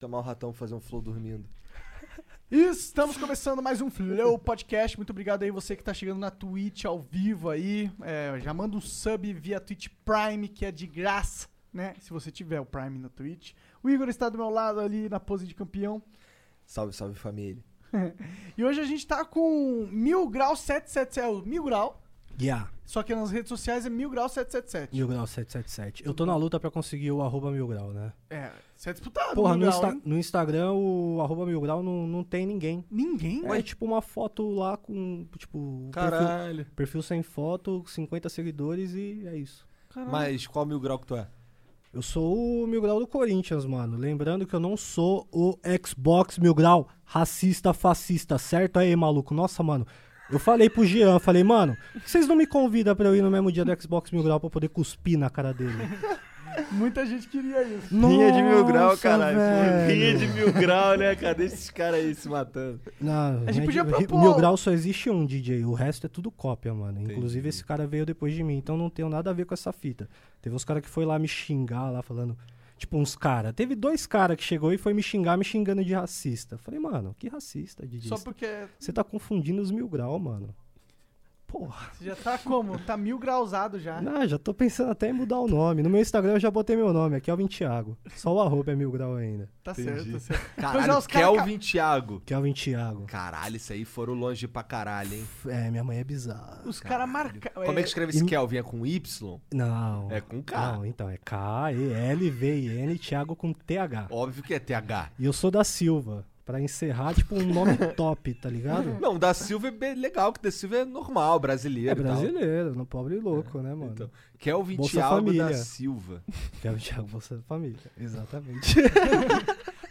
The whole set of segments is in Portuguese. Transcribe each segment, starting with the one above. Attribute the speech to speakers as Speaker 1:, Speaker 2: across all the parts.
Speaker 1: chamar o ratão pra fazer um flow dormindo.
Speaker 2: Estamos começando mais um Flow Podcast. Muito obrigado aí você que tá chegando na Twitch ao vivo aí. É, já manda um sub via Twitch Prime, que é de graça, né? Se você tiver o Prime na Twitch. O Igor está do meu lado ali na pose de campeão.
Speaker 1: Salve, salve família.
Speaker 2: E hoje a gente tá com Mil Grau 777. É o Mil Grau,
Speaker 3: Yeah,
Speaker 2: só que nas redes sociais é Mil Grau 777.
Speaker 3: Mil Grau 777. Eu tô na luta pra conseguir o arroba Mil Grau, né?
Speaker 2: É, você é disputado.
Speaker 3: Porra,
Speaker 2: Mil
Speaker 3: no,
Speaker 2: Grau,
Speaker 3: Insta-
Speaker 2: hein?
Speaker 3: no Instagram o arroba Mil Grau não, não tem ninguém.
Speaker 2: Ninguém?
Speaker 3: É tipo uma foto lá com,
Speaker 1: Um
Speaker 3: tipo... Perfil,
Speaker 1: Caralho.
Speaker 3: perfil sem foto, 50 seguidores e é isso.
Speaker 1: Mas qual mil grau que tu é?
Speaker 3: Eu sou o Mil Grau do Corinthians, mano. Lembrando que eu não sou o Xbox Mil Grau racista, fascista, certo aí, maluco? Nossa, mano. Eu falei pro Jean, falei, mano, por que vocês não me convidam pra eu ir no mesmo dia do Xbox Mil Grau pra eu poder cuspir na cara dele?
Speaker 2: Muita gente queria isso.
Speaker 4: Rinha de mil grau,
Speaker 3: Nossa,
Speaker 4: caralho.
Speaker 3: velho.
Speaker 4: Rinha de mil grau, né? Cadê esses caras aí se matando?
Speaker 3: Não,
Speaker 2: A gente
Speaker 3: né,
Speaker 2: podia
Speaker 3: de-
Speaker 2: propor-
Speaker 3: Mil Grau só existe um DJ, o resto é tudo cópia, mano. Inclusive esse cara veio depois de mim, então não tenho nada a ver com essa fita. Teve uns caras que foi lá me xingar, lá falando, tipo, uns caras. Teve dois caras que chegou e foi me xingar, me xingando de racista. Falei, mano, que racista, DJ?
Speaker 2: Só porque
Speaker 3: Você tá confundindo os Mil Grau, mano. Porra,
Speaker 2: você já tá como? Tá mil grausado
Speaker 4: Ah.
Speaker 2: já.
Speaker 3: não, já tô pensando até em mudar o nome. No meu Instagram eu já botei meu nome, aqui é Kelvin Thiago. Só o arroba é Mil Grau ainda.
Speaker 2: Tá
Speaker 4: Entendi.
Speaker 2: certo, tá certo.
Speaker 1: é
Speaker 4: Caralho,
Speaker 2: os cara-
Speaker 4: Kelvin Thiago.
Speaker 3: Kelvin Thiago.
Speaker 4: Caralho, isso aí foram longe pra caralho, hein?
Speaker 3: É, minha mãe é bizarra.
Speaker 2: Os caras marcaram.
Speaker 4: Como é que escreve esse Kelvin? É com Y?
Speaker 3: Não.
Speaker 4: É com K.
Speaker 3: Não, então, é K, E, L, V, I, N, Thiago com TH.
Speaker 4: Óbvio que é TH.
Speaker 3: E eu sou da Silva. Pra encerrar, tipo, um nome top, tá ligado?
Speaker 4: Não, da Silva é bem legal, que da Silva é normal, brasileiro.
Speaker 3: É
Speaker 4: e tal.
Speaker 3: brasileiro, no pobre e louco, né, mano?
Speaker 4: Então, Kelvin
Speaker 3: Bolsa
Speaker 4: Thiago da
Speaker 3: Família.
Speaker 4: Silva.
Speaker 3: Que é o Thiago Bolsa da Família. Exatamente.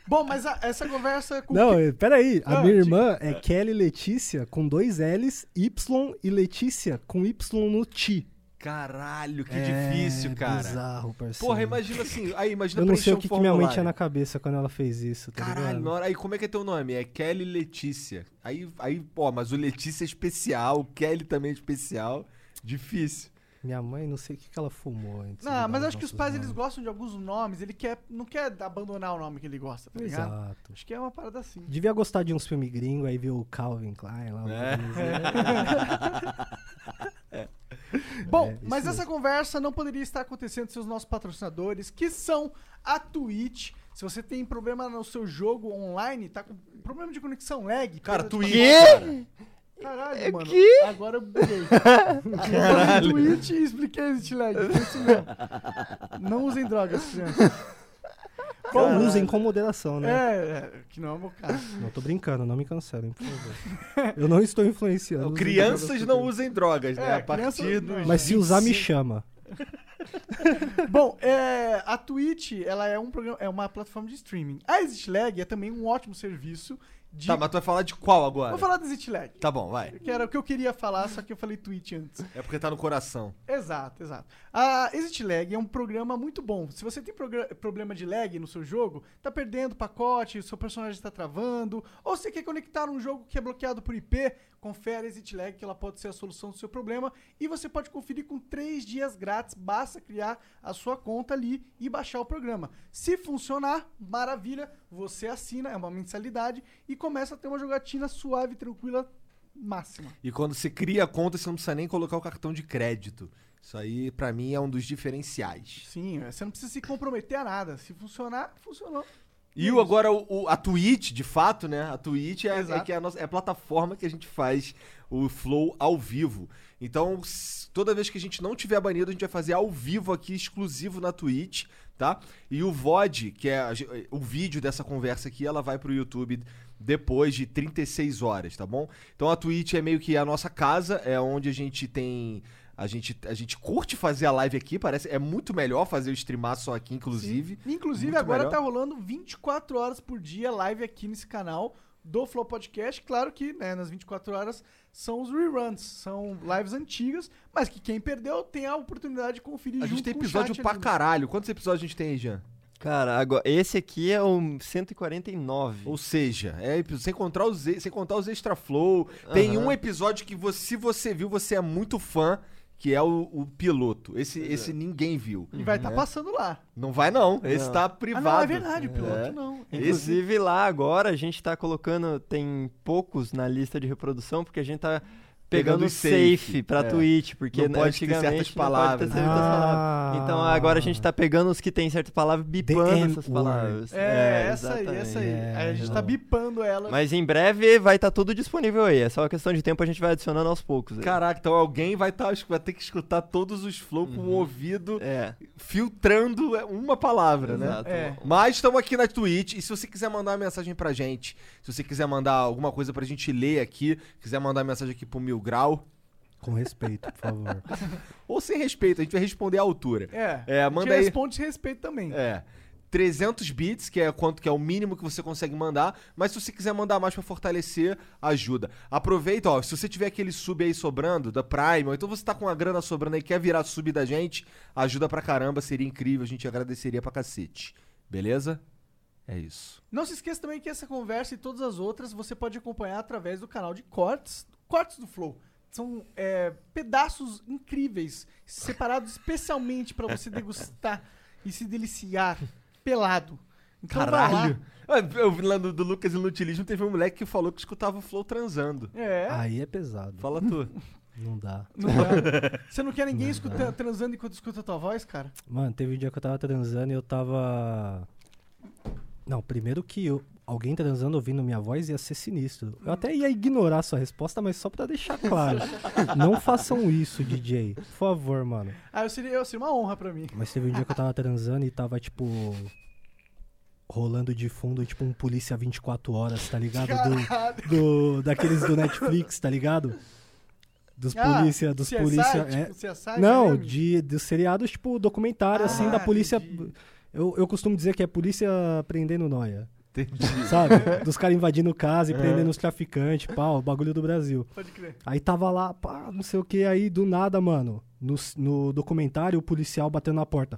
Speaker 2: Bom, mas a- essa conversa com
Speaker 3: Não, eh, peraí. A
Speaker 2: Ah,
Speaker 3: minha
Speaker 2: diga.
Speaker 3: irmã é Kelly Letícia com dois L's, Y e Letícia com Y no Ti.
Speaker 4: Caralho, que
Speaker 3: É
Speaker 4: difícil, cara.
Speaker 3: Bizarro, parceiro.
Speaker 4: Porra, imagina assim. Aí, imagina
Speaker 3: Eu não
Speaker 4: preencher
Speaker 3: sei o
Speaker 4: um
Speaker 3: que, que minha mãe tinha
Speaker 4: formulário.
Speaker 3: na cabeça quando ela fez isso, tá
Speaker 4: Caralho,
Speaker 3: ligado?
Speaker 4: na hora- aí como é que é teu nome? É Kelly Letícia. Aí, aí pô, mas o Letícia é especial, o Kelly também é especial. Difícil.
Speaker 3: Minha mãe, não sei o que, que ela fumou antes. de
Speaker 2: Não,
Speaker 3: dar
Speaker 2: mas
Speaker 3: os
Speaker 2: acho que os
Speaker 3: nossos
Speaker 2: pais eles
Speaker 3: nomes.
Speaker 2: gostam de alguns nomes, ele quer, não quer abandonar o nome que ele gosta, tá ligado?
Speaker 3: Exato.
Speaker 2: Acho que é uma parada assim.
Speaker 3: Devia gostar de uns filmes gringos, aí viu o Calvin Klein lá.
Speaker 4: É.
Speaker 5: É.
Speaker 2: Bom,
Speaker 3: isso
Speaker 2: mas essa
Speaker 3: mesmo.
Speaker 2: conversa não poderia estar acontecendo sem os nossos patrocinadores, que são a Twitch. Se você tem problema no seu jogo online, tá com problema de conexão lag.
Speaker 4: Cara,
Speaker 2: perda de
Speaker 4: Twitch.
Speaker 2: quê? Caralho, mano. Agora eu buguei. Caralho. Twitch e expliquei esse lag. Foi isso mesmo. Não usem drogas, crianças.
Speaker 3: Bom, usem com moderação, né?
Speaker 2: É, é, que não é o meu caso.
Speaker 3: Não, tô brincando, não me cancelem, por favor. Eu não estou influenciando. usem
Speaker 4: Crianças
Speaker 3: drogas,
Speaker 4: não usem drogas, né?
Speaker 2: É,
Speaker 4: a partir
Speaker 2: crianças
Speaker 4: dos.
Speaker 2: não.
Speaker 3: Mas se usar, me
Speaker 4: 25.
Speaker 3: chama.
Speaker 2: Bom, é, a Twitch ela é, um programa, é uma plataforma de streaming. A ExitLag é também um ótimo serviço de.
Speaker 4: Tá, mas tu vai falar de qual agora?
Speaker 2: Vou falar da ExitLag,
Speaker 4: Tá bom, vai.
Speaker 2: que era o que eu queria falar, só que eu falei Twitch antes.
Speaker 4: É porque tá no coração.
Speaker 2: Exato, exato. A Exit Lag é um programa muito bom. Se você tem progra- problema de lag no seu jogo, tá perdendo pacote, seu personagem tá travando, ou você quer conectar um jogo que é bloqueado por IP, confere a Exit Lag que ela pode ser a solução do seu problema e você pode conferir com três dias grátis. Basta criar a sua conta ali e baixar o programa. Se funcionar, maravilha, você assina, é uma mensalidade e começa a ter uma jogatina suave, tranquila, máxima.
Speaker 4: E quando você cria a conta, você não precisa nem colocar o cartão de crédito. Isso aí, pra mim, é um dos diferenciais.
Speaker 2: Sim, você não precisa se comprometer a nada. Se funcionar, funcionou.
Speaker 4: E o, agora o, o- a Twitch, de fato, né? A Twitch é,
Speaker 2: Exato.
Speaker 4: é que é a, nossa, é a plataforma que a gente faz o Flow ao vivo. Então, s- toda vez que a gente não tiver banido, a gente vai fazer ao vivo aqui, exclusivo na Twitch, tá? E o VOD, que é a ge- o vídeo dessa conversa aqui, ela vai pro YouTube depois de 36 horas, tá bom? Então a Twitch é meio que a nossa casa, é onde a gente tem. A gente, a gente curte fazer a live aqui, parece. É muito melhor fazer o streamar só aqui, inclusive.
Speaker 2: Sim. Inclusive,
Speaker 4: muito
Speaker 2: agora
Speaker 4: melhor.
Speaker 2: tá rolando 24 horas por dia live aqui nesse canal do Flow Podcast. Claro que, né, nas 24 horas são os reruns, são lives antigas, mas que quem perdeu tem a oportunidade de conferir
Speaker 4: A
Speaker 2: junto
Speaker 4: gente tem
Speaker 2: com o
Speaker 4: episódio
Speaker 2: chat
Speaker 4: pra
Speaker 2: ali.
Speaker 4: caralho. Quantos episódios a gente tem aí, Jean?
Speaker 5: Cara, agora, esse aqui é o 149.
Speaker 4: Ou seja, é epi- sem contar os, e- sem contar os extra flow. Tem
Speaker 5: Aham.
Speaker 4: um episódio que você, se você viu, você é muito fã, que é o, o piloto. Esse,
Speaker 1: Pois é.
Speaker 4: esse ninguém viu.
Speaker 2: E vai estar passando lá.
Speaker 4: Não vai, não. Esse
Speaker 5: Não.
Speaker 4: tá
Speaker 2: Ah,
Speaker 4: É. privado.
Speaker 2: não, é verdade, o piloto
Speaker 4: É.
Speaker 2: não.
Speaker 5: Inclusive lá agora a gente tá colocando, tem poucos na lista de reprodução, porque a gente tá
Speaker 4: Pegando
Speaker 5: pegando
Speaker 4: os
Speaker 5: o
Speaker 4: safe,
Speaker 5: safe, pra
Speaker 4: é.
Speaker 5: Twitch, porque né,
Speaker 4: Não pode ter
Speaker 5: antigamente
Speaker 4: certas
Speaker 5: não pode ter
Speaker 4: palavras, né?
Speaker 5: certas
Speaker 3: Ah.
Speaker 5: palavras. tá Então agora a gente tá pegando os que tem certa palavra e bipando
Speaker 3: The
Speaker 5: essas
Speaker 3: N-word.
Speaker 5: palavras.
Speaker 2: É, essa aí, essa aí.
Speaker 3: É,
Speaker 2: Aí a gente
Speaker 3: não.
Speaker 2: tá bipando ela.
Speaker 5: Mas em breve vai estar tudo disponível aí. É só uma questão de tempo, a gente vai adicionando aos poucos. aí.
Speaker 4: Caraca, então alguém vai, tá, vai ter que escutar todos os flow
Speaker 2: Uhum.
Speaker 4: com o ouvido
Speaker 5: É,
Speaker 4: filtrando é, uma palavra, né?
Speaker 5: exato.
Speaker 2: É.
Speaker 4: Mas estamos aqui na Twitch e se você quiser mandar uma mensagem pra gente, se você quiser mandar alguma coisa pra gente ler aqui, quiser mandar uma mensagem aqui pro Mil Grau,
Speaker 3: Com respeito, por favor.
Speaker 4: ou sem respeito, a gente vai responder à altura.
Speaker 2: É.
Speaker 4: É,
Speaker 2: Te
Speaker 4: manda aí.
Speaker 2: responde e respeito também.
Speaker 4: É. 300 bits, que é quanto que é o mínimo que você consegue mandar, mas se você quiser mandar mais pra fortalecer, ajuda. Aproveita, ó, se você tiver aquele sub aí sobrando da Prime, ou então você tá com a grana sobrando aí quer virar sub da gente, ajuda pra caramba, seria incrível, a gente agradeceria pra cacete. Beleza? É isso.
Speaker 2: Não se esqueça também que essa conversa e todas as outras você pode acompanhar através do canal de cortes, cortes do Flow. São é, pedaços incríveis, separados especialmente pra você degustar e se deliciar pelado. Então vai lá.
Speaker 4: Ah, Eu vi lá no, do Lucas Inutilismo, teve um moleque que falou que escutava o Flow transando.
Speaker 2: É.
Speaker 3: Aí é pesado.
Speaker 4: Fala tu.
Speaker 3: Não dá.
Speaker 2: Não dá. Você não quer ninguém escuta, transando enquanto escuta a tua voz, cara?
Speaker 3: Mano, teve um dia que eu tava transando e eu tava. Não, primeiro que eu- alguém transando ouvindo minha voz ia ser sinistro. Eu até ia ignorar a sua resposta, mas só pra deixar claro. Não façam isso, DJ. Por favor, mano.
Speaker 2: Ah, eu seria, eu seria uma honra pra mim.
Speaker 3: Mas teve um dia que eu tava transando e tava, tipo. Rolando de fundo, tipo, um polícia 24 horas, tá ligado? Do, do- daqueles do Netflix, tá ligado? Dos
Speaker 2: Ah,
Speaker 3: polícia, dos
Speaker 2: CSI,
Speaker 3: polícia. é.
Speaker 2: tipo, CSI,
Speaker 3: Não,
Speaker 2: mesmo?
Speaker 3: de, de seriados, tipo, documentário, assim,
Speaker 2: Ah,
Speaker 3: da polícia.
Speaker 2: entendi.
Speaker 3: Eu, eu costumo dizer que é polícia prendendo noia.
Speaker 4: Entendi.
Speaker 3: Sabe? Dos caras invadindo casa e
Speaker 2: É.
Speaker 3: prendendo os traficantes, pau, bagulho do Brasil.
Speaker 2: Pode crer.
Speaker 3: Aí tava lá, pá, não sei o que, aí do nada, mano. No, no documentário, o policial batendo na porta.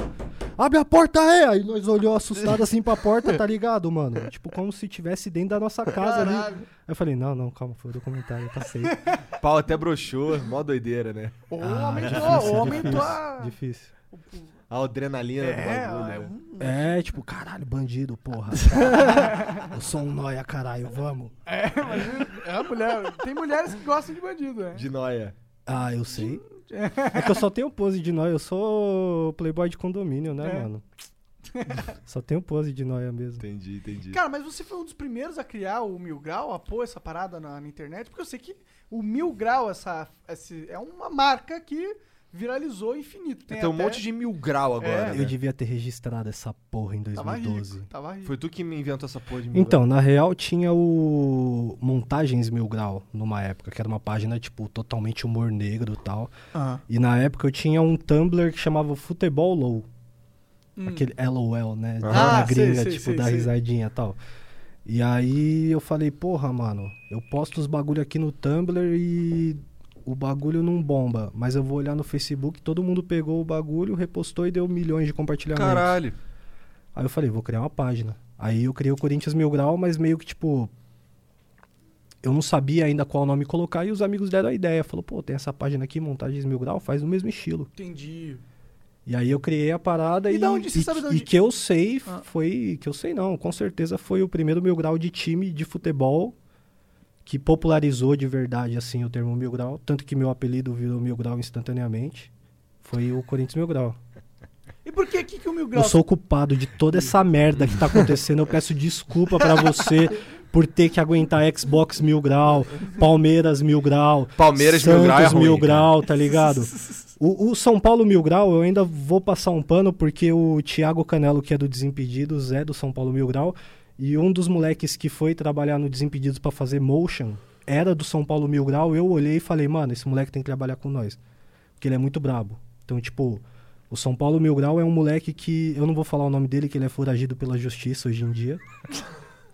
Speaker 3: Abre a porta aí! Aí nós olhou assustado assim pra porta, tá ligado, mano? Tipo, como se tivesse dentro da nossa casa né? ali.
Speaker 2: Caralho.
Speaker 3: Aí eu falei, não, não, calma, foi o documentário, tá safe.
Speaker 4: Pau até broxou, mó doideira, né?
Speaker 2: Ou
Speaker 3: Ah,
Speaker 2: aumentou,
Speaker 3: difícil,
Speaker 2: ou aumentou a...
Speaker 3: Difícil.
Speaker 4: A adrenalina
Speaker 2: É,
Speaker 4: do bagulho. né?
Speaker 2: é um-
Speaker 3: É, tipo, caralho, bandido, porra. eu sou um nóia, caralho, vamos.
Speaker 2: É a mulher. Tem mulheres que gostam de bandido, né?
Speaker 4: De noia.
Speaker 3: Ah, eu sei. É que eu só tenho pose de nóia, eu sou playboy de condomínio, né,
Speaker 2: É.
Speaker 3: mano? Só tenho pose de nóia mesmo.
Speaker 4: Entendi, entendi.
Speaker 2: Cara, mas você foi um dos primeiros a criar o Mil Grau, a pôr essa parada na, na internet, porque eu sei que o Mil Grau essa, esse, é uma marca que viralizou infinito. Tem,
Speaker 4: Tem, um
Speaker 2: até-
Speaker 4: monte de mil grau agora.
Speaker 2: É.
Speaker 4: né?
Speaker 3: Eu devia ter registrado essa porra em
Speaker 2: Tava
Speaker 3: 2012.
Speaker 2: rico, tava rico.
Speaker 4: Foi tu que me inventou essa porra de mil
Speaker 3: Então, na real, tinha o Montagens Mil Grau, numa época, que era uma página, tipo, totalmente humor negro e tal.
Speaker 2: Aham.
Speaker 3: E na época eu tinha um Tumblr que chamava Futebol Low.
Speaker 2: Hum.
Speaker 3: Aquele LOL, né?
Speaker 4: Ah,
Speaker 3: da
Speaker 2: sei,
Speaker 3: gringa,
Speaker 2: sei,
Speaker 3: tipo,
Speaker 2: sei,
Speaker 3: da
Speaker 2: sei.
Speaker 3: risadinha e tal. E aí eu falei, porra, mano, eu posto os bagulho aqui no Tumblr e o bagulho não bomba. Mas eu vou olhar no Facebook, todo mundo pegou o bagulho, repostou e deu milhões de compartilhamentos.
Speaker 4: Caralho.
Speaker 3: Aí eu falei, vou criar uma página. Aí eu criei o Corinthians Mil Grau, mas meio que tipo. Eu não sabia ainda qual nome colocar e os amigos deram a ideia. Falou, pô, tem essa página aqui, Montagens Mil Grau, faz no mesmo estilo.
Speaker 2: Entendi.
Speaker 3: E aí eu criei a parada
Speaker 2: E
Speaker 3: e.
Speaker 2: da onde? Você sabe da onde?
Speaker 3: e que eu sei, f-
Speaker 2: Ah.
Speaker 3: foi. Que eu sei não, com certeza foi o primeiro mil grau de time de futebol que popularizou de verdade, assim, o termo mil grau. Tanto que meu apelido virou mil grau instantaneamente. Foi o Corinthians Mil Grau.
Speaker 2: E por que que, que o Mil Grau...
Speaker 3: Eu sou o culpado de toda essa merda que tá acontecendo. Eu peço desculpa pra você por ter que aguentar Xbox Mil Grau, Palmeiras Mil Grau,
Speaker 4: Palmeiras mil
Speaker 3: Santos
Speaker 4: grau é ruim, cara.
Speaker 3: Grau, tá ligado? O, o São Paulo Mil Grau, eu ainda vou passar um pano, porque o Thiago Canelo, que é do Desimpedidos, é do São Paulo Mil Grau. E um dos moleques que foi trabalhar no Desimpedidos pra fazer motion era do São Paulo Mil Grau. Eu olhei e falei, mano, esse moleque tem que trabalhar com nós. Porque ele é muito brabo. Então, tipo, o São Paulo Mil Grau é um moleque que. Eu não vou falar o nome dele, que ele é foragido pela justiça hoje em dia.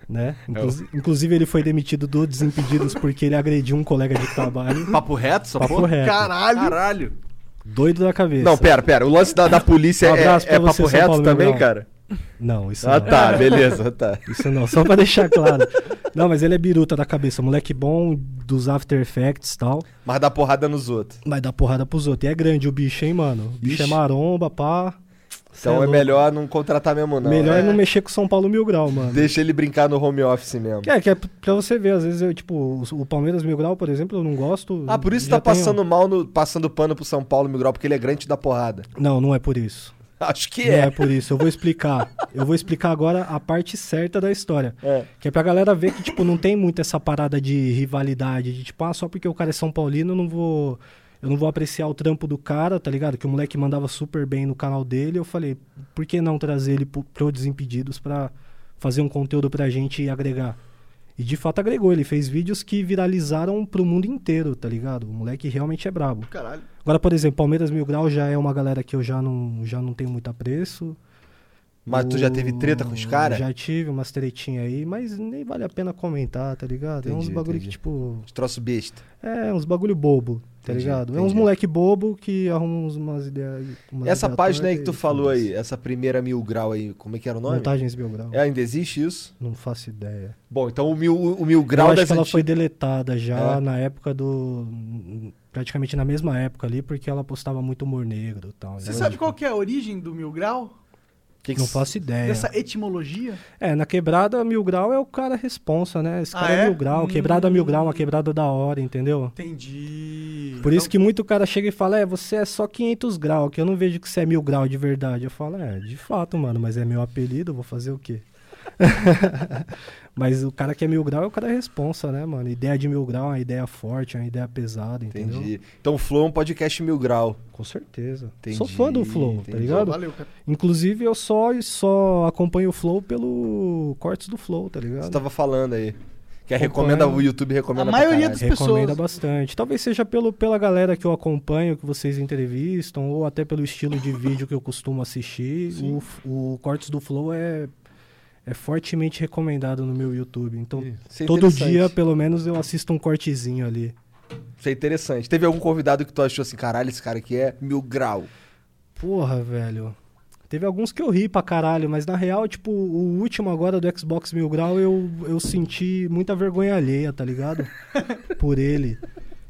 Speaker 3: Né?
Speaker 4: É
Speaker 3: Inclusi- Inclusive, ele foi demitido do Desimpedidos porque ele agrediu um colega de trabalho.
Speaker 4: Papo reto, só
Speaker 3: Papo reto.
Speaker 4: Caralho. Caralho.
Speaker 3: Doido da cabeça.
Speaker 4: Não, pera, pera. O lance da, da polícia
Speaker 3: Um
Speaker 4: é,
Speaker 3: abraço
Speaker 4: é
Speaker 3: pra você,
Speaker 4: papo
Speaker 3: São
Speaker 4: reto
Speaker 3: Paulo,
Speaker 4: também,
Speaker 3: Miguel.
Speaker 4: cara?
Speaker 3: Não, isso
Speaker 4: Ah,
Speaker 3: não.
Speaker 4: tá, beleza, tá.
Speaker 3: Isso não, só pra deixar claro. Não, mas ele é biruta da cabeça, moleque bom dos After Effects e tal.
Speaker 4: Mas dá porrada nos outros.
Speaker 3: Mas dá porrada pros outros. E é grande o bicho, hein, mano? O
Speaker 4: Ixi.
Speaker 3: bicho é maromba, pá. Cê
Speaker 4: Então é,
Speaker 3: louco.
Speaker 4: melhor não contratar mesmo, não.
Speaker 3: Melhor
Speaker 4: É.
Speaker 3: é não mexer com o São Paulo Mil Grau, mano.
Speaker 4: Deixa ele brincar no home office mesmo.
Speaker 3: Que é, que é pra você ver, às vezes eu, tipo, o- o Palmeiras Mil Grau, por exemplo, eu não gosto.
Speaker 4: Ah, por isso tá
Speaker 3: Já tenho-
Speaker 4: passando mal, no, passando pano pro São Paulo, Miguel, porque ele é grande da porrada.
Speaker 3: Não, não é por isso.
Speaker 4: Acho que
Speaker 3: Não
Speaker 4: é.
Speaker 3: é por isso. Eu vou explicar. Eu vou explicar agora a parte certa da história.
Speaker 4: É.
Speaker 3: Que é pra galera ver que, tipo, não tem muito essa parada de rivalidade. De tipo, ah, só porque o cara é São Paulino, eu não vou. Eu não vou apreciar o trampo do cara, tá ligado? Que o moleque mandava super bem no canal dele. Eu falei, por que não trazer ele pro, pro Desimpedidos pra fazer um conteúdo pra gente e agregar? E de fato agregou. Ele fez vídeos que viralizaram pro mundo inteiro, tá ligado? O moleque realmente é brabo.
Speaker 2: Caralho.
Speaker 3: Agora, por exemplo, Palmeiras Mil Grau já é uma galera que eu já não, já não tenho muito apreço.
Speaker 4: Mas tu já teve treta com os caras?
Speaker 3: Já tive umas tretinhas aí, mas nem vale a pena comentar, tá ligado? é uns
Speaker 4: Entendi,
Speaker 3: bagulho
Speaker 4: entendi.
Speaker 3: que, tipo.
Speaker 4: Os troço besta.
Speaker 3: É, uns bagulho bobo, tá
Speaker 4: Entendi,
Speaker 3: ligado? É uns
Speaker 4: entendi.
Speaker 3: moleque bobo que arruma uns- umas ideias. umas
Speaker 4: Essa
Speaker 3: ideias
Speaker 4: página tá aí que
Speaker 3: tortas
Speaker 4: tu
Speaker 3: e
Speaker 4: falou
Speaker 3: foda-se.
Speaker 4: aí, essa primeira mil grau aí, como é que era o nome?
Speaker 3: Montagens Mil Grau.
Speaker 4: É, ainda existe isso?
Speaker 3: Não faço ideia.
Speaker 4: Bom, então o mil, o mil
Speaker 3: Eu
Speaker 4: grau
Speaker 3: acho
Speaker 4: das
Speaker 3: que ela
Speaker 4: anti-
Speaker 3: foi deletada já
Speaker 4: É.
Speaker 3: na época do. Praticamente na mesma época ali, porque ela postava muito humor negro e tal.
Speaker 2: Você
Speaker 3: né?
Speaker 2: sabe qual que é a origem do Mil Grau?
Speaker 4: Que que
Speaker 3: Não
Speaker 4: s-
Speaker 3: faço ideia.
Speaker 2: Dessa etimologia?
Speaker 3: É, na quebrada mil grau é o cara responsa, né? Esse
Speaker 2: Ah,
Speaker 3: cara é?
Speaker 2: é?
Speaker 3: mil grau, quebrada mil
Speaker 2: Hum.
Speaker 3: grau, uma quebrada da hora, entendeu?
Speaker 2: Entendi.
Speaker 3: Por isso que muito cara chega e fala, é, você é só 500 grau, que eu não vejo que você é mil grau de verdade. Eu falo, é, de fato, mano, mas é meu apelido, eu vou fazer o quê? mas o cara que é mil grau é o cara responsa, né, mano? Ideia de mil grau é uma ideia forte, é uma ideia pesada, entendeu?
Speaker 4: Entendi. Então o Flow é um podcast mil grau.
Speaker 3: Com certeza.
Speaker 4: Entendi,
Speaker 3: Sou fã do Flow, tá
Speaker 4: entendi.
Speaker 3: ligado?
Speaker 2: Então, Valeu, cara.
Speaker 3: Inclusive, eu só, só acompanho o Flow pelo cortes do Flow, tá ligado?
Speaker 4: Você tava falando aí. Que é
Speaker 3: Acompanha.
Speaker 4: recomenda, o YouTube recomenda
Speaker 2: A
Speaker 4: pra
Speaker 2: maioria
Speaker 4: caralho.
Speaker 2: das pessoas.
Speaker 3: Recomenda bastante. Talvez seja pelo, pela galera que eu acompanho, que vocês entrevistam, ou até pelo estilo de vídeo que eu costumo assistir. O, f- o Cortes do Flow é, é fortemente recomendado no meu YouTube. Então,
Speaker 4: Isso é
Speaker 3: todo
Speaker 4: interessante.
Speaker 3: dia, pelo menos, eu assisto um cortezinho ali.
Speaker 4: Isso é interessante. Teve algum convidado que tu achou assim, caralho, esse cara aqui é mil grau.
Speaker 3: Porra, velho. Teve alguns que eu ri pra caralho, mas na real, tipo, o último agora do Xbox Mil Grau, eu, eu senti muita vergonha alheia, tá ligado? Por ele.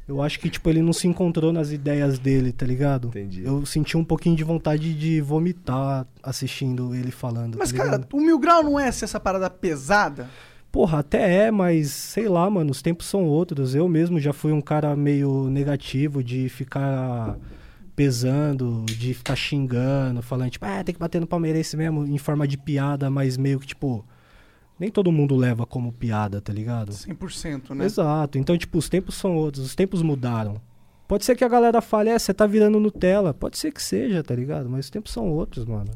Speaker 3: Eu acho que, tipo, ele não se encontrou nas ideias dele, tá ligado?
Speaker 4: Entendi.
Speaker 3: Eu senti um pouquinho de vontade de vomitar assistindo ele falando.
Speaker 2: Mas,
Speaker 3: tá
Speaker 2: cara,
Speaker 3: ligado?
Speaker 2: o Mil Grau não é essa essa parada pesada?
Speaker 3: Porra, até é, mas sei lá, mano, os tempos são outros. Eu mesmo já fui um cara meio negativo de ficar pesando, de ficar xingando, falando, tipo, ah, tem que bater no palmeirense mesmo, em forma de piada, mas meio que, tipo, nem todo mundo leva como piada, tá ligado?
Speaker 2: 100%, né?
Speaker 3: Exato. Então, tipo, os tempos são outros, os tempos mudaram. Pode ser que a galera fale, é, você tá virando Nutella. Pode ser que seja, tá ligado? Mas os tempos são outros, mano.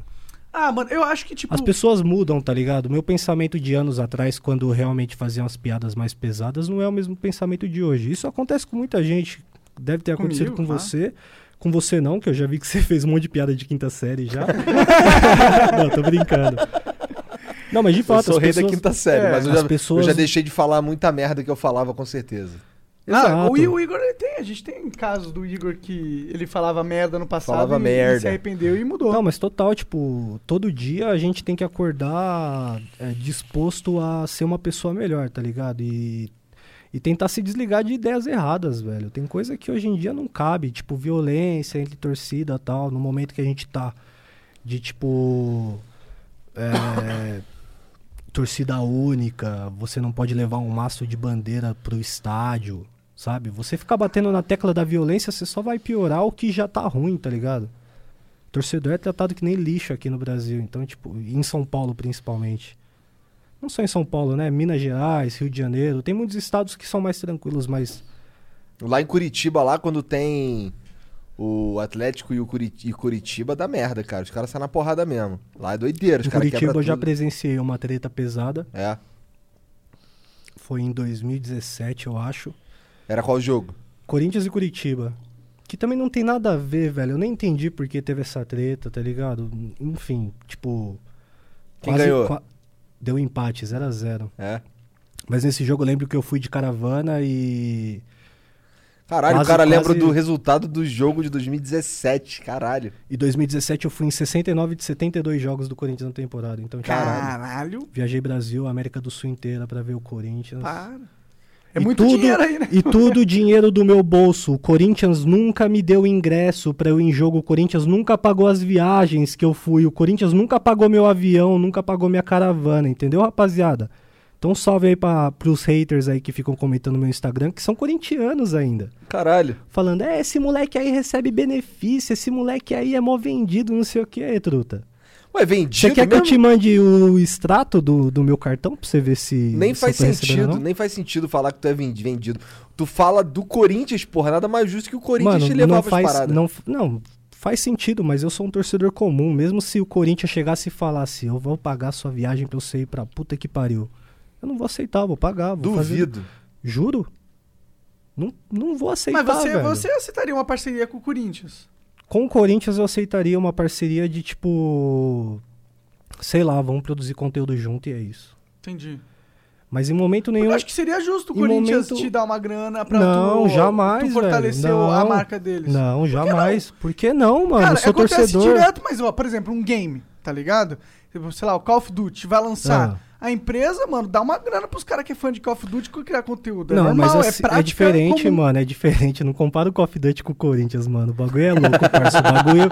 Speaker 2: Ah, mano, eu acho que, tipo...
Speaker 3: As pessoas mudam, tá ligado? Meu pensamento de anos atrás, quando eu realmente fazia umas piadas mais pesadas, não é o mesmo pensamento de hoje. Isso acontece com muita gente. Deve ter acontecido
Speaker 2: Comigo, Ah.
Speaker 3: com
Speaker 2: claro.
Speaker 3: você. Com você não, que eu já vi que você fez um monte de piada de quinta série já. não, tô brincando. Não, mas de
Speaker 4: Eu
Speaker 3: fato,
Speaker 4: sou
Speaker 3: as
Speaker 4: rei
Speaker 3: pessoas...
Speaker 4: da quinta série,
Speaker 2: É.
Speaker 4: mas eu
Speaker 3: As
Speaker 4: já,
Speaker 3: pessoas-
Speaker 4: eu já deixei de falar muita merda que eu falava, com certeza.
Speaker 2: Ah,
Speaker 3: Exato.
Speaker 2: o I- o Igor, ele tem, a gente tem casos do Igor que ele falava merda no passado
Speaker 4: Falava
Speaker 2: e, e
Speaker 4: merda.
Speaker 2: se arrependeu e mudou.
Speaker 3: Não, mas total, tipo, todo dia a gente tem que acordar é, disposto a ser uma pessoa melhor, tá ligado? E, e tentar se desligar de ideias erradas, velho. Tem coisa que hoje em dia não cabe, tipo, violência entre torcida e tal, no momento que a gente tá de tipo. é, torcida única, você não pode levar um maço de bandeira pro estádio, sabe? Você ficar batendo na tecla da violência, você só vai piorar o que já tá ruim, tá ligado? Torcedor é tratado que nem lixo aqui no Brasil, então, tipo, e em São Paulo principalmente. Não só em São Paulo, né? Minas Gerais, Rio de Janeiro, tem muitos estados que são mais tranquilos, mas.
Speaker 4: Lá em Curitiba, lá quando tem o Atlético e o Curit- e Curitiba, dá merda, cara. Os caras saem na porrada mesmo. Lá é doideira, os
Speaker 3: Em
Speaker 4: caras
Speaker 3: Curitiba
Speaker 4: quebram
Speaker 3: eu já
Speaker 4: tudo.
Speaker 3: presenciei uma treta pesada,
Speaker 4: É.
Speaker 3: foi em 2017, eu acho.
Speaker 4: Era qual jogo?
Speaker 3: Corinthians e Curitiba. Que também não tem nada a ver, velho. Eu nem entendi por que teve essa treta, tá ligado? Enfim, tipo.
Speaker 4: Quem ganhou?
Speaker 3: Deu empate, 0 a 0
Speaker 4: É.
Speaker 3: Mas nesse jogo eu lembro que eu fui de caravana e.
Speaker 1: Caralho,
Speaker 3: Quase-
Speaker 1: o cara
Speaker 3: quase-
Speaker 1: lembra do resultado do jogo de 2017, caralho.
Speaker 3: E 2017 eu fui em 69 de 72 jogos do Corinthians na temporada. Então, tipo,
Speaker 2: Caralho.
Speaker 3: viajei Brasil, América do Sul inteira pra ver o Corinthians.
Speaker 2: Para. É
Speaker 3: E
Speaker 2: muito
Speaker 3: tudo-
Speaker 2: dinheiro aí, né?
Speaker 3: E tudo dinheiro do meu bolso. O Corinthians nunca me deu ingresso pra eu ir em jogo. O Corinthians nunca pagou as viagens que eu fui. O Corinthians nunca pagou meu avião, nunca pagou minha caravana, entendeu, rapaziada? Então salve aí pra, pros haters aí que ficam comentando no meu Instagram, que são corintianos ainda.
Speaker 1: Caralho.
Speaker 3: Falando, é, esse moleque aí recebe benefício, esse moleque aí é mó vendido, não sei o que, truta.
Speaker 1: Ué, vendido
Speaker 3: Você quer que eu
Speaker 1: mesmo?
Speaker 3: te mande o extrato do, do meu cartão pra você ver se.
Speaker 1: Nem
Speaker 3: se
Speaker 1: faz
Speaker 3: eu tô recebendo ou
Speaker 1: sentido,
Speaker 3: não?
Speaker 1: nem faz sentido falar que tu é vendi- vendido. Tu fala do Corinthians, porra, nada mais justo que o Corinthians
Speaker 3: Mano,
Speaker 1: te levar
Speaker 3: não
Speaker 1: pras
Speaker 3: faz,
Speaker 1: paradas.
Speaker 3: não, não, faz sentido, mas eu sou um torcedor comum. Mesmo se o Corinthians chegasse e falasse, eu vou pagar sua viagem pra você ir pra puta que pariu. Eu não vou aceitar, vou pagar. Vou fazer-
Speaker 1: Duvido.
Speaker 3: Juro? Não, não vou aceitar,
Speaker 2: Mas
Speaker 1: é
Speaker 2: você,
Speaker 3: velho.
Speaker 2: você aceitaria uma parceria com o Corinthians?
Speaker 3: Com o Corinthians eu aceitaria uma parceria de tipo... Sei lá, vamos produzir conteúdo junto e é isso.
Speaker 2: Entendi.
Speaker 3: Mas em momento nenhum...
Speaker 2: Eu acho que seria justo o
Speaker 3: Em
Speaker 2: Corinthians
Speaker 3: momento-
Speaker 2: te dar uma grana pra
Speaker 3: Não,
Speaker 2: tu,
Speaker 3: jamais,
Speaker 2: tu fortalecer
Speaker 3: velho,
Speaker 2: a
Speaker 3: não.
Speaker 2: marca deles.
Speaker 3: Não, jamais. Por que não, mano?
Speaker 2: Cara, é
Speaker 3: eu sou
Speaker 2: acontece
Speaker 3: torcedor.
Speaker 2: direto, mas, ó, por exemplo, um game, tá ligado? Tipo, Sei lá, o Call of Duty vai lançar.
Speaker 3: Ah.
Speaker 2: A empresa, mano, dá uma grana pros caras que é fã de Call of Duty que criar conteúdo.
Speaker 3: Não,
Speaker 2: é normal,
Speaker 3: mas
Speaker 2: é
Speaker 3: assim, é,
Speaker 2: prática.
Speaker 3: diferente,
Speaker 2: comum.
Speaker 3: mano. É diferente. Não compara o Call of Duty com o Corinthians, mano. O bagulho é louco, parça. O bagulho,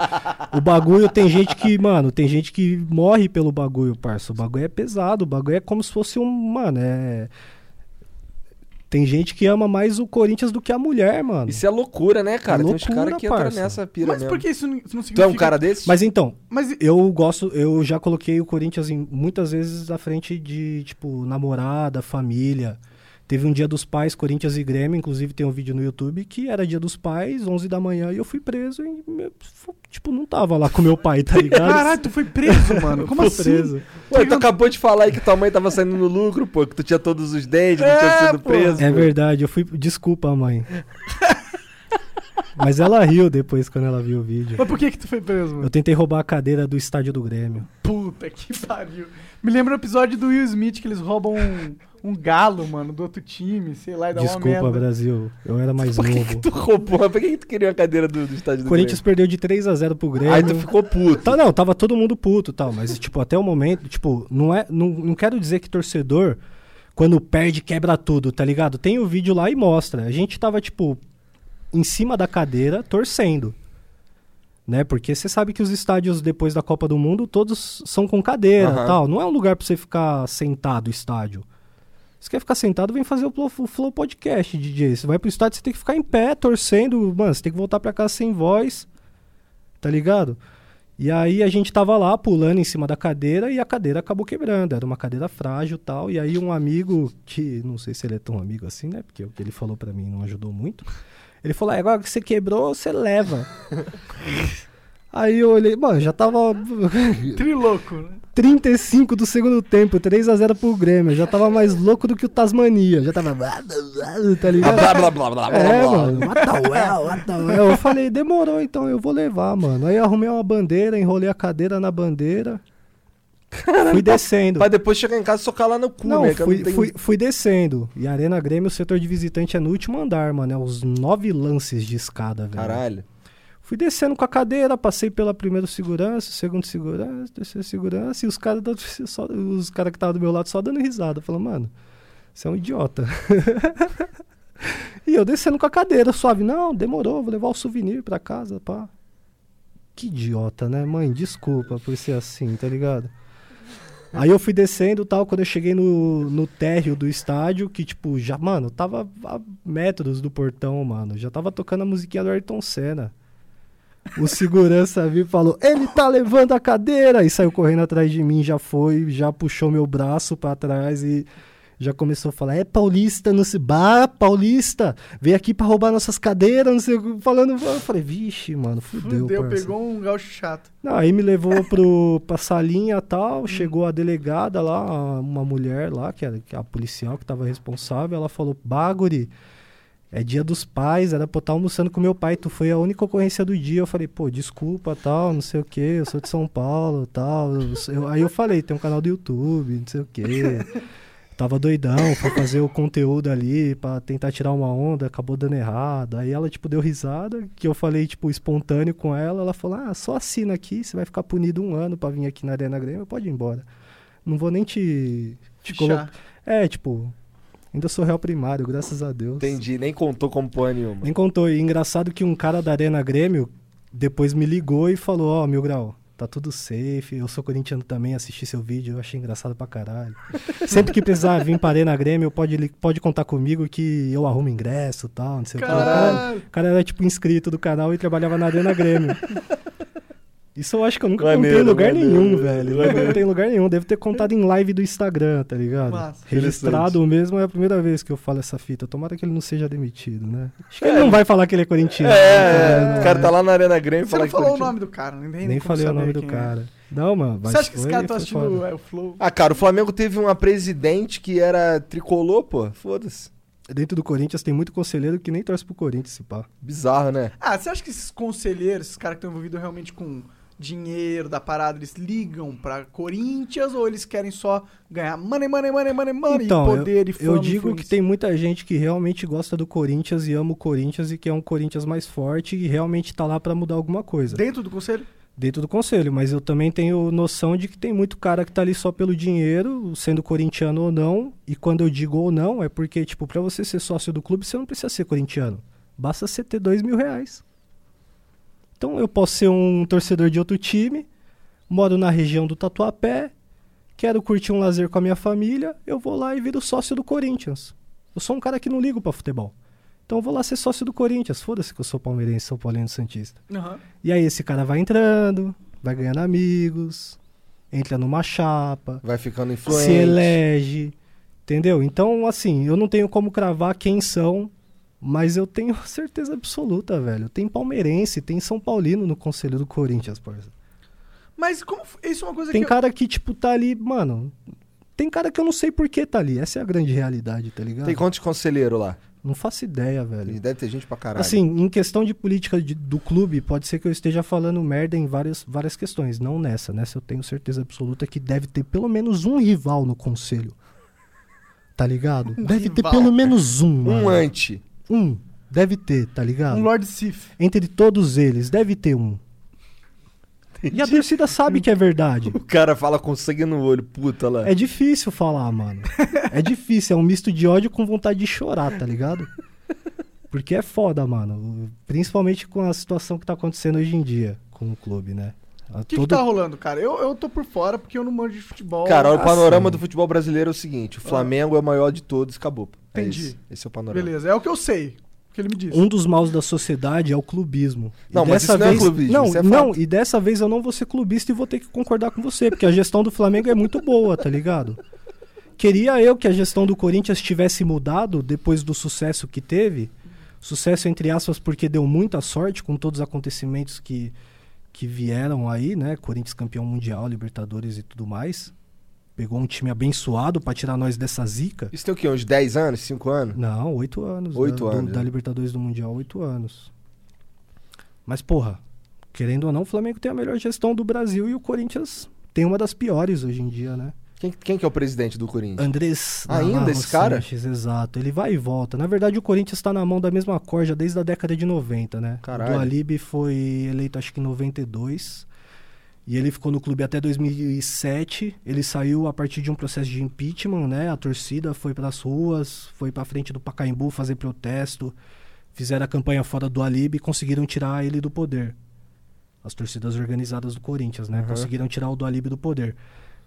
Speaker 3: o bagulho tem gente que, mano, tem gente que morre pelo bagulho, parça. O bagulho é pesado. O bagulho é como se fosse um. Mano, é. Tem gente que ama mais o Corinthians do que a mulher, mano.
Speaker 1: Isso é loucura, né, cara? Tem uns
Speaker 3: Loucura,
Speaker 1: caras que entram
Speaker 3: parça.
Speaker 1: nessa pira
Speaker 2: Mas
Speaker 1: mesmo.
Speaker 2: por que isso não isso não significa...
Speaker 1: Tu é um cara desse?
Speaker 3: Mas então,
Speaker 2: Mas
Speaker 3: eu gosto. Eu já coloquei o Corinthians em- muitas vezes à frente de, tipo, namorada, família. Teve um dia dos pais, Corinthians e Grêmio, inclusive tem um vídeo no YouTube que era dia dos pais, 11 da manhã, e eu fui preso e, meu, fu- tipo, não tava lá com meu pai, tá ligado?
Speaker 2: Caralho, tu foi preso, mano. Como
Speaker 3: Fui
Speaker 2: assim?
Speaker 1: Ué, tu acabou de falar aí que tua mãe tava saindo no lucro, pô, que tu tinha todos os dentes, não
Speaker 2: É,
Speaker 1: tinha sido
Speaker 2: pô.
Speaker 1: preso.
Speaker 3: É verdade, eu fui. Desculpa, mãe. Mas ela riu depois quando ela viu o vídeo.
Speaker 2: Mas por que que tu foi preso, mano?
Speaker 3: Eu tentei roubar a cadeira do estádio do Grêmio.
Speaker 2: Puta que pariu. Me lembra o episódio do Will Smith que eles roubam um, um galo, mano, do outro time, sei lá, e dá uma merda.
Speaker 3: Desculpa, Brasil. Eu era mais
Speaker 1: Por que, que
Speaker 3: novo.
Speaker 1: tu roubou? Por que, que tu queria a cadeira do, do estádio
Speaker 3: O
Speaker 1: do
Speaker 3: Corinthians perdeu de 3 a 0 pro Grêmio.
Speaker 1: Grêmio? Aí tu ficou puto.
Speaker 3: Tá, não, tava todo mundo puto e tal, mas, tipo, até o momento, tipo, não é. Não, não quero dizer que torcedor, quando perde, quebra tudo, tá ligado? Tem o vídeo lá e mostra. A gente tava, tipo, em cima da cadeira, torcendo. Né? Porque você sabe que os estádios depois da Copa do Mundo, todos são com cadeira
Speaker 1: Aham.
Speaker 3: e tal. Não é um lugar pra você ficar sentado, estádio. Você quer ficar sentado, vem fazer o Flow, o Flow Podcast, DJ. Você vai pro estádio, você tem que ficar em pé, torcendo. Mano, você tem que voltar pra casa sem voz. Tá ligado? E aí a gente tava lá pulando em cima da cadeira e a cadeira acabou quebrando. Era uma cadeira frágil e tal. E aí um amigo, que não sei se ele é tão amigo assim, né? Porque o que ele falou pra mim não ajudou muito. Ele falou: "Ah, agora que você quebrou, você leva. aí eu olhei, mano, já tava
Speaker 2: Triloco, né?
Speaker 3: 35 do segundo tempo, 3 a 0 pro Grêmio. Eu Já tava mais louco do que o Tasmania. Já tava. Tá
Speaker 1: Ah,
Speaker 3: ligado?
Speaker 1: blá, blá, blá, blá, blá,
Speaker 3: É,
Speaker 1: blá.
Speaker 3: mano. What the hell, what the hell? Eu falei, demorou, então eu vou levar, mano. Aí eu arrumei uma bandeira, enrolei a cadeira na bandeira. Fui descendo.
Speaker 1: tá Pra depois chegar em casa e socar lá no cu,
Speaker 3: Não,
Speaker 1: né? que eu
Speaker 3: fui,
Speaker 1: tenho-
Speaker 3: fui- fui descendo. E a Arena Grêmio, o setor de visitante é no último andar, mano. É os nove lances de escada, velho.
Speaker 1: Caralho.
Speaker 3: Fui descendo com a cadeira, passei pela primeira segurança, segundo segurança, terceiro segurança, e os caras da- só- os cara que estavam do meu lado só dando risada, falando, mano, você é um idiota. e eu descendo com a cadeira, suave, não, demorou, vou levar o souvenir pra casa, pá. Que idiota, né, mãe? Desculpa por ser assim, tá ligado? Aí eu fui descendo e tal, quando eu cheguei no, no térreo do estádio, que tipo, já, mano, tava a metros do portão, mano. Já tava tocando a musiquinha do Ayrton Senna. O segurança viu e falou: Ele tá levando a cadeira! E saiu correndo atrás de mim, já foi, já puxou meu braço pra trás e já começou a falar: É paulista, não se. Bah, paulista! Vem aqui pra roubar nossas cadeiras, não sei o que. Falando, eu falei: Vixe, mano, fudeu.
Speaker 2: Fudeu,
Speaker 3: parça."
Speaker 2: pegou um gaúcho chato.
Speaker 3: Não, aí me levou pro, pra salinha e tal, chegou a delegada lá, a- uma mulher lá, que era que é a policial que tava responsável, ela falou, Baguri, é dia dos pais, era pra eu estar almoçando com meu pai, tu foi a única ocorrência do dia. Eu falei, pô, desculpa, tal, não sei o que, eu sou de São Paulo, tal. eu sou- eu- aí eu falei, tem um canal do YouTube, não sei o que. tava doidão, foi fazer o conteúdo ali pra tentar tirar uma onda, acabou dando errado. Aí ela, tipo, deu risada, que eu falei, tipo, espontâneo com ela. Ela falou: Ah, só assina aqui, você vai ficar punido um ano pra vir aqui na Arena Grêmio, pode ir embora. Não vou nem te. te
Speaker 2: Fichar.
Speaker 3: colo- É, tipo, ainda sou réu primário, graças a Deus.
Speaker 1: Entendi, nem contou como porra nenhuma.
Speaker 3: Nem contou. E engraçado que um cara da Arena Grêmio depois me ligou e falou: Ó, Mil Grau, tá tudo safe. Eu sou corintiano também, assisti seu vídeo, eu achei engraçado pra caralho. Sempre que precisar vir pra Arena Grêmio, pode, li- pode contar comigo que eu arrumo ingresso e tal, não sei o que. lá. O cara,
Speaker 2: Caralho!
Speaker 3: o cara era tipo inscrito do canal e trabalhava na Arena Grêmio. Isso eu acho que eu nunca contei
Speaker 1: Maneiro,
Speaker 3: em lugar
Speaker 1: maneiro,
Speaker 3: nenhum, velho. Nunca
Speaker 1: maneiro.
Speaker 3: contei em lugar nenhum. Devo ter contado em live do Instagram, tá ligado?
Speaker 2: Massa.
Speaker 3: Registrado mesmo é a primeira vez que eu falo essa fita. Tomara que ele não seja demitido, né? Acho que ele não vai falar que ele é corintiano.
Speaker 1: É,
Speaker 3: Não,
Speaker 1: o cara
Speaker 3: né?
Speaker 1: tá lá na Arena Grêmio
Speaker 2: Você não
Speaker 1: falando
Speaker 2: falou o nome do cara, nem, tem
Speaker 3: Nem
Speaker 2: como
Speaker 3: falei o
Speaker 2: saber
Speaker 3: nome do
Speaker 2: quem é.
Speaker 3: cara. Não, mano. mas
Speaker 2: Você acha que esse
Speaker 3: foi-
Speaker 2: cara tá
Speaker 3: foi
Speaker 2: assistindo
Speaker 3: foda.
Speaker 2: é, o Flow?
Speaker 1: Ah, cara, o Flamengo teve uma presidente que era tricolor, pô. Foda-se.
Speaker 3: Dentro do Corinthians tem muito conselheiro que nem torce pro Corinthians, esse pá.
Speaker 1: Bizarro, né?
Speaker 2: Ah, você acha que esses conselheiros, esses caras que estão envolvidos realmente com dinheiro da parada, eles ligam pra Corinthians ou eles querem só ganhar money, money, money, money, money,
Speaker 3: Então,
Speaker 2: e poder e fama?
Speaker 3: Eu
Speaker 2: e
Speaker 3: digo que
Speaker 2: influência?
Speaker 3: tem muita gente que realmente gosta do Corinthians e ama o Corinthians e que é um Corinthians mais forte e realmente tá lá pra mudar alguma coisa.
Speaker 2: Dentro do conselho?
Speaker 3: dentro do conselho, mas eu também tenho noção de que tem muito cara que tá ali só pelo dinheiro, sendo corintiano ou não, e quando eu digo ou não, é porque, tipo, pra você ser sócio do clube, você não precisa ser corintiano. Basta você ter dois mil reais. Então eu posso ser um torcedor de outro time, moro na região do Tatuapé, quero curtir um lazer com a minha família, eu vou lá e viro sócio do Corinthians. Eu sou um cara que não ligo pra futebol. Então eu vou lá ser sócio do Corinthians. Foda-se que eu sou palmeirense, sou paulino santista.
Speaker 2: Aham.
Speaker 3: E aí esse cara vai entrando, vai ganhando amigos, entra numa chapa,
Speaker 1: Vai ficando
Speaker 3: se
Speaker 1: influente.
Speaker 3: elege, entendeu? Então, assim, eu não tenho como cravar quem são, mas eu tenho certeza absoluta, velho. Tem palmeirense, tem São Paulino no Conselho do Corinthians, parça.
Speaker 2: Mas como f- isso é uma coisa
Speaker 3: Tem
Speaker 2: que
Speaker 3: cara que, tipo, tá ali, mano. Tem cara que eu não sei por que tá ali. Essa é a grande realidade, tá ligado?
Speaker 1: Tem quantos conselheiros lá?
Speaker 3: Não faço ideia, velho.
Speaker 1: Deve ter gente pra caralho.
Speaker 3: Assim, em questão de política de- do clube, pode ser que eu esteja falando merda em várias, várias questões, não nessa. Nessa eu tenho certeza absoluta que deve ter pelo menos um rival no conselho. Tá ligado? deve ter
Speaker 2: rival.
Speaker 3: pelo menos um.
Speaker 1: um
Speaker 3: mano.
Speaker 1: anti.
Speaker 3: Um. Deve ter, tá
Speaker 2: eu...
Speaker 3: ligado?
Speaker 2: um Lord Sif.
Speaker 3: Entre todos eles, deve ter um. E a torcida sabe que é verdade.
Speaker 1: O cara fala com sangue no olho, puta lá.
Speaker 3: É difícil falar, mano. É difícil, é um misto de ódio com vontade de chorar, tá ligado? Porque é foda, mano. Principalmente com a situação que tá acontecendo hoje em dia com o clube, né? A
Speaker 2: O que,
Speaker 3: todo-
Speaker 2: que tá rolando, cara? Eu, eu tô por fora porque eu não manjo de futebol.
Speaker 1: Cara, olha, o
Speaker 3: assim.
Speaker 1: panorama do futebol brasileiro é o seguinte: o Flamengo é o maior de todos e acabou. É
Speaker 2: Entendi.
Speaker 1: isso. Esse é o panorama.
Speaker 2: Beleza, é o que eu sei. O que ele me disse.
Speaker 3: Um dos maus da sociedade é o clubismo. E
Speaker 1: Não, mas
Speaker 3: dessa
Speaker 1: isso não é
Speaker 3: vez-
Speaker 1: clubismo,
Speaker 3: Não,
Speaker 1: isso é
Speaker 3: não,
Speaker 1: fato.
Speaker 3: e dessa vez eu não vou ser clubista e vou ter que concordar com você, porque a gestão do Flamengo é muito boa, tá ligado? Queria eu que a gestão do Corinthians tivesse mudado depois do sucesso que teve. Sucesso entre aspas, porque deu muita sorte com todos os acontecimentos que, que vieram aí, né? Corinthians campeão mundial, Libertadores e tudo mais. Pegou um time abençoado pra tirar nós dessa zica.
Speaker 1: Isso tem o quê? Uns 10 anos? 5 anos?
Speaker 3: Não, oito anos.
Speaker 1: Oito
Speaker 3: da, do-
Speaker 1: anos,
Speaker 3: da
Speaker 1: né?
Speaker 3: Libertadores do Mundial, oito anos. Mas, porra, querendo ou não, o Flamengo tem a melhor gestão do Brasil e o Corinthians tem uma das piores hoje em dia, né?
Speaker 1: Quem, quem que é o presidente do Corinthians?
Speaker 3: Andrés.
Speaker 1: Ah, Ainda
Speaker 3: Navarro
Speaker 1: esse cara?
Speaker 3: Sanches, exato. Ele vai e volta. Na verdade, o Corinthians tá na mão da mesma corda desde a década de 90, né?
Speaker 1: Caralho.
Speaker 3: O Alib foi eleito, acho que em 92. E ele ficou no clube até 2007. Ele saiu a partir de um processo de impeachment, né? A torcida foi pras ruas, foi pra frente do Pacaembu fazer protesto. Fizeram a campanha fora do Alib e conseguiram tirar ele do poder. As torcidas organizadas do Corinthians, né? Conseguiram tirar o do Alib do poder.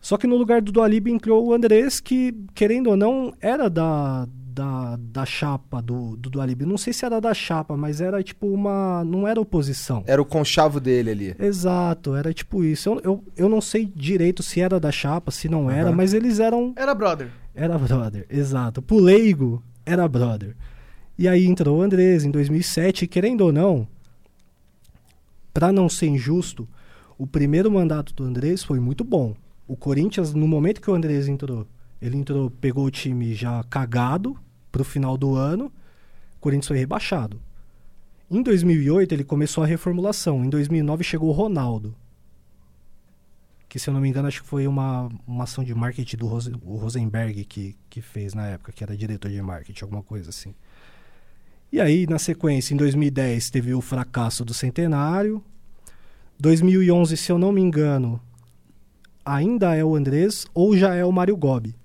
Speaker 3: Só que no lugar do Dualib entrou o Andrés, que, querendo ou não, era da, da, da chapa do, do Dualib. Não sei se era da chapa, mas era tipo uma. Não era oposição.
Speaker 1: Era o conchavo dele ali.
Speaker 3: Exato, era tipo isso. Eu, eu, eu não sei direito se era da chapa, se não era,
Speaker 1: Aham.
Speaker 3: mas eles eram.
Speaker 2: Era brother.
Speaker 3: Era brother, exato. Pro leigo, era brother. E aí entrou o Andrés em 2007, e querendo ou não, pra não ser injusto, o primeiro mandato do Andrés foi muito bom. O Corinthians, no momento que o Andrés entrou, ele entrou, pegou o time já cagado pro final do ano, o Corinthians foi rebaixado. Em 2008 ele começou a reformulação, em 2009 chegou o Ronaldo. que se eu não me engano, acho que foi uma, uma ação de marketing do Rose- o Rosenberg que, que fez na época, que era diretor de marketing, alguma coisa assim. E aí, na sequência, em 2010 teve o fracasso do centenário. 2011, se eu não me engano, ainda é o Andrés ou já é o Mário Gobi.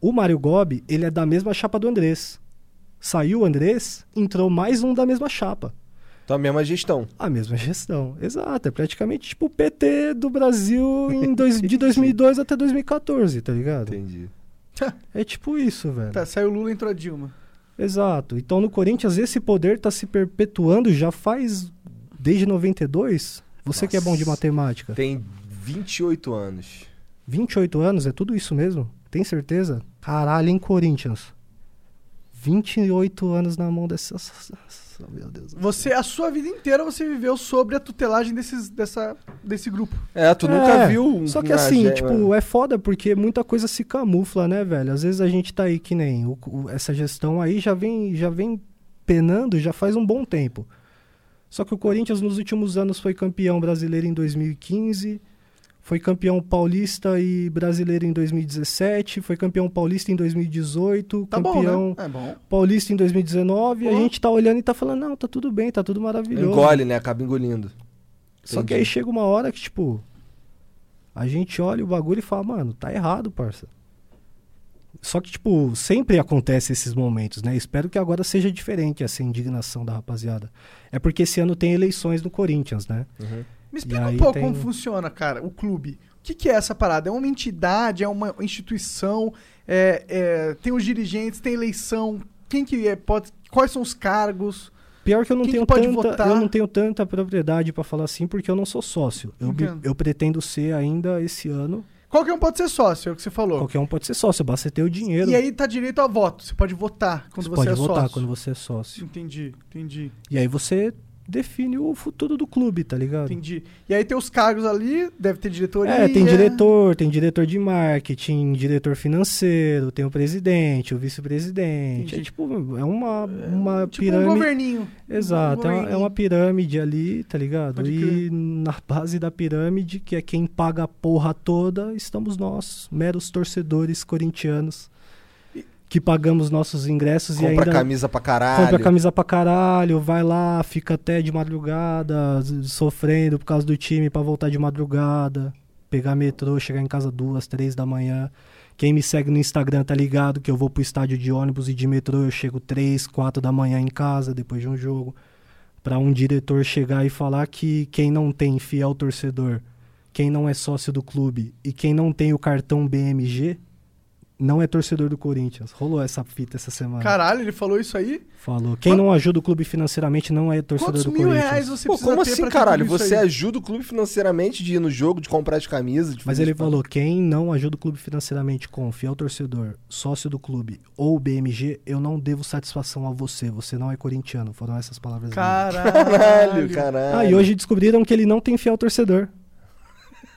Speaker 3: O Mário Gobi, ele é da mesma chapa do Andrés. Saiu o Andrés, entrou mais um da mesma chapa.
Speaker 1: Então a mesma gestão.
Speaker 3: A mesma gestão, exato. É praticamente tipo o PT do Brasil em dois, de 2002 até 2014, tá ligado?
Speaker 1: Entendi.
Speaker 3: É tipo isso, velho.
Speaker 2: Tá, saiu Lula, entrou a Dilma.
Speaker 3: Exato. Então no Corinthians esse poder tá se perpetuando já faz desde 92. Você que é bom de
Speaker 1: Nossa.
Speaker 3: matemática.
Speaker 1: Tem 28 anos.
Speaker 3: 28 anos, é tudo isso mesmo? Tem certeza? Caralho, em Corinthians. 28 anos na mão dessas. Meu Deus.
Speaker 2: Você, a sua vida inteira você viveu sobre a tutelagem desses, dessa, desse grupo.
Speaker 1: É, tu
Speaker 3: É,
Speaker 1: nunca viu um.
Speaker 3: Só que
Speaker 1: uma
Speaker 3: assim,
Speaker 1: ge-
Speaker 3: tipo, é foda porque muita coisa se camufla, né, velho? Às vezes a gente tá aí que nem o- o- essa gestão aí já vem, já vem penando já faz um bom tempo. Só que o Corinthians nos últimos anos foi campeão brasileiro em 2015, foi campeão paulista e brasileiro em 2017, foi campeão paulista em 2018,
Speaker 2: Tá bom,
Speaker 3: campeão
Speaker 2: né? É bom.
Speaker 3: paulista em 2019, a
Speaker 2: Pô.
Speaker 3: gente tá olhando e tá falando, não, tá tudo bem, tá tudo maravilhoso.
Speaker 1: Uhum. Engole, né? Acaba engolindo.
Speaker 3: Só que
Speaker 1: Entendi.
Speaker 3: aí chega uma hora que, tipo, a gente olha o bagulho e fala, mano, tá errado, parça. Só que, tipo, sempre acontece esses momentos, né? Espero que agora seja diferente essa indignação da rapaziada. É porque esse ano tem eleições no Corinthians, né?
Speaker 2: Me
Speaker 3: E
Speaker 2: explica
Speaker 3: aí
Speaker 2: um pouco
Speaker 3: tem-
Speaker 2: como funciona, cara, o clube. O que, que é essa parada? É uma entidade, é uma instituição, é- é, tem os dirigentes, tem eleição, quem que é, pode, quais são os cargos?
Speaker 3: Pior que eu não,
Speaker 2: Quem que
Speaker 3: tenho
Speaker 2: pode
Speaker 3: tanta,
Speaker 2: votar?
Speaker 3: eu não tenho tanta propriedade pra falar assim, porque eu não sou sócio. Eu, me-
Speaker 2: Entendo.
Speaker 3: eu pretendo ser ainda esse ano.
Speaker 2: Qualquer um pode ser sócio, é o que você falou.
Speaker 3: Qualquer um pode ser sócio, basta ter o dinheiro.
Speaker 2: E aí tá direito a voto, você pode votar quando você,
Speaker 3: um. pode
Speaker 2: é
Speaker 3: votar
Speaker 2: sócio.
Speaker 3: quando você é sócio.
Speaker 2: Entendi, entendi,
Speaker 3: E aí você define o futuro do clube, tá ligado?
Speaker 2: entendi. E aí tem os cargos ali, deve ter diretoria.
Speaker 3: É, tem diretor, tem diretor de marketing, diretor financeiro, tem o presidente, o vice-presidente. É
Speaker 2: Entendi.
Speaker 3: tipo, é uma, uma
Speaker 2: Tipo um
Speaker 3: pirâmide.
Speaker 2: governinho.
Speaker 3: Exato, é uma- é
Speaker 2: governinho.
Speaker 3: uma pirâmide ali, tá ligado?
Speaker 2: Pode
Speaker 3: E
Speaker 2: crer.
Speaker 3: na base da pirâmide, que é quem paga a porra toda, estamos nós, meros torcedores corintianos, que pagamos nossos ingressos e
Speaker 1: Compra
Speaker 3: ainda
Speaker 1: camisa pra caralho.
Speaker 3: compra camisa pra caralho, vai lá, fica até de madrugada, z- sofrendo por causa do time pra voltar de madrugada, pegar metrô, chegar em casa duas, três da manhã. Quem me segue no Instagram tá ligado que eu vou pro estádio de ônibus e de metrô, eu chego três, quatro da manhã em casa depois de um jogo. Pra um diretor chegar e falar que quem não tem fiel torcedor, quem não é sócio do clube e quem não tem o cartão BMG não é torcedor do Corinthians. Rolou essa fita essa semana.
Speaker 2: Caralho, ele falou isso aí?
Speaker 3: Falou. Quem não ajuda o clube financeiramente não é torcedor
Speaker 2: Quantos
Speaker 3: do
Speaker 2: mil
Speaker 3: Corinthians.
Speaker 2: reais você
Speaker 1: Pô,
Speaker 2: precisa
Speaker 1: como
Speaker 2: ter
Speaker 1: assim,
Speaker 2: pra ter
Speaker 1: caralho?
Speaker 2: tudo isso
Speaker 1: Você
Speaker 2: aí?
Speaker 1: ajuda o clube financeiramente de ir no jogo, de comprar as camisas. de
Speaker 3: Mas
Speaker 1: fazer
Speaker 3: ele
Speaker 1: isso, tá?
Speaker 3: falou: quem não ajuda o clube financeiramente com fiel torcedor, sócio do clube ou BMG, eu não devo satisfação a você. Você não é corintiano. Foram essas palavras dele.
Speaker 1: Caralho,
Speaker 2: Caralho,
Speaker 1: caralho.
Speaker 3: Ah, e hoje descobriram que ele não tem fiel torcedor.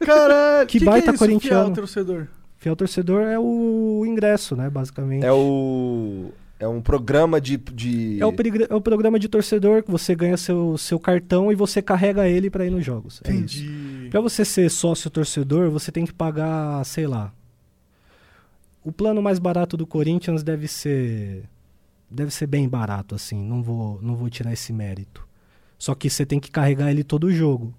Speaker 2: Caralho,
Speaker 3: Que
Speaker 2: que,
Speaker 3: baita
Speaker 2: que é isso,
Speaker 3: corintiano.
Speaker 2: fiel torcedor?
Speaker 3: Fiel torcedor é o ingresso, né? Basicamente.
Speaker 1: É o. É um programa de. de...
Speaker 3: É o, perigra- é o programa de torcedor que você ganha seu, seu cartão e você carrega ele pra ir nos jogos. É isso.
Speaker 2: Entendi. Então,
Speaker 3: Pra você ser sócio torcedor, você tem que pagar, sei lá. O plano mais barato do Corinthians deve ser deve ser bem barato assim, não vou não vou tirar esse mérito. Só que você tem que carregar ele todo o jogo.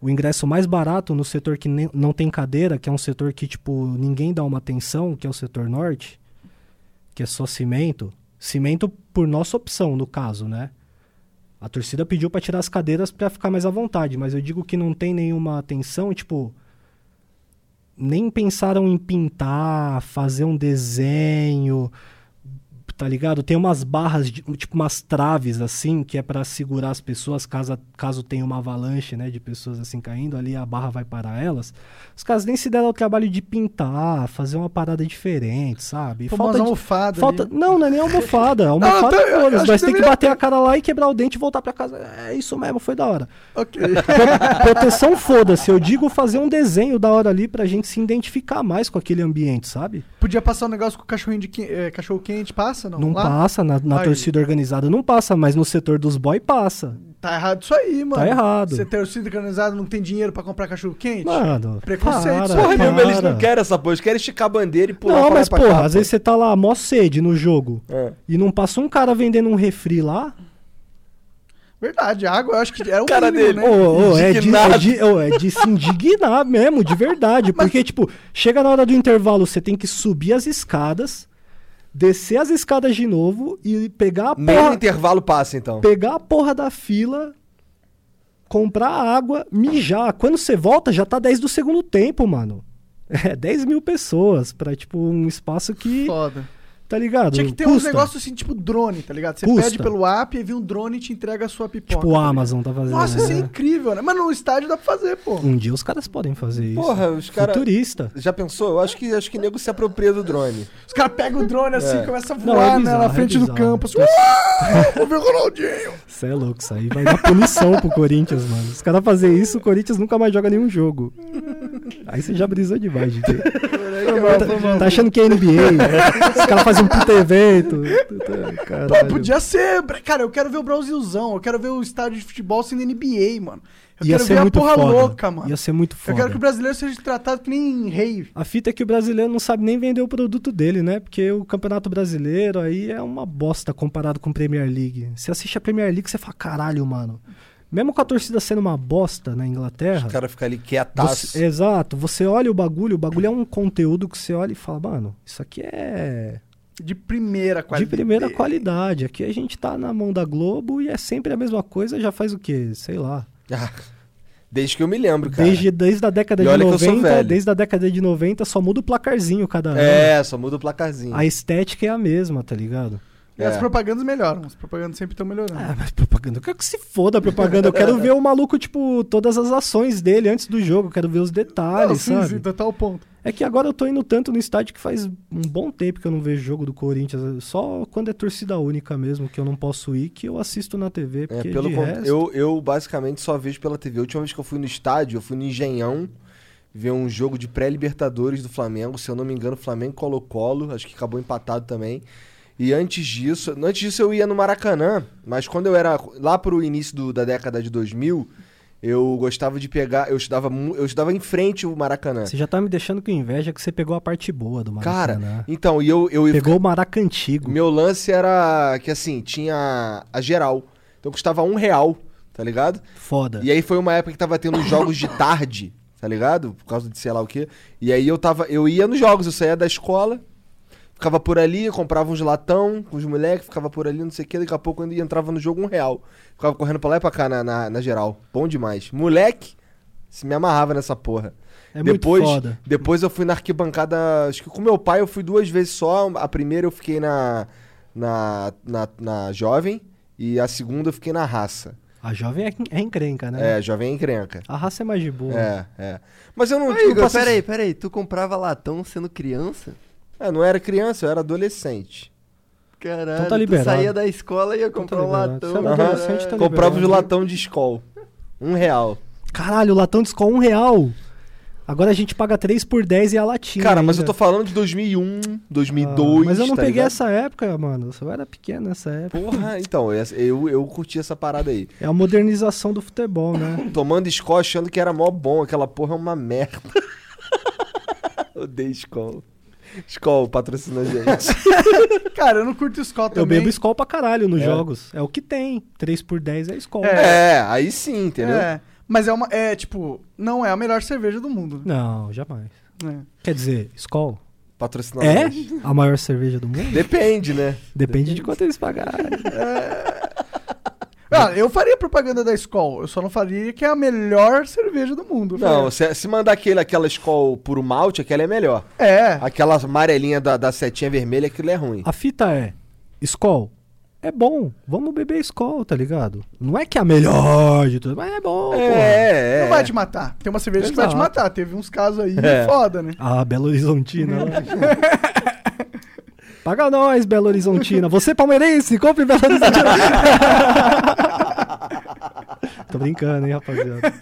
Speaker 3: O ingresso mais barato no setor que nem- não tem cadeira, que é um setor que tipo ninguém dá uma atenção, que é o setor norte, que é só cimento, cimento por nossa opção no caso, né? A torcida pediu pra tirar as cadeiras pra ficar mais à vontade, mas eu digo que não tem nenhuma atenção, tipo. Nem pensaram em pintar, fazer um desenho, tá ligado? Tem umas barras, de- tipo umas traves assim, que é pra segurar as pessoas caso, caso tenha uma avalanche, né, de pessoas assim caindo, ali a barra vai parar elas. Os caras nem se deram ao trabalho de pintar, fazer uma parada diferente, sabe?
Speaker 2: Tomou umas
Speaker 3: de-
Speaker 2: almofadas
Speaker 3: Falta...
Speaker 2: ali.
Speaker 3: Não, não é nem almofada. Almofada,
Speaker 2: tá, eu
Speaker 3: foda-se.
Speaker 2: acho que
Speaker 3: Nós tem que
Speaker 2: deveria
Speaker 3: bater a cara lá e quebrar o dente e voltar pra casa. É isso mesmo, foi da hora.
Speaker 2: Ok.
Speaker 3: Proteção, foda-se. Eu digo fazer um desenho da hora ali pra gente se identificar mais com aquele ambiente, sabe?
Speaker 2: Podia passar um negócio com o cachorrinho de que- eh, cachorro quente, passa? Não,
Speaker 3: Não,
Speaker 2: Lá?
Speaker 3: passa, na, na
Speaker 2: Aí.
Speaker 3: torcida organizada não passa, mas no setor dos boy passa.
Speaker 2: Tá errado isso aí, mano.
Speaker 3: Tá errado.
Speaker 2: Você ter o sido canonizado não tem dinheiro pra comprar cachorro quente?
Speaker 3: Mano,
Speaker 2: Preconceito,
Speaker 3: para,
Speaker 4: Porra nenhuma, eles
Speaker 3: para.
Speaker 4: não querem essa porra, eles querem esticar a bandeira e pular
Speaker 3: Não,
Speaker 4: pra lá
Speaker 3: mas
Speaker 4: pra
Speaker 3: porra,
Speaker 4: cá,
Speaker 3: às vezes você tá lá, mó sede no jogo,
Speaker 4: É.
Speaker 3: e não passa um cara vendendo um refri lá.
Speaker 2: Verdade, água eu acho que era o
Speaker 4: Cara
Speaker 2: mínimo,
Speaker 4: dele.
Speaker 3: Ô,
Speaker 2: né?
Speaker 3: ô, é, de,
Speaker 4: Indignado.
Speaker 3: é de- ô, é de se indignar mesmo, de verdade. Porque, tipo, chega na hora do intervalo, você tem que subir as escadas, descer as escadas de novo e pegar a
Speaker 4: Nem no
Speaker 3: porra,
Speaker 4: intervalo passa, então.
Speaker 3: pegar a porra da fila, comprar água, mijar. Quando você volta, já tá 10 do segundo tempo, mano. É 10 mil pessoas pra, tipo, um espaço que.
Speaker 2: Foda.
Speaker 3: Tá ligado?
Speaker 2: Tinha que ter uns
Speaker 3: Custa.
Speaker 2: negócios assim, tipo drone, tá ligado? Você
Speaker 3: Custa.
Speaker 2: pede pelo app e vem um drone e te entrega a sua pipoca.
Speaker 3: Tipo, o
Speaker 2: tá ligado?
Speaker 3: Amazon tá fazendo.
Speaker 2: Nossa,
Speaker 3: né?
Speaker 2: isso é incrível, né? Mas no estádio dá pra fazer, pô.
Speaker 3: Um dia os caras podem fazer isso.
Speaker 4: Porra, os caras.
Speaker 3: Futurista.
Speaker 4: Já pensou? Eu acho que acho que nego se apropria do drone.
Speaker 2: Os caras pegam o drone assim, e começam a
Speaker 3: Não, é
Speaker 2: voar né,
Speaker 3: bizarro,
Speaker 2: na
Speaker 3: é
Speaker 2: frente do
Speaker 3: bizarro.
Speaker 2: campo. Assim, "Uau, vou ver o Ronaldinho.
Speaker 3: Você é louco, isso aí vai dar punição pro Corinthians, mano. Os caras fazer isso, o Corinthians nunca mais joga nenhum jogo. Aí você já brisou demais, gente. tá, tá achando que é NBA. Os caras fazem um puta evento.
Speaker 2: Pô,
Speaker 3: Caralho.
Speaker 2: podia ser. Cara, eu quero ver o Brasilzão. Eu quero ver o estádio de futebol sendo NBA, mano. Eu
Speaker 3: Ia
Speaker 2: quero
Speaker 3: ser
Speaker 2: ver
Speaker 3: muito
Speaker 2: a porra
Speaker 3: foda.
Speaker 2: louca, mano.
Speaker 3: Ia ser muito
Speaker 2: Eu
Speaker 3: foda.
Speaker 2: quero que o brasileiro seja tratado que nem rei.
Speaker 3: A fita é que o brasileiro não sabe nem vender o produto dele, né? Porque o Campeonato Brasileiro aí é uma bosta comparado com Premier League. Você assiste a Premier League, você fala, caralho, mano. Mesmo com a torcida sendo uma bosta na Inglaterra,
Speaker 4: Os caras ficam ali
Speaker 3: Você- é-
Speaker 4: quietaço.
Speaker 3: exato, você olha o bagulho, o bagulho é um conteúdo que você olha e fala, mano, isso aqui é
Speaker 2: De primeira qualidade.
Speaker 3: de
Speaker 4: É.
Speaker 3: primeira qualidade. Aqui a gente tá na mão da Globo e é sempre a mesma coisa, já faz o quê? Sei lá.
Speaker 4: Ah, desde que eu me lembro, cara.
Speaker 3: Desde, desde a década
Speaker 4: E
Speaker 3: de
Speaker 4: olha que eu sou
Speaker 3: 90,
Speaker 4: velho.
Speaker 3: desde a década de 90 só muda o placarzinho cada ano.
Speaker 4: É, só muda o placarzinho.
Speaker 3: A estética é a mesma, tá ligado?
Speaker 2: E as
Speaker 4: É.
Speaker 2: propagandas melhoram. As propagandas sempre estão melhorando.
Speaker 3: Ah, mas propaganda, eu quero que se foda a propaganda. Eu quero ver o maluco, tipo, todas as ações dele antes do jogo, eu quero ver os detalhes,
Speaker 2: Não, sim,
Speaker 3: sabe?
Speaker 2: sim, total ponto.
Speaker 3: É que agora eu tô indo tanto no estádio que faz um bom tempo que eu não vejo jogo do Corinthians. Só quando é torcida única mesmo, que eu não posso ir, que eu assisto na TV.
Speaker 4: É,
Speaker 3: Porque
Speaker 4: pelo
Speaker 3: de
Speaker 4: con-
Speaker 3: resto...
Speaker 4: eu, eu basicamente só vejo pela TV. A última vez que eu fui no estádio, eu fui no Engenhão ver um jogo de pré-libertadores do Flamengo. Se eu não me engano, Flamengo e Colo-Colo. Acho que acabou empatado também. E antes disso, antes disso eu ia no Maracanã, mas quando eu era lá pro início do- da década de 2000, eu gostava de pegar, eu estudava, mu- eu estudava em frente o Maracanã.
Speaker 3: Você já tá me deixando com inveja que você pegou a parte boa do
Speaker 4: Cara,
Speaker 3: Maracanã.
Speaker 4: então, e eu, eu ia
Speaker 3: Pegou o Maracantigo.
Speaker 4: Meu lance era que assim, tinha a geral. Então custava um real, tá ligado?
Speaker 3: Foda.
Speaker 4: E aí foi uma época que tava tendo os jogos de tarde, tá ligado? Por causa de sei lá o quê. E aí eu tava. Eu ia nos jogos, eu saía da escola, ficava por ali, comprava uns latão com os moleques, ficava por ali, não sei o quê. Daqui a pouco quando entrava no jogo um real. Ficava correndo pra lá e pra cá na, na, na geral. Bom demais. Moleque, se me amarrava nessa porra.
Speaker 3: É muito
Speaker 4: depois,
Speaker 3: foda.
Speaker 4: Depois eu fui na arquibancada. Acho que com meu pai eu fui duas vezes só. A primeira eu fiquei na. na. na, na jovem. E a segunda eu fiquei na raça.
Speaker 3: A jovem é, é encrenca, né?
Speaker 4: É, jovem encrenca.
Speaker 3: A raça é mais de boa.
Speaker 4: É, é. Mas eu não.
Speaker 5: Ô,
Speaker 4: eu
Speaker 5: Igor,
Speaker 4: passei-
Speaker 5: peraí, peraí. Tu comprava latão sendo criança?
Speaker 4: É, não era criança, eu era adolescente.
Speaker 5: Caralho,
Speaker 3: Então tá
Speaker 5: tu
Speaker 3: liberado.
Speaker 5: saía da escola e ia
Speaker 3: Então tá
Speaker 5: comprar um
Speaker 3: liberado.
Speaker 5: latão.
Speaker 3: Você é um
Speaker 5: caralho.
Speaker 3: adolescente, tá
Speaker 4: Comprava os
Speaker 3: liberado.
Speaker 4: latão de escol. Um real.
Speaker 3: Caralho, o latão de escola um real. Agora a gente paga 3 por 10 e a latinha.
Speaker 4: Cara, mas eu
Speaker 3: ainda.
Speaker 4: tô falando de 2001,
Speaker 3: Ah,
Speaker 4: 2002.
Speaker 3: Mas eu não
Speaker 4: tá
Speaker 3: peguei
Speaker 4: ligado?
Speaker 3: essa época, mano. Eu só era pequeno nessa época.
Speaker 4: Porra, então, essa- eu, eu curti essa parada aí.
Speaker 3: É a modernização do futebol, né?
Speaker 4: Tomando escola achando que era mó bom. Aquela porra é uma merda. Odeio escola. Escola patrocina a gente.
Speaker 2: Cara, eu não curto escola
Speaker 3: Eu
Speaker 2: também.
Speaker 3: bebo Skol pra caralho nos
Speaker 4: É.
Speaker 3: jogos. É o que tem. 3 por 10 é Skol.
Speaker 4: É, aí sim, entendeu?
Speaker 2: É, mas é uma. É, tipo, não é a melhor cerveja do mundo.
Speaker 3: Não, jamais.
Speaker 2: né?
Speaker 3: Quer dizer, Skol
Speaker 4: Patrocina
Speaker 3: é
Speaker 4: a gente.
Speaker 3: a maior cerveja do mundo?
Speaker 4: Depende, né?
Speaker 3: Depende de quanto eles pagarem.
Speaker 2: Ah, eu faria propaganda da escola. Eu só não faria que é a melhor cerveja do mundo. Eu
Speaker 4: Não, se, se mandar aquele, aquela escola puro malte, aquela é melhor.
Speaker 2: faria. É.
Speaker 4: Aquela amarelinha da, da setinha vermelha, aquilo é ruim.
Speaker 3: A fita é, Skol é bom. Vamos beber Skol, tá ligado? Não é que é a melhor de tudo, mas é bom, porra.
Speaker 4: é,
Speaker 2: Não vai te matar. Tem uma cerveja que vai te
Speaker 3: Exato.
Speaker 2: matar. Teve uns casos aí
Speaker 4: É.
Speaker 2: foda, né?
Speaker 3: Ah, Belo Horizontina. né? Paga nós, Belo Horizontina. Você palmeirense, compre Belo Horizontina. Tô brincando, hein, rapaziada.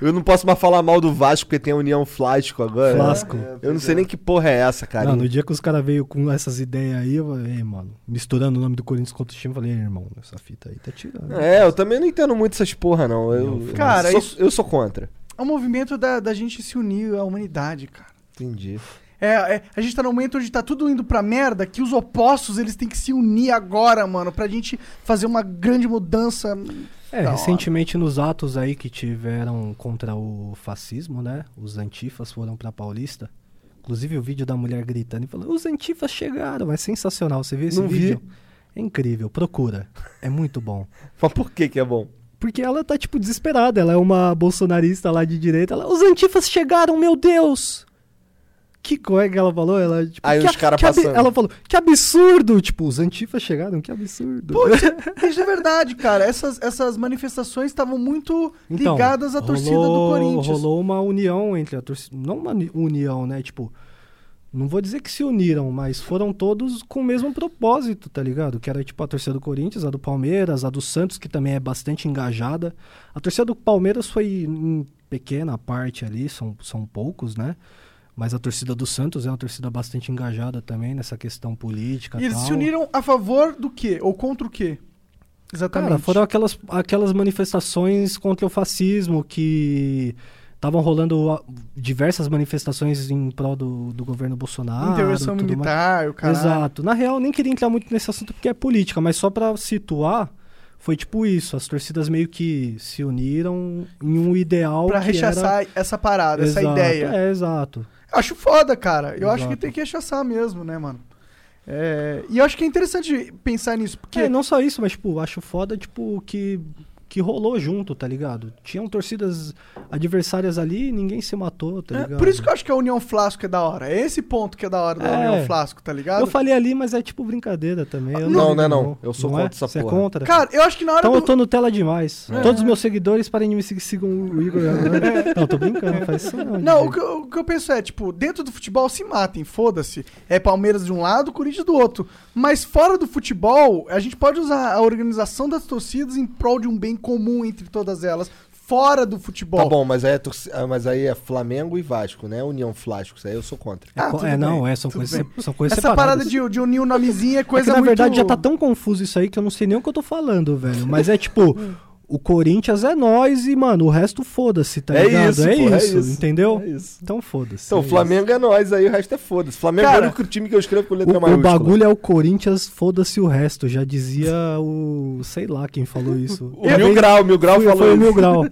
Speaker 1: Eu não posso mais falar mal do Vasco, porque tem a União Flasco agora.
Speaker 3: Flasco.
Speaker 1: Eu não sei nem que porra é essa, cara.
Speaker 3: Não, no dia que os caras veio com essas ideias aí, eu falei, "Ei, mano, misturando o nome do Corinthians com outro time, eu falei, "Ei, irmão, essa fita aí tá tirando.
Speaker 1: É, eu também não entendo muito essas porra, não. Eu,
Speaker 2: Cara,
Speaker 1: eu sou,
Speaker 2: isso-
Speaker 1: eu sou contra.
Speaker 2: É um movimento da, da gente se unir à humanidade, cara.
Speaker 1: Entendi.
Speaker 2: É, é, a gente tá num momento onde tá tudo indo pra merda, que os opostos eles têm que se unir agora, mano, pra gente fazer uma grande mudança.
Speaker 3: É,
Speaker 2: Da hora.
Speaker 3: recentemente nos atos aí que tiveram contra o fascismo, né? Os antifas foram pra Paulista. Inclusive o vídeo da mulher gritando e falando: Os antifas chegaram, é sensacional. Você viu esse
Speaker 1: Não vi.
Speaker 3: vídeo? É incrível, procura. É muito bom.
Speaker 1: Mas por que que é bom?
Speaker 3: Porque ela tá, tipo, desesperada. Ela é uma bolsonarista lá de direita. Ela, os antifas chegaram, meu Deus! Que coisa que ela falou? Ela, tipo,
Speaker 1: Aí
Speaker 3: que
Speaker 1: os
Speaker 3: a-
Speaker 1: cara
Speaker 3: que abi-
Speaker 1: passando.
Speaker 3: Ela falou, que absurdo! Tipo, os antifas chegaram, que absurdo.
Speaker 2: Pô, isso, é- isso é verdade, cara. Essas, essas manifestações estavam muito ligadas à torcida do
Speaker 3: Então, rolou-
Speaker 2: Corinthians.
Speaker 3: Rolou uma união entre a torcida. Não uma uni- união, né? Tipo, não vou dizer que se uniram, mas foram todos com o mesmo propósito, tá ligado? Que era tipo a torcida do Corinthians, a do Palmeiras, a do Santos, que também é bastante engajada. A torcida do Palmeiras foi em pequena parte ali, são, são poucos, né? Mas a torcida do Santos é uma torcida bastante engajada também nessa questão política.
Speaker 2: E eles
Speaker 3: Tá tal.
Speaker 2: se uniram a favor do quê? Ou contra o quê? Exatamente.
Speaker 3: Cara, foram aquelas, aquelas manifestações contra o fascismo que estavam rolando ah, diversas manifestações em prol do, do governo Bolsonaro.
Speaker 2: Intervenção
Speaker 3: tudo mais.
Speaker 2: militar, o cara.
Speaker 3: Exato. Na real, nem queria entrar muito nesse assunto porque é política, mas só pra situar, foi tipo isso. As torcidas meio que se uniram em um ideal
Speaker 2: Pra
Speaker 3: que
Speaker 2: rechaçar essa parada,
Speaker 3: era...
Speaker 2: essa
Speaker 3: Exato,
Speaker 2: ideia.
Speaker 3: É, exato.
Speaker 2: Eu acho foda, cara. Eu acho que
Speaker 3: Exato.
Speaker 2: tem que rechaçar mesmo, né, mano? É, E eu acho que é interessante pensar nisso, porque.
Speaker 3: É, não só isso, mas, tipo, acho foda, tipo, que, que rolou junto, tá ligado? Tinham torcidas adversárias ali e ninguém se matou, tá
Speaker 2: É,
Speaker 3: ligado?
Speaker 2: por isso que eu acho que a União Flasco é da hora. É esse ponto que é da hora da
Speaker 3: É.
Speaker 2: União Flasco, tá ligado?
Speaker 3: Eu falei ali, mas é tipo brincadeira também. Eu
Speaker 1: Não,
Speaker 3: ligo,
Speaker 1: não é não. Eu sou contra essa
Speaker 3: Você
Speaker 1: porra. É.
Speaker 3: é contra?
Speaker 2: Cara, eu acho que na hora
Speaker 3: então
Speaker 2: do.
Speaker 3: eu tô Nutella demais. Todos os meus seguidores parem de me seguir, sigam o Igor. agora. não, tô brincando, não faz isso não.
Speaker 2: É. Não, o
Speaker 3: DJ.
Speaker 2: que, eu, o que eu penso é, tipo, dentro do futebol se matem, foda-se. É Palmeiras de um lado, Corinthians do outro. Mas fora do futebol, a gente pode usar a organização das torcidas em prol de um bem comum entre todas elas, fora do futebol.
Speaker 1: Tá bom, mas aí, é torci- ah, mas aí é Flamengo e Vasco, né? União Flasco, isso aí eu sou contra.
Speaker 3: É
Speaker 2: Ah,
Speaker 3: co-
Speaker 2: tudo
Speaker 3: é,
Speaker 2: bem,
Speaker 3: não, é, são
Speaker 2: tudo
Speaker 3: coisas,
Speaker 2: bem.
Speaker 3: se- são coisas
Speaker 2: Essa
Speaker 3: separadas.
Speaker 2: parada de, de unir o nomezinho é
Speaker 3: É que,
Speaker 2: coisa
Speaker 3: na
Speaker 2: muito...
Speaker 3: verdade, já tá tão confuso isso aí que eu não sei nem o que eu tô falando, velho. Mas é tipo, o Corinthians é nós e, mano, o resto foda-se, tá
Speaker 1: É
Speaker 3: ligado?
Speaker 1: isso,
Speaker 3: é,
Speaker 1: pô, é
Speaker 3: isso,
Speaker 1: isso.
Speaker 3: entendeu?
Speaker 1: É isso.
Speaker 3: Então foda-se.
Speaker 1: Então,
Speaker 3: é
Speaker 1: o Flamengo é nós, aí o resto é foda-se. Flamengo é
Speaker 2: Cara,
Speaker 1: o único time que eu escrevo com
Speaker 3: O,
Speaker 1: letra
Speaker 3: o
Speaker 1: maiúscula.
Speaker 3: bagulho é o Corinthians, foda-se o resto. Já dizia o. Sei lá quem falou isso.
Speaker 1: O Mil Grau, Mil Grau
Speaker 3: Foi,
Speaker 1: falou
Speaker 3: é foi o
Speaker 1: isso.
Speaker 3: Mil Grau.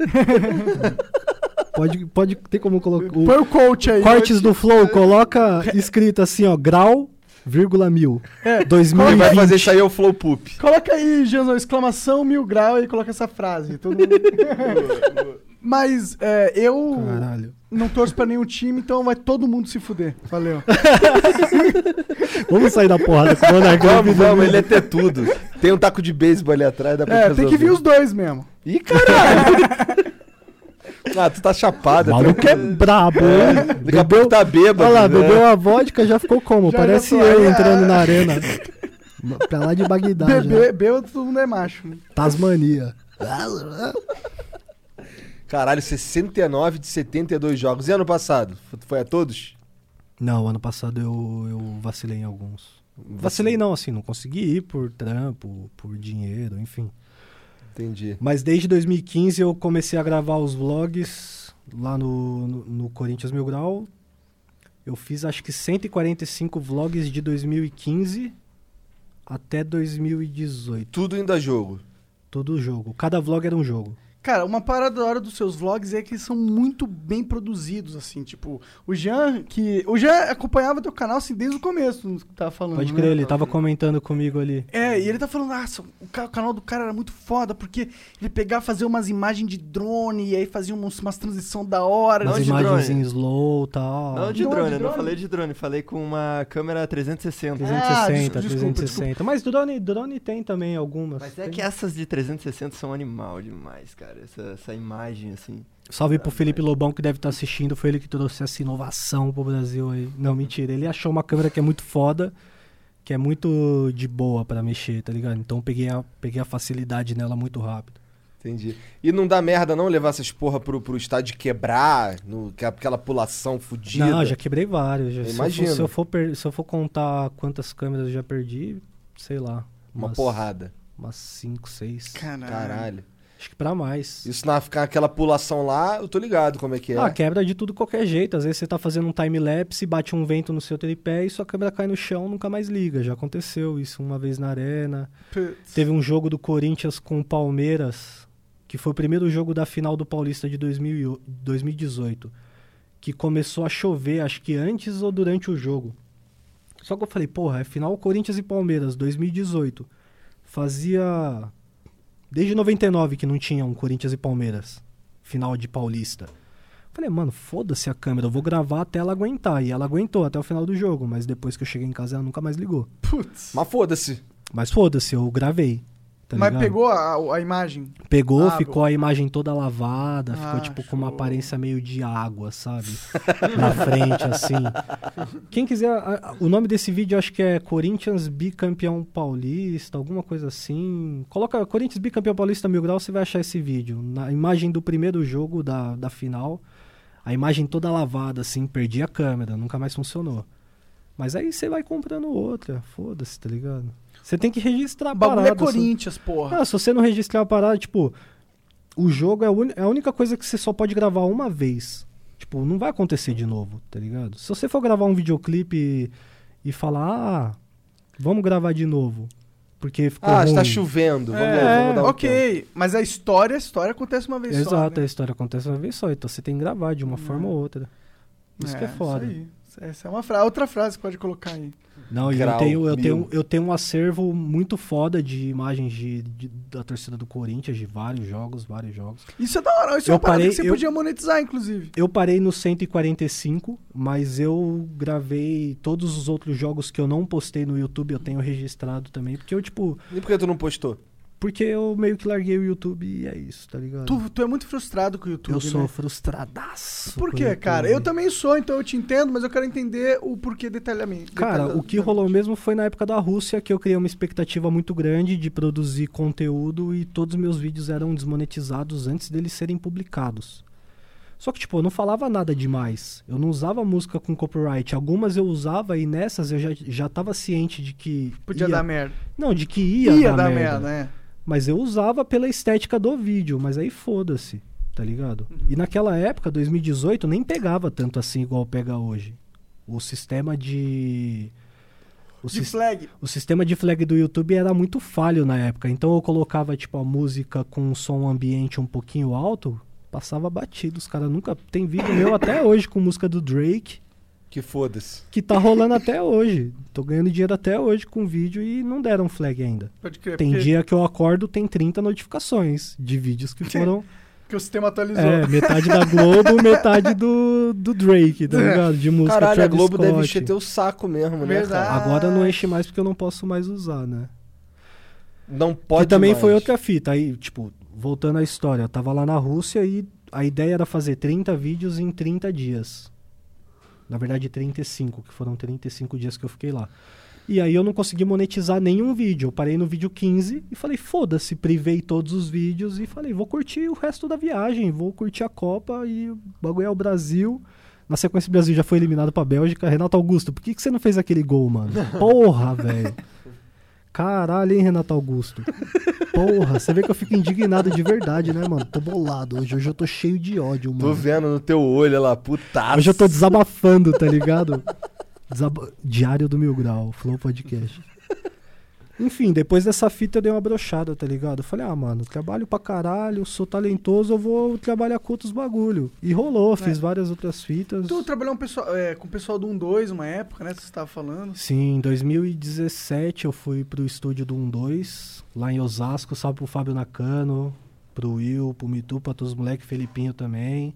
Speaker 3: pode, pode ter como colocar. o-
Speaker 2: Põe o coach aí.
Speaker 3: Cortes do Flow, coloca escrito assim, ó, grau, vírgula mil.
Speaker 2: É,
Speaker 1: Quem vai
Speaker 3: 2020.
Speaker 1: fazer isso aí é o Flow Poop.
Speaker 2: Coloca aí, Janzão, exclamação mil grau e coloca essa frase. Todo mundo... Mas é, eu
Speaker 3: Caralho.
Speaker 2: não torço pra nenhum time, então vai todo mundo se fuder. Valeu.
Speaker 3: Vamos sair da porrada com o Monarcão.
Speaker 1: Vamos, vamos, ele é ter tudo. Tem um taco de beisebol ali atrás, dá pra
Speaker 2: É, tem que vir
Speaker 1: resolver.
Speaker 2: os dois mesmo.
Speaker 1: Ih, caralho! ah, tu tá
Speaker 3: O
Speaker 1: chapada.
Speaker 3: maluco é brabo, hein?
Speaker 1: Daqui a pouco tá bêbado.
Speaker 3: Olha lá,
Speaker 1: né?
Speaker 3: bebeu a vodka, já ficou como?
Speaker 2: Já,
Speaker 3: Parece
Speaker 2: já tô-
Speaker 3: eu
Speaker 2: Ah.
Speaker 3: entrando na arena. pra lá de Bagdá, já.
Speaker 2: Bebê, bêbado, todo mundo é macho. né?
Speaker 3: Tasmania.
Speaker 1: Caralho, 69 de 72 jogos. E ano passado? Foi a todos?
Speaker 3: Não, ano passado eu, eu vacilei em alguns. Vacilei não, assim, não consegui ir por trampo, por dinheiro, enfim.
Speaker 1: Entendi.
Speaker 3: Mas desde 2015 eu comecei a gravar os vlogs lá no, no, no Corinthians Mil Grau. Eu fiz acho que 145 vlogs de 2015 até 2018.
Speaker 1: Tudo indo a jogo.
Speaker 3: Todo jogo. Cada vlog era um jogo.
Speaker 2: Cara, uma parada da hora dos seus vlogs é que eles são muito bem produzidos, assim. Tipo, o Jean, que. O Jean acompanhava teu canal assim desde o começo, não tava falando.
Speaker 3: Pode
Speaker 2: né?
Speaker 3: crer, ele tá- tava comentando comigo ali.
Speaker 2: É, e ele tá falando, nossa, o ca- o canal do cara era muito foda, porque ele pegava, fazia umas imagens de drone, e aí fazia umas, umas transição da hora.
Speaker 5: Não
Speaker 3: As
Speaker 5: de
Speaker 3: imagens
Speaker 5: drone.
Speaker 3: em slow e tal.
Speaker 5: Não de
Speaker 2: Não, de
Speaker 5: drone, eu não
Speaker 2: drone.
Speaker 5: falei de drone, falei com uma câmera 360.
Speaker 3: 360,
Speaker 2: Ah, desculpa,
Speaker 3: 360. Mas drone, drone tem também algumas.
Speaker 5: Mas é
Speaker 3: Tem.
Speaker 5: que essas de 360 são animal demais, cara. Essa, essa imagem, assim.
Speaker 3: Salve
Speaker 1: É,
Speaker 3: pro Felipe Lobão que deve estar assistindo. Foi ele que trouxe essa inovação pro Brasil aí. Não, mentira. Ele achou uma câmera que é muito foda, que é muito de boa pra mexer, tá ligado? Então eu peguei a, peguei a facilidade nela muito rápido.
Speaker 1: Entendi. E não dá merda não levar essas porra pro, pro estádio quebrar, no, que- é aquela pulação fudida.
Speaker 3: Não, já quebrei vários. já. Se eu for-
Speaker 1: Imagino.
Speaker 3: Se eu, for per- se eu for contar quantas câmeras eu já perdi, sei lá.
Speaker 1: Uma
Speaker 3: umas-
Speaker 1: porrada.
Speaker 3: Umas 5, 6.
Speaker 2: É.
Speaker 1: Caralho.
Speaker 3: Acho que pra mais.
Speaker 1: Isso na ficar aquela pulação lá, eu tô ligado como é que é.
Speaker 3: Ah, quebra de tudo qualquer jeito. Às vezes você tá fazendo um time-lapse, bate um vento no seu tripé e sua câmera cai no chão nunca mais liga. Já aconteceu isso uma vez na arena.
Speaker 2: Putz.
Speaker 3: Teve um jogo do Corinthians com o Palmeiras, que foi o primeiro jogo da final do Paulista de 2000 e o- 2018, que começou a chover, acho que antes ou durante o jogo. Só que eu falei, porra, é final Corinthians e Palmeiras, 2018. Fazia. Desde 99 que não tinha um Corinthians e Palmeiras. Final de Paulista. Falei, mano, foda-se a câmera, eu vou gravar até ela aguentar. E ela aguentou até o final do jogo, mas depois que eu cheguei em casa ela nunca mais ligou.
Speaker 2: Putz.
Speaker 1: Mas foda-se.
Speaker 3: Mas foda-se, eu gravei. tá
Speaker 2: Mas
Speaker 3: ligado?
Speaker 2: pegou a, a imagem?
Speaker 3: Pegou,
Speaker 2: Ah,
Speaker 3: ficou a imagem toda lavada,
Speaker 2: Ah,
Speaker 3: ficou tipo com uma
Speaker 2: show.
Speaker 3: aparência meio de água, sabe? Na frente, assim. Quem quiser, a- a- o nome desse vídeo acho que é Corinthians Bicampeão Paulista, alguma coisa assim. Coloca Corinthians Bicampeão Paulista Mil Grau, você vai achar esse vídeo. Na imagem do primeiro jogo da, da final, a imagem toda lavada, assim, perdi a câmera, nunca mais funcionou. Mas aí você vai comprando outra, foda-se, tá ligado? Você tem que registrar a
Speaker 2: O bagulho é
Speaker 3: parada, assim. sabe?
Speaker 2: Corinthians, porra.
Speaker 3: Ah, se você não registrar a parada, tipo, o jogo é a uni- é a única coisa que você só pode gravar uma vez. Tipo, não vai acontecer de novo, tá ligado? Se você for gravar um videoclipe e, e falar, ah, vamos gravar de novo, porque ficou
Speaker 1: Ah,
Speaker 3: ruim.
Speaker 4: tá
Speaker 1: está chovendo. Vamos,
Speaker 2: É,
Speaker 1: vamos dar um tempo.
Speaker 2: ok. Mas a história, a história acontece uma vez só.
Speaker 3: Exato,
Speaker 2: né?
Speaker 3: a história acontece uma vez só, então você tem que gravar de uma forma ou outra. Isso que é foda.
Speaker 2: aí. Essa é uma fra- outra frase que pode colocar aí.
Speaker 3: Não, e eu
Speaker 1: Grau,
Speaker 3: tenho, eu,
Speaker 1: mil.
Speaker 3: tenho, eu tenho um acervo muito foda de imagens de, de- da torcida do Corinthians, de vários jogos, vários jogos.
Speaker 2: Isso é da hora. Isso é
Speaker 3: Eu
Speaker 2: uma parada
Speaker 3: parei-
Speaker 2: que você
Speaker 3: eu-
Speaker 2: podia monetizar, inclusive.
Speaker 3: Eu parei no 145, mas eu gravei todos os outros jogos que eu não postei no YouTube, eu tenho registrado também, porque eu, tipo,
Speaker 1: E por que tu não postou?
Speaker 3: porque eu meio que larguei o YouTube e é isso, tá ligado?
Speaker 2: Tu, tu é muito frustrado com o YouTube,
Speaker 3: eu sou
Speaker 2: né?
Speaker 3: frustradaço.
Speaker 2: Por
Speaker 3: com o
Speaker 2: quê,
Speaker 3: YouTube.
Speaker 2: cara? Eu também sou, então eu te entendo, mas eu quero entender o porquê detalhamento.
Speaker 3: Cara, o que rolou mesmo foi na época da Rússia que eu criei uma expectativa muito grande de produzir conteúdo e todos os meus vídeos eram desmonetizados antes deles serem publicados. Só que, tipo, eu não falava nada demais. Eu não usava música com copyright. Algumas eu usava e nessas eu já, já tava ciente de que.
Speaker 2: Podia
Speaker 3: ia-
Speaker 2: dar merda.
Speaker 3: Não, de que ia, dar, merda.
Speaker 2: né?
Speaker 3: Mas eu usava pela estética do vídeo, mas aí foda-se, tá ligado? E naquela época, 2018, nem pegava tanto assim igual pega hoje. O sistema de. O,
Speaker 2: De
Speaker 3: sis-
Speaker 2: flag.
Speaker 3: o sistema de flag do YouTube era muito falho na época. Então eu colocava, tipo, a música com um som ambiente um pouquinho alto, passava batido. Os caras nunca. Tem vídeo meu até hoje com música do Drake
Speaker 1: Que foda-se.
Speaker 3: que tá rolando até hoje. Tô ganhando dinheiro até hoje com vídeo e não deram flag ainda.
Speaker 2: Pode
Speaker 1: É
Speaker 2: crer.
Speaker 3: Tem
Speaker 2: porque,
Speaker 3: dia que eu acordo, tem 30 notificações de vídeos que foram.
Speaker 2: porque o sistema atualizou.
Speaker 3: é, metade da Globo, metade do, do Drake, tá ligado? De música.
Speaker 1: É. Caralho, a
Speaker 3: Travis
Speaker 1: Globo deve
Speaker 3: Scott. Ah,
Speaker 1: encher teu saco mesmo, né?
Speaker 2: Verdade.
Speaker 1: cara?
Speaker 3: Agora não enche mais porque eu não posso mais usar, né?
Speaker 1: Não
Speaker 3: Que
Speaker 1: pode
Speaker 3: também
Speaker 1: mais.
Speaker 3: foi outra fita. Aí, tipo, voltando à história, eu tava lá na Rússia e a ideia era fazer 30 vídeos em 30 dias. Na verdade, 35, que foram 35 dias que eu fiquei lá. E aí eu não consegui monetizar nenhum vídeo. Eu parei no vídeo 15 e falei, foda-se, privei todos os vídeos e falei, vou curtir o resto da viagem, vou curtir a Copa e o bagulho é o Brasil. Na sequência, o Brasil já foi eliminado pra Bélgica. Renato Augusto, por que, que você não fez aquele gol, mano? Porra, velho. Caralho, hein, Renato Augusto. Porra, você vê que eu fico indignado de verdade, né, mano? Tô bolado hoje. Hoje eu tô cheio de ódio,
Speaker 1: Tô
Speaker 3: mano.
Speaker 1: vendo no teu olho olha lá, putaço.
Speaker 3: Hoje eu tô desabafando, tá ligado? Desaba- Diário do Mil Grau, Flow Podcast. Enfim, depois dessa fita eu dei uma brochada, tá ligado? Eu falei, ah, mano, trabalho pra caralho, sou talentoso, eu vou trabalhar com outros bagulho. E rolou, fiz várias outras fitas.
Speaker 2: Tu trabalhou um pessoal- é, com o pessoal do 1-2 uma época, né? Você estava falando.
Speaker 3: Sim, em 2017 eu fui pro estúdio do 12, lá em Osasco, salve pro Fábio Nakano, pro Will, pro Mitu, pra todos os moleques, Felipinho também.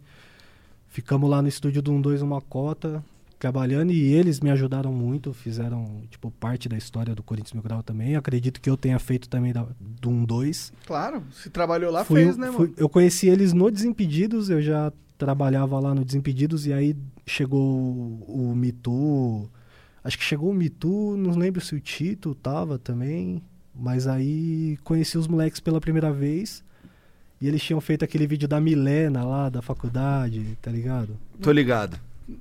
Speaker 3: Ficamos lá no estúdio do 12 uma cota, trabalhando e eles me ajudaram muito, fizeram, tipo, parte da história do Corinthians Mil Grau também. Acredito que eu tenha feito também da, do 12.
Speaker 2: Claro, se trabalhou lá,
Speaker 3: Fui-
Speaker 2: fez, né,
Speaker 3: fui-
Speaker 2: mano?
Speaker 3: Eu conheci eles no Desimpedidos, eu já trabalhava lá no Desimpedidos, e aí chegou o, o Mitu. Acho que chegou o Mitu, não lembro se o Tito tava também. Mas aí conheci os moleques pela primeira vez. E eles tinham feito aquele vídeo da Milena lá, da faculdade, tá ligado?
Speaker 4: Tô ligado.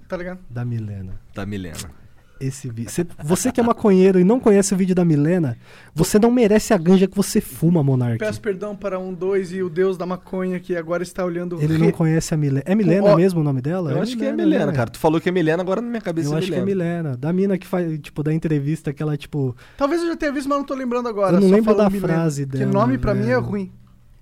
Speaker 2: Tá ligado?
Speaker 3: Da Milena.
Speaker 4: Da Milena.
Speaker 3: Esse vídeo. Você, você que é maconheiro e não conhece o vídeo da Milena, você não merece a ganja que você fuma, Monark.
Speaker 2: Peço perdão para um, dois e o deus da maconha que agora está olhando.
Speaker 3: Ele não conhece a Milena. É Milena
Speaker 2: Ó,
Speaker 3: mesmo o nome dela?
Speaker 4: Eu acho que é Milena,
Speaker 3: né?
Speaker 4: cara. Tu falou que é Milena, agora na minha cabeça
Speaker 3: Eu
Speaker 4: é
Speaker 3: acho que é
Speaker 4: Milena.
Speaker 3: Milena. Da mina que faz, tipo, da entrevista que ela, tipo.
Speaker 2: Talvez eu já tenha visto, mas não tô lembrando agora.
Speaker 3: Eu não
Speaker 2: só
Speaker 3: lembro
Speaker 2: falando
Speaker 3: da
Speaker 2: me lembro.
Speaker 3: frase
Speaker 2: Porque
Speaker 3: dela,
Speaker 2: nome pra mim é
Speaker 3: velho.
Speaker 2: ruim.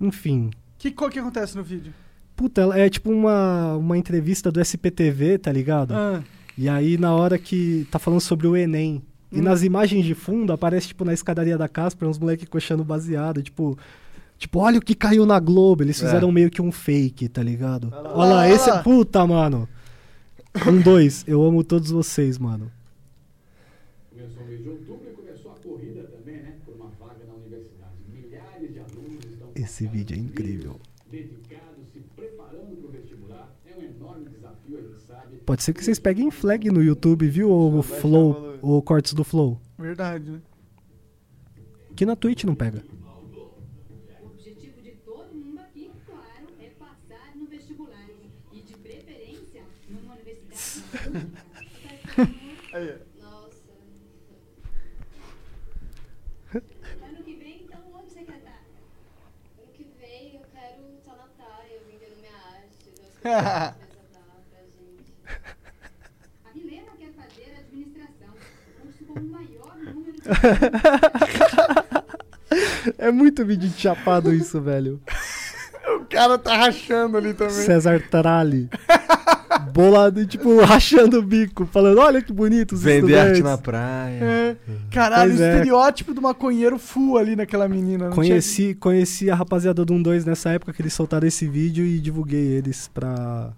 Speaker 3: Enfim.
Speaker 2: Que qual que acontece no vídeo?
Speaker 3: Puta, ela- é tipo uma, uma entrevista do SPTV, tá ligado?
Speaker 2: Ah,
Speaker 3: E aí, na hora que tá falando sobre o Enem. E nas imagens de fundo aparece, tipo, na escadaria da Casper, uns moleques coxando baseado, tipo. Tipo, olha o que caiu na Globo. Eles fizeram meio que um fake, tá ligado? Olha lá,
Speaker 2: Olha lá,
Speaker 3: esse. é,
Speaker 2: olha lá.
Speaker 3: Puta, mano. Um, dois. Eu amo todos vocês, mano.
Speaker 6: Começou o mês de outubro e começou a corrida também, né? Por uma vaga na universidade. Milhares de alunos estão
Speaker 3: Esse vídeo é incrível.
Speaker 6: dedicados, se preparando para o vestibular. É um enorme desafio, a gente sabe.
Speaker 3: Pode ser que vocês peguem flag no YouTube, viu? Ou o Flow, ou cortes do Flow.
Speaker 2: verdade, né?
Speaker 3: Que na Twitch não pega.
Speaker 7: O objetivo de todo mundo aqui, claro, é passar no vestibular. E de preferência, numa universidade pública. Nossa. Ano que vem, então, onde você quer estar?
Speaker 8: Ano que vem eu quero estar na praia, vendendo minha arte, das coisas que ela pra gente.
Speaker 7: A Milena quer fazer administração. Curso com o maior número de
Speaker 3: É muito vídeo de chapado isso, velho.
Speaker 2: O cara tá rachando ali também.
Speaker 3: César Trali. Bolado, tipo, rachando o bico, falando, olha que bonito os
Speaker 4: Vender arte na
Speaker 3: estudantes."
Speaker 4: praia.
Speaker 2: É. Caralho,
Speaker 3: Pois
Speaker 2: o
Speaker 3: é.
Speaker 2: estereótipo do maconheiro full ali naquela menina. não
Speaker 3: Conheci, conheci a rapaziada do 1-2 nessa época que eles soltaram esse vídeo e divulguei eles pra,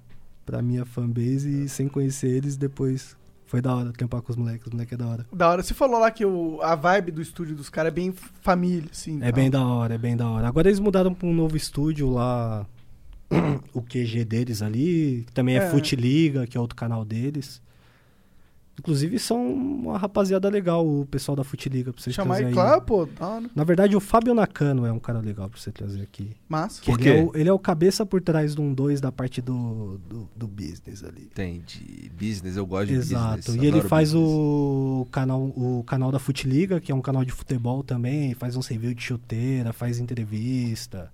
Speaker 3: pra minha fanbase e sem conhecer eles depois. Foi da hora trampar com os moleques, os moleques é da hora.
Speaker 2: tinha- Da hora. Você falou lá que o, a vibe do estúdio dos caras é bem família, assim.
Speaker 3: É
Speaker 2: tal.
Speaker 3: bem da hora, é bem da hora. Agora eles mudaram pra um novo estúdio lá, o QG deles ali, que também é,
Speaker 2: É.
Speaker 3: Fute Liga, que é outro canal deles. Inclusive são uma rapaziada legal, o pessoal da Fute Liga, pra vocês
Speaker 2: Chamar
Speaker 3: trazerem
Speaker 2: e
Speaker 3: aí.
Speaker 2: claro, pô, da hora.
Speaker 3: Na verdade, o Fábio Nakano é um cara legal pra você trazer aqui.
Speaker 2: Massa.
Speaker 3: Que
Speaker 4: Por
Speaker 3: Ele, é
Speaker 4: quê?
Speaker 3: o, ele é o cabeça por trás do 1-2 da parte do, do, do business ali.
Speaker 4: Entendi. Business, eu gosto de business.
Speaker 3: Exato. E
Speaker 4: adoro
Speaker 3: ele faz
Speaker 4: business.
Speaker 3: o canal, o canal da Fute Liga, que é um canal de futebol também, faz uns review de chuteira, faz entrevista.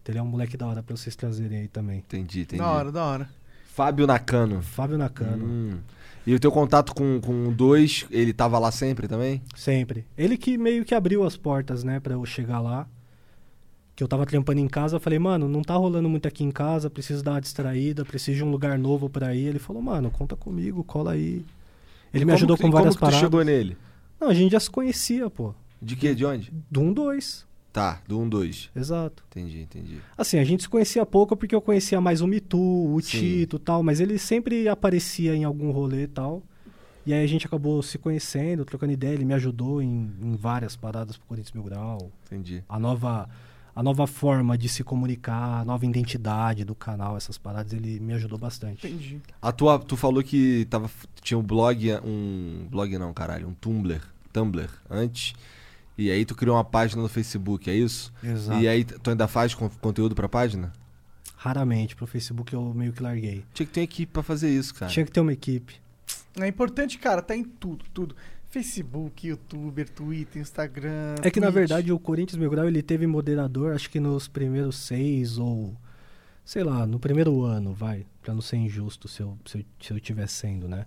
Speaker 3: Então ele é um moleque da hora pra vocês trazerem aí também.
Speaker 4: Entendi, entendi.
Speaker 2: Da hora, da hora.
Speaker 4: Fábio Nakano.
Speaker 3: Fábio Nakano,
Speaker 4: Hum. E o teu contato com, com o dois, ele tava lá sempre também?
Speaker 3: sempre. Ele que meio que abriu as portas, né, pra eu chegar lá. Que eu tava trampando em casa, eu falei, mano, não tá rolando muito aqui em casa, preciso dar uma distraída, preciso de um lugar novo pra ir. Ele falou, mano, conta comigo, cola aí. Ele me
Speaker 4: Como
Speaker 3: ajudou
Speaker 4: que-
Speaker 3: com
Speaker 4: e
Speaker 3: várias
Speaker 4: como que tu
Speaker 3: paradas.
Speaker 4: chegou nele?
Speaker 3: Não, a gente já se conhecia, pô.
Speaker 4: De quê? De onde?
Speaker 3: Do 1-2,
Speaker 4: Tá, do 1, 2.
Speaker 3: exato.
Speaker 4: Entendi, entendi.
Speaker 3: Assim, a gente se conhecia pouco porque eu conhecia mais o Mitu, o
Speaker 4: Sim.
Speaker 3: Tito e tal, mas ele sempre aparecia em algum rolê e tal. E aí a gente acabou se conhecendo, trocando ideia, ele me ajudou em, em várias paradas pro Corinthians Mil Grau.
Speaker 4: Entendi.
Speaker 3: A nova, a nova forma de se comunicar, a nova identidade do canal, essas paradas, ele me ajudou bastante.
Speaker 2: Entendi.
Speaker 4: A tua, tu falou que tava, tinha um blog, um blog não, caralho, um Tumblr, Tumblr antes. E aí tu criou uma página no Facebook, é isso?
Speaker 3: Exato.
Speaker 4: E aí tu ainda faz con- conteúdo pra página?
Speaker 3: Raramente, pro Facebook eu meio que larguei.
Speaker 4: Tinha que ter uma equipe pra fazer isso, cara.
Speaker 3: Tinha que ter uma equipe.
Speaker 2: É importante, cara, tá em tudo, tudo. Facebook, YouTuber, Twitter, Instagram.
Speaker 3: É que na
Speaker 2: Twitch.
Speaker 3: verdade o Corinthians Mil Grau ele teve moderador, acho que nos primeiros seis ou sei lá, no primeiro ano, vai, pra não ser injusto se eu se eu, se eu tiver sendo, né?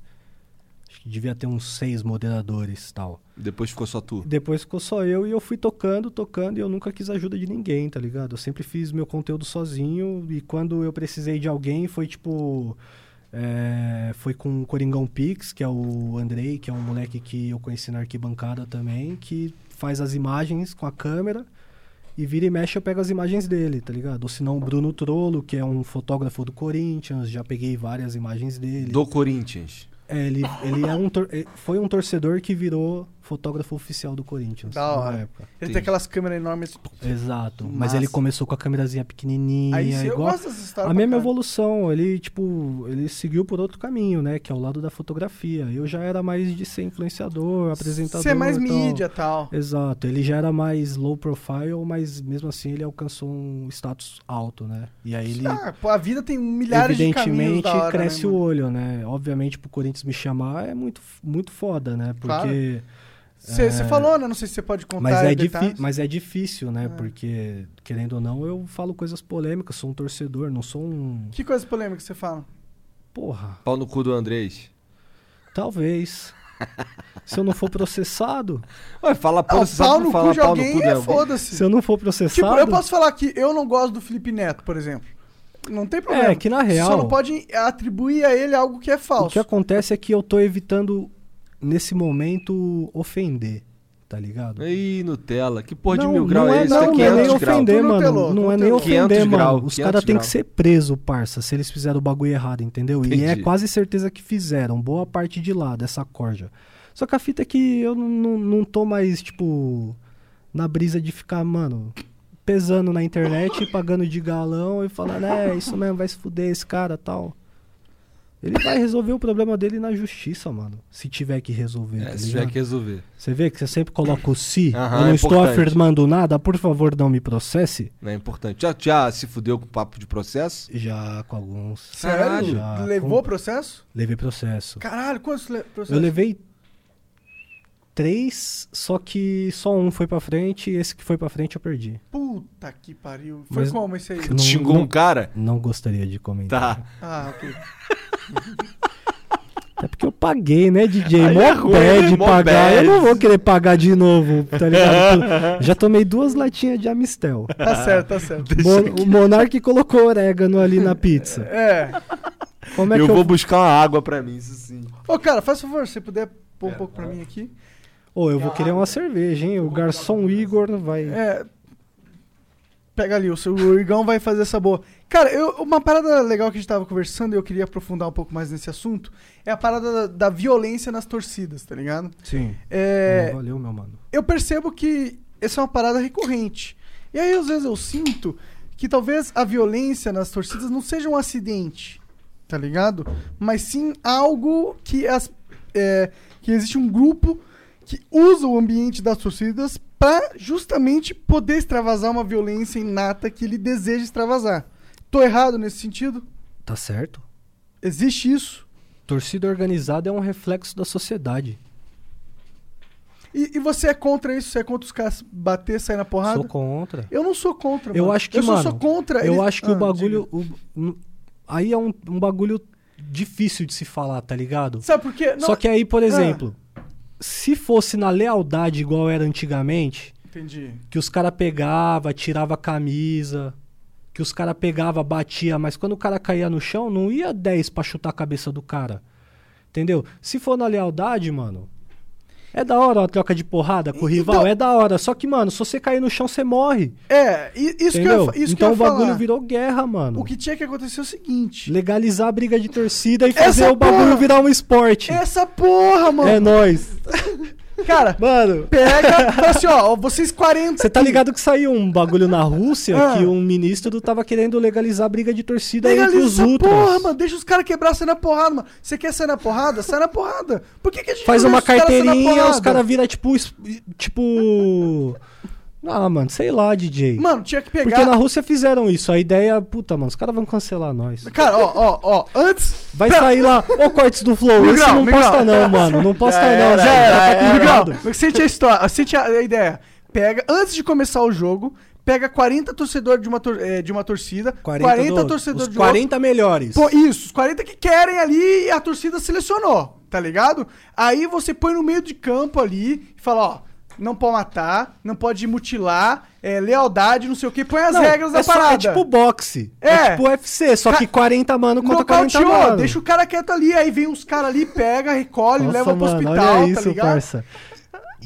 Speaker 3: Acho que devia ter uns seis moderadores tal.
Speaker 4: Depois ficou só tu.
Speaker 3: Depois ficou só eu e eu fui tocando, tocando e eu nunca quis ajuda de ninguém, tá ligado? Eu sempre fiz meu conteúdo sozinho e quando eu precisei de alguém foi tipo. é, foi com o Coringão Pix, que é o Andrei, que é um moleque que eu conheci na arquibancada também, que faz as imagens com a câmera e vira e mexe eu pego as imagens dele, tá ligado? Ou senão o Bruno Trollo, que é um fotógrafo do Corinthians, já peguei várias imagens dele.
Speaker 4: Do Corinthians.
Speaker 3: É, ele, ele é um tor- eh, foi um é, torcedor que virou fotógrafo oficial do Corinthians.
Speaker 2: Da hora.
Speaker 3: na época.
Speaker 2: Ele tem aquelas câmeras enormes.
Speaker 3: Exato. Mas
Speaker 2: Massa.
Speaker 3: ele começou com a câmerazinha pequenininha,
Speaker 2: Aí sim, eu
Speaker 3: é igual
Speaker 2: gosto dessa história. pra
Speaker 3: a mesma
Speaker 2: caralho.
Speaker 3: evolução, ele tipo, ele seguiu por outro caminho, né, que é o lado da fotografia. Eu já era mais de ser influenciador, um apresentador,
Speaker 2: Você é mais
Speaker 3: tal.
Speaker 2: mídia e tal.
Speaker 3: Exato, ele já era mais low profile, mas mesmo assim ele alcançou um status alto, né? E aí ele
Speaker 2: Ah, pô, a vida tem milhares de caminhos
Speaker 3: evidentemente
Speaker 2: da hora,
Speaker 3: cresce
Speaker 2: né,
Speaker 3: o
Speaker 2: mano?
Speaker 3: olho, né? Obviamente pro Corinthians me chamar é muito muito foda, né? Porque
Speaker 2: Claro. Você você falou, né? Não sei se você pode contar
Speaker 3: É. mas é,
Speaker 2: detalhes.
Speaker 3: difi- mas é difícil, né? Porque, querendo ou não, eu falo coisas polêmicas, sou um torcedor, não sou um.
Speaker 2: Que coisa polêmica você fala?
Speaker 3: Porra,
Speaker 4: Pau no cu do Andrés.
Speaker 3: talvez. se eu não for processado,
Speaker 4: Ué, fala pau,
Speaker 2: Ah,
Speaker 4: você sabe
Speaker 2: pau
Speaker 4: não
Speaker 2: no
Speaker 4: falar
Speaker 2: cu de
Speaker 4: pau no
Speaker 2: alguém
Speaker 4: cu de
Speaker 2: é
Speaker 4: alguém.
Speaker 2: foda-se.
Speaker 3: se eu não for
Speaker 2: Tipo,
Speaker 3: processado.
Speaker 2: eu posso falar que eu não gosto do Felipe Neto, por exemplo. Não tem problema.
Speaker 3: É, que na
Speaker 2: Só
Speaker 3: real-
Speaker 2: não pode atribuir a ele algo que é
Speaker 3: O que
Speaker 2: falso.
Speaker 3: acontece é que eu tô evitando, nesse momento, ofender, tá ligado?
Speaker 2: É
Speaker 4: Ih, Nutella. Que porra de
Speaker 3: Não,
Speaker 4: mil grau
Speaker 3: não
Speaker 4: é esse?
Speaker 3: Não,
Speaker 4: Isso
Speaker 3: não é
Speaker 4: é
Speaker 3: nem
Speaker 4: 500 graus.
Speaker 3: ofender,
Speaker 2: Tu não
Speaker 3: mano.
Speaker 2: telou, tu
Speaker 3: não é
Speaker 2: não
Speaker 3: nem
Speaker 2: telou.
Speaker 3: ofender,
Speaker 4: 500
Speaker 3: mano.
Speaker 4: grau,
Speaker 3: Os
Speaker 4: 500
Speaker 3: caras têm
Speaker 4: grau.
Speaker 3: que ser preso, parça, se eles fizeram o bagulho errado, entendeu? E é
Speaker 4: Entendi.
Speaker 3: quase certeza que fizeram, boa parte de lá dessa corja. Só que a fita é que eu não, não, não tô mais, tipo, na brisa de ficar, mano, pesando na internet, pagando de galão e falando, é, isso mesmo, vai se fuder esse cara tal. Ele vai resolver o problema dele na justiça, mano. Se tiver que resolver. tá
Speaker 4: É, se
Speaker 3: ligado?
Speaker 4: tiver que resolver.
Speaker 3: Você vê que você sempre coloca o se.
Speaker 4: Aham,
Speaker 3: eu não
Speaker 4: é
Speaker 3: estou
Speaker 4: importante.
Speaker 3: afirmando nada, por favor, não me processe.
Speaker 4: Não é importante. Já, já se fudeu com papo de processo?
Speaker 3: Já com alguns.
Speaker 2: Sério?
Speaker 3: Já,
Speaker 2: Levou
Speaker 3: com-
Speaker 2: processo?
Speaker 3: Levei processo.
Speaker 2: Caralho, quantos le...
Speaker 3: Eu
Speaker 2: processos?
Speaker 3: levei três, só que só um foi pra frente e esse que foi pra frente eu perdi.
Speaker 2: Puta que pariu. Foi
Speaker 3: Mas-
Speaker 2: como esse aí?
Speaker 3: Não-
Speaker 4: Xingou
Speaker 3: não-
Speaker 4: um cara?
Speaker 3: Não gostaria de comentar.
Speaker 4: Tá.
Speaker 2: Ah, ok.
Speaker 3: Até porque eu paguei, né, DJ?
Speaker 4: Aí
Speaker 3: Mó
Speaker 4: é ruim,
Speaker 3: bad
Speaker 4: né? Mó
Speaker 3: pagar. Eu
Speaker 4: bad.
Speaker 3: não vou querer pagar de novo, tá ligado? Já tomei duas latinhas de Amistel.
Speaker 2: Tá certo, tá certo.
Speaker 3: Mon- o Monark colocou orégano ali na pizza.
Speaker 2: É.
Speaker 3: Como é
Speaker 4: eu
Speaker 3: que
Speaker 4: vou
Speaker 3: eu
Speaker 4: buscar uma água pra mim, isso sim. Tá
Speaker 2: Ô, cara, faz favor, se puder pôr um pouco pra mim aqui.
Speaker 3: Ô, eu vou querer uma cerveja, hein? O garçom Igor vai.
Speaker 2: É. Pega ali, o seu o Igão vai fazer essa boa. Cara, eu- uma parada legal que a gente tava conversando e eu queria aprofundar um pouco mais nesse assunto é a parada da, da violência nas torcidas, tá ligado?
Speaker 3: Sim.
Speaker 2: É,
Speaker 3: Valeu, meu mano.
Speaker 2: eu percebo que essa é uma parada recorrente. E aí, às vezes, eu sinto que talvez a violência nas torcidas não seja um acidente, tá ligado? Mas sim algo que, as, é, que existe um grupo que usa o ambiente das torcidas pra justamente poder extravasar uma violência inata que ele deseja extravasar. Tô errado nesse sentido?
Speaker 3: Tá certo?
Speaker 2: Existe isso?
Speaker 3: Torcida organizada é um reflexo da sociedade.
Speaker 2: E, e você é contra isso? Você é contra os caras bater, sair na porrada?
Speaker 3: Sou contra.
Speaker 2: Eu não sou contra,
Speaker 3: Eu
Speaker 2: mano.
Speaker 3: acho que,
Speaker 2: eu só
Speaker 3: mano,
Speaker 2: sou contra.
Speaker 3: Eu
Speaker 2: eles-
Speaker 3: acho que
Speaker 2: Ah,
Speaker 3: o bagulho. o- n- aí é um, um bagulho difícil de se falar, tá ligado?
Speaker 2: diga. Sabe por quê?
Speaker 3: Só que aí,
Speaker 2: ah.
Speaker 3: por exemplo, se fosse na lealdade igual era antigamente,
Speaker 2: Entendi.
Speaker 3: que os cara pegava, tirava a camisa, que os cara pegava, batia, mas quando o cara caía no chão, não ia 10 pra chutar a cabeça do cara. Entendeu? Se for na lealdade, mano, é da hora uma troca de porrada com o rival,
Speaker 2: Então-
Speaker 3: é da hora. Só que, mano, se você cair no chão, você morre.
Speaker 2: É, i- isso
Speaker 3: entendeu?
Speaker 2: que eu, isso
Speaker 3: então
Speaker 2: que eu
Speaker 3: o
Speaker 2: ia
Speaker 3: bagulho
Speaker 2: falar.
Speaker 3: virou guerra, mano.
Speaker 2: O que tinha que acontecer é o seguinte.
Speaker 3: Legalizar a briga de torcida e
Speaker 2: Essa
Speaker 3: fazer o bagulho
Speaker 2: porra-
Speaker 3: virar um esporte.
Speaker 2: Essa porra, mano.
Speaker 3: É nóis.
Speaker 2: Cara,
Speaker 3: É, Mano,
Speaker 2: pega, fala assim, ó, vocês 40.
Speaker 3: Você tá ligado que saiu um bagulho na Rússia
Speaker 2: Ah.
Speaker 3: que um ministro tava querendo legalizar a briga de torcida entre os
Speaker 2: Legaliza essa
Speaker 3: ultras.
Speaker 2: porra, mano. Deixa os caras quebrar, sair na porrada, mano. Você quer sair na porrada? Sai na porrada. Por que, que a gente
Speaker 3: Faz
Speaker 2: não
Speaker 3: uma
Speaker 2: deixa os caras sair na
Speaker 3: carteirinha, os
Speaker 2: porrada?
Speaker 3: caras viram tipo. es- Tipo. Ah, mano, sei lá, DJ.
Speaker 2: Mano, tinha que pegar.
Speaker 3: Porque na Rússia fizeram isso. A ideia, puta, mano, os caras vão cancelar nós.
Speaker 2: Cara, ó, ó, ó. Antes.
Speaker 3: Vai sair lá, ô cortes do Flow, isso
Speaker 2: Miguel,
Speaker 3: não
Speaker 2: Miguel.
Speaker 3: posta não, mano. Não posta não, já Ah,
Speaker 2: tá
Speaker 3: era. tá
Speaker 2: Miguel, sente a história, sente a a ideia. Pega, antes de começar o jogo, pega 40 torcedores de uma, tor- eh, de uma torcida, 40, torcedores
Speaker 3: os
Speaker 2: de outra.
Speaker 3: 40 melhores.
Speaker 2: Pô, isso, os 40 que querem ali e a torcida selecionou, tá ligado? Aí você põe no meio de campo ali e fala, ó, não pode matar, não pode mutilar, é, lealdade, não sei o que, põe as
Speaker 3: Não,
Speaker 2: regras da
Speaker 3: é só-
Speaker 2: parada.
Speaker 3: É tipo boxe. É,
Speaker 2: É.
Speaker 3: tipo UFC, só que 40 mano contra 40
Speaker 2: Nocauteou,
Speaker 3: mano.
Speaker 2: deixa o cara quieto ali, aí vem uns caras ali, pega, recolhe,
Speaker 3: Nossa,
Speaker 2: leva pro
Speaker 3: mano,
Speaker 2: hospital,
Speaker 3: olha
Speaker 2: tá ligado?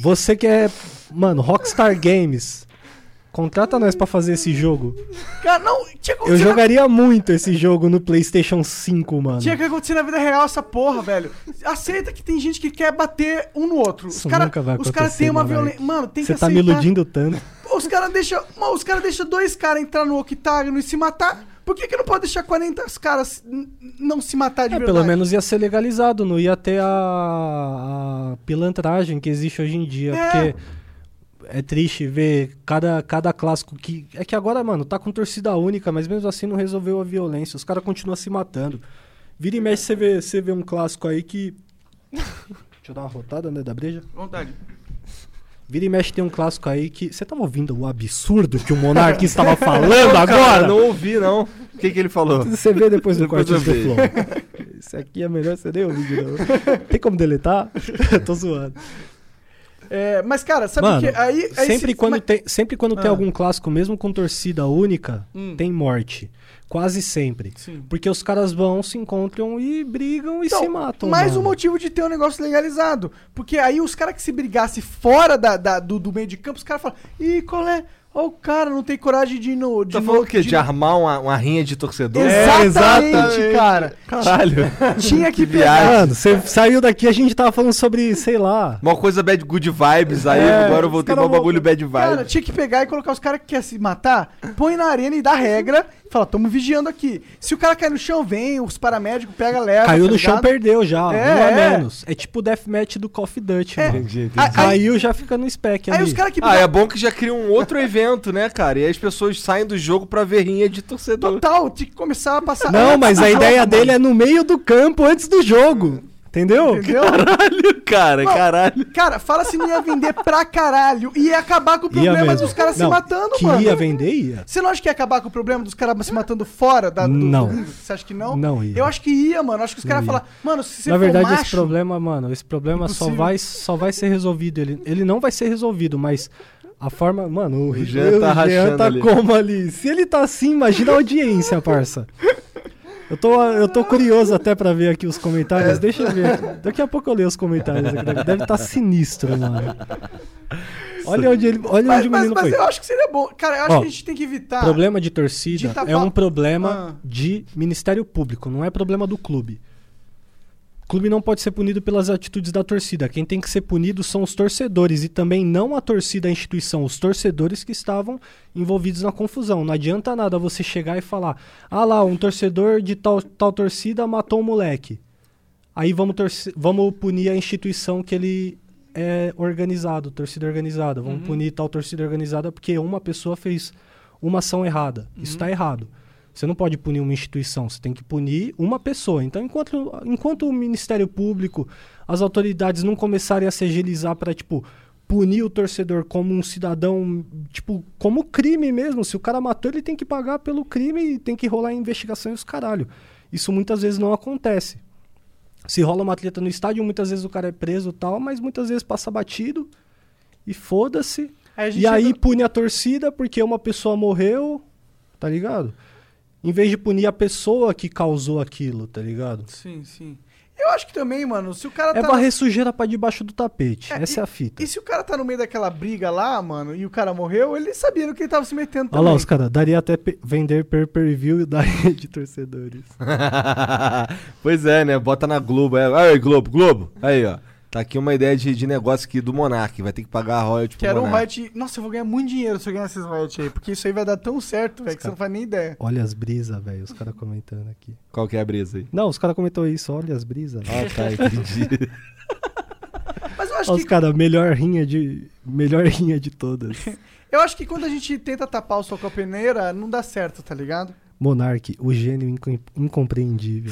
Speaker 3: Você que é, mano, Rockstar Games. Contrata nós pra fazer esse jogo.
Speaker 2: Cara, não, tinha que
Speaker 3: Eu
Speaker 2: acontecer na-
Speaker 3: jogaria muito esse jogo no PlayStation 5, mano.
Speaker 2: Tinha que acontecer na vida real essa porra, velho. Aceita que tem gente que quer bater um no outro.
Speaker 3: Isso
Speaker 2: cara,
Speaker 3: nunca vai
Speaker 2: Os caras têm
Speaker 3: acontecer,
Speaker 2: uma
Speaker 3: Monark.
Speaker 2: violência. Mano, tem
Speaker 3: Você
Speaker 2: que
Speaker 3: tá me
Speaker 2: aceitar.
Speaker 3: iludindo tanto.
Speaker 2: Os caras deixam. Os caras deixam dois caras entrar no octágono e se matar. Por que, que não pode deixar 40 caras n- não se matar de
Speaker 3: É,
Speaker 2: verdade?
Speaker 3: pelo menos ia ser legalizado, não ia ter a, a pilantragem que existe hoje em dia.
Speaker 2: É.
Speaker 3: Porque é triste ver cada, cada clássico que. É que agora, mano, tá com torcida única, mas mesmo assim não resolveu a violência. Os caras continuam se matando. Vira e mexe, você vê, você vê um clássico aí que. Deixa eu dar uma rotada, né, da breja.
Speaker 2: Vontade.
Speaker 3: Vira e mexe tem um clássico aí que. Você tava ouvindo o absurdo que o Monark estava falando agora?
Speaker 4: Não ouvi, não. O que, que ele falou?
Speaker 3: Você vê depois no
Speaker 4: Depois
Speaker 3: corte do
Speaker 4: eu vejo.
Speaker 3: Flow. Esse aqui é melhor você nem ouvir de novo. Tem como deletar? Tô zoando.
Speaker 2: É, mas, cara, sabe o
Speaker 3: Mano,
Speaker 2: que? Aí, aí
Speaker 3: Sempre
Speaker 2: se-
Speaker 3: quando,
Speaker 2: É mas-
Speaker 3: tem, sempre quando tem
Speaker 2: Ah.
Speaker 3: algum clássico, mesmo com torcida única,
Speaker 2: Hum.
Speaker 3: tem morte. Quase sempre.
Speaker 2: Sim.
Speaker 3: Porque os caras vão, se encontram e brigam e
Speaker 2: Então,
Speaker 3: se matam.
Speaker 2: Mais um
Speaker 3: mano.
Speaker 2: motivo de ter um negócio legalizado. Porque aí os caras que se brigassem fora da, da- do, do meio de campo, os caras falam, ih, qual é? Ó, o cara não tem coragem de ir no. De
Speaker 4: Tá
Speaker 2: no-
Speaker 4: falando o quê?
Speaker 2: de-
Speaker 4: De armar uma, uma rinha de torcedor?
Speaker 2: Exatamente, cara.
Speaker 4: Caralho.
Speaker 2: Tinha que pegar.
Speaker 3: Mano, você saiu daqui, a gente tava falando sobre, sei lá.
Speaker 4: Uma coisa bad good vibes aí,
Speaker 2: É,
Speaker 4: agora eu voltei pra um bagulho bad vibes.
Speaker 2: Cara, tinha que pegar e colocar os caras que querem se matar, põe na arena e dá regra. e Fala, tamo vigiando aqui. Se o cara cai no chão, vem, os paramédicos pega, leva.
Speaker 3: Caiu
Speaker 2: tá
Speaker 3: no chão,
Speaker 2: ligado?
Speaker 3: perdeu já.
Speaker 2: É,
Speaker 3: um a
Speaker 2: é.
Speaker 3: menos. É tipo o deathmatch do Call of Duty,
Speaker 2: É.
Speaker 3: mano.
Speaker 2: Aí- aí-
Speaker 3: Caiu, já fica no spec
Speaker 2: Aí
Speaker 3: ali.
Speaker 2: os caras que
Speaker 4: Ah, é bom que já cria um outro evento, né, cara? E aí as pessoas saem do jogo pra ver rinha de torcedor.
Speaker 2: total, tinha que começar a passar.
Speaker 3: Não, mas a ideia dele é no meio do campo, antes do jogo. Entendeu?
Speaker 2: Entendeu?
Speaker 4: Caralho, cara,
Speaker 2: Não.
Speaker 4: caralho.
Speaker 2: Cara, fala se não ia vender pra caralho. Ia acabar com o problema dos caras se
Speaker 3: Não,
Speaker 2: matando,
Speaker 3: que
Speaker 2: mano.
Speaker 3: ia vender, ia.
Speaker 2: Você não acha que ia acabar com o problema dos caras se matando fora da, do
Speaker 3: Não.
Speaker 2: do- Você acha que não?
Speaker 3: Não ia.
Speaker 2: Eu acho que ia, mano. Acho que os caras
Speaker 3: ia.
Speaker 2: falar, mano, se você
Speaker 3: Na
Speaker 2: for
Speaker 3: verdade,
Speaker 2: macho,
Speaker 3: esse problema, mano, esse problema só
Speaker 2: Impossível.
Speaker 3: vai, só vai ser resolvido. Ele, ele não vai ser resolvido, mas a forma. Mano, o,
Speaker 4: Jean
Speaker 3: Jean
Speaker 4: tá
Speaker 3: tá,
Speaker 4: rachando ali.
Speaker 3: como ali. Se ele tá assim, imagina a audiência, parça. Eu tô, eu tô curioso até pra ver aqui os
Speaker 4: É.
Speaker 3: comentários. Deixa eu ver. aqui. Daqui a pouco eu leio os comentários. aqui. Deve estar tá sinistro, mano. Olha onde, ele, olha
Speaker 2: Mas,
Speaker 3: onde o
Speaker 2: mas,
Speaker 3: menino
Speaker 2: mas é
Speaker 3: foi.
Speaker 2: eu acho que seria bom. Cara, eu acho
Speaker 3: Ó,
Speaker 2: que a gente tem que evitar.
Speaker 3: Problema de torcida
Speaker 2: Tá. De tapar-
Speaker 3: é um problema
Speaker 2: Ah.
Speaker 3: de Ministério Público, não é problema do clube. O clube não pode ser punido pelas atitudes da torcida. Quem tem que ser punido são os torcedores e também não a torcida, a instituição, os torcedores que estavam envolvidos na confusão. Não adianta nada você chegar e falar: ah lá, um torcedor de tal, tal torcida matou um moleque. Aí vamos, torce- vamos punir a instituição que ele é organizado, torcida organizada. Vamos punir tal torcida organizada porque uma pessoa fez uma ação errada. Isso está errado. Você não pode punir uma instituição, você tem que punir uma pessoa. Então, enquanto, enquanto o Ministério Público, as autoridades não começarem a se agilizar para, tipo, punir o torcedor como um cidadão, tipo, como crime mesmo. Se o cara matou, ele tem que pagar pelo crime e tem que rolar investigação e os caralho. Isso muitas vezes não acontece. Se rola uma treta no estádio, muitas vezes o cara é preso e tal, mas muitas vezes passa batido e foda-se.
Speaker 2: Aí a gente
Speaker 3: E aí
Speaker 2: entra-
Speaker 3: pune a torcida porque uma pessoa morreu, tá ligado? Em vez de punir a pessoa que causou aquilo, tá ligado?
Speaker 2: Sim, sim. Eu acho que também, mano, se o cara
Speaker 3: É
Speaker 2: tá.
Speaker 3: varrer sujeira pra debaixo do tapete.
Speaker 2: É,
Speaker 3: Essa é a fita.
Speaker 2: E se o cara tá no meio daquela briga lá, mano, e o cara morreu, ele sabia no que ele tava se metendo
Speaker 3: Olha
Speaker 2: também.
Speaker 3: lá, os caras, daria até pe- vender per per-view da rede de torcedores.
Speaker 4: pois é, né? Bota na Globo. É. Aí, Globo, Globo. Aí, ó. Tá aqui uma ideia de, de negócio aqui do Monark. Vai ter que pagar a royalty pro
Speaker 2: Quero um
Speaker 4: Monark.
Speaker 2: riot. Nossa, eu vou ganhar muito dinheiro se eu ganhar esses riot aí, porque isso aí vai dar tão certo, velho, que você não faz nem ideia.
Speaker 3: Olha as brisas, velho, os caras comentando aqui.
Speaker 4: Qual que é a brisa aí?
Speaker 3: Não, os caras comentou isso, olha as brisas.
Speaker 4: Ah, tá, entendi.
Speaker 2: Mas eu acho
Speaker 3: Olha os
Speaker 2: que
Speaker 3: caras, melhor rinha de. Melhor rinha de todas.
Speaker 2: eu acho que quando a gente tenta tapar o sol com a peneira, não dá certo, tá ligado?
Speaker 3: Monark, o gênio incom- incompreendível.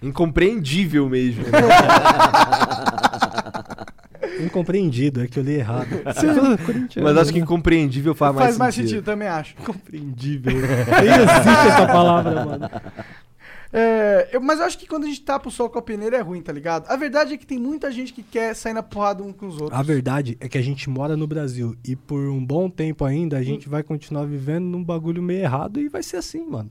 Speaker 4: Incompreendível mesmo. né?
Speaker 3: Incompreendido, é que eu li errado.
Speaker 4: Mas acho que incompreendível faz,
Speaker 2: Faz mais
Speaker 4: sentido.
Speaker 2: sentido, também acho.
Speaker 3: Incompreendível. Nem existe essa palavra, mano.
Speaker 2: É, eu- mas eu acho que quando a gente tapa o sol com a peneira é ruim, tá ligado? A verdade é que tem muita gente que quer sair na porrada um com os outros.
Speaker 3: A verdade é que a gente mora no Brasil e por um bom tempo ainda a gente vai continuar vivendo num bagulho meio errado e vai ser assim, mano.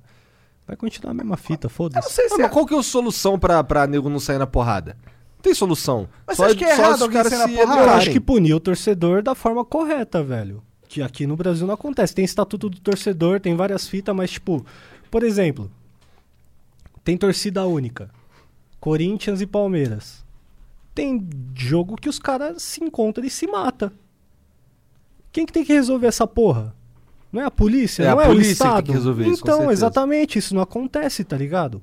Speaker 3: Vai continuar a mesma fita,
Speaker 2: Eu não
Speaker 3: foda-se.
Speaker 2: sei
Speaker 4: Ah,
Speaker 2: se é...
Speaker 4: mas qual que é a solução pra, pra nego não sair na porrada? Não tem solução.
Speaker 2: Mas você acha que é errado
Speaker 4: os
Speaker 2: alguém
Speaker 4: caras
Speaker 2: sair na
Speaker 4: se
Speaker 2: porrada?
Speaker 3: Eu
Speaker 4: educarem.
Speaker 3: acho que punir o torcedor da forma correta, velho. Que aqui no Brasil não acontece. Tem estatuto do torcedor, tem várias fitas, mas, tipo, por exemplo, tem torcida única. Corinthians e Palmeiras. Tem jogo que os caras se encontram e se mata. Quem que tem que resolver essa porra? Não é a polícia,
Speaker 4: É a
Speaker 3: não é
Speaker 4: polícia que tem
Speaker 3: o
Speaker 4: que
Speaker 3: Estado.
Speaker 4: resolver isso, com
Speaker 3: então,
Speaker 4: certeza.
Speaker 3: exatamente, isso não acontece, tá ligado?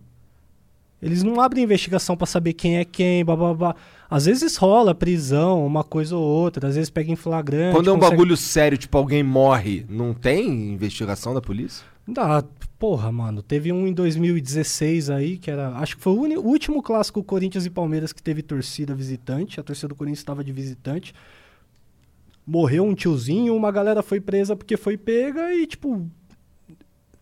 Speaker 3: Eles não abrem investigação pra saber quem é quem, babá. Às vezes rola prisão, uma coisa ou outra, às vezes pega em flagrante.
Speaker 4: Quando é um
Speaker 3: consegue-
Speaker 4: bagulho sério, tipo alguém morre, não tem investigação da polícia?
Speaker 3: Ah, porra, mano. Teve um em 2016 aí, que era. Acho que foi o, uni- o último clássico Corinthians e Palmeiras que teve torcida visitante. A torcida do Corinthians estava de visitante. Morreu um tiozinho, uma galera foi presa porque foi pega e, tipo.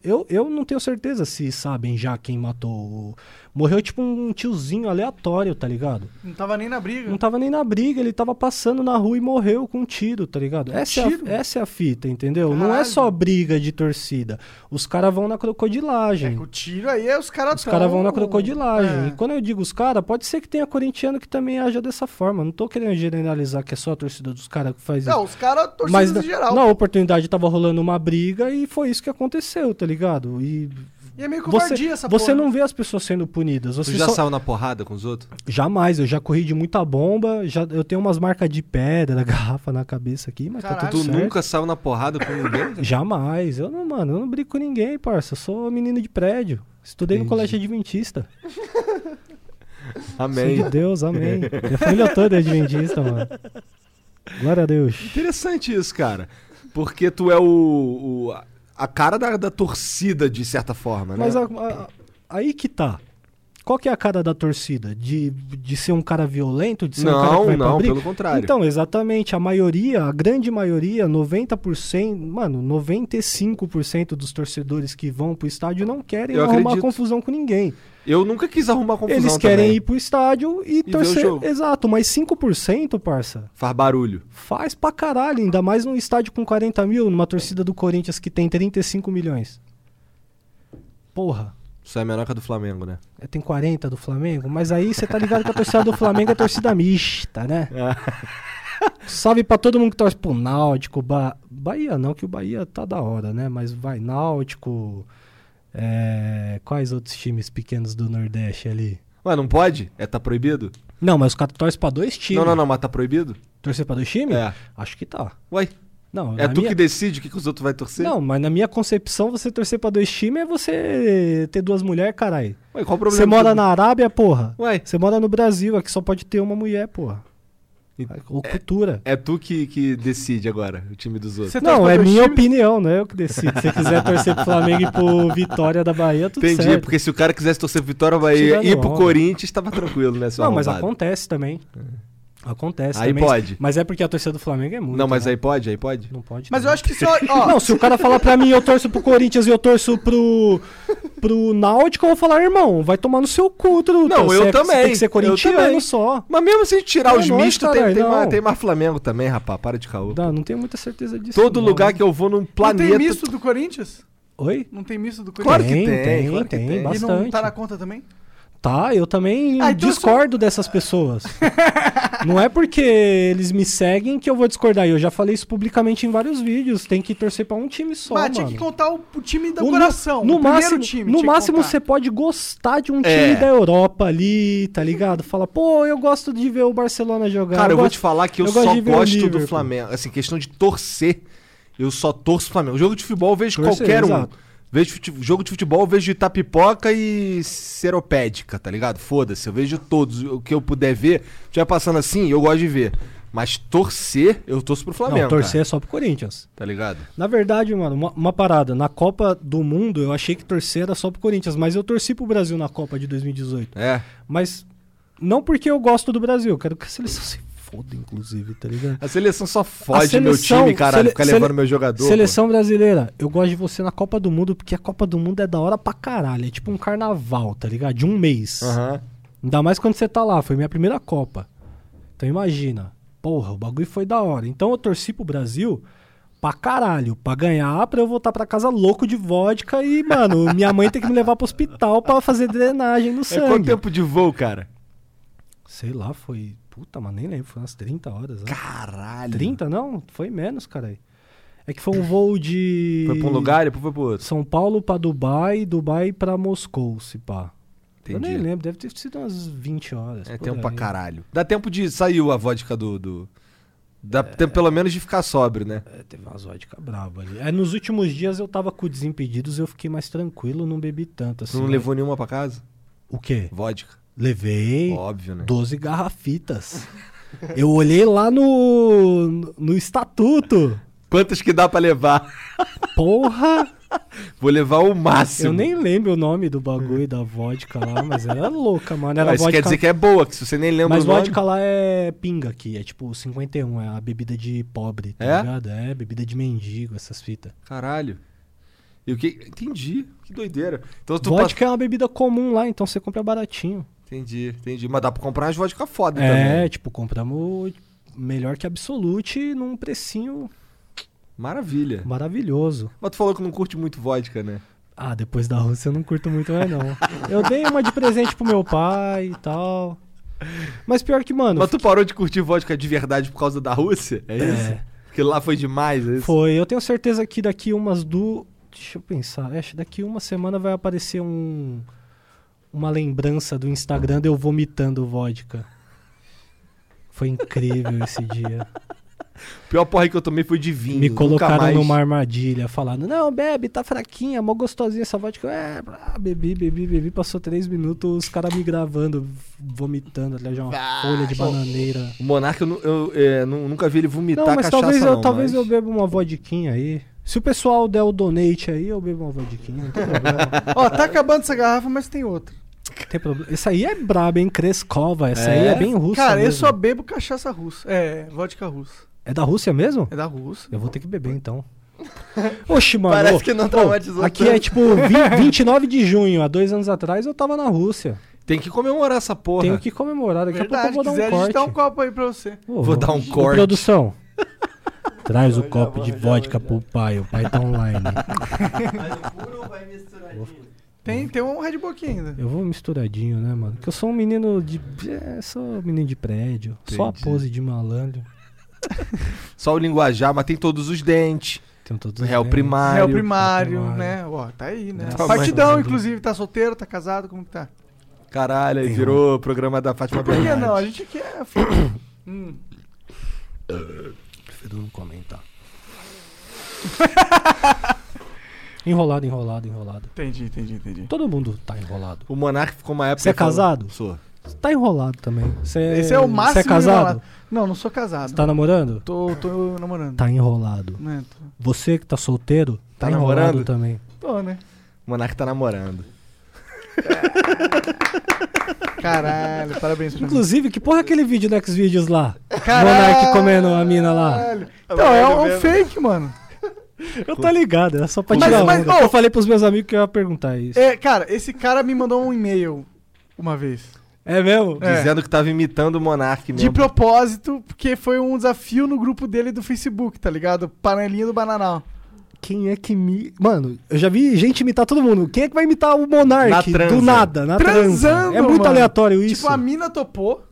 Speaker 3: Eu, eu não tenho certeza se sabem já quem matou. o- Morreu, tipo, um tiozinho aleatório, tá ligado?
Speaker 2: Não tava nem na briga. É
Speaker 3: Não tava nem na briga, ele tava passando na rua e morreu com um tiro, tá ligado? Essa, é a-
Speaker 2: tiro?
Speaker 3: essa É, a, fita, entendeu? Não é
Speaker 2: Caralho.
Speaker 3: só briga de torcida. Os caras vão na crocodilagem.
Speaker 2: É, o tiro aí é os caras
Speaker 3: os caras vão na crocodilagem.
Speaker 2: É.
Speaker 3: E quando eu digo os caras, pode ser que tenha corintiano que também haja dessa forma. Não tô querendo generalizar que é só a torcida dos caras que faz isso.
Speaker 2: Não, os caras
Speaker 3: Mas
Speaker 2: torcidas
Speaker 3: na,
Speaker 2: em geral.
Speaker 3: na oportunidade tava rolando uma briga e foi isso que aconteceu, tá ligado? E
Speaker 2: E é meio covardia
Speaker 3: você,
Speaker 2: essa
Speaker 3: você
Speaker 2: porra.
Speaker 3: não vê as pessoas sendo punidas.
Speaker 4: Tu
Speaker 3: Você
Speaker 4: já
Speaker 3: Então só-
Speaker 4: saiu na porrada com os outros?
Speaker 3: Jamais, eu já corri de muita bomba, já, eu tenho umas marcas de pedra, garrafa na cabeça aqui, mas tá
Speaker 2: Caralho.
Speaker 4: Tu
Speaker 3: tudo certo.
Speaker 4: nunca saiu na porrada com ninguém?
Speaker 3: Jamais, eu não, mano, eu não brigo com ninguém, parça, eu sou menino de prédio, estudei no
Speaker 4: Entendi.
Speaker 3: colégio adventista,
Speaker 4: Amém.
Speaker 3: sou de Deus, amém. Minha família toda é adventista, mano. Glória a Deus.
Speaker 4: Interessante isso, cara. Porque tu é o. o- a cara da, da torcida, de certa forma, né?
Speaker 3: Mas a- a- aí que tá. Qual que é a cara da torcida? De, de ser um cara violento? De ser um cara que
Speaker 4: Não,
Speaker 3: vai pra
Speaker 4: não,
Speaker 3: briga?
Speaker 4: pelo contrário.
Speaker 3: Então, exatamente, a maioria, a grande maioria, 90%, mano, 95% dos torcedores que vão pro estádio não querem
Speaker 4: Eu
Speaker 3: arrumar
Speaker 4: acredito.
Speaker 3: confusão com ninguém.
Speaker 4: Eu nunca quis arrumar confusão.
Speaker 3: Eles querem
Speaker 4: também.
Speaker 3: ir pro estádio e,
Speaker 4: ver o
Speaker 3: torcer.
Speaker 4: jogo.
Speaker 3: Exato, mas 5%, parça,
Speaker 4: Faz barulho.
Speaker 3: faz pra caralho, ainda mais num estádio com 40 mil, numa torcida do Corinthians que tem 35 milhões. Porra.
Speaker 4: Isso é menor que a do Flamengo, né?
Speaker 3: É, Tem 40 do Flamengo, mas aí você tá ligado que a torcida do Flamengo é torcida mista, né?
Speaker 4: É.
Speaker 3: Salve pra todo mundo que torce pro Náutico, ba... Bahia não, que o Bahia tá da hora, né? Mas vai Náutico. é, Quais outros times pequenos do Nordeste ali?
Speaker 4: Ué, não pode? É, tá proibido?
Speaker 3: Não, mas os caras torcem pra dois times.
Speaker 4: Não, não, não, mas tá proibido?
Speaker 3: Torcer pra dois times?
Speaker 4: É.
Speaker 3: Acho que tá.
Speaker 4: Ué,
Speaker 3: Não,
Speaker 4: é
Speaker 3: na
Speaker 4: tu
Speaker 3: minha-
Speaker 4: que decide o que, que os outros vai torcer?
Speaker 3: Não, mas na minha concepção, você torcer pra dois times é você ter duas mulheres, caralho.
Speaker 4: Ué, qual o problema?
Speaker 3: Você mora
Speaker 4: Tu-
Speaker 3: na Arábia, porra?
Speaker 4: Ué,
Speaker 3: Você mora no Brasil, aqui só pode ter uma mulher, porra. É,
Speaker 4: E-
Speaker 3: Ou cultura.
Speaker 4: é tu que, que decide agora, o time dos outros.
Speaker 2: Você torce
Speaker 3: Não,
Speaker 2: pra
Speaker 3: é
Speaker 2: dois
Speaker 3: minha
Speaker 2: times?
Speaker 3: opinião, não é eu que decido. Se você quiser torcer pro Flamengo e pro Vitória da Bahia, tudo
Speaker 4: Entendi,
Speaker 3: certo.
Speaker 4: porque se o cara quisesse torcer pro Vitória Bahia
Speaker 3: Tirando
Speaker 4: e pro
Speaker 3: onda.
Speaker 4: Corinthians, tava tranquilo, né? seu
Speaker 3: Não, mas
Speaker 4: arrombado? É.
Speaker 3: acontece também. Acontece
Speaker 4: Aí
Speaker 3: também.
Speaker 4: pode.
Speaker 3: Mas é porque a torcida do Flamengo é muito.
Speaker 4: Não, mas
Speaker 3: né?
Speaker 4: aí pode, aí pode?
Speaker 3: Não pode.
Speaker 2: Mas
Speaker 3: não.
Speaker 2: eu acho que só. Ó,
Speaker 3: Não, se o cara falar pra mim, eu torço pro Corinthians e eu torço pro, pro Náutico, eu vou falar, irmão, vai tomar no seu cu, truta.
Speaker 4: Não,
Speaker 3: Você
Speaker 4: eu
Speaker 3: é- você
Speaker 4: também.
Speaker 3: Tem que ser
Speaker 4: Eu
Speaker 3: corintiano
Speaker 4: também.
Speaker 3: só.
Speaker 4: Mas mesmo se a gente tirar
Speaker 3: Não,
Speaker 4: os
Speaker 3: não,
Speaker 4: mistos, tem,
Speaker 3: caralho,
Speaker 4: tem, mais,
Speaker 3: não.
Speaker 4: tem mais Flamengo também, rapaz. Para de caô.
Speaker 3: Não, não tenho muita certeza disso.
Speaker 4: Todo
Speaker 3: não. né?
Speaker 4: lugar que eu vou num
Speaker 2: não
Speaker 4: planeta.
Speaker 2: tem misto do Corinthians?
Speaker 3: Oi?
Speaker 2: Não tem misto do
Speaker 4: Claro
Speaker 2: Corinthians?
Speaker 4: que
Speaker 3: tem,
Speaker 4: tem,
Speaker 3: tem,
Speaker 4: claro que
Speaker 3: tem,
Speaker 4: tem. E não
Speaker 2: E
Speaker 3: bastante.
Speaker 2: não tá na conta também?
Speaker 3: Tá, eu também
Speaker 2: Ah, então
Speaker 3: discordo dessas pessoas. não é porque eles me seguem que eu vou discordar. E Eu já falei isso publicamente em vários vídeos. Tem que torcer pra um time só,
Speaker 2: Mas
Speaker 3: mano.
Speaker 2: tinha que contar o, o time do
Speaker 3: O no-
Speaker 2: coração.
Speaker 3: No
Speaker 2: o primeiro
Speaker 3: máximo,
Speaker 2: time.
Speaker 3: no
Speaker 2: tinha que
Speaker 3: máximo
Speaker 2: contar.
Speaker 3: você pode gostar de um time
Speaker 4: É.
Speaker 3: da Europa ali, tá ligado? Fala, pô, eu gosto de ver o Barcelona jogar.
Speaker 4: Cara, eu, vou
Speaker 3: gosto-
Speaker 4: te falar que eu,
Speaker 3: eu gosto
Speaker 4: só
Speaker 3: de ver o
Speaker 4: gosto do
Speaker 3: Liverpool.
Speaker 4: Flamengo. Assim, questão de torcer, eu só torço o Flamengo. Jogo de futebol eu vejo
Speaker 3: Torcer,
Speaker 4: qualquer
Speaker 3: exato.
Speaker 4: um. Vejo fute- jogo de futebol eu vejo Itapipoca e Seropédica, tá ligado? Foda-se, eu vejo todos. O que eu puder ver, já passando assim, eu gosto de ver. Mas torcer, eu torço pro Flamengo.
Speaker 3: Não, torcer
Speaker 4: cara,
Speaker 3: é só pro Corinthians.
Speaker 4: tá ligado?
Speaker 3: Na verdade, mano, uma, uma parada. Na Copa do Mundo, eu achei que torcer era só pro Corinthians, mas eu torci pro Brasil na Copa de 2018.
Speaker 4: É.
Speaker 3: Mas não porque eu gosto do Brasil. Quero que a seleção se foda, inclusive, tá ligado?
Speaker 4: A seleção só fode
Speaker 3: seleção-
Speaker 4: meu time, caralho.
Speaker 3: sele-
Speaker 4: Fica
Speaker 3: sele-
Speaker 4: levando meu jogador.
Speaker 3: Seleção brasileira, eu gosto de você na Copa do Mundo, porque a Copa do Mundo é da hora pra caralho. É tipo um carnaval, tá ligado? De um mês.
Speaker 4: pô. Aham.
Speaker 3: Ainda mais quando você tá lá, foi minha primeira Copa. Então imagina. Porra, o bagulho foi da hora. Então eu torci pro Brasil pra caralho, pra ganhar, pra eu voltar pra casa louco de vodka e, mano, minha mãe tem que me levar pro hospital pra fazer drenagem no
Speaker 4: É quanto
Speaker 3: sangue.
Speaker 4: tempo de voo, cara?
Speaker 3: Sei lá, foi. Puta, mas nem lembro, foi umas 30 horas. né?
Speaker 4: Caralho.
Speaker 3: 30 não? Foi menos, cara. É que foi um voo de.
Speaker 4: Foi pra um lugar e depois foi pro outro.
Speaker 3: São Paulo pra Dubai, Dubai pra Moscou, se pá. Eu nem
Speaker 4: Entendi.
Speaker 3: lembro, deve ter sido umas 20 horas.
Speaker 4: É
Speaker 3: por
Speaker 4: tempo pra
Speaker 3: aí.
Speaker 4: caralho. Dá tempo de saiu a vodka do. do- Dá tempo pelo menos de ficar sóbrio, né?
Speaker 3: É, teve uma zódica braba ali. É, nos últimos dias eu tava com Desimpedidos, eu fiquei mais tranquilo, não bebi tanto assim.
Speaker 4: Não
Speaker 3: né?
Speaker 4: levou nenhuma pra casa?
Speaker 3: O quê?
Speaker 4: Vodka.
Speaker 3: Levei
Speaker 4: Óbvio, né?
Speaker 3: 12 garrafitas. eu olhei lá no, no estatuto.
Speaker 4: Quantos que dá pra levar?
Speaker 3: Porra!
Speaker 4: Vou levar o máximo.
Speaker 3: Eu nem lembro o nome do bagulho da vodka lá, mas era louca, mano. Era
Speaker 4: Ah, Isso
Speaker 3: vodka.
Speaker 4: quer dizer que é boa, que se você nem lembra
Speaker 3: Mas
Speaker 4: o nome...
Speaker 3: vodka lá é pinga aqui, é tipo 51, é a bebida de pobre, tá
Speaker 4: É?
Speaker 3: ligado? É, bebida de mendigo, essas fitas.
Speaker 4: Caralho. E o que... Entendi. Que doideira. Então tu
Speaker 3: Vodka é uma bebida comum lá, então você compra baratinho.
Speaker 4: passa- Entendi, entendi. Mas dá pra comprar umas vodka foda
Speaker 3: É,
Speaker 4: também.
Speaker 3: tipo, compramos melhor que Absolute num precinho
Speaker 4: Maravilha.
Speaker 3: maravilhoso.
Speaker 4: Mas tu falou que não curte muito vodka, né?
Speaker 3: Ah, depois da Rússia eu não curto muito mais, não. Eu dei uma de presente pro meu pai e tal. Mas pior que, mano,
Speaker 4: Mas tu parou de curtir vodka de verdade por causa da Rússia? É isso?
Speaker 3: É.
Speaker 4: Porque lá foi demais, é isso?
Speaker 3: foi. Eu tenho certeza que daqui umas duas. Deixa eu pensar. Acho que daqui uma semana vai aparecer um. Uma lembrança do Instagram de eu vomitando vodka. Foi incrível esse dia.
Speaker 4: A pior porra que eu tomei foi de vinho.
Speaker 3: Me
Speaker 4: nunca
Speaker 3: colocaram
Speaker 4: mais...
Speaker 3: numa armadilha, falando: Não, bebe, tá fraquinha, mó gostosinha essa vodka. Eu, É, blá, bebi, bebi, bebi. Passou três minutos, os caras me gravando, vomitando, aliás, é uma
Speaker 4: Ah,
Speaker 3: folha de bananeira.
Speaker 4: O Monarca, eu, nu- eu, é, nu- nunca vi ele vomitar
Speaker 3: Não, mas
Speaker 4: tá cachaça,
Speaker 3: talvez, eu,
Speaker 4: não,
Speaker 3: talvez
Speaker 4: mas-
Speaker 3: eu beba uma vodquinha aí. Se o pessoal der o donate aí, eu bebo uma vodquinha, não tem problema.
Speaker 2: Ó, tá acabando essa garrafa, mas tem outra.
Speaker 3: Não tem problema. Essa aí é braba, hein? Kreskova. Essa aí é bem russa
Speaker 2: Cara, eu
Speaker 3: mesmo.
Speaker 2: só bebo cachaça russa. É, vodka russa.
Speaker 3: É da Rússia mesmo?
Speaker 2: É da Rússia.
Speaker 3: Eu vou ter que beber então. Oxi, mano.
Speaker 5: Parece
Speaker 3: ô,
Speaker 5: que não
Speaker 3: ô,
Speaker 5: traumatizou
Speaker 3: Aqui
Speaker 5: tanto.
Speaker 3: é tipo vi- 29 de junho, há dois anos atrás eu tava na Rússia.
Speaker 4: Tem que comemorar essa porra.
Speaker 3: Tenho que comemorar, daqui
Speaker 2: É Verdade,
Speaker 3: a pouco eu
Speaker 2: quiser,
Speaker 3: vou dar um
Speaker 2: a
Speaker 3: corte.
Speaker 2: gente dá um copo aí pra você.
Speaker 3: Ô,
Speaker 4: Vou dar um
Speaker 3: ô,
Speaker 4: corte.
Speaker 3: Produção. Traz o copo de vodka pro pai, o pai tá online.
Speaker 2: Tem, tem um Red Bull aqui ainda.
Speaker 3: Eu vou misturadinho, né, mano? Porque eu sou um menino de. É, sou um menino de prédio. Só a
Speaker 4: Entendi.
Speaker 3: pose de malandro.
Speaker 4: Só o linguajar, mas tem todos os dentes.
Speaker 3: Tenho todos os
Speaker 4: Réu
Speaker 3: bens.
Speaker 4: primário.
Speaker 2: é o primário,
Speaker 3: primário.
Speaker 2: né? Ó, tá aí, né?
Speaker 3: Nossa,
Speaker 2: Partidão,
Speaker 3: mano.
Speaker 2: inclusive, tá solteiro, tá casado, como que tá?
Speaker 4: Caralho, aí
Speaker 3: um-
Speaker 4: virou o programa da Fátima
Speaker 2: Por que
Speaker 4: Bernardes.
Speaker 2: não? A gente quer. hum.
Speaker 3: Prefiro não comentar. enrolado, enrolado, enrolado.
Speaker 2: Entendi, entendi, entendi.
Speaker 3: Todo mundo tá enrolado.
Speaker 4: O Monarca ficou uma época...
Speaker 3: Você é
Speaker 4: e falou-
Speaker 3: casado?
Speaker 4: Sou.
Speaker 3: Você tá enrolado também. Você
Speaker 2: Esse é o máximo.
Speaker 3: Você é casado?
Speaker 2: enrolado. Não, não sou casado.
Speaker 3: Você tá namorando?
Speaker 2: Tô, tô namorando.
Speaker 3: Tá enrolado.
Speaker 2: Né, tô-
Speaker 3: Você que tá solteiro, tá,
Speaker 4: Tá
Speaker 3: enrolado
Speaker 4: namorando?
Speaker 3: também.
Speaker 2: Tô, né?
Speaker 4: O Monarca tá namorando.
Speaker 2: Caralho, parabéns pra mim.
Speaker 3: Inclusive, que porra é aquele vídeo do Xvideos lá?
Speaker 2: Caralho!
Speaker 3: Monark comendo a mina lá.
Speaker 2: Caralho. Então, é um, é um fake, mano.
Speaker 3: Eu tô ligado, era só pra
Speaker 2: Mas-
Speaker 3: tirar
Speaker 2: mas,
Speaker 3: onda.
Speaker 2: ô,
Speaker 3: Eu falei pros meus amigos que eu ia perguntar isso.
Speaker 2: É, cara, esse cara me mandou um e-mail uma vez.
Speaker 3: É mesmo?
Speaker 2: É.
Speaker 4: Dizendo que tava imitando o Monarca
Speaker 2: De
Speaker 4: mesmo.
Speaker 2: propósito, porque foi um desafio no grupo dele do Facebook, tá ligado? Panelinha do Bananal.
Speaker 3: Quem é que me. Mano, eu já vi gente imitar todo mundo. Quem é que vai imitar o Monark
Speaker 4: Na transa.
Speaker 3: do nada, na transa?
Speaker 2: Transando,
Speaker 3: É muito
Speaker 2: mano.
Speaker 3: aleatório isso.
Speaker 2: Tipo, a mina topou.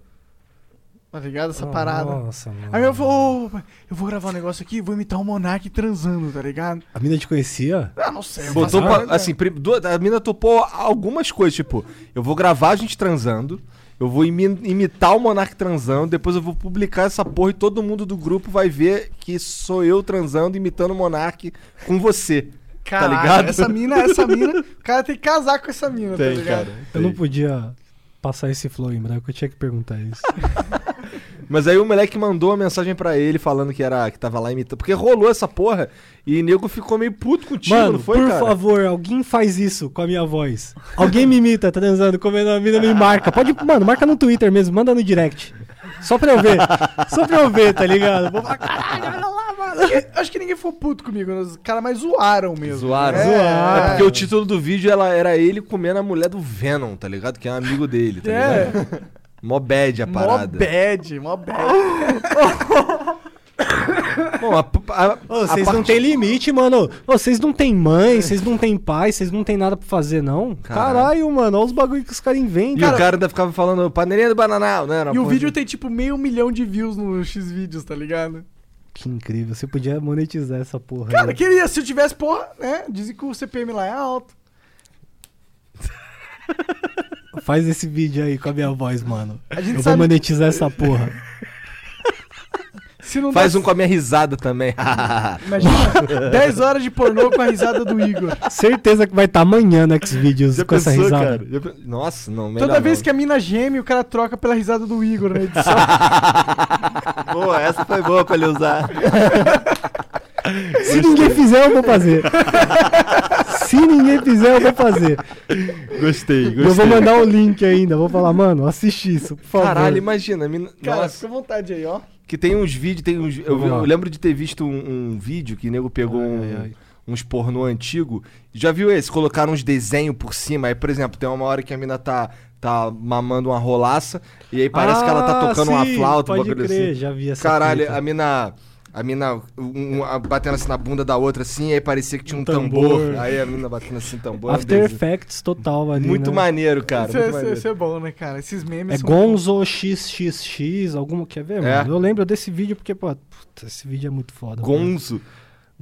Speaker 2: Tá ligado?
Speaker 4: Ah.
Speaker 2: Essa parada.
Speaker 3: Nossa, mano.
Speaker 2: Aí eu vou, "Ô, eu vou gravar um negócio aqui, vou imitar o Monark transando, tá ligado?
Speaker 3: A mina te conhecia?
Speaker 2: Ah, não sei. eu
Speaker 4: Botou
Speaker 2: faço
Speaker 4: pra-
Speaker 2: nada.
Speaker 4: assim, prim- duas- a mina topou algumas coisas, tipo, eu vou gravar a gente transando, eu vou imi- imitar o Monark transando, depois eu vou publicar essa porra e todo mundo do grupo vai ver que sou eu transando, imitando o Monark com você.
Speaker 2: Caralho,
Speaker 4: tá ligado?
Speaker 2: Essa mina, essa mina, o cara tem que casar com essa mina, tá
Speaker 4: Tem,
Speaker 2: ligado?
Speaker 4: cara.
Speaker 3: Eu não podia passar esse flow em branco, eu tinha que perguntar isso.
Speaker 4: Mas aí o moleque mandou uma mensagem pra ele falando que era que tava lá imitando. Porque rolou essa porra e nego ficou meio puto
Speaker 2: Tipo,
Speaker 4: contigo,
Speaker 3: Mano,
Speaker 4: não foi,
Speaker 3: por
Speaker 4: cara?
Speaker 3: favor, alguém faz isso com a minha voz. Alguém me imita, transando, comendo a mina, me marca. Pode, mano, marca no Twitter mesmo, manda no direct. Só pra eu ver. Só pra eu ver, tá ligado? Vou falar, caralho, olha Ah, lá, mano.
Speaker 2: Eu Acho que ninguém foi puto comigo, os caras mais zoaram mesmo.
Speaker 4: Zoaram.
Speaker 2: É,
Speaker 4: É porque o título do vídeo ela, era ele comendo a mulher do Venom, tá ligado? Que é um amigo dele, tá
Speaker 2: É.
Speaker 4: ligado? Mó bad a
Speaker 2: Mó
Speaker 4: parada.
Speaker 2: bad, mó bad.
Speaker 4: Bom, a, a-
Speaker 3: Ô,
Speaker 4: a
Speaker 3: vocês não
Speaker 4: parte-
Speaker 3: têm limite, mano. Ô, vocês não têm mãe, vocês não têm pai, vocês não têm nada pra fazer, não?
Speaker 4: Caralho.
Speaker 3: Caralho, mano, olha os bagulho que os caras
Speaker 4: E
Speaker 3: inventam.
Speaker 4: o cara ainda ficava falando panelinha do bananal, né? Era
Speaker 2: E o
Speaker 4: porra
Speaker 2: vídeo
Speaker 4: de-
Speaker 2: tem tipo meio milhão de views no X-Vídeos, tá ligado?
Speaker 3: Que incrível. Você podia monetizar essa porra.
Speaker 2: Cara,
Speaker 3: aí.
Speaker 2: queria, se eu tivesse, porra, né? Dizem que o CPM lá é alto.
Speaker 3: Faz esse vídeo aí com a minha voz, mano.
Speaker 2: A gente
Speaker 3: Eu vou
Speaker 2: sabe-
Speaker 3: monetizar essa porra.
Speaker 2: Se não
Speaker 4: Faz
Speaker 2: dá-
Speaker 4: um com a minha risada também.
Speaker 2: Imagina 10 horas de pornô com a risada do Igor.
Speaker 3: Certeza que vai estar amanhã no Xvideos com essa risada.
Speaker 4: Já pe- Nossa, não, melhor
Speaker 2: Toda vez
Speaker 4: não.
Speaker 2: que é a mina geme, o cara troca pela risada do Igor na edição.
Speaker 5: Boa, essa foi boa pra ele usar.
Speaker 3: Se ninguém fizer, eu vou fazer. Se ninguém fizer, eu vou fazer.
Speaker 5: Gostei, gostei.
Speaker 3: Eu vou mandar o link ainda. Vou falar, mano, assiste isso, por favor.
Speaker 4: Caralho, imagina. mina-
Speaker 2: Cara,
Speaker 4: Nossa.
Speaker 2: fica à vontade aí, ó.
Speaker 4: Que tem uns vídeos, tem uns. Eu,
Speaker 3: Vamos lá.
Speaker 4: eu lembro de ter visto um, um vídeo que o nego pegou um- uns pornô antigo. Já viu esse? Colocaram uns desenhos por cima. Aí, por exemplo, tem uma hora que a mina tá, tá mamando uma rolaça. E aí parece que ela tá
Speaker 3: Ah,
Speaker 4: tocando uma
Speaker 3: sim,
Speaker 4: flauta, um
Speaker 3: pode
Speaker 4: bagulho
Speaker 3: crer,
Speaker 4: assim.
Speaker 3: já vi essa
Speaker 4: Caralho,
Speaker 3: fita.
Speaker 4: a mina. A mina um- um- a- batendo assim na bunda da outra, assim, aí parecia que tinha um, tambor.
Speaker 3: tambor.
Speaker 4: Aí a mina batendo assim tambor. é um
Speaker 3: After
Speaker 4: desenho.
Speaker 3: Effects total ali.
Speaker 4: muito
Speaker 3: né?
Speaker 4: maneiro, cara.
Speaker 2: Isso,
Speaker 4: muito
Speaker 2: é-
Speaker 4: maneiro.
Speaker 2: isso é bom, né, cara? Esses memes
Speaker 3: É
Speaker 2: são-
Speaker 3: Gonzo XXX, alguma quer ver,
Speaker 4: É.
Speaker 3: mano? Eu lembro desse vídeo porque, pô, puta, esse vídeo é muito foda. mano.
Speaker 4: Gonzo.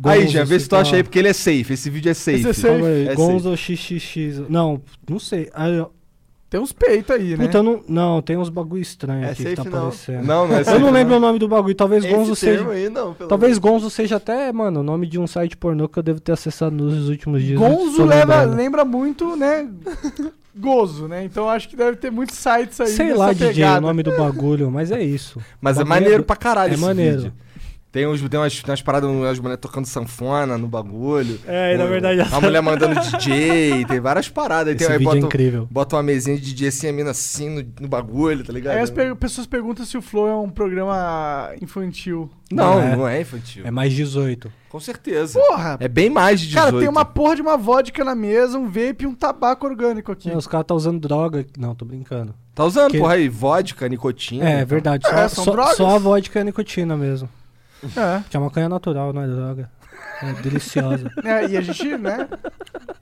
Speaker 4: Aí, já vê
Speaker 3: você
Speaker 4: se tu
Speaker 3: tá-
Speaker 4: acha aí, porque ele é safe. Esse vídeo é safe.
Speaker 2: Esse é safe.
Speaker 3: Calma aí,
Speaker 4: É
Speaker 3: Gonzo XXX. Não, não sei. Ah, eu-
Speaker 2: Tem uns peitos aí, né?
Speaker 3: Puta, eu não. Não, tem uns bagulho estranho
Speaker 5: É
Speaker 3: aqui que tá
Speaker 5: safe não.
Speaker 3: aparecendo.
Speaker 4: Não, não é
Speaker 3: Eu
Speaker 4: safe,
Speaker 3: não lembro o nome do bagulho. Talvez Gonzo
Speaker 5: Esse termo
Speaker 3: seja.
Speaker 5: aí, não, pelo
Speaker 3: Talvez Gonzo seja até, mano, o nome de um site pornô que eu devo ter acessado nos últimos dias. eu
Speaker 2: Gonzo
Speaker 3: tô
Speaker 2: leva,
Speaker 3: lembrando.
Speaker 2: lembra muito, né? Gozo, né? então acho que deve ter muitos sites aí.
Speaker 3: Sei
Speaker 2: nessa
Speaker 3: lá, DJ,
Speaker 2: pegada.
Speaker 3: o nome do bagulho, mas é isso.
Speaker 4: Mas é
Speaker 3: Bagulho
Speaker 4: maneiro
Speaker 3: do-
Speaker 4: pra caralho
Speaker 3: É
Speaker 4: esse
Speaker 3: maneiro.
Speaker 4: vídeo. Tem, uns, tem, umas, tem umas paradas, umas mulheres tocando sanfona no bagulho.
Speaker 3: É, e na
Speaker 4: Um-
Speaker 3: verdade-
Speaker 4: Uma mulher mandando DJ, tem várias paradas. Aí
Speaker 3: Esse
Speaker 4: tem, aí
Speaker 3: vídeo é
Speaker 4: bota, um
Speaker 3: incrível.
Speaker 4: bota uma mesinha de DJ assim, a mina assim no, no bagulho, tá ligado?
Speaker 2: Aí as pe- pessoas perguntam se o Flow é um programa infantil.
Speaker 4: Não,
Speaker 3: Não é.
Speaker 4: não é infantil.
Speaker 3: É mais 18.
Speaker 4: Com certeza.
Speaker 2: Porra!
Speaker 4: É bem mais de 18.
Speaker 2: cara, tem uma porra de uma vodka na mesa, um vape e um tabaco orgânico aqui.
Speaker 3: Não, os caras tá usando droga. Não, tô brincando.
Speaker 4: Tá usando,
Speaker 3: que-
Speaker 4: porra, aí, vodka, nicotina.
Speaker 3: É, verdade. Só,
Speaker 2: É, são
Speaker 3: só-
Speaker 2: drogas.
Speaker 3: só a vodka é nicotina mesmo.
Speaker 2: É.
Speaker 3: Que é uma canha natural, não é droga. É deliciosa.
Speaker 2: É, e a gente, né?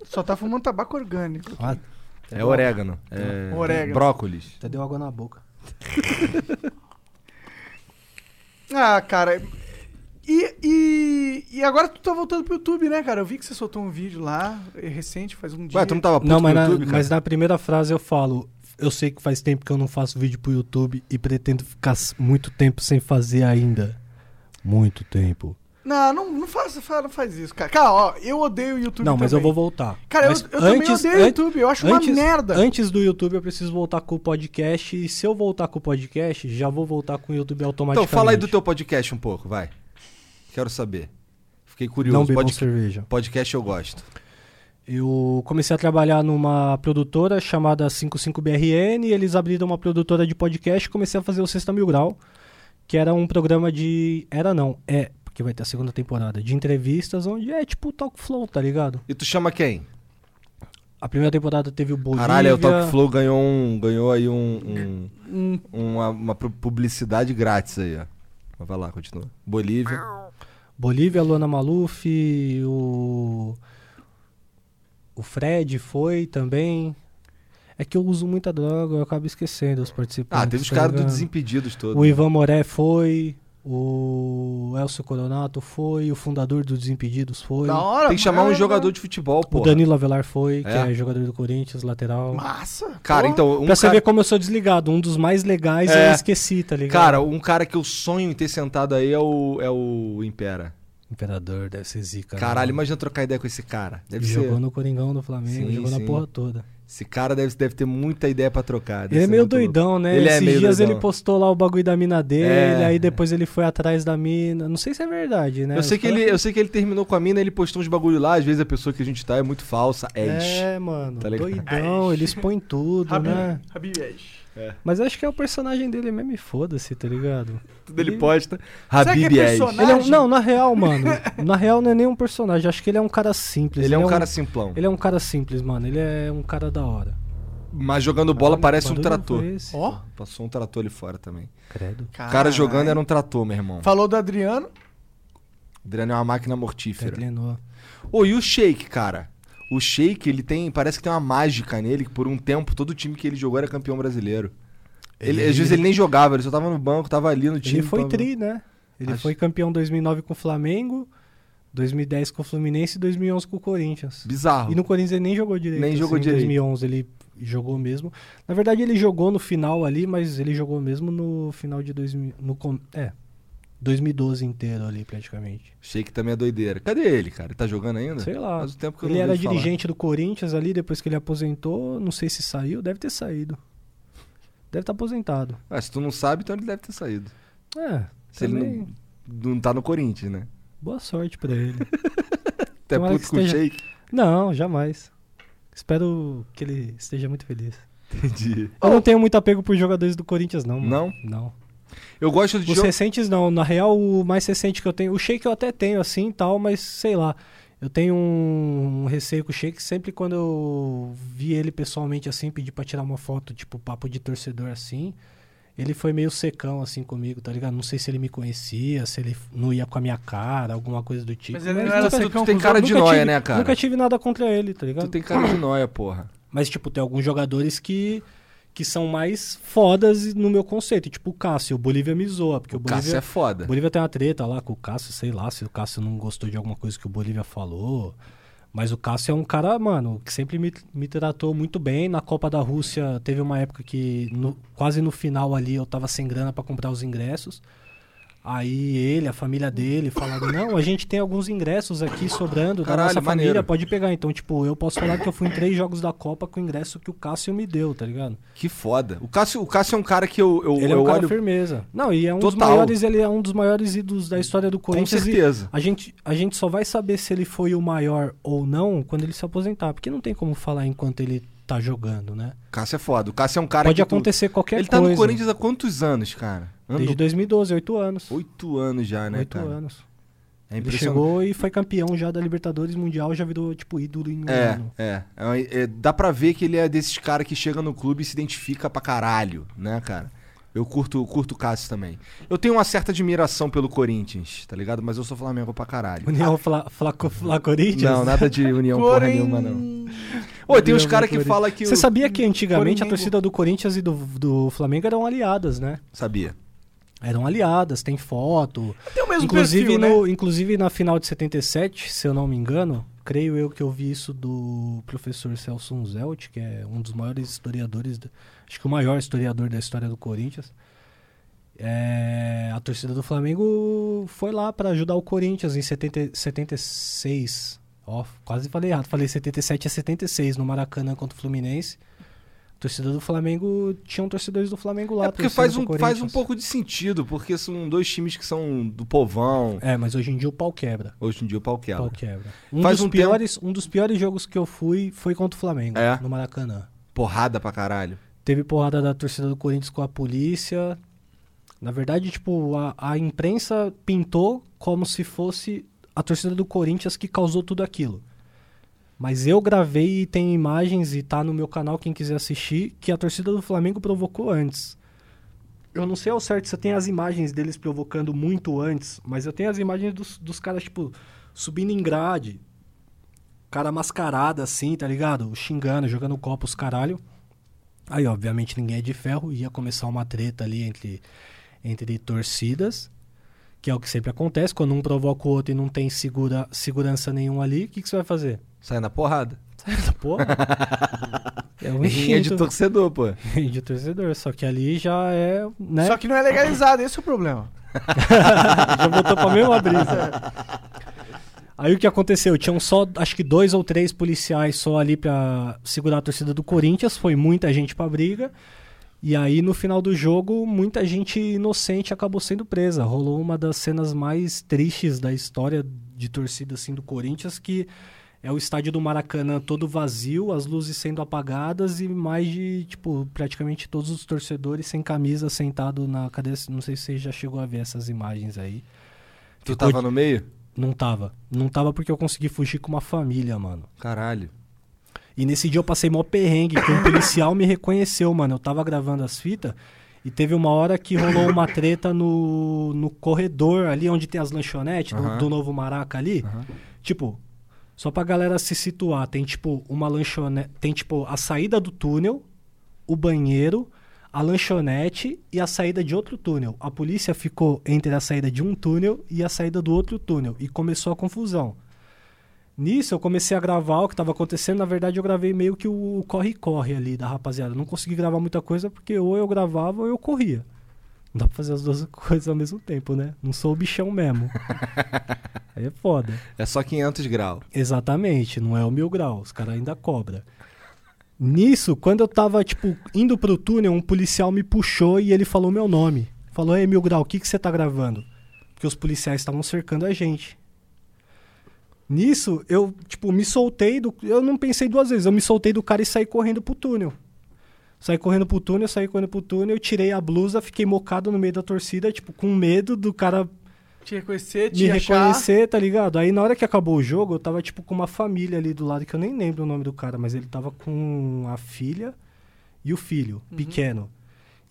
Speaker 2: Só tá fumando tabaco orgânico.
Speaker 3: Ah,
Speaker 4: É orégano. É
Speaker 2: Orégano.
Speaker 4: Brócolis.
Speaker 3: até deu água na boca.
Speaker 2: Ah, cara. E, e, e agora tu tá voltando pro YouTube, né, cara? Eu vi que você soltou um vídeo lá, eh, recente, faz um dia.
Speaker 4: Ué, tu não tava puto
Speaker 3: Não, mas,
Speaker 4: Tá no
Speaker 3: na,
Speaker 4: YouTube, cara?
Speaker 3: mas na primeira frase eu falo. Eu sei que faz tempo que eu não faço vídeo pro YouTube e pretendo ficar s- muito tempo sem fazer ainda. Muito tempo.
Speaker 4: tá-
Speaker 2: Não, não, não, faz, fa- não faz isso, cara. Cara, ó, eu odeio o YouTube
Speaker 3: Não, mas eu
Speaker 2: também.
Speaker 3: vou voltar.
Speaker 2: tá Cara, eu-
Speaker 3: Mas
Speaker 2: eu também odeio
Speaker 3: an-
Speaker 2: YouTube, eu acho uma merda.
Speaker 3: Antes do YouTube, eu preciso voltar com o podcast. E se eu voltar com o podcast, já vou voltar com o YouTube
Speaker 4: Então,
Speaker 3: automaticamente.
Speaker 4: fala aí do teu podcast um pouco, vai. Quero saber. Fiquei curioso.
Speaker 3: Não bebam
Speaker 4: Podca-
Speaker 3: cerveja.
Speaker 4: Podcast eu gosto.
Speaker 3: Eu comecei a trabalhar numa produtora chamada 55BRN e eles abriram uma produtora de podcast e comecei a fazer o Sexta Mil Grau, que era um programa de... Era não, é, porque vai ter a segunda temporada, de entrevistas, onde é tipo Talk Flow, tá ligado?
Speaker 4: E tu chama quem?
Speaker 3: A primeira temporada teve o Bolívia...
Speaker 4: Caralho, é o Talk Flow ganhou, um, ganhou aí um, um- uma, uma pu- publicidade grátis aí, ó. Mas Vai lá, continua. Bolívia.
Speaker 3: Bolívia, Luana Maluf, o. O Fred foi também. É que eu uso muita droga, eu acabo esquecendo os participantes.
Speaker 4: Ah, teve os
Speaker 3: tá
Speaker 4: caras do
Speaker 3: ligado?
Speaker 4: Desimpedidos todos.
Speaker 3: O Ivan Moré foi, o Elcio Coronato foi, o fundador do Desimpedidos foi.
Speaker 2: Da hora,
Speaker 4: Tem que chamar um
Speaker 2: mano.
Speaker 4: jogador de futebol,
Speaker 3: O
Speaker 4: pô.
Speaker 3: Danilo Avelar foi, que
Speaker 4: É.
Speaker 3: é jogador do Corinthians, lateral.
Speaker 2: Massa!
Speaker 4: Cara,
Speaker 2: porra.
Speaker 4: então, um
Speaker 3: pra você
Speaker 4: cara,
Speaker 3: ver como eu sou desligado, um dos mais legais
Speaker 4: É.
Speaker 3: eu esqueci, tá ligado?
Speaker 4: cara, um cara que eu sonho em ter sentado aí é o, é o Impera.
Speaker 3: Imperador, deve ser zica. né?
Speaker 4: Caralho, imagina trocar ideia com esse cara. Deve
Speaker 3: Jogou
Speaker 4: ser.
Speaker 3: no Coringão, no Flamengo,
Speaker 4: Sim,
Speaker 3: jogou
Speaker 4: sim.
Speaker 3: na porra toda.
Speaker 4: Esse cara deve, deve ter muita ideia pra trocar. deve
Speaker 3: Ele é
Speaker 4: ser
Speaker 3: meio
Speaker 4: muito louco.
Speaker 3: doidão, né?
Speaker 4: Ele é
Speaker 3: Esses
Speaker 4: meio
Speaker 3: dias
Speaker 4: doidão.
Speaker 3: ele postou lá o bagulho da mina dele,
Speaker 4: É.
Speaker 3: aí depois ele foi atrás da mina. Não sei se é verdade, né?
Speaker 4: Eu sei,
Speaker 3: Os
Speaker 4: que ele,
Speaker 3: caras-
Speaker 4: eu sei que ele terminou com a mina, ele postou uns bagulho lá, às vezes a pessoa que a gente tá é muito falsa, é.
Speaker 3: É, mano,
Speaker 4: Tá ligado?
Speaker 3: doidão, ele expõe tudo,
Speaker 2: Rabi,
Speaker 3: né?
Speaker 2: Rabi Yesh.
Speaker 3: Mas acho que é o personagem dele mesmo e foda-se, tá ligado?
Speaker 4: Tudo ele posta.
Speaker 2: que é
Speaker 4: Habib é
Speaker 2: personagem?
Speaker 3: Ele é um- não, na real, mano, na real não é nem um personagem, acho que ele é um cara simples.
Speaker 4: Ele é um cara simplão.
Speaker 3: Ele é um cara simples, mano, ele é um cara da hora.
Speaker 4: Mas jogando bola
Speaker 3: Caralho,
Speaker 4: parece
Speaker 3: que
Speaker 4: um
Speaker 3: barulho
Speaker 4: trator.
Speaker 3: foi esse?
Speaker 2: Ó,
Speaker 4: Passou um trator ali fora também.
Speaker 3: Credo.
Speaker 4: O cara jogando era um trator, meu irmão.
Speaker 2: Falou do Adriano.
Speaker 4: O Adriano é uma máquina mortífera.
Speaker 3: Pedlenor.
Speaker 4: Ô, e o Shake, cara? O Shake, ele tem. Parece que tem uma mágica nele, que por um tempo todo time que ele jogou era campeão brasileiro. Ele, às vezes ele nem jogava, ele só tava no banco, tava ali no time.
Speaker 3: Ele foi
Speaker 4: tava-
Speaker 3: tri, né? Ele
Speaker 4: Acho-
Speaker 3: foi campeão em 2009 com o Flamengo, 2010 com o Fluminense e 2011 com o Corinthians.
Speaker 4: Bizarro.
Speaker 3: E no Corinthians ele nem jogou direito. assim,
Speaker 4: Nem jogou direito.
Speaker 3: Em 2011 ele jogou mesmo. Na verdade ele jogou no final ali, mas ele jogou mesmo no final de 2000, no com- é, 2012 inteiro ali praticamente.
Speaker 4: Shake também é doideira. Cadê ele, cara? Ele tá jogando ainda?
Speaker 3: Sei lá.
Speaker 4: Faz o tempo que eu
Speaker 3: Ele
Speaker 4: não
Speaker 3: era
Speaker 4: vejo falar.
Speaker 3: dirigente do Corinthians ali, depois que ele aposentou, não sei se saiu, deve ter saído. Deve estar aposentado.
Speaker 4: Ah, se tu não sabe, então ele deve ter saído.
Speaker 3: É,
Speaker 4: Se ele
Speaker 3: também,
Speaker 4: não, não tá no Corinthians, né?
Speaker 3: boa sorte pra ele.
Speaker 4: Até
Speaker 3: Tomara
Speaker 4: puto
Speaker 3: que
Speaker 4: com o
Speaker 3: esteja-
Speaker 4: Shake.
Speaker 3: Não, jamais. Espero que ele esteja muito feliz.
Speaker 4: Entendi.
Speaker 3: Eu não tenho muito apego por jogadores do Corinthians, não. mano. Não.
Speaker 4: Eu gosto de
Speaker 3: Os
Speaker 4: jogo.
Speaker 3: recentes, não. Na real, o mais recente que eu tenho. O Sheik eu até tenho, assim e tal, mas sei lá. Eu tenho um, um receio com o Sheik. Sempre quando eu vi ele pessoalmente, assim, pedir pra tirar uma foto, tipo, papo de torcedor, assim. Ele foi meio secão, assim, comigo, tá ligado? Não sei se ele me conhecia, se ele não ia com a minha cara, alguma coisa do tipo.
Speaker 2: Mas ele não
Speaker 3: mas
Speaker 2: era
Speaker 4: assim, tu- tu
Speaker 2: secão
Speaker 4: tem
Speaker 2: com os
Speaker 4: cara
Speaker 2: outros.
Speaker 4: de
Speaker 3: nunca
Speaker 4: nóia,
Speaker 3: tive-
Speaker 4: né, cara?
Speaker 3: Nunca tive nada contra ele, tá ligado?
Speaker 4: Tu tem cara de nóia, porra.
Speaker 3: Mas, tipo, tem alguns jogadores que, que são mais fodas no meu conceito. Tipo, o Cássio. O Bolívia me zoa, porque o,
Speaker 4: Bolívia...
Speaker 3: Bolívia...
Speaker 4: Cássio é foda.
Speaker 3: O Bolívia tem uma treta lá com o Cássio, sei lá, se o Cássio não gostou de alguma coisa que o Bolívia falou. Mas o Cássio é um cara, mano, que sempre me, me tratou muito bem. Na Copa da Rússia teve uma época que no- quase no final ali eu tava sem grana pra comprar os ingressos. Aí ele, a família dele, falaram: Não, a gente tem alguns ingressos aqui sobrando da
Speaker 4: Caralho,
Speaker 3: nossa família,
Speaker 4: maneiro.
Speaker 3: pode pegar. Então, tipo, eu posso falar que eu fui em três jogos da Copa com o ingresso que o Cássio me deu, tá ligado?
Speaker 4: Que foda. O Cássio, o Cássio é um cara que eu, eu,
Speaker 3: Ele é
Speaker 4: eu
Speaker 3: um cara
Speaker 4: olho.
Speaker 3: firmeza. Não, e é um dos
Speaker 4: Total.
Speaker 3: maiores, ele é um dos maiores ídolos da história do
Speaker 4: Com
Speaker 3: Corinthians. e
Speaker 4: certeza.
Speaker 3: a gente, a gente só vai saber se ele foi o maior ou não quando ele se aposentar, porque não tem como falar enquanto ele tá jogando, né?
Speaker 4: O Cássio é foda. O Cássio é um cara
Speaker 3: Pode
Speaker 4: que. tu-
Speaker 3: acontecer qualquer
Speaker 4: Ele tá
Speaker 3: coisa.
Speaker 4: no Corinthians há quantos anos, cara? Ano-
Speaker 3: desde 2012, oito anos.
Speaker 4: Oito anos já, né,
Speaker 3: Oito
Speaker 4: cara?
Speaker 3: anos.
Speaker 4: É
Speaker 3: Ele
Speaker 4: impressionante.
Speaker 3: chegou e foi campeão já da Libertadores Mundial, já virou tipo ídolo em um
Speaker 4: É,
Speaker 3: ano.
Speaker 4: é, é, uma- é, Dá pra ver que ele é desses caras que chega no clube e se identifica pra caralho, né, cara? Eu curto, curto o Cássio também. Eu tenho uma certa admiração pelo Corinthians, tá ligado? Mas eu sou Flamengo pra caralho.
Speaker 3: União Fla, Fla, Fla Corinthians?
Speaker 4: Não, nada de união porra
Speaker 2: Corin-
Speaker 4: nenhuma, não. Ô, tem uns
Speaker 3: União
Speaker 4: caras que
Speaker 3: Corinthians.
Speaker 4: falam que.
Speaker 3: Você
Speaker 4: o-
Speaker 3: sabia que antigamente a
Speaker 2: Coringo.
Speaker 3: torcida do Corinthians e do, do Flamengo eram aliadas, né?
Speaker 4: Sabia.
Speaker 3: Eram aliadas, tem foto.
Speaker 2: Tem o mesmo
Speaker 3: Inclusive,
Speaker 2: perfil, né?
Speaker 3: no, inclusive na final de 77, se eu não me engano, creio eu que eu vi isso do professor Celso Unzelt, que é um dos maiores historiadores, da- acho que o maior historiador da história do Corinthians. É, a torcida do Flamengo foi lá pra ajudar o Corinthians em 70, 76. Ó, quase falei errado, falei 77 a 76 no Maracanã contra o Fluminense. A torcida do Flamengo, tinham torcedores do Flamengo lá.
Speaker 4: é porque
Speaker 3: torcendo
Speaker 4: faz
Speaker 3: pro
Speaker 4: um, faz um
Speaker 3: Corinthians.
Speaker 4: pouco de sentido, porque são dois times que são do povão.
Speaker 3: É, mas hoje em dia o pau quebra.
Speaker 4: Hoje em dia o pau quebra.
Speaker 3: Pau quebra. Um,
Speaker 4: Faz
Speaker 3: dos
Speaker 4: um tempo-
Speaker 3: piores, um dos piores jogos que eu fui foi contra o Flamengo,
Speaker 4: É?
Speaker 3: no Maracanã.
Speaker 4: Porrada pra caralho.
Speaker 3: Teve porrada da torcida do Corinthians com a polícia. Na verdade, tipo, a, a imprensa pintou como se fosse a torcida do Corinthians que causou tudo aquilo. Mas eu gravei e tem imagens e tá no meu canal, quem quiser assistir, que a torcida do Flamengo provocou antes. Eu não sei ao certo se eu tenho as imagens deles provocando muito antes, mas eu tenho as imagens dos, dos caras, tipo, subindo em grade, cara mascarado assim, tá ligado? Xingando, jogando copos, caralho. Aí, obviamente, ninguém é de ferro, ia começar uma treta ali entre, entre torcidas, que é o que sempre acontece, quando um provoca o outro e não tem segura, segurança nenhuma ali, o que, que você vai fazer?
Speaker 4: Sai na porrada.
Speaker 3: Essa porra? é um
Speaker 4: Rinha de
Speaker 3: instinto é
Speaker 4: torcedor, pô.
Speaker 3: de torcedor, só que ali já é, né?
Speaker 2: Só que não é legalizado, esse é o problema.
Speaker 3: já voltou pra mesma brisa. Aí o que aconteceu? Tinham só, acho que dois ou três policiais só ali pra segurar a torcida do Corinthians. Foi muita gente pra briga. E aí, no final do jogo, muita gente inocente acabou sendo presa. Rolou uma das cenas mais tristes da história de torcida assim, do Corinthians, que é o estádio do Maracanã todo vazio, as luzes sendo apagadas e mais de, tipo, praticamente todos os torcedores sem camisa sentado na cadeira. Não sei se você já chegou a ver essas imagens aí.
Speaker 4: Tu
Speaker 3: Ficou
Speaker 4: tava no meio?
Speaker 3: Não tava. Não tava porque eu consegui fugir com uma família, mano.
Speaker 4: Caralho.
Speaker 3: E nesse dia eu passei mó perrengue, que um policial me reconheceu, mano. Eu tava gravando as fitas e teve uma hora que rolou uma treta no, no corredor ali onde tem as lanchonetes do-
Speaker 4: Aham.
Speaker 3: do, novo Maraca ali. Tipo, só pra galera se situar, tem tipo uma lanchonete. Tem tipo a saída do túnel, o banheiro, a lanchonete e a saída de outro túnel. A polícia ficou entre a saída de um túnel e a saída do outro túnel e começou a confusão. Nisso eu comecei a gravar o que estava acontecendo. Na verdade, eu gravei meio que o corre-corre ali da rapaziada. Não consegui gravar muita coisa porque ou eu gravava ou eu corria. Não dá pra fazer as duas coisas ao mesmo tempo, né? Não sou o bichão mesmo. Aí é foda.
Speaker 4: É só 500 graus.
Speaker 3: Exatamente, não é o mil grau, os caras ainda cobra. Nisso, quando eu tava, tipo, indo pro túnel, um policial me puxou e ele falou meu nome. Falou, ei, mil grau, o que que você tá gravando? Porque os policiais estavam cercando a gente. Nisso, eu, tipo, me soltei do... Eu não pensei duas vezes, eu me soltei do cara e saí correndo pro túnel. Saí correndo pro túnel, saí correndo pro túnel, tirei a blusa, fiquei mocado no meio da torcida, tipo, com medo do cara
Speaker 2: Te reconhecer, te
Speaker 3: me
Speaker 2: achar.
Speaker 3: reconhecer, tá ligado? Aí na hora que acabou o jogo, eu tava tipo com uma família ali do lado, que eu nem lembro o nome do cara, mas ele tava com a filha e o filho,
Speaker 2: Uhum.
Speaker 3: pequeno.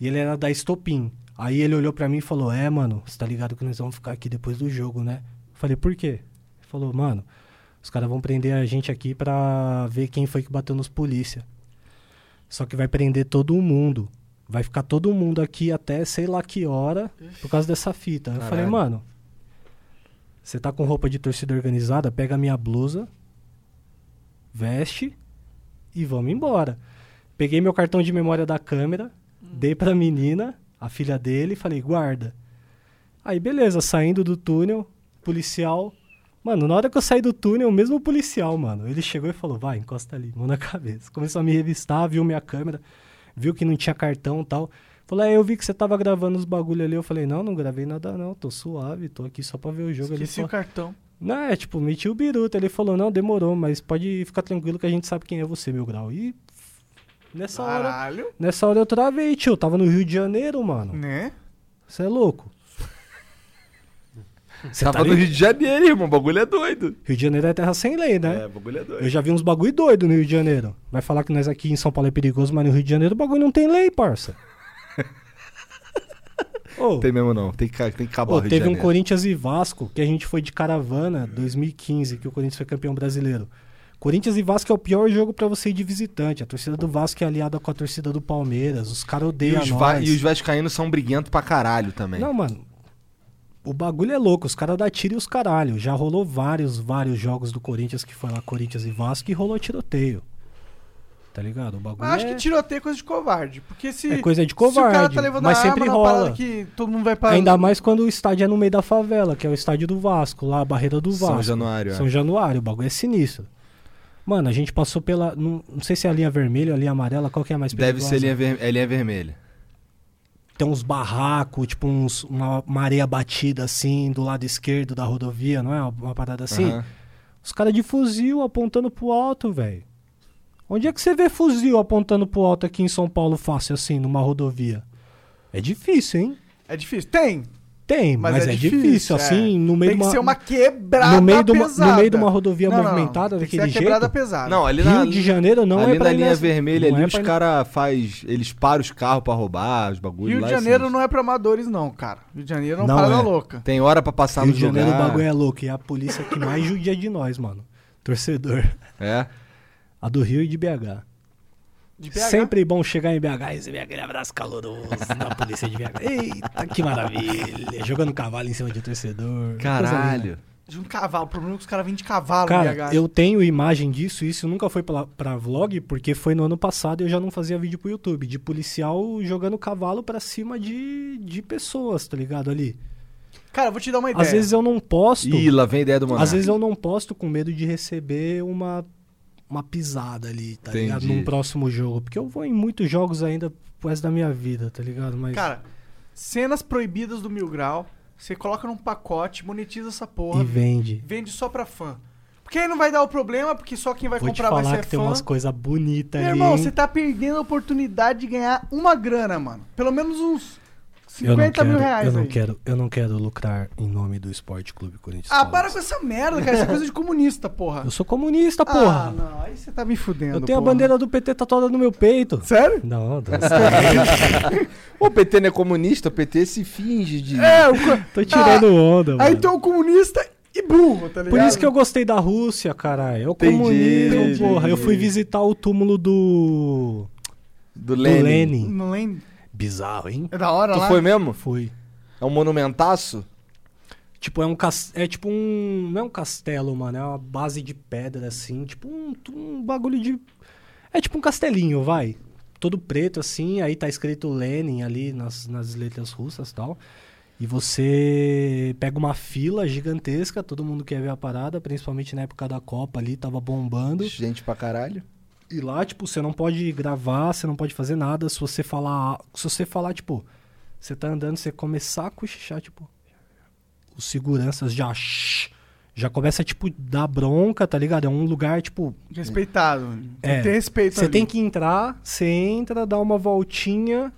Speaker 3: E ele era da Estopim. Aí ele olhou pra mim e falou: É, mano, você tá ligado que nós vamos ficar aqui depois do jogo, né? Eu falei: Por quê? Ele falou: Mano, os caras vão prender a gente aqui pra ver quem foi que bateu nos polícia. Só que vai prender todo mundo. Vai ficar todo mundo aqui até sei lá que hora por causa dessa fita. Eu falei, mano, você tá com roupa de torcida organizada, pega a minha blusa, veste e vamos embora. Peguei meu cartão de memória da câmera, dei pra menina, a filha dele, e falei, guarda. Aí beleza, saindo do túnel, policial. Mano, na hora que eu saí do túnel, o mesmo policial, mano, ele chegou e falou, vai, encosta ali, mão na cabeça. Começou a me revistar, viu minha câmera, viu que não tinha cartão e tal. Falou, é, eu vi que você tava gravando os bagulho ali. Eu falei, não, não gravei nada não, tô suave, tô aqui só pra ver o jogo. Ele
Speaker 2: Esqueci
Speaker 3: falou,
Speaker 2: o cartão.
Speaker 3: não, é tipo, meti o biruta. Ele falou, não, demorou, mas pode ficar tranquilo que a gente sabe quem é você, meu grau. E f- nessa hora,
Speaker 2: Caralho.
Speaker 3: nessa hora eu travei, tio. Tava no Rio de Janeiro,
Speaker 4: Hum.
Speaker 3: mano.
Speaker 2: Né?
Speaker 3: Você é louco? Você
Speaker 4: Tava tá no Rio de Janeiro, irmão. O bagulho é doido.
Speaker 3: Rio de Janeiro é terra sem lei, né?
Speaker 4: É, o bagulho é doido.
Speaker 3: Eu já vi uns bagulho doido no Rio de Janeiro. Vai falar que nós aqui em São Paulo é perigoso, mas no Rio de Janeiro o bagulho não tem lei, parça. Ô,
Speaker 4: Tem mesmo não. Tem que, tem que acabar
Speaker 3: Pô,
Speaker 4: o Rio de
Speaker 3: teve um
Speaker 4: Janeiro.
Speaker 3: Corinthians e Vasco que a gente foi de caravana 2015, que o Corinthians foi campeão brasileiro. Corinthians e Vasco é o pior jogo pra você ir de visitante. A torcida do Vasco é aliada com a torcida do Palmeiras. Os caras
Speaker 4: E
Speaker 3: odeiam
Speaker 4: os,
Speaker 3: nós.
Speaker 4: va- e os vascaínos são briguentos pra caralho também.
Speaker 3: Não, mano. O bagulho é louco. Os caras dá tiro e os caralho. Já rolou vários, vários jogos do Corinthians que foi lá Corinthians e Vasco e rolou tiroteio. Tá ligado? O bagulho
Speaker 2: Mas acho
Speaker 3: é...
Speaker 2: que tiroteio é coisa de covarde. Porque se.
Speaker 3: É coisa de
Speaker 2: Se o cara
Speaker 3: covarde,
Speaker 2: tá levando
Speaker 3: mas
Speaker 2: a
Speaker 3: sempre
Speaker 2: arma na
Speaker 3: rola.
Speaker 2: parada que todo mundo vai pra.
Speaker 3: Ainda mais quando o estádio é no meio da favela, que é o estádio do Vasco, lá a barreira do
Speaker 4: São
Speaker 3: Vasco.
Speaker 4: Januário, é.
Speaker 3: São Januário, o bagulho é sinistro. Mano, a gente passou pela. Não, não sei se é a linha vermelha, a linha amarela, qual que é a mais
Speaker 4: Deve
Speaker 3: perigosa?
Speaker 4: ser linha, ver- é linha vermelha.
Speaker 3: Tem uns barracos, tipo uns, uma mareia batida assim, do lado esquerdo da rodovia, não é? Uma parada assim.
Speaker 4: Aham.
Speaker 3: Os caras de fuzil apontando pro alto, velho. Onde é que você vê fuzil apontando pro alto aqui em São Paulo fácil assim, numa rodovia? É difícil, hein?
Speaker 2: É difícil. Tem.
Speaker 3: Tem, mas,
Speaker 2: Mas
Speaker 3: é, difícil, assim, no meio
Speaker 2: Tem
Speaker 3: de
Speaker 2: que
Speaker 3: uma...
Speaker 2: ser uma quebrada
Speaker 3: no meio de uma- no
Speaker 2: pesada.
Speaker 3: meio de uma rodovia
Speaker 2: Não, não, não.
Speaker 3: movimentada
Speaker 2: Tem que ser
Speaker 3: daquele
Speaker 2: a quebrada
Speaker 3: jeito?
Speaker 2: pesada.
Speaker 4: Não, ali na,
Speaker 3: Rio de Janeiro não
Speaker 4: ali
Speaker 3: é pra
Speaker 4: na
Speaker 3: ir
Speaker 4: linha
Speaker 3: nessa-
Speaker 4: vermelha,
Speaker 3: não
Speaker 4: ali
Speaker 3: é
Speaker 4: os
Speaker 3: pra ir-
Speaker 4: caras faz, eles param os carros pra roubar, os bagulhos
Speaker 2: Rio
Speaker 4: lá
Speaker 2: de
Speaker 4: é
Speaker 2: Janeiro
Speaker 4: sinistro.
Speaker 2: não é pra amadores, não, cara. Rio de Janeiro é uma
Speaker 3: Não
Speaker 2: parada
Speaker 3: é.
Speaker 2: louca.
Speaker 4: Tem hora pra passar
Speaker 3: Rio
Speaker 4: no
Speaker 3: de Janeiro o
Speaker 4: lugar.
Speaker 3: bagulho é louco e é a polícia que mais judia de nós, mano. Torcedor.
Speaker 4: É.
Speaker 3: A do Rio e de BH.
Speaker 2: De BH.
Speaker 3: Sempre bom chegar em BH e receber aquele abraço caloroso da polícia de BH. Eita, que maravilha. Jogando cavalo em cima de torcedor.
Speaker 4: Caralho.
Speaker 2: De um cavalo. O problema é que os caras vêm de cavalo,
Speaker 3: Cara,
Speaker 2: BH.
Speaker 3: eu tenho imagem disso, isso nunca foi pra, pra vlog, porque foi no ano passado e eu já não fazia vídeo pro YouTube, de policial jogando cavalo pra cima de, de pessoas, tá ligado? Ali.
Speaker 2: Cara, eu vou te dar uma ideia.
Speaker 3: Às vezes eu não posto,
Speaker 4: Ih, lá vem a ideia do Monark.
Speaker 3: às vezes eu não posto com medo de receber uma, uma pisada ali, tá ligado?
Speaker 4: Entendi.
Speaker 3: Num próximo jogo, porque eu vou em muitos jogos ainda pro resto da minha vida, tá ligado? Mas
Speaker 2: Cara, cenas proibidas do Mil Grau, você coloca num pacote, monetiza essa porra,
Speaker 3: e vende.
Speaker 2: vende só pra fã. Porque aí não vai dar o problema, porque só quem vai
Speaker 3: Vou te
Speaker 2: comprar vai
Speaker 3: falar
Speaker 2: ser
Speaker 3: que tem
Speaker 2: fã.
Speaker 3: umas coisas bonitas
Speaker 2: Meu
Speaker 3: ali.
Speaker 2: irmão,
Speaker 3: hein?
Speaker 2: você tá perdendo a oportunidade de ganhar uma grana, mano. Pelo menos uns
Speaker 3: eu não
Speaker 2: 50
Speaker 3: quero,
Speaker 2: mil reais
Speaker 3: eu não
Speaker 2: aí.
Speaker 3: quero, eu não quero lucrar em nome do Esporte Clube Corinthians.
Speaker 2: Ah,
Speaker 3: Paulista.
Speaker 2: para com essa merda, cara. Isso é coisa de comunista, porra.
Speaker 3: Eu sou comunista,
Speaker 2: Ah,
Speaker 3: porra.
Speaker 2: não. Aí você tá me fudendo,
Speaker 3: eu tenho
Speaker 2: porra.
Speaker 3: a bandeira do PT tatuada no meu peito.
Speaker 2: Sério?
Speaker 3: Não, Deus.
Speaker 4: O PT não é comunista, o PT se finge de.
Speaker 2: É, o... co-
Speaker 3: tô tirando onda, mano.
Speaker 2: aí tu é o comunista e burro, tá ligado?
Speaker 3: Por isso que eu gostei da Rússia, caralho. É o
Speaker 4: Entendi,
Speaker 3: comunismo,
Speaker 4: entendi.
Speaker 3: porra. Eu fui visitar o túmulo do.
Speaker 4: Do
Speaker 3: do Lenin.
Speaker 4: Lenin.
Speaker 2: Não lembro.
Speaker 3: Bizarro, hein?
Speaker 2: É da hora
Speaker 1: Tu
Speaker 2: lá?
Speaker 1: foi mesmo?
Speaker 3: Fui.
Speaker 1: É um monumentaço?
Speaker 3: Tipo, é um cas- é tipo um, não é um castelo, mano, é uma base de pedra assim, tipo um, um bagulho de é tipo um castelinho, vai. Todo preto assim, aí tá escrito Lenin ali nas, nas letras russas, e tal. E você pega uma fila gigantesca, todo mundo quer ver a parada, principalmente na época da Copa ali, tava bombando.
Speaker 1: Gente pra caralho.
Speaker 3: E lá, tipo, você não pode gravar, você não pode fazer nada. Se você falar. Se você falar, tipo, você tá andando, você começar a cochichar, tipo. Os seguranças já. shh, Já começa, tipo, dar bronca, tá ligado? É um lugar, tipo.
Speaker 2: Respeitado. Tem
Speaker 3: É.
Speaker 2: que ter respeito
Speaker 3: Você
Speaker 2: Tá ali.
Speaker 3: tem que entrar, você entra, dá uma voltinha,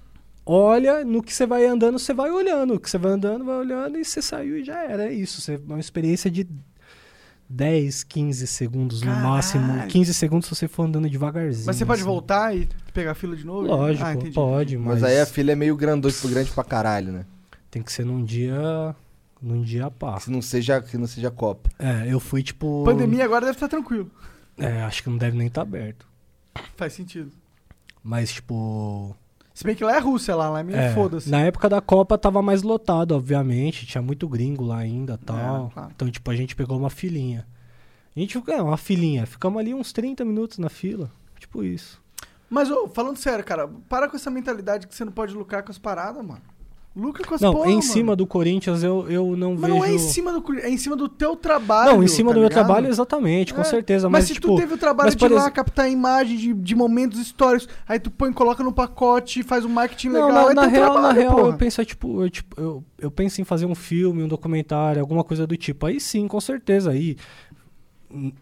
Speaker 3: olha, no que você vai andando, você vai olhando. O que você vai andando, vai olhando e você saiu e já era. É isso. Você, é uma experiência de 10, 15 segundos
Speaker 2: Caralho.
Speaker 3: no máximo. 15 segundos se você for andando devagarzinho.
Speaker 2: Mas você pode
Speaker 3: assim.
Speaker 2: voltar e pegar a fila de novo?
Speaker 3: Lógico,
Speaker 2: Ah, entendi.
Speaker 3: pode, mas,
Speaker 1: Mas aí a filha é meio grandona, tipo, grande pra caralho, né?
Speaker 3: tem que ser num dia. Num dia pá.
Speaker 1: Que não seja, que não seja Copa.
Speaker 3: É, eu fui tipo.
Speaker 2: Pandemia agora deve estar tranquilo.
Speaker 3: É, acho que não deve nem estar aberto.
Speaker 2: Faz sentido.
Speaker 3: Mas, tipo.
Speaker 2: Se bem que lá é Rússia, lá, lá é meio
Speaker 3: é,
Speaker 2: foda-se.
Speaker 3: na época da Copa tava mais lotado, obviamente. Tinha muito gringo lá ainda tal.
Speaker 2: É, claro.
Speaker 3: Então, tipo, a gente pegou uma filinha. A gente ficou. É, uma filinha. Ficamos ali uns 30 minutos na fila. Tipo isso.
Speaker 2: Mas, ô, falando sério, cara, para com essa mentalidade que você não pode lucrar com as paradas, mano. Lucra com as
Speaker 3: não,
Speaker 2: porra,
Speaker 3: em
Speaker 2: mano.
Speaker 3: cima do Corinthians eu, eu não
Speaker 2: Mas
Speaker 3: vejo.
Speaker 2: não é em cima do Corinthians, é em cima do teu trabalho.
Speaker 3: Não, em cima
Speaker 2: tá
Speaker 3: do meu
Speaker 2: ligado?
Speaker 3: trabalho, exatamente, com
Speaker 2: É,
Speaker 3: certeza.
Speaker 2: Mas,
Speaker 3: Mas,
Speaker 2: se
Speaker 3: tipo,
Speaker 2: tu teve o trabalho
Speaker 3: mas,
Speaker 2: de
Speaker 3: por
Speaker 2: lá
Speaker 3: exe-
Speaker 2: captar imagem de, de momentos históricos, aí tu põe, coloca no pacote, faz um marketing
Speaker 3: Não,
Speaker 2: legal,
Speaker 3: na,
Speaker 2: é
Speaker 3: na
Speaker 2: teu
Speaker 3: real,
Speaker 2: trabalho,
Speaker 3: na real,
Speaker 2: porra.
Speaker 3: eu penso, é, tipo, eu, tipo, eu, eu penso em fazer um filme, um documentário, alguma coisa do tipo. Aí sim, com certeza. Aí, hum,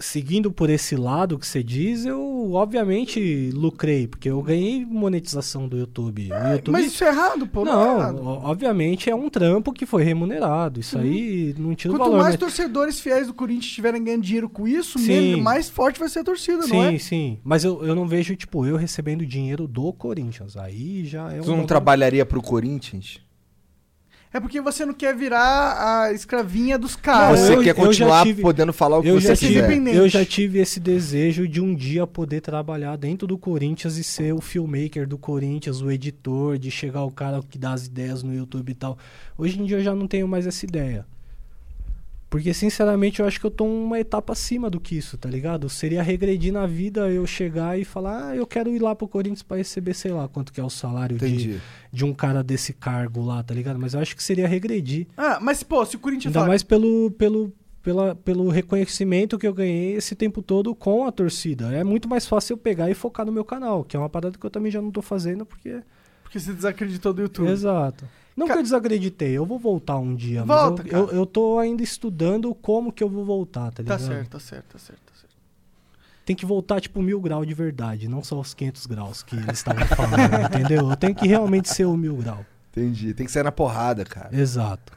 Speaker 3: seguindo por esse lado que você diz, eu obviamente lucrei, porque eu ganhei monetização do YouTube. O YouTube
Speaker 2: Mas isso é errado, pô. Não, é
Speaker 3: não,
Speaker 2: errado.
Speaker 3: o- obviamente é um trampo que foi remunerado. Isso aí não tira o
Speaker 2: Uhum. Quanto
Speaker 3: valor.
Speaker 2: mais
Speaker 3: né?
Speaker 2: torcedores fiéis do Corinthians estiverem ganhando dinheiro com isso,
Speaker 3: Sim.
Speaker 2: men- mais forte vai ser a torcida, não
Speaker 3: Sim,
Speaker 2: é?
Speaker 3: sim. Mas eu, eu não vejo, tipo, eu recebendo dinheiro do Corinthians. Aí já
Speaker 1: Tu
Speaker 3: é um.
Speaker 1: não
Speaker 3: bagulho-
Speaker 1: trabalharia pro Corinthians?
Speaker 2: É porque você não quer virar a escravinha dos caras.
Speaker 1: Ah, Você
Speaker 3: eu-
Speaker 1: quer
Speaker 3: eu já
Speaker 1: continuar
Speaker 3: tive-
Speaker 1: podendo falar o que
Speaker 3: eu
Speaker 1: você
Speaker 3: já,
Speaker 1: quiser.
Speaker 2: Independente.
Speaker 3: tive, eu já tive esse desejo de um dia poder trabalhar dentro do Corinthians e ser o filmmaker do Corinthians, o editor, de chegar o cara que dá as ideias no YouTube e tal. Hoje em dia eu já não tenho mais essa ideia. Porque, sinceramente, eu acho que eu tô uma etapa acima do que isso, tá ligado? Seria regredir na vida eu chegar e falar, ah, eu quero ir lá pro Corinthians pra receber, sei lá, quanto que é o salário de,
Speaker 1: Entendi.
Speaker 3: de um cara desse cargo lá, tá ligado? Mas eu acho que seria regredir.
Speaker 2: Ah, mas, pô, se o Corinthians
Speaker 3: Ainda
Speaker 2: falar,
Speaker 3: mais pelo, pelo, pela, pelo reconhecimento que eu ganhei esse tempo todo com a torcida. É muito mais fácil eu pegar e focar no meu canal, que é uma parada que eu também já não tô fazendo, porque.
Speaker 2: porque você desacreditou do YouTube.
Speaker 3: Exato. Não
Speaker 2: Ca-
Speaker 3: que eu desacreditei, eu vou voltar um dia,
Speaker 2: Volta,
Speaker 3: mas
Speaker 2: cara.
Speaker 3: eu, eu, eu tô ainda estudando como que eu vou voltar, tá
Speaker 2: tá
Speaker 3: ligado?
Speaker 2: certo, tá certo, tá certo, tá certo.
Speaker 3: Tem que voltar, tipo, mil graus de verdade, não só os 500 graus que eles estavam falando, entendeu? Eu tenho que realmente ser o mil grau.
Speaker 1: Entendi. Tem que sair na porrada, cara.
Speaker 3: Exato.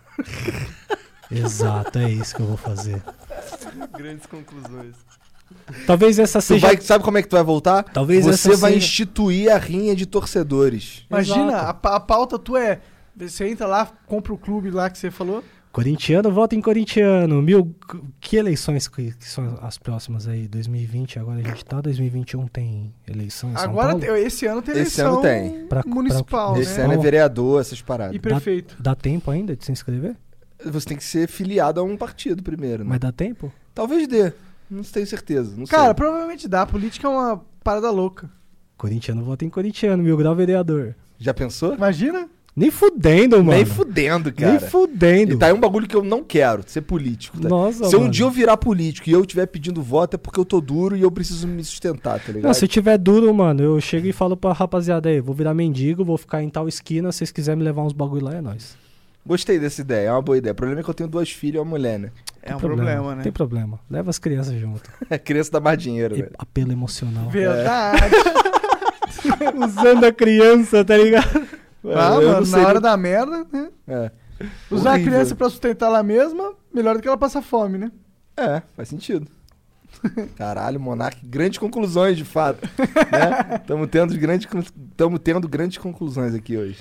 Speaker 3: Exato, é isso que eu vou fazer.
Speaker 5: Grandes conclusões.
Speaker 3: Talvez essa
Speaker 1: Tu
Speaker 3: seja
Speaker 1: vai, sabe como é que tu vai voltar?
Speaker 3: Talvez
Speaker 1: Você
Speaker 3: essa
Speaker 1: vai
Speaker 3: seja-
Speaker 1: instituir a rinha de torcedores.
Speaker 2: Imagina,
Speaker 3: Exato.
Speaker 2: a, pa- a pauta tua é, você entra lá, compra o clube lá que você falou,
Speaker 3: Corintiano, vota em corintiano. Mil, que eleições que, que são as próximas aí? 2020, agora a gente tá. 2021 tem eleição em São
Speaker 2: agora,
Speaker 3: Paulo?
Speaker 2: te- esse ano tem
Speaker 1: Esse
Speaker 2: eleição
Speaker 1: ano tem.
Speaker 3: Pra- pra-
Speaker 2: municipal,
Speaker 1: Esse é-
Speaker 2: né?
Speaker 1: ano é
Speaker 3: Bom.
Speaker 1: vereador, essas paradas.
Speaker 2: E prefeito.
Speaker 3: Dá tempo ainda de se inscrever?
Speaker 1: Você tem que ser filiado a um partido primeiro, né?
Speaker 3: Mas dá tempo?
Speaker 1: Talvez dê. Não tenho certeza. Não
Speaker 2: Cara,
Speaker 1: sei.
Speaker 2: provavelmente dá, a política é uma parada louca.
Speaker 3: Corintiano, vota em corintiano. Mil grau vereador.
Speaker 1: Já pensou?
Speaker 2: Imagina?
Speaker 3: Nem fudendo, mano.
Speaker 1: Nem fudendo, cara.
Speaker 3: Nem fudendo.
Speaker 1: E tá aí um bagulho que eu não quero, ser político. tá?
Speaker 3: Nossa,
Speaker 1: se um
Speaker 3: mano.
Speaker 1: dia eu virar político e eu estiver pedindo voto, é porque eu tô duro e eu preciso me sustentar, tá ligado?
Speaker 3: Não, se tiver duro, mano, eu chego e falo pra rapaziada aí, vou virar mendigo, vou ficar em tal esquina, se vocês quiserem me levar uns bagulho lá, é nóis.
Speaker 1: Gostei dessa ideia, é uma boa ideia. O problema é que eu tenho duas filhas e uma mulher, né?
Speaker 2: É um problema, né?
Speaker 3: Tem problema. Leva as crianças junto.
Speaker 1: A criança dá mais dinheiro,
Speaker 3: E-
Speaker 1: velho.
Speaker 3: Apelo emocional.
Speaker 1: É.
Speaker 2: Verdade.
Speaker 3: Usando a criança, tá ligado?
Speaker 2: Ah,
Speaker 1: Eu não
Speaker 2: mano,
Speaker 1: sei
Speaker 2: na hora
Speaker 1: nem-
Speaker 2: da merda, né?
Speaker 1: É.
Speaker 2: Usar a
Speaker 1: Horrível.
Speaker 2: criança pra sustentar ela mesma, melhor do que ela passar fome, né?
Speaker 1: É, faz sentido. Caralho, Monark, grandes conclusões, de fato. Estamos tendo, grandes con- tamo tendo grandes conclusões aqui hoje.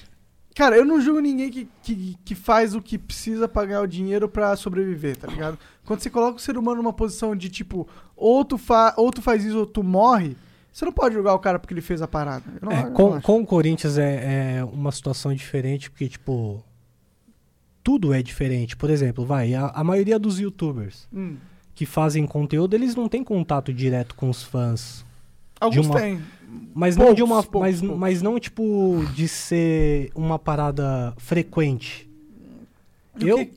Speaker 2: Cara, eu não julgo ninguém que, que, que faz o que precisa pra ganhar o dinheiro pra sobreviver, tá ligado? Quando você coloca o ser humano numa posição de tipo, ou tu, fa ou tu faz isso ou tu morre, Você não pode julgar o cara porque ele fez a parada. Eu não,
Speaker 3: É,
Speaker 2: eu não
Speaker 3: com,
Speaker 2: acho.
Speaker 3: com o Corinthians é, é uma situação diferente, porque, tipo, tudo é diferente. Por exemplo, vai, a, a maioria dos youtubers
Speaker 2: Hum.
Speaker 3: que fazem conteúdo, eles não têm contato direto com os fãs.
Speaker 2: Alguns
Speaker 3: uma-
Speaker 2: têm.
Speaker 3: Mas não de
Speaker 2: Poucos,
Speaker 3: uma.
Speaker 2: poucos,
Speaker 3: mas,
Speaker 2: poucos.
Speaker 3: mas não, tipo, de ser uma parada frequente. Eu,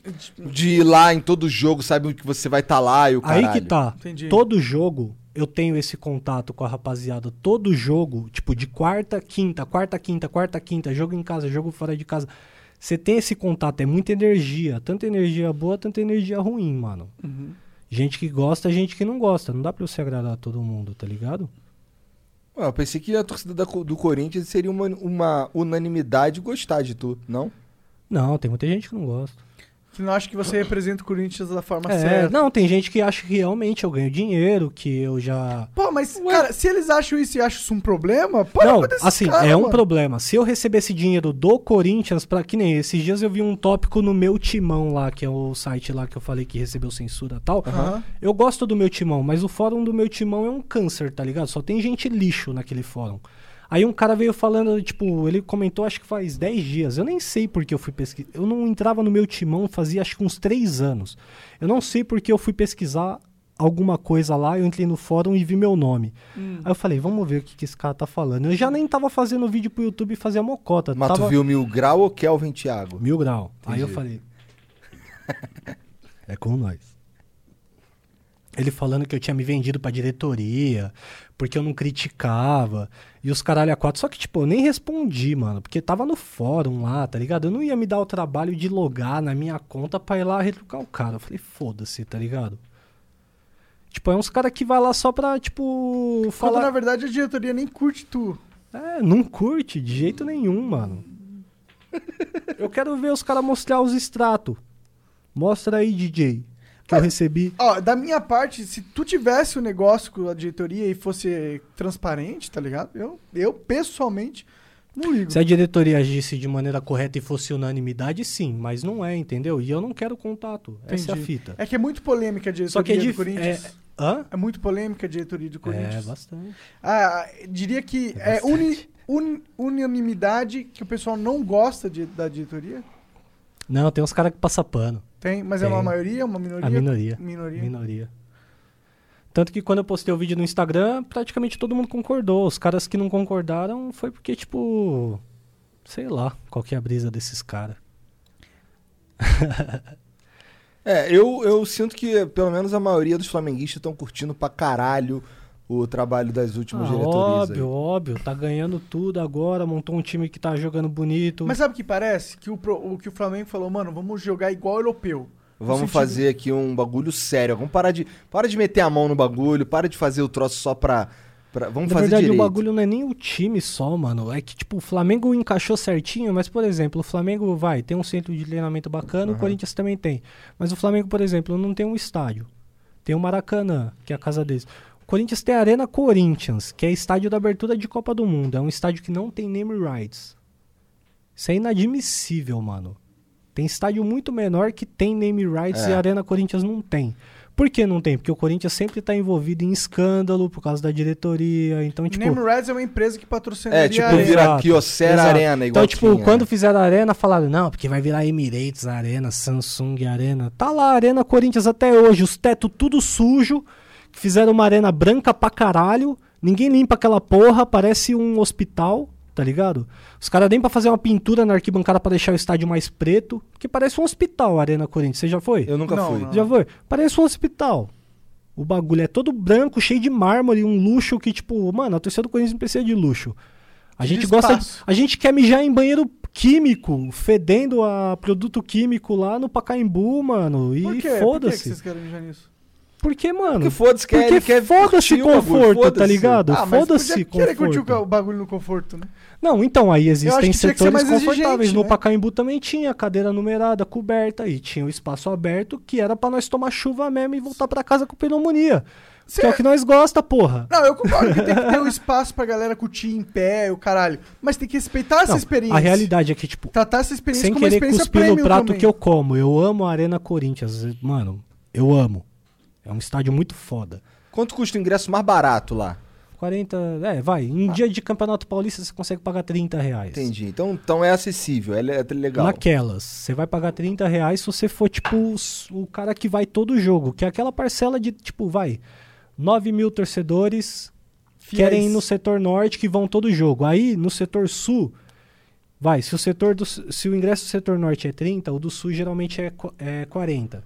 Speaker 1: De ir lá em todo jogo, sabe que você vai estar lá e o
Speaker 3: Aí
Speaker 1: caralho.
Speaker 3: que tá.
Speaker 2: Entendi.
Speaker 3: Todo jogo eu tenho esse contato com a rapaziada. Todo jogo, tipo, de quarta, quinta, quarta, quinta, quarta, quinta, jogo em casa, jogo fora de casa. Você tem esse contato, é muita energia. Tanta energia boa, tanta energia ruim, mano.
Speaker 2: uhum.
Speaker 3: Gente que gosta, gente que não gosta. Não dá pra você agradar todo mundo, tá ligado?
Speaker 1: Ué, eu pensei que a torcida da Co- do Corinthians seria uma, uma unanimidade gostar de tu, não?
Speaker 3: Não, tem muita gente que não gosta.
Speaker 2: Que não acha que você representa o Corinthians da forma
Speaker 3: é,
Speaker 2: certa.
Speaker 3: não, tem gente que acha que realmente eu ganho dinheiro, que eu já.
Speaker 2: Pô, mas, cara, se eles acham isso e acham isso um problema, pode
Speaker 3: não,
Speaker 2: acontecer.
Speaker 3: assim, é um problema. Se eu recebesse dinheiro do Corinthians, pra que nem esses dias eu vi um tópico no meu timão lá, que é o site lá que eu falei que recebeu censura e tal.
Speaker 2: Aham.
Speaker 3: Eu gosto do meu timão, mas o fórum do meu timão é um câncer, tá ligado? Só tem gente lixo naquele fórum. Aí um cara veio falando, tipo, ele comentou acho que faz 10 dias. Eu nem sei porque eu fui pesquisar. Eu não entrava no meu timão fazia acho que uns 3 anos. Eu não sei porque eu fui pesquisar alguma coisa lá, eu entrei no fórum e vi meu nome. Aí eu falei, vamos ver o que, que esse cara tá falando. Eu já nem tava fazendo vídeo pro YouTube e fazia mocota.
Speaker 1: Mas
Speaker 3: tava
Speaker 1: tu viu Mil Grau ou Kelvin Thiago?
Speaker 3: mil grau. Aí eu falei. é com nós. Ele falando que eu tinha me vendido pra diretoria, porque eu não criticava, e os caralho a quatro. Só que, tipo, eu nem respondi, mano, porque tava no fórum lá, tá ligado? Eu não ia me dar o trabalho de logar na minha conta pra ir lá retrucar o cara. Eu falei, foda-se, tá ligado? Tipo, é uns cara que vai lá só pra, tipo,
Speaker 2: Quando, na
Speaker 3: falar.
Speaker 2: verdade, a diretoria nem curte tu.
Speaker 3: É, não curte de jeito nenhum, mano. Eu quero ver os caras mostrar os extratos. Mostra aí, DJ, que eu recebi.
Speaker 2: Ó, da minha parte, se tu tivesse o negócio com a diretoria e fosse transparente, tá ligado? Eu, eu pessoalmente, não ligo.
Speaker 3: Se a diretoria agisse de maneira correta e fosse unanimidade, sim, mas não é, entendeu? E eu não quero contato. Essa é a
Speaker 2: Entendi.
Speaker 3: fita.
Speaker 2: É que é muito polêmica a diretoria
Speaker 3: Só que é
Speaker 2: do
Speaker 3: difícil.
Speaker 2: Corinthians.
Speaker 3: É... Hã?
Speaker 2: É muito polêmica a diretoria do
Speaker 3: É,
Speaker 2: Corinthians.
Speaker 3: bastante.
Speaker 2: Ah, diria que é, uni- un- unanimidade que o pessoal não gosta de- da diretoria?
Speaker 3: Não, tem uns caras que passam pano.
Speaker 2: Tem, mas é
Speaker 3: Tem.
Speaker 2: uma maioria, uma minoria?
Speaker 3: A minoria.
Speaker 2: Minoria.
Speaker 3: Minoria. Tanto que quando eu postei o vídeo no Instagram, praticamente todo mundo concordou. Os caras que não concordaram foi porque, tipo. Sei lá, qual que é a brisa desses caras.
Speaker 1: É, eu, eu sinto que pelo menos a maioria dos flamenguistas estão curtindo pra caralho o trabalho das
Speaker 4: Tipo,
Speaker 1: últimas
Speaker 3: Ah,
Speaker 1: diretorias.
Speaker 3: óbvio, óbvio. Tá ganhando tudo agora, montou um time que tá jogando bonito.
Speaker 2: Mas sabe o que parece? Que o, pro- o que o Flamengo falou, mano, vamos jogar igual europeu. No
Speaker 1: Vamos
Speaker 2: sentido-
Speaker 1: fazer aqui um bagulho sério. Vamos parar de, para de meter a mão no bagulho, para de fazer o troço só pra. pra- vamos
Speaker 3: Na
Speaker 1: fazer
Speaker 3: verdade,
Speaker 1: direito.
Speaker 3: o bagulho não é nem o time só, mano. É que, tipo, o Flamengo encaixou certinho, mas, por exemplo, o Flamengo vai, tem um centro de treinamento bacana, o Corinthians também tem. Mas o Flamengo, por exemplo, não tem um estádio. Tem o Maracanã, que é a casa deles. O Corinthians tem a Arena Corinthians, que é estádio da abertura de Copa do Mundo. É um estádio que não tem name rights. Isso é inadmissível, mano. Tem estádio muito menor que tem name rights
Speaker 1: É.
Speaker 3: e a Arena Corinthians não tem. Por que não tem? Porque o Corinthians sempre tá envolvido em escândalo por causa da diretoria. Então, tipo.
Speaker 2: Name Reds é uma empresa que patrocina
Speaker 1: É,
Speaker 2: a
Speaker 1: tipo,
Speaker 2: Arena.
Speaker 1: vira
Speaker 3: Exato,
Speaker 1: Kyocera
Speaker 3: exato.
Speaker 1: Arena, igual
Speaker 3: Então, tipo,
Speaker 1: tinha,
Speaker 3: quando
Speaker 1: né?
Speaker 3: fizeram a Arena, falaram, não, porque vai virar Emirates Arena, Samsung Arena. Tá lá, a Arena Corinthians até hoje, os tetos tudo sujo, fizeram uma arena branca pra caralho, ninguém limpa aquela porra, parece um hospital, tá ligado? Os caras nem pra fazer uma pintura na arquibancada pra deixar o estádio mais preto, que parece um hospital a Arena Corinthians, você já foi?
Speaker 1: Eu nunca
Speaker 2: Não,
Speaker 1: fui.
Speaker 2: não.
Speaker 3: Já foi? Parece um hospital. O bagulho é todo branco, cheio de mármore, um luxo que, tipo, mano, a torcida do Corinthians não precisa de luxo. A gente gosta. De,
Speaker 2: espaço.
Speaker 3: a gente quer mijar em banheiro químico, fedendo a produto químico lá no Pacaembu, mano.
Speaker 2: Por
Speaker 3: E
Speaker 2: quê? Por que que
Speaker 3: foda-se.
Speaker 2: vocês querem mijar nisso?
Speaker 3: Porque, mano.
Speaker 1: Porque foda-se, quer, ele
Speaker 3: Porque
Speaker 1: quer
Speaker 3: foda-se
Speaker 1: curtir
Speaker 2: um
Speaker 1: o bagulho,
Speaker 3: conforto, tá
Speaker 1: foda-se.
Speaker 3: ligado?
Speaker 2: Ah, mas
Speaker 3: Foda-se
Speaker 2: podia querer curtir o ca-
Speaker 3: conforto.
Speaker 2: o bagulho no conforto, né?
Speaker 3: Não, então, aí
Speaker 2: Eu acho
Speaker 3: existem
Speaker 2: que tinha que ser
Speaker 3: setores
Speaker 2: mais exigente,
Speaker 3: confortáveis. No
Speaker 2: né?
Speaker 3: Pacaembu também tinha cadeira numerada, coberta, e tinha o espaço aberto que era pra nós tomar chuva mesmo e voltar pra casa com pneumonia. Que é o que nós gosta, porra.
Speaker 2: Não, eu concordo que tem que ter um espaço pra galera curtir em pé, o caralho. Mas tem que respeitar essa
Speaker 3: Não,
Speaker 2: experiência.
Speaker 3: A realidade é que, tipo,
Speaker 2: Tratar essa experiência
Speaker 3: sem
Speaker 2: como uma
Speaker 3: querer
Speaker 2: experiência
Speaker 3: cuspir
Speaker 2: premium
Speaker 3: no prato
Speaker 2: também.
Speaker 3: que eu como, eu amo a Arena Corinthians. Mano, eu amo. É um estádio muito foda.
Speaker 1: Quanto custa o ingresso mais barato lá?
Speaker 3: 40. É, vai. Em
Speaker 2: Ah.
Speaker 3: dia de campeonato paulista você consegue pagar 30 reais.
Speaker 1: Entendi. Então, então é acessível, é, le- é legal.
Speaker 3: Naquelas. Você vai pagar 30 reais se você for, tipo, os- o cara que vai todo jogo. Que é aquela parcela de, tipo, vai. 9 mil torcedores querem ir no setor norte que vão todo jogo. Aí, no setor sul, vai. Se o, setor do, se o ingresso do setor norte é 30, o do sul geralmente é, qu- é 40.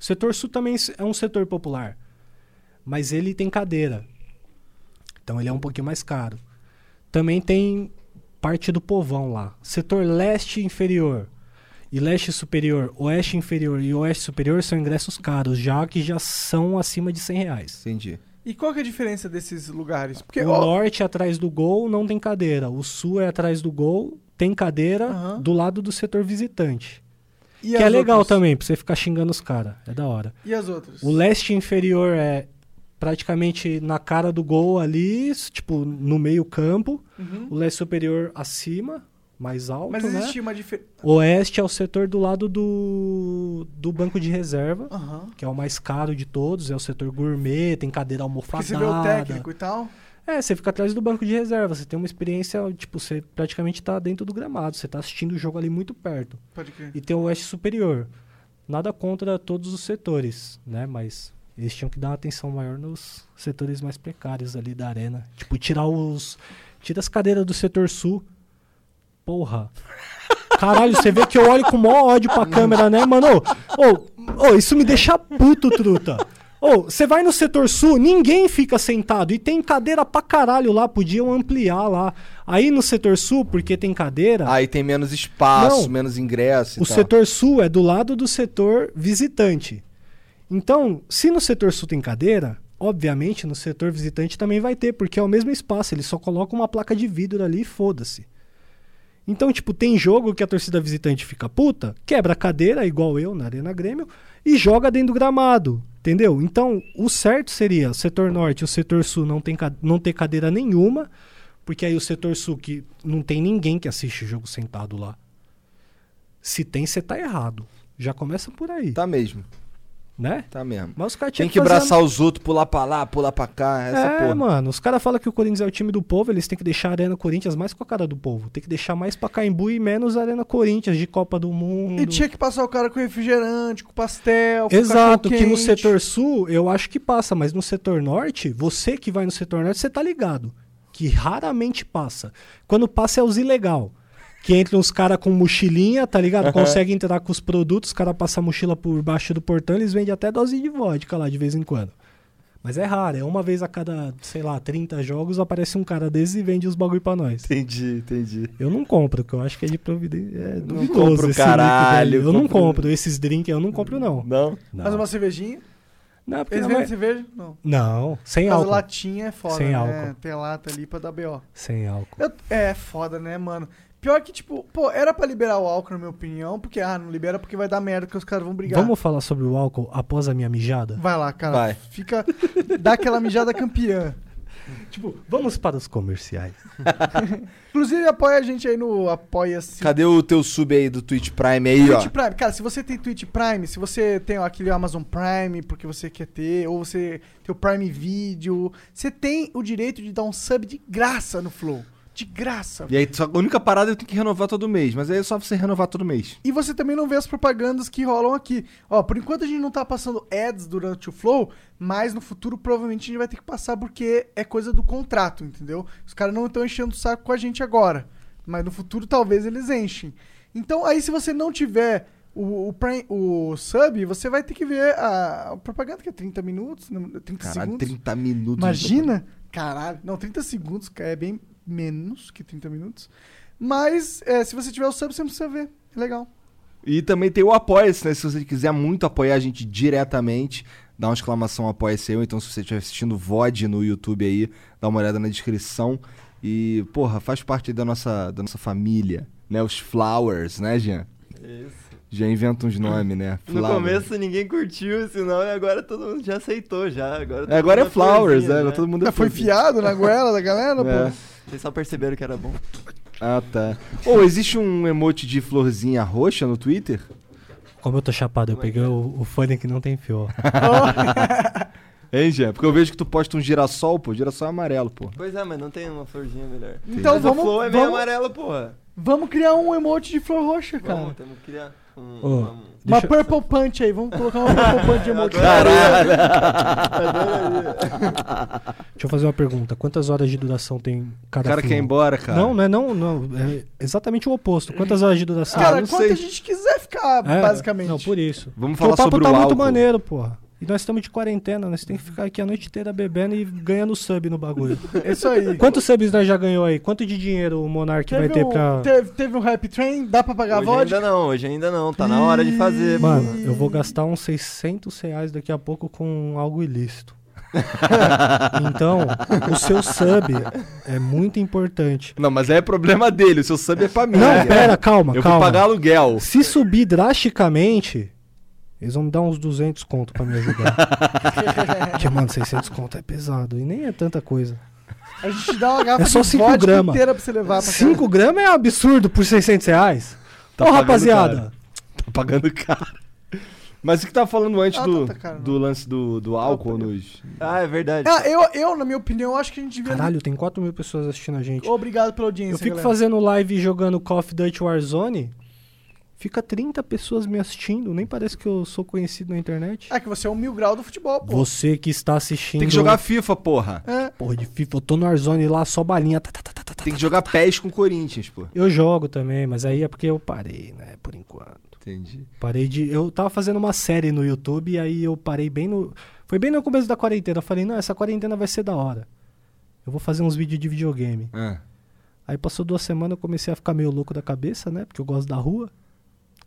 Speaker 3: O setor sul também s- é um setor popular. Mas ele tem cadeira. Então ele é um pouquinho mais caro. Também tem parte do povão lá. Setor leste inferior e leste superior, oeste inferior e oeste superior são ingressos caros, já que já são acima de 100 reais.
Speaker 1: Entendi.
Speaker 2: E qual que é a diferença desses lugares? Porque,
Speaker 3: o
Speaker 2: ó,
Speaker 3: norte é atrás do gol não tem cadeira, o sul é atrás do gol, tem cadeira
Speaker 2: Aham.
Speaker 3: do lado do setor visitante.
Speaker 2: e
Speaker 3: que é
Speaker 2: as
Speaker 3: legal
Speaker 2: outras?
Speaker 3: também, pra você ficar xingando os caras. É da hora.
Speaker 2: E as outras?
Speaker 3: O leste inferior é praticamente na cara do gol ali, s- tipo, no meio campo.
Speaker 2: Uhum.
Speaker 3: O leste superior acima, mais alto,
Speaker 2: Mas
Speaker 3: né?
Speaker 2: existe uma diferença.
Speaker 3: Oeste é o setor do lado do, do banco de reserva,
Speaker 2: Aham.
Speaker 3: que é o mais caro de todos, é o setor gourmet, tem cadeira
Speaker 2: Porque
Speaker 3: almofadada.
Speaker 2: você vê o técnico e tal.
Speaker 3: É, você fica atrás do banco de reserva, você tem uma experiência, tipo, você praticamente tá dentro do gramado, você tá assistindo o jogo ali muito perto.
Speaker 2: Pode crer.
Speaker 3: E tem o oeste superior. Nada contra todos os setores, né? Mas eles tinham que dar uma atenção maior nos setores mais precários ali da arena. Tipo, tirar os. Tira as cadeiras do setor sul. Porra. Caralho, você vê que eu olho com o maior ódio pra câmera, né, mano? Ô, ô, ô, isso me deixa puto, truta. Ô, você vai no setor sul, ninguém fica sentado. E tem cadeira pra caralho lá, podiam ampliar lá. Aí no setor sul, porque tem cadeira.
Speaker 1: Aí tem menos espaço,
Speaker 3: Não.
Speaker 1: menos ingresso e
Speaker 3: O
Speaker 1: tal.
Speaker 3: setor sul é do lado do setor visitante. Então, se no setor sul tem cadeira, obviamente no setor visitante também vai ter, porque é o mesmo espaço, eles só colocam uma placa de vidro ali e foda-se. Então, tipo, tem jogo que a torcida visitante fica puta, quebra a cadeira, igual eu na Arena Grêmio, e joga dentro do gramado, entendeu? Então, o certo seria o setor norte e o setor sul não, tem, ca- não ter cadeira nenhuma, porque aí o setor sul que não tem ninguém que assiste o jogo sentado lá. Se tem, você tá errado. Já começa por aí,
Speaker 1: Tá mesmo,
Speaker 3: né?
Speaker 1: tá mesmo.
Speaker 3: Mas os caras
Speaker 1: Tem
Speaker 3: tinham
Speaker 1: que
Speaker 3: fazer a-
Speaker 1: abraçar os outros, pular pra lá, pular pra cá, essa
Speaker 3: é,
Speaker 1: porra.
Speaker 3: mano, os caras falam que o Corinthians é o time do povo, eles têm que deixar a Arena Corinthians mais com a cara do povo. Tem que deixar mais pra Caimbu e menos a Arena Corinthians de Copa do Mundo.
Speaker 2: E
Speaker 1: tipo,
Speaker 2: tinha que passar o cara com refrigerante, com pastel, com
Speaker 3: Exato,
Speaker 2: cachorro
Speaker 3: que no
Speaker 2: quente.
Speaker 3: setor sul eu acho que passa, mas no setor norte, você que vai no setor norte, você tá ligado. Que raramente passa. Quando passa é os ilegal. Que entram os caras com mochilinha, tá ligado? Consegue entrar com os produtos, os caras passam a mochila por baixo do portão, eles vendem até dose de vodka lá de vez em quando. Mas é raro, é uma vez a cada, sei lá, 30 jogos aparece um cara desses e vende os bagulho pra nós.
Speaker 1: Entendi, entendi.
Speaker 3: Eu não compro, que eu acho que é de providência. É duvidoso
Speaker 1: compro,
Speaker 3: esse líquido aí.
Speaker 1: caralho,
Speaker 3: Eu não
Speaker 1: compro-
Speaker 3: compro esses drinks, eu não compro, não.
Speaker 1: Não?
Speaker 3: Não.
Speaker 2: Mais uma cervejinha.
Speaker 3: Não, porque
Speaker 2: Eles
Speaker 3: não,
Speaker 2: vendem
Speaker 3: é-
Speaker 2: cerveja? Não.
Speaker 3: não, sem
Speaker 2: Mas
Speaker 3: álcool.
Speaker 2: latinha é foda,
Speaker 3: Sem
Speaker 2: né?
Speaker 3: álcool.
Speaker 2: Tem lata ali pra dar B.O.
Speaker 3: Sem álcool.
Speaker 2: Eu- É foda, né, mano? Pior que, tipo, pô, era pra liberar o álcool, na minha opinião, porque, ah, não libera porque vai dar merda, porque os caras vão brigar.
Speaker 3: Vamos falar sobre o álcool após a minha mijada?
Speaker 2: Vai lá, cara.
Speaker 1: Vai.
Speaker 2: Fica. Dá aquela mijada campeã.
Speaker 3: Tipo, vamos para os comerciais.
Speaker 2: Inclusive, apoia a gente aí no Apoia-se.
Speaker 1: Cadê o teu sub aí do Twitch Prime aí, ó?
Speaker 2: Twitch Prime. Cara, se você tem Twitch Prime, se você tem ó, aquele Amazon Prime porque você quer ter, ou você tem o Prime Video, você tem o direito de dar um sub de graça no Flow. De graça.
Speaker 1: E aí, só- a única parada eu tenho que renovar todo mês, mas aí é só você renovar todo mês.
Speaker 2: E você também não vê as propagandas que rolam aqui. Ó, por enquanto a gente não tá passando ads durante o flow, mas no futuro provavelmente a gente vai ter que passar porque é coisa do contrato, entendeu? Os caras não estão enchendo o saco com a gente agora, mas no futuro talvez eles enchem. Então aí se você não tiver o, o, Prime- o sub, você vai ter que ver a, a propaganda que é 30 minutos, não, 30
Speaker 1: Caralho,
Speaker 2: segundos.
Speaker 1: 30 minutos. de
Speaker 2: Imagina? Caralho. Não, 30 segundos, cara, é bem menos que 30 minutos. Mas é, se você tiver o sub, você não precisa ver. É legal.
Speaker 1: E também tem o Apoia-se, né? Se você quiser muito apoiar a gente diretamente, dá uma exclamação Apoia-se aí, ou então se você estiver assistindo VOD no YouTube aí, dá uma olhada na descrição. E, porra, faz parte aí da nossa, da nossa família, né? Os Flowers, né, Jean?
Speaker 5: É Isso.
Speaker 1: Já inventa uns nomes, né?
Speaker 5: No começo ninguém curtiu esse nome, agora todo mundo já aceitou já. Agora, todo
Speaker 1: Agora é
Speaker 5: mundo florzinha,
Speaker 1: Flowers, né? Agora todo mundo é
Speaker 2: Ah, Foi
Speaker 1: flor-
Speaker 2: fiado na goela da galera,
Speaker 1: É.
Speaker 2: pô.
Speaker 5: Vocês só perceberam que era bom.
Speaker 1: Ah, tá. Ou existe um emote de florzinha roxa no Twitter?
Speaker 3: é Como eu tô chapado, eu peguei o, o fone que não tem fio. ó.
Speaker 4: Hein, Gé? Porque eu vejo que tu posta um girassol, pô. Girassol é amarelo, pô.
Speaker 5: Pois é, mas não tem uma florzinha melhor.
Speaker 2: Então
Speaker 5: mas
Speaker 2: vamos-
Speaker 5: o flow é meio
Speaker 2: vamos-
Speaker 5: amarelo, porra.
Speaker 2: Vamos criar um emote de flor roxa, cara.
Speaker 5: Vamos, temos que criar um...
Speaker 3: Ô,
Speaker 5: um-
Speaker 2: Uma
Speaker 3: deixa-
Speaker 2: Purple Punch aí, vamos colocar uma Purple Punch de emoji.
Speaker 5: é
Speaker 3: Deixa eu fazer uma pergunta. Quantas horas de duração tem
Speaker 4: O
Speaker 3: cada
Speaker 4: cara
Speaker 3: flow?
Speaker 4: quer ir embora, cara.
Speaker 3: Não, não é não, não. É exatamente o oposto. Quantas horas de duração?
Speaker 2: Cara,
Speaker 4: não
Speaker 2: quanto
Speaker 4: sei.
Speaker 2: a gente quiser ficar,
Speaker 3: Ah, É,
Speaker 2: basicamente.
Speaker 3: Não, por isso.
Speaker 4: Vamos
Speaker 3: Porque
Speaker 4: falar
Speaker 3: o papo
Speaker 4: sobre
Speaker 3: tá
Speaker 4: o
Speaker 3: muito
Speaker 4: álcool.
Speaker 3: maneiro, porra. E nós estamos de quarentena, nós temos que ficar aqui a noite inteira bebendo e ganhando sub no bagulho.
Speaker 2: É isso aí.
Speaker 3: Quantos subs nós já ganhou aí? Quanto de dinheiro o Monark vai ter
Speaker 2: um,
Speaker 3: pra.
Speaker 2: teve, teve um Happy Train, dá pra pagar a
Speaker 5: Hoje
Speaker 2: vodka?
Speaker 5: ainda não, hoje ainda não. Tá na hora de fazer,
Speaker 3: Mano, eu vou gastar uns 600 reais daqui a pouco com algo ilícito. então, o seu sub é muito importante.
Speaker 4: Não, mas aí é problema dele. O seu sub é pra mim.
Speaker 3: Não,
Speaker 4: né?
Speaker 3: pera, calma,
Speaker 4: Eu
Speaker 3: calma.
Speaker 4: vou pagar aluguel.
Speaker 3: Se subir drasticamente, eles vão me dar uns 200 conto pra me ajudar. Porque, mano, 600 conto é pesado. E nem é tanta coisa.
Speaker 4: Tá
Speaker 2: A gente dá uma garrafa
Speaker 3: É só
Speaker 2: de
Speaker 3: cinco
Speaker 2: vodka
Speaker 3: grama.
Speaker 2: inteira pra você levar pra casa.
Speaker 3: 5 gramas é um absurdo por 600 reais.
Speaker 4: Tá
Speaker 3: Ô,
Speaker 4: pagando
Speaker 3: rapaziada.
Speaker 4: Tá pagando caro. Mas o que tava falando antes
Speaker 2: Ah,
Speaker 4: do,
Speaker 2: tá, tá caro,
Speaker 4: do lance do,
Speaker 1: Tá
Speaker 4: do álcool nos.
Speaker 5: Ah, é verdade.
Speaker 2: Ah, eu, eu, na minha opinião, acho que a gente devia...
Speaker 3: Caralho, tem 4 mil pessoas assistindo a gente.
Speaker 2: Obrigado pela audiência,
Speaker 3: Eu fico
Speaker 2: galera.
Speaker 3: fazendo live jogando Call of Duty Warzone. Fica 30 pessoas me assistindo. Nem parece que eu sou conhecido na internet.
Speaker 2: É que você é um mil grau do futebol, pô.
Speaker 3: Você que está assistindo.
Speaker 4: Tem que jogar FIFA, porra.
Speaker 2: É.
Speaker 3: Porra, de FIFA. Eu tô no Warzone lá, só balinha. tá, tá, tá, tá, tá, tá.
Speaker 4: Tem que jogar pés com o Corinthians, pô.
Speaker 3: Eu jogo também, mas aí é porque eu parei, né? Por enquanto.
Speaker 4: Entendi.
Speaker 3: Parei de. Eu tava fazendo uma série no YouTube e aí eu parei bem no. Foi bem no começo da quarentena. Eu falei, não, essa quarentena vai ser da hora. Eu vou fazer uns vídeos de videogame.
Speaker 4: Ah.
Speaker 3: Aí passou duas semanas, eu comecei a ficar meio louco da cabeça, né? Porque eu gosto da rua.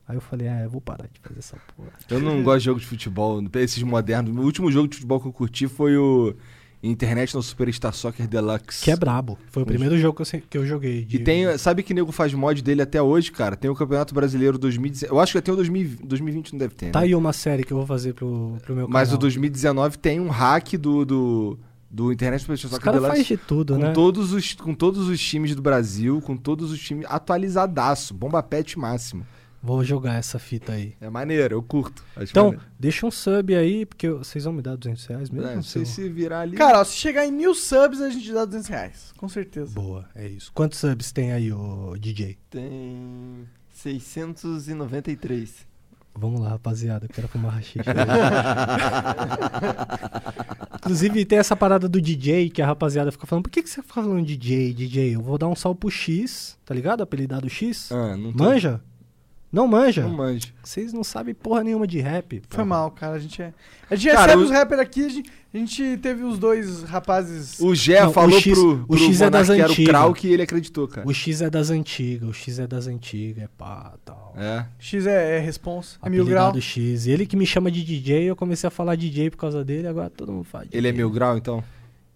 Speaker 3: Aí eu falei, ah, eu vou parar de fazer essa porra.
Speaker 4: Eu não gosto de jogo de futebol, esses modernos. O último jogo de futebol que eu curti foi o International Superstar Soccer Deluxe.
Speaker 3: Que é brabo. Foi o primeiro jogo que eu, se- que eu joguei. de-
Speaker 4: E tem, sabe que nego faz mod dele até hoje, cara? Tem o Campeonato Brasileiro 2019. Eu acho que até o 2020, 2020 não deve ter. né?
Speaker 3: Tá aí uma série que eu vou fazer pro, pro meu
Speaker 4: Mas
Speaker 3: canal.
Speaker 4: o 2019 tem um hack do, do, do International Superstar
Speaker 3: Os
Speaker 4: Soccer
Speaker 3: caras
Speaker 4: Deluxe.
Speaker 3: fazem de tudo,
Speaker 4: com,
Speaker 3: né?
Speaker 4: todos os, com todos os times do Brasil, com todos os times atualizadaço, bomba pet máximo.
Speaker 3: Vou jogar essa fita aí.
Speaker 4: É maneiro, eu curto. Acho
Speaker 3: Então,
Speaker 4: maneiro.
Speaker 3: deixa um sub aí, porque eu- vocês vão me dar 200 reais mesmo?
Speaker 4: É, não sei
Speaker 3: seu?
Speaker 4: se virar ali.
Speaker 2: Cara, ó, se chegar em mil subs, a gente dá 200 reais. Com certeza.
Speaker 3: Boa, é isso. Quantos subs tem aí, ô DJ?
Speaker 5: Tem 693.
Speaker 3: Vamos lá, rapaziada, eu quero fumar rachixe. Inclusive, tem essa parada do DJ que a rapaziada fica falando: por que, que você fica falando DJ, DJ? Eu vou dar um sal pro X, tá ligado? Apelidado X.
Speaker 4: Ah, não tô-
Speaker 3: Manja? Não manja?
Speaker 4: Não manjo.
Speaker 3: Vocês não sabem porra nenhuma de rap.
Speaker 2: Foi
Speaker 3: porra.
Speaker 2: mal, cara. A gente é. A gente
Speaker 4: Cara,
Speaker 2: recebe
Speaker 4: o-
Speaker 2: os rappers aqui, a gente, a gente teve os dois rapazes.
Speaker 4: O Gé
Speaker 3: Não, o
Speaker 4: falou
Speaker 3: X-
Speaker 4: pro,
Speaker 3: o
Speaker 4: pro
Speaker 3: X é
Speaker 4: Monark
Speaker 3: das
Speaker 4: que era o
Speaker 3: antigas.
Speaker 4: Krauk e ele acreditou,
Speaker 2: né?
Speaker 4: cara.
Speaker 3: O X é das antigas, o X é das antigas, é pá, tal.
Speaker 4: É.
Speaker 2: X é, é responsa, é mil grau.
Speaker 3: Apelidado X. Ele que me chama de DJ, eu comecei a falar DJ por causa dele, agora todo mundo fala. DJ.
Speaker 4: Ele é mil grau, então?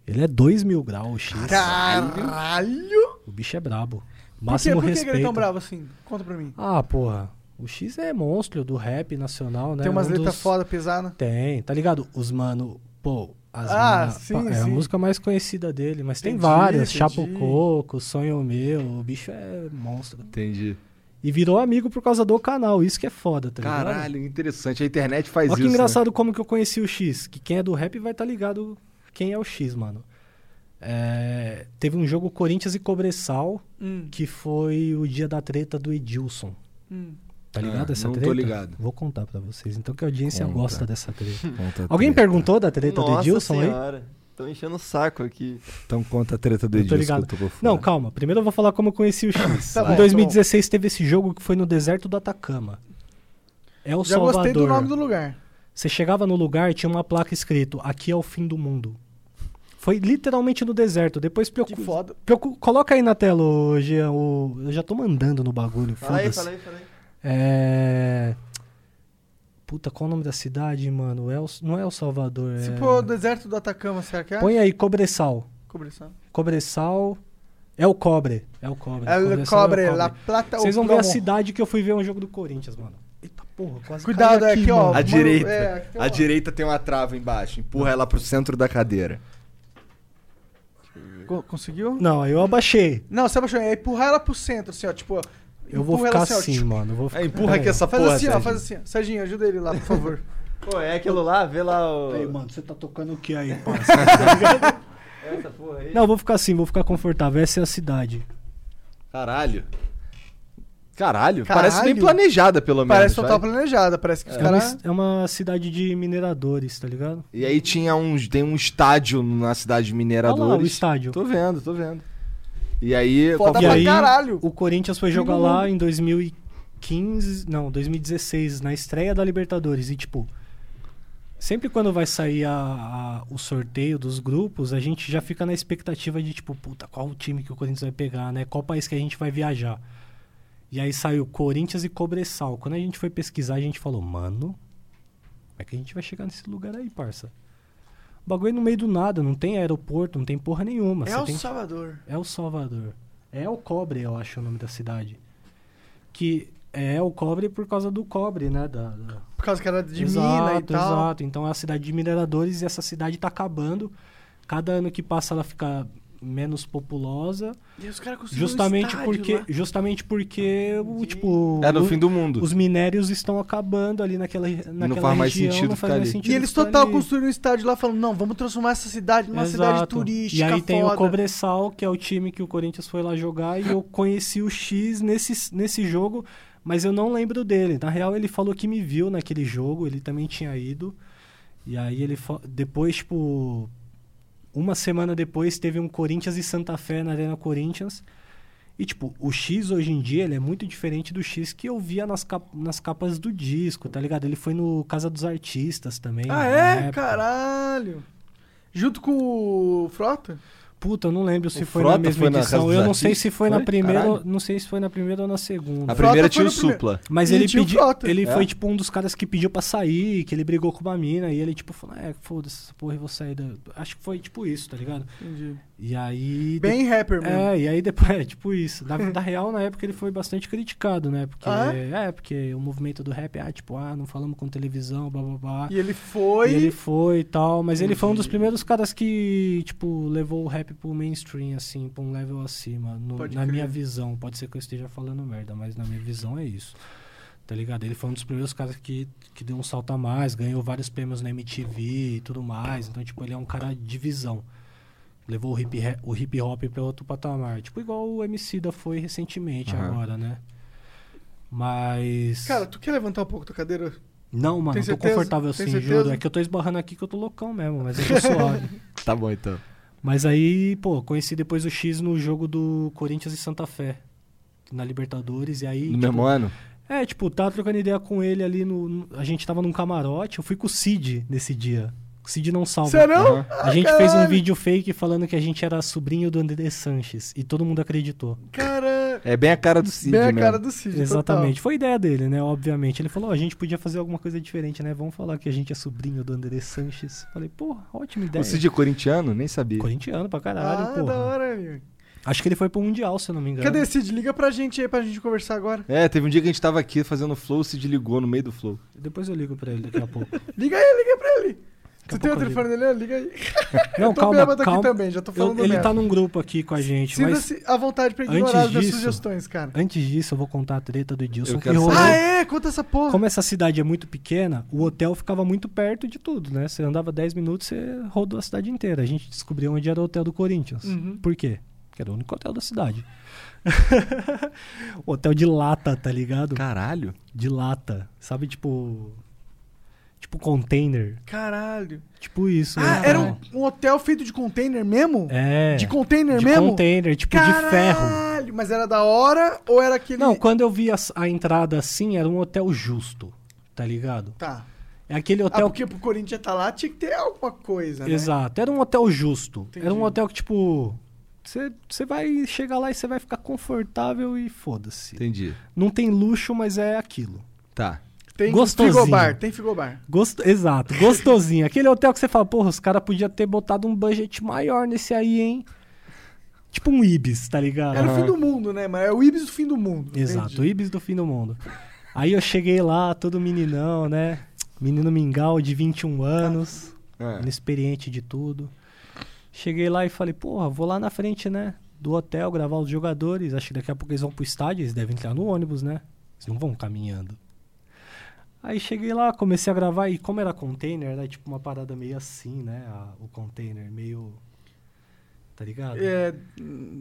Speaker 3: Ele é 2 mil graus, X.
Speaker 2: Caralho!
Speaker 3: O bicho é brabo.
Speaker 2: Por que,
Speaker 3: Máximo
Speaker 2: por que que
Speaker 3: respeito.
Speaker 2: ele é tão bravo assim? Conta pra mim.
Speaker 3: Ah, porra. O X é monstro do rap nacional, né?
Speaker 2: Tem umas
Speaker 3: Um
Speaker 2: letras
Speaker 3: dos-
Speaker 2: foda, pesada.
Speaker 3: Tem, tá ligado? Os mano, pô, as
Speaker 2: Ah,
Speaker 3: mina-
Speaker 2: sim,
Speaker 3: pá, é a
Speaker 2: sim.
Speaker 3: música mais conhecida dele, mas tem
Speaker 2: Entendi,
Speaker 3: várias,
Speaker 2: entendi.
Speaker 3: Chapo Coco, Sonho Meu, o bicho é monstro.
Speaker 4: Entendi.
Speaker 3: E virou amigo por causa do canal, isso que é foda, tá ligado?
Speaker 4: Caralho, interessante. A internet faz
Speaker 3: Olha
Speaker 4: isso.
Speaker 2: né?
Speaker 4: né?
Speaker 3: que engraçado como que eu conheci o X. Que quem é do rap vai tá ligado quem é o X, mano. É, teve um jogo Corinthians e Cobressal,
Speaker 2: Hum,
Speaker 3: que foi o dia da treta do Edilson.
Speaker 2: hum.
Speaker 3: Tá
Speaker 4: Ah,
Speaker 3: ligado essa
Speaker 4: não tô
Speaker 3: treta?
Speaker 4: ligado.
Speaker 3: Vou contar pra vocês. Então que a audiência
Speaker 4: Conta.
Speaker 3: gosta dessa treta.
Speaker 4: Né? Conta a
Speaker 3: Alguém
Speaker 4: treta.
Speaker 3: perguntou da treta do
Speaker 5: Nossa
Speaker 3: Edilson aí?
Speaker 5: senhora. Tão enchendo o saco aqui.
Speaker 4: Então conta a treta do
Speaker 3: Eu tô
Speaker 4: Edilson.
Speaker 3: ligado.
Speaker 4: que eu tô por fora.
Speaker 3: Não, calma. Primeiro eu vou falar como eu conheci o X.
Speaker 2: Tá bom,
Speaker 3: em
Speaker 2: tá
Speaker 3: 2016 teve esse jogo que foi no deserto do Atacama. É o
Speaker 2: Já
Speaker 3: Salvador.
Speaker 2: gostei do nome do lugar.
Speaker 3: Você chegava no lugar e tinha uma placa escrito: Aqui é o fim do mundo. Foi literalmente no deserto. Depois
Speaker 2: Que
Speaker 3: preocupa.
Speaker 2: foda.
Speaker 3: Coloca aí na tela, ô, Jean. o- Eu já tô mandando no bagulho.
Speaker 5: Fala aí,
Speaker 3: foda-se.
Speaker 5: fala aí, fala aí.
Speaker 3: É. Puta, qual o nome da cidade, mano? El... Não é El Salvador. É...
Speaker 2: Se pôr o deserto do Atacama, será que é?
Speaker 3: Põe aí Cobressal.
Speaker 2: Cobrição.
Speaker 3: Cobressal. É o cobre. É o cobre.
Speaker 2: El
Speaker 3: Cobressal é o
Speaker 2: cobre,
Speaker 3: cobre.
Speaker 2: la plata, o
Speaker 3: Vocês vão ver a
Speaker 2: plomo.
Speaker 3: cidade que eu fui ver um jogo do Corinthians, mano. Eita porra, quase
Speaker 2: Cuidado,
Speaker 3: caí
Speaker 2: é aqui, ó.
Speaker 3: mano.
Speaker 4: A
Speaker 2: Mano,
Speaker 4: direita.
Speaker 2: é, aqui tem
Speaker 4: a
Speaker 2: uma-
Speaker 4: direita tem uma trava embaixo. Empurra ela pro centro da cadeira.
Speaker 2: Co- Conseguiu?
Speaker 3: Não, aí eu abaixei.
Speaker 2: Não, você abaixou. É empurrar ela pro centro, assim, ó. Tipo,
Speaker 3: Eu vou
Speaker 2: empurra
Speaker 3: ficar
Speaker 2: ela ó, tipo,
Speaker 3: assim,
Speaker 2: tchuc.
Speaker 3: mano. eu vou
Speaker 4: É,
Speaker 3: ficar-
Speaker 4: empurra aqui
Speaker 3: Pera aí,
Speaker 4: essa
Speaker 2: Faz
Speaker 4: porra.
Speaker 2: assim, ó.
Speaker 4: Sérgio.
Speaker 2: Faz assim, ó. Serginho, ajuda ele lá, por favor.
Speaker 5: Pô, é aquilo lá, vê lá o.
Speaker 9: Aí, mano, você tá tocando o que aí, parça?
Speaker 5: É Essa porra aí.
Speaker 3: Não, eu vou ficar assim, vou ficar confortável. Essa é a cidade.
Speaker 4: Caralho. Caralho,
Speaker 2: Caralho.
Speaker 4: parece bem planejada, pelo menos.
Speaker 2: Parece
Speaker 3: tá
Speaker 2: total
Speaker 4: vai.
Speaker 2: planejada, parece que os
Speaker 3: É uma,
Speaker 2: caras.
Speaker 3: ci- é uma cidade de mineradores, tá ligado?
Speaker 4: E aí tinha uns. Tem um estádio na cidade de
Speaker 3: Olha lá o
Speaker 4: mineradores.
Speaker 3: estádio.
Speaker 4: tô vendo, tô vendo. E aí.
Speaker 2: Foda
Speaker 4: qual
Speaker 3: E
Speaker 2: pra
Speaker 4: foi?
Speaker 3: aí,
Speaker 2: caralho. Uhum.
Speaker 3: O Corinthians foi jogar lá em 2015, não, 2016, na estreia da Libertadores. E, tipo, sempre quando vai sair a- a- o sorteio dos grupos, a gente já fica na expectativa de, tipo, puta, qual o time que o Corinthians vai pegar, né? Qual país que a gente vai viajar. E aí saiu Corinthians e Cobressal. Quando a gente foi pesquisar, a gente falou, mano, como é que a gente vai chegar nesse lugar aí, parça? O bagulho é no meio do nada, não tem aeroporto, não tem porra nenhuma.
Speaker 2: É
Speaker 3: Você
Speaker 2: o
Speaker 3: tem que-
Speaker 2: Salvador.
Speaker 3: é o Salvador. É o Cobre, eu acho o nome da cidade. Que é o Cobre por causa do cobre, né? Da, da-
Speaker 2: Por causa que era de
Speaker 3: exato,
Speaker 2: mina e tal.
Speaker 3: Exato, então é a cidade de mineradores e essa cidade tá acabando. Cada ano que passa ela fica menos populosa,
Speaker 2: E os caras construíram um
Speaker 3: justamente
Speaker 2: estádio
Speaker 3: porque,
Speaker 2: lá.
Speaker 3: justamente porque o tipo
Speaker 4: É no
Speaker 3: o-
Speaker 4: fim do mundo.
Speaker 3: os minérios estão acabando ali naquela re- naquela
Speaker 4: faz mais
Speaker 3: região,
Speaker 4: sentido
Speaker 3: não faz
Speaker 4: ficar
Speaker 3: mais
Speaker 4: ali.
Speaker 3: sentido
Speaker 2: E eles
Speaker 3: ficar
Speaker 2: total
Speaker 3: ali.
Speaker 2: construíram um estádio lá falando, não, vamos transformar essa cidade numa cidade
Speaker 3: Exato.
Speaker 2: turística
Speaker 3: E aí tem
Speaker 2: foda.
Speaker 3: o Cobressal, que é o time que o Corinthians foi lá jogar, e eu conheci o X nesse, nesse jogo, mas eu não lembro dele. Na real, ele falou que me viu naquele jogo, ele também tinha ido. E aí ele fa- depois, tipo, uma semana depois teve um Corinthians e Santa Fé na Arena Corinthians. E tipo, o X hoje em dia, ele é muito diferente do X que eu via nas, cap- nas capas do disco, tá ligado? Ele foi no Casa dos Artistas também.
Speaker 2: Ah,
Speaker 3: na
Speaker 2: é?
Speaker 3: época.
Speaker 2: Caralho. Junto com o Frota?
Speaker 3: Puta, eu não lembro se
Speaker 4: O
Speaker 3: foi
Speaker 4: Frota
Speaker 3: na mesma
Speaker 4: foi na Casa
Speaker 3: edição.
Speaker 4: dos
Speaker 3: eu não sei
Speaker 4: Artistas?
Speaker 3: se foi,
Speaker 4: Foi?
Speaker 3: na primeira,
Speaker 4: Caralho.
Speaker 3: não sei se foi na primeira ou na segunda.
Speaker 4: A primeira
Speaker 2: Frota
Speaker 4: tinha o
Speaker 2: foi no
Speaker 4: Supla.
Speaker 3: Mas
Speaker 2: E
Speaker 3: ele
Speaker 2: tinha o
Speaker 3: pediu,
Speaker 2: Frota.
Speaker 3: ele
Speaker 4: É.
Speaker 3: foi tipo um dos caras que pediu pra sair, que ele brigou com uma mina e ele tipo falou: "É, foda-se, essa porra, eu vou sair da Acho que foi tipo isso, tá ligado?
Speaker 2: Entendi.
Speaker 3: E aí
Speaker 2: Bem rapper mesmo.
Speaker 3: é, e aí depois, é tipo isso. Na, na real, na época ele foi bastante criticado, né? Porque,
Speaker 2: Ah,
Speaker 3: é? porque o movimento do rap, ah, tipo, ah, não falamos com televisão, blá blá blá.
Speaker 2: E ele foi.
Speaker 3: E ele foi e tal, mas ele foi um dos primeiros caras que, tipo, levou o rap pro mainstream, assim, pra um level acima. no-
Speaker 2: Pode
Speaker 3: na
Speaker 2: crer.
Speaker 3: minha visão. Pode ser que eu esteja falando merda, mas na minha visão é isso. Tá ligado? Ele foi um dos primeiros caras que, que deu um salto a mais, ganhou vários prêmios na MTV e tudo mais. Então, tipo, ele é um cara de visão. Levou o hip, re- o hip hop pra outro patamar. Tipo, igual o MC da foi recentemente
Speaker 4: Aham.
Speaker 3: agora, né? Mas.
Speaker 2: Cara, tu quer levantar um pouco tua cadeira?
Speaker 3: Não, mano,
Speaker 2: Tem
Speaker 3: eu tô
Speaker 2: certeza?
Speaker 3: confortável
Speaker 2: Tem
Speaker 3: assim, juro.
Speaker 2: certeza?
Speaker 3: É que eu tô esbarrando aqui que eu tô loucão mesmo, mas eu tô suave.
Speaker 4: Tá bom então.
Speaker 3: mas aí, pô, conheci depois o X no jogo do Corinthians e Santa Fé. Na Libertadores, e aí.
Speaker 4: No
Speaker 3: tipo,
Speaker 4: mesmo ano?
Speaker 3: É, tipo, tava trocando ideia com ele ali no. no- A gente tava num camarote, eu fui com o Cid nesse dia. O Cid não salva.
Speaker 2: Serão?
Speaker 4: Aham.
Speaker 3: A gente fez um vídeo fake falando que a gente era sobrinho do André Sanches. E todo mundo acreditou.
Speaker 2: Cara.
Speaker 4: É bem a cara do Cid,
Speaker 2: Bem a
Speaker 4: mesmo.
Speaker 2: cara do Cid.
Speaker 3: Exatamente. Foi ideia dele, né? Obviamente. Ele falou: "Ó, a gente podia fazer alguma coisa diferente, né? Vamos falar que a gente é sobrinho do André Sanches. Falei, porra, ótima ideia.
Speaker 4: O Cid é corintiano? Nem sabia.
Speaker 3: Corintiano pra caralho,
Speaker 2: Total. Ah,
Speaker 3: porra.
Speaker 2: da hora, amigo.
Speaker 3: Acho que ele foi pro Mundial, se eu não me engano.
Speaker 2: Cadê Cid? Liga pra gente aí pra gente conversar agora.
Speaker 4: É, teve um dia que a gente tava aqui fazendo flow, o Cid ligou no meio do flow.
Speaker 3: Depois eu ligo pra ele daqui a pouco.
Speaker 2: Liga aí, liga pra ele. Você
Speaker 3: a
Speaker 2: tem o
Speaker 3: pouco eu
Speaker 2: telefone dele? Liga aí.
Speaker 3: Não,
Speaker 2: tô
Speaker 3: calma,
Speaker 2: bêbado aqui
Speaker 3: calma.
Speaker 2: também, já tô
Speaker 3: Eu-
Speaker 2: falando
Speaker 3: ele
Speaker 2: merda.
Speaker 3: tá num grupo aqui com a gente, mas
Speaker 2: Sinta-se à vontade pra ignorar
Speaker 3: antes
Speaker 2: as minhas
Speaker 3: disso-
Speaker 2: sugestões, cara.
Speaker 3: antes disso eu vou contar a treta do Edilson
Speaker 4: Eu
Speaker 3: que
Speaker 4: quero
Speaker 3: rolou.
Speaker 2: Ah, é? Conta essa porra.
Speaker 3: Como essa cidade é muito pequena, o hotel ficava muito perto de tudo, né? Você andava 10 minutos, você rodou a cidade inteira. A gente descobriu onde era o hotel do Corinthians.
Speaker 2: Uhum.
Speaker 3: Por quê? Porque era o único hotel da cidade. hotel de lata, tá ligado?
Speaker 4: Caralho.
Speaker 3: De lata. Sabe, tipo. Tipo container.
Speaker 2: Caralho.
Speaker 3: Tipo isso.
Speaker 2: Ah,
Speaker 3: né?
Speaker 2: era um, um hotel feito de container mesmo?
Speaker 3: É.
Speaker 2: De container
Speaker 3: De
Speaker 2: mesmo?
Speaker 3: container, tipo de ferro.
Speaker 2: Caralho, Mas era da hora ou era aquele.
Speaker 3: Não, quando eu vi a, a entrada assim, era um hotel justo, tá ligado?
Speaker 2: Tá.
Speaker 3: É aquele
Speaker 2: Até ah,
Speaker 3: hotel que.
Speaker 2: porque pro Corinthians tá lá tinha que ter alguma coisa, né?
Speaker 3: Exato. Era um hotel justo.
Speaker 2: Entendi.
Speaker 3: Era um hotel que, tipo. Você vai chegar lá e você vai ficar confortável e foda-se.
Speaker 4: Entendi.
Speaker 3: Não tem luxo, mas é aquilo.
Speaker 4: Tá.
Speaker 2: Tem
Speaker 3: Gostosinho.
Speaker 2: frigobar, tem frigobar.
Speaker 3: Gosto... Exato, gostosinho. Aquele hotel que você fala, porra, os caras podiam ter botado um budget maior nesse aí, hein? Tipo um Ibis, tá ligado?
Speaker 2: Era o fim do mundo, né? Mas é o Ibis do fim do mundo.
Speaker 3: Exato,
Speaker 2: entendi.
Speaker 3: Ibis do fim do mundo. Aí eu cheguei lá, todo meninão, né? Menino mingau de 21 anos, inexperiente de tudo. Cheguei lá e falei, porra, vou lá na frente, né? Do hotel, gravar os jogadores. Acho que daqui a pouco eles vão pro estádio, eles devem entrar no ônibus, né? Eles não vão caminhando. Aí cheguei lá, comecei a gravar e como era container, era tipo uma parada meio assim, né? a- o container, meio. Tá ligado?
Speaker 2: É,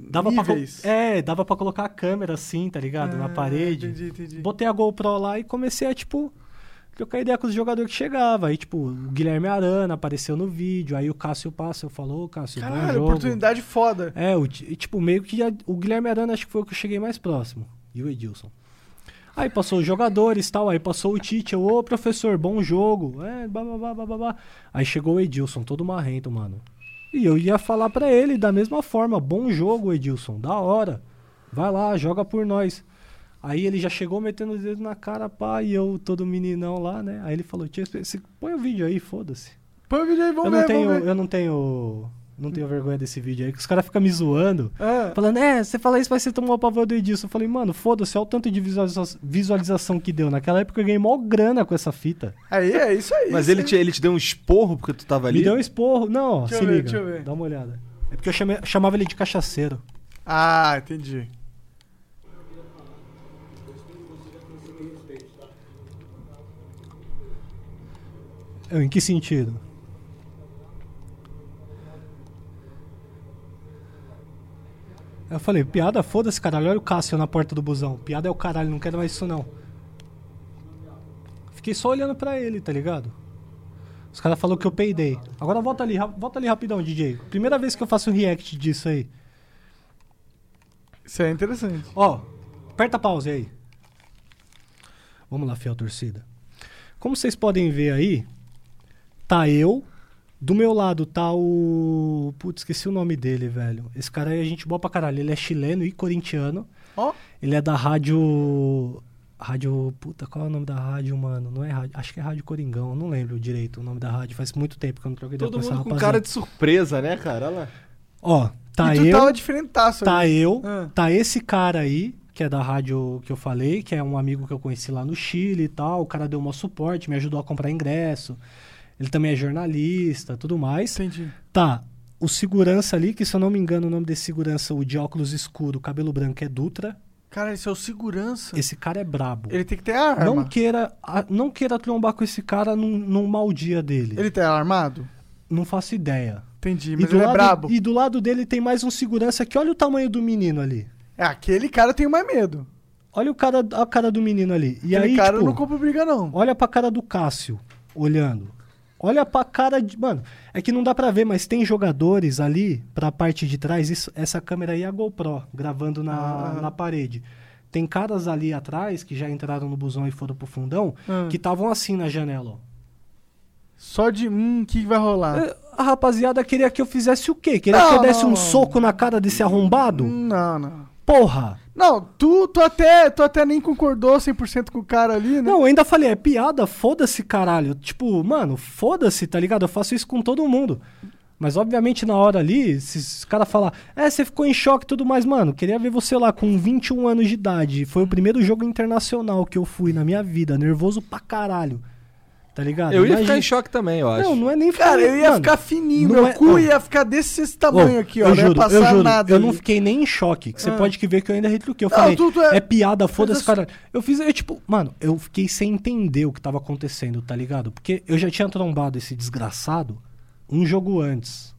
Speaker 3: dava pra, col-
Speaker 2: níveis.
Speaker 3: é, dava pra colocar a câmera assim, tá ligado? Na
Speaker 2: Ah,
Speaker 3: parede.
Speaker 2: Entendi, entendi.
Speaker 3: Botei a GoPro lá e comecei a, tipo, trocar ideia com os jogadores que chegavam. Aí, tipo, o Guilherme Arana apareceu no vídeo, aí o Cássio Passa, eu falou, Cássio, bom
Speaker 2: Caralho,
Speaker 3: jogo.
Speaker 2: oportunidade foda.
Speaker 3: É, o, ti- e, tipo, meio que já- o Guilherme Arana acho que foi o que eu cheguei mais próximo. E o Edilson. Aí passou os jogadores tal, aí passou o Tite, eu, ô professor, bom jogo. É, bababá, bababá. Aí chegou o Edilson, todo marrento, mano. E eu ia falar pra ele da mesma forma, bom jogo, Edilson, da hora. Vai lá, joga por nós. Aí ele já chegou metendo os dedos na cara, pá, e eu, todo meninão lá, né? Aí ele falou, Tia, você- você põe o vídeo aí, foda-se.
Speaker 2: Põe o vídeo aí, vamos ver,
Speaker 3: Eu não
Speaker 2: vamos
Speaker 3: tenho,
Speaker 2: ver.
Speaker 3: eu não tenho, não tenho vergonha desse vídeo aí, que os caras ficam me zoando.
Speaker 2: Ah,
Speaker 3: Falando, é, você fala isso, mas você tomou a pavor do Edilson. Eu falei, mano, foda-se, olha o tanto de visualiza- visualização que deu. Naquela época eu ganhei mó grana com essa fita.
Speaker 2: aí, é isso aí.
Speaker 4: Mas
Speaker 2: isso
Speaker 4: ele
Speaker 2: aí.
Speaker 4: te, ele te deu um esporro porque tu tava ali?
Speaker 3: Me deu um esporro. Não, ó,
Speaker 2: Deixa
Speaker 3: se
Speaker 2: eu ver,
Speaker 3: liga.
Speaker 2: deixa eu ver.
Speaker 3: Dá uma olhada. É porque eu chamei- chamava ele de cachaceiro.
Speaker 2: Ah, entendi.
Speaker 3: Eu, É, em que sentido? Eu falei, piada, foda-se, caralho. Olha o Cássio na porta do busão. Piada é o caralho, não quero mais isso não. Fiquei só olhando pra ele, tá ligado? Os caras falaram que eu peidei. Agora volta ali, ra- volta ali rapidão, DJ. Primeira vez que eu faço um react disso aí.
Speaker 2: Isso é interessante.
Speaker 3: Ó, aperta pause aí. Vamos lá, fiel torcida. Como vocês podem ver aí, tá eu. Do meu lado tá o. Putz, esqueci o nome dele, velho. Esse cara aí é gente boa pra caralho. Ele é chileno e corintiano.
Speaker 2: Ó.
Speaker 3: Ele é da rádio. Rádio. Puta, qual é o nome da rádio, mano? Não é rádio. Acho que é Rádio Coringão. Não lembro direito o nome da rádio. Faz muito tempo que eu não troquei ideia
Speaker 4: Todo
Speaker 3: essa
Speaker 4: mundo com
Speaker 3: rapaziada.
Speaker 4: cara de surpresa, né, cara? Olha lá.
Speaker 3: Ó, tá
Speaker 2: e tu
Speaker 3: eu.
Speaker 2: tava diferentaço.
Speaker 3: Tá eu,
Speaker 2: Ah.
Speaker 3: tá esse cara aí, que é da rádio que eu falei, que é um amigo que eu conheci lá no Chile e tal. O cara deu um suporte, me ajudou a comprar ingresso. Ele também é jornalista, tudo mais.
Speaker 2: Entendi.
Speaker 3: Tá, o segurança ali, que se eu não me engano o nome desse segurança, o de óculos escuro, cabelo branco é Dutra.
Speaker 2: Cara, esse é o segurança.
Speaker 3: Esse cara é brabo.
Speaker 2: Ele tem que ter arma.
Speaker 3: Não queira, a- não queira trombar com esse cara num, num mau dia dele.
Speaker 2: Ele tá armado?
Speaker 3: Não faço ideia.
Speaker 2: Entendi, mas
Speaker 3: do
Speaker 2: ele é
Speaker 3: lado,
Speaker 2: brabo.
Speaker 3: e do lado dele tem mais um segurança que olha o tamanho do menino ali.
Speaker 2: É, aquele cara eu tenho mais medo.
Speaker 3: Olha o cara, a cara do menino ali. E
Speaker 2: aquele
Speaker 3: aí,
Speaker 2: cara
Speaker 3: tipo,
Speaker 2: eu não compro briga, não.
Speaker 3: olha pra cara do Cássio, olhando. Olha pra cara de. Mano, é que não dá pra ver, mas tem jogadores ali pra parte de trás. isso- essa câmera aí é a GoPro, gravando na,
Speaker 2: Ah.
Speaker 3: na parede. Tem caras ali atrás que já entraram no busão e foram pro fundão
Speaker 2: Ah.
Speaker 3: que estavam assim na janela, ó.
Speaker 2: Só de hum, o que vai rolar?
Speaker 3: É, A rapaziada queria que eu fizesse o quê? Queria
Speaker 2: Não,
Speaker 3: que eu desse
Speaker 2: não, Hum.
Speaker 3: um
Speaker 2: não.
Speaker 3: soco na cara desse arrombado?
Speaker 2: Não, não.
Speaker 3: Porra!
Speaker 2: Não, tu, tu, até, tu até nem concordou 100% com o cara ali, né?
Speaker 3: Não, eu ainda falei, é piada, foda-se, caralho. Tipo, mano, foda-se, tá ligado? Eu faço isso com todo mundo. Mas, obviamente, na hora ali, se os caras falar, é, você ficou em choque e tudo mais, mano, queria ver você lá com 21 anos de idade. Foi o primeiro jogo internacional que eu fui na minha vida, nervoso pra caralho. Tá ligado?
Speaker 4: Eu ia ficar
Speaker 3: Imagina-
Speaker 4: em choque também, eu acho.
Speaker 3: Não, não é nem
Speaker 2: Cara, eu ia
Speaker 3: mano,
Speaker 2: ficar fininho,
Speaker 3: não
Speaker 2: meu
Speaker 3: é-
Speaker 2: cu
Speaker 3: ó.
Speaker 2: ia ficar desse
Speaker 3: Ô,
Speaker 2: tamanho aqui, ó.
Speaker 3: Eu
Speaker 2: não
Speaker 3: juro,
Speaker 2: ia passar
Speaker 3: eu juro,
Speaker 2: nada.
Speaker 3: eu não
Speaker 2: ali.
Speaker 3: fiquei nem em choque. que Você
Speaker 2: Ah.
Speaker 3: pode que ver que eu ainda retruquei. Eu
Speaker 2: Não,
Speaker 3: falei,
Speaker 2: tu- tu é-
Speaker 3: é... piada, foda-se,
Speaker 2: Mas
Speaker 3: cara. Eu fiz, eu tipo, mano, eu fiquei sem entender o que tava acontecendo, tá ligado? Porque eu já tinha trombado esse desgraçado um jogo antes.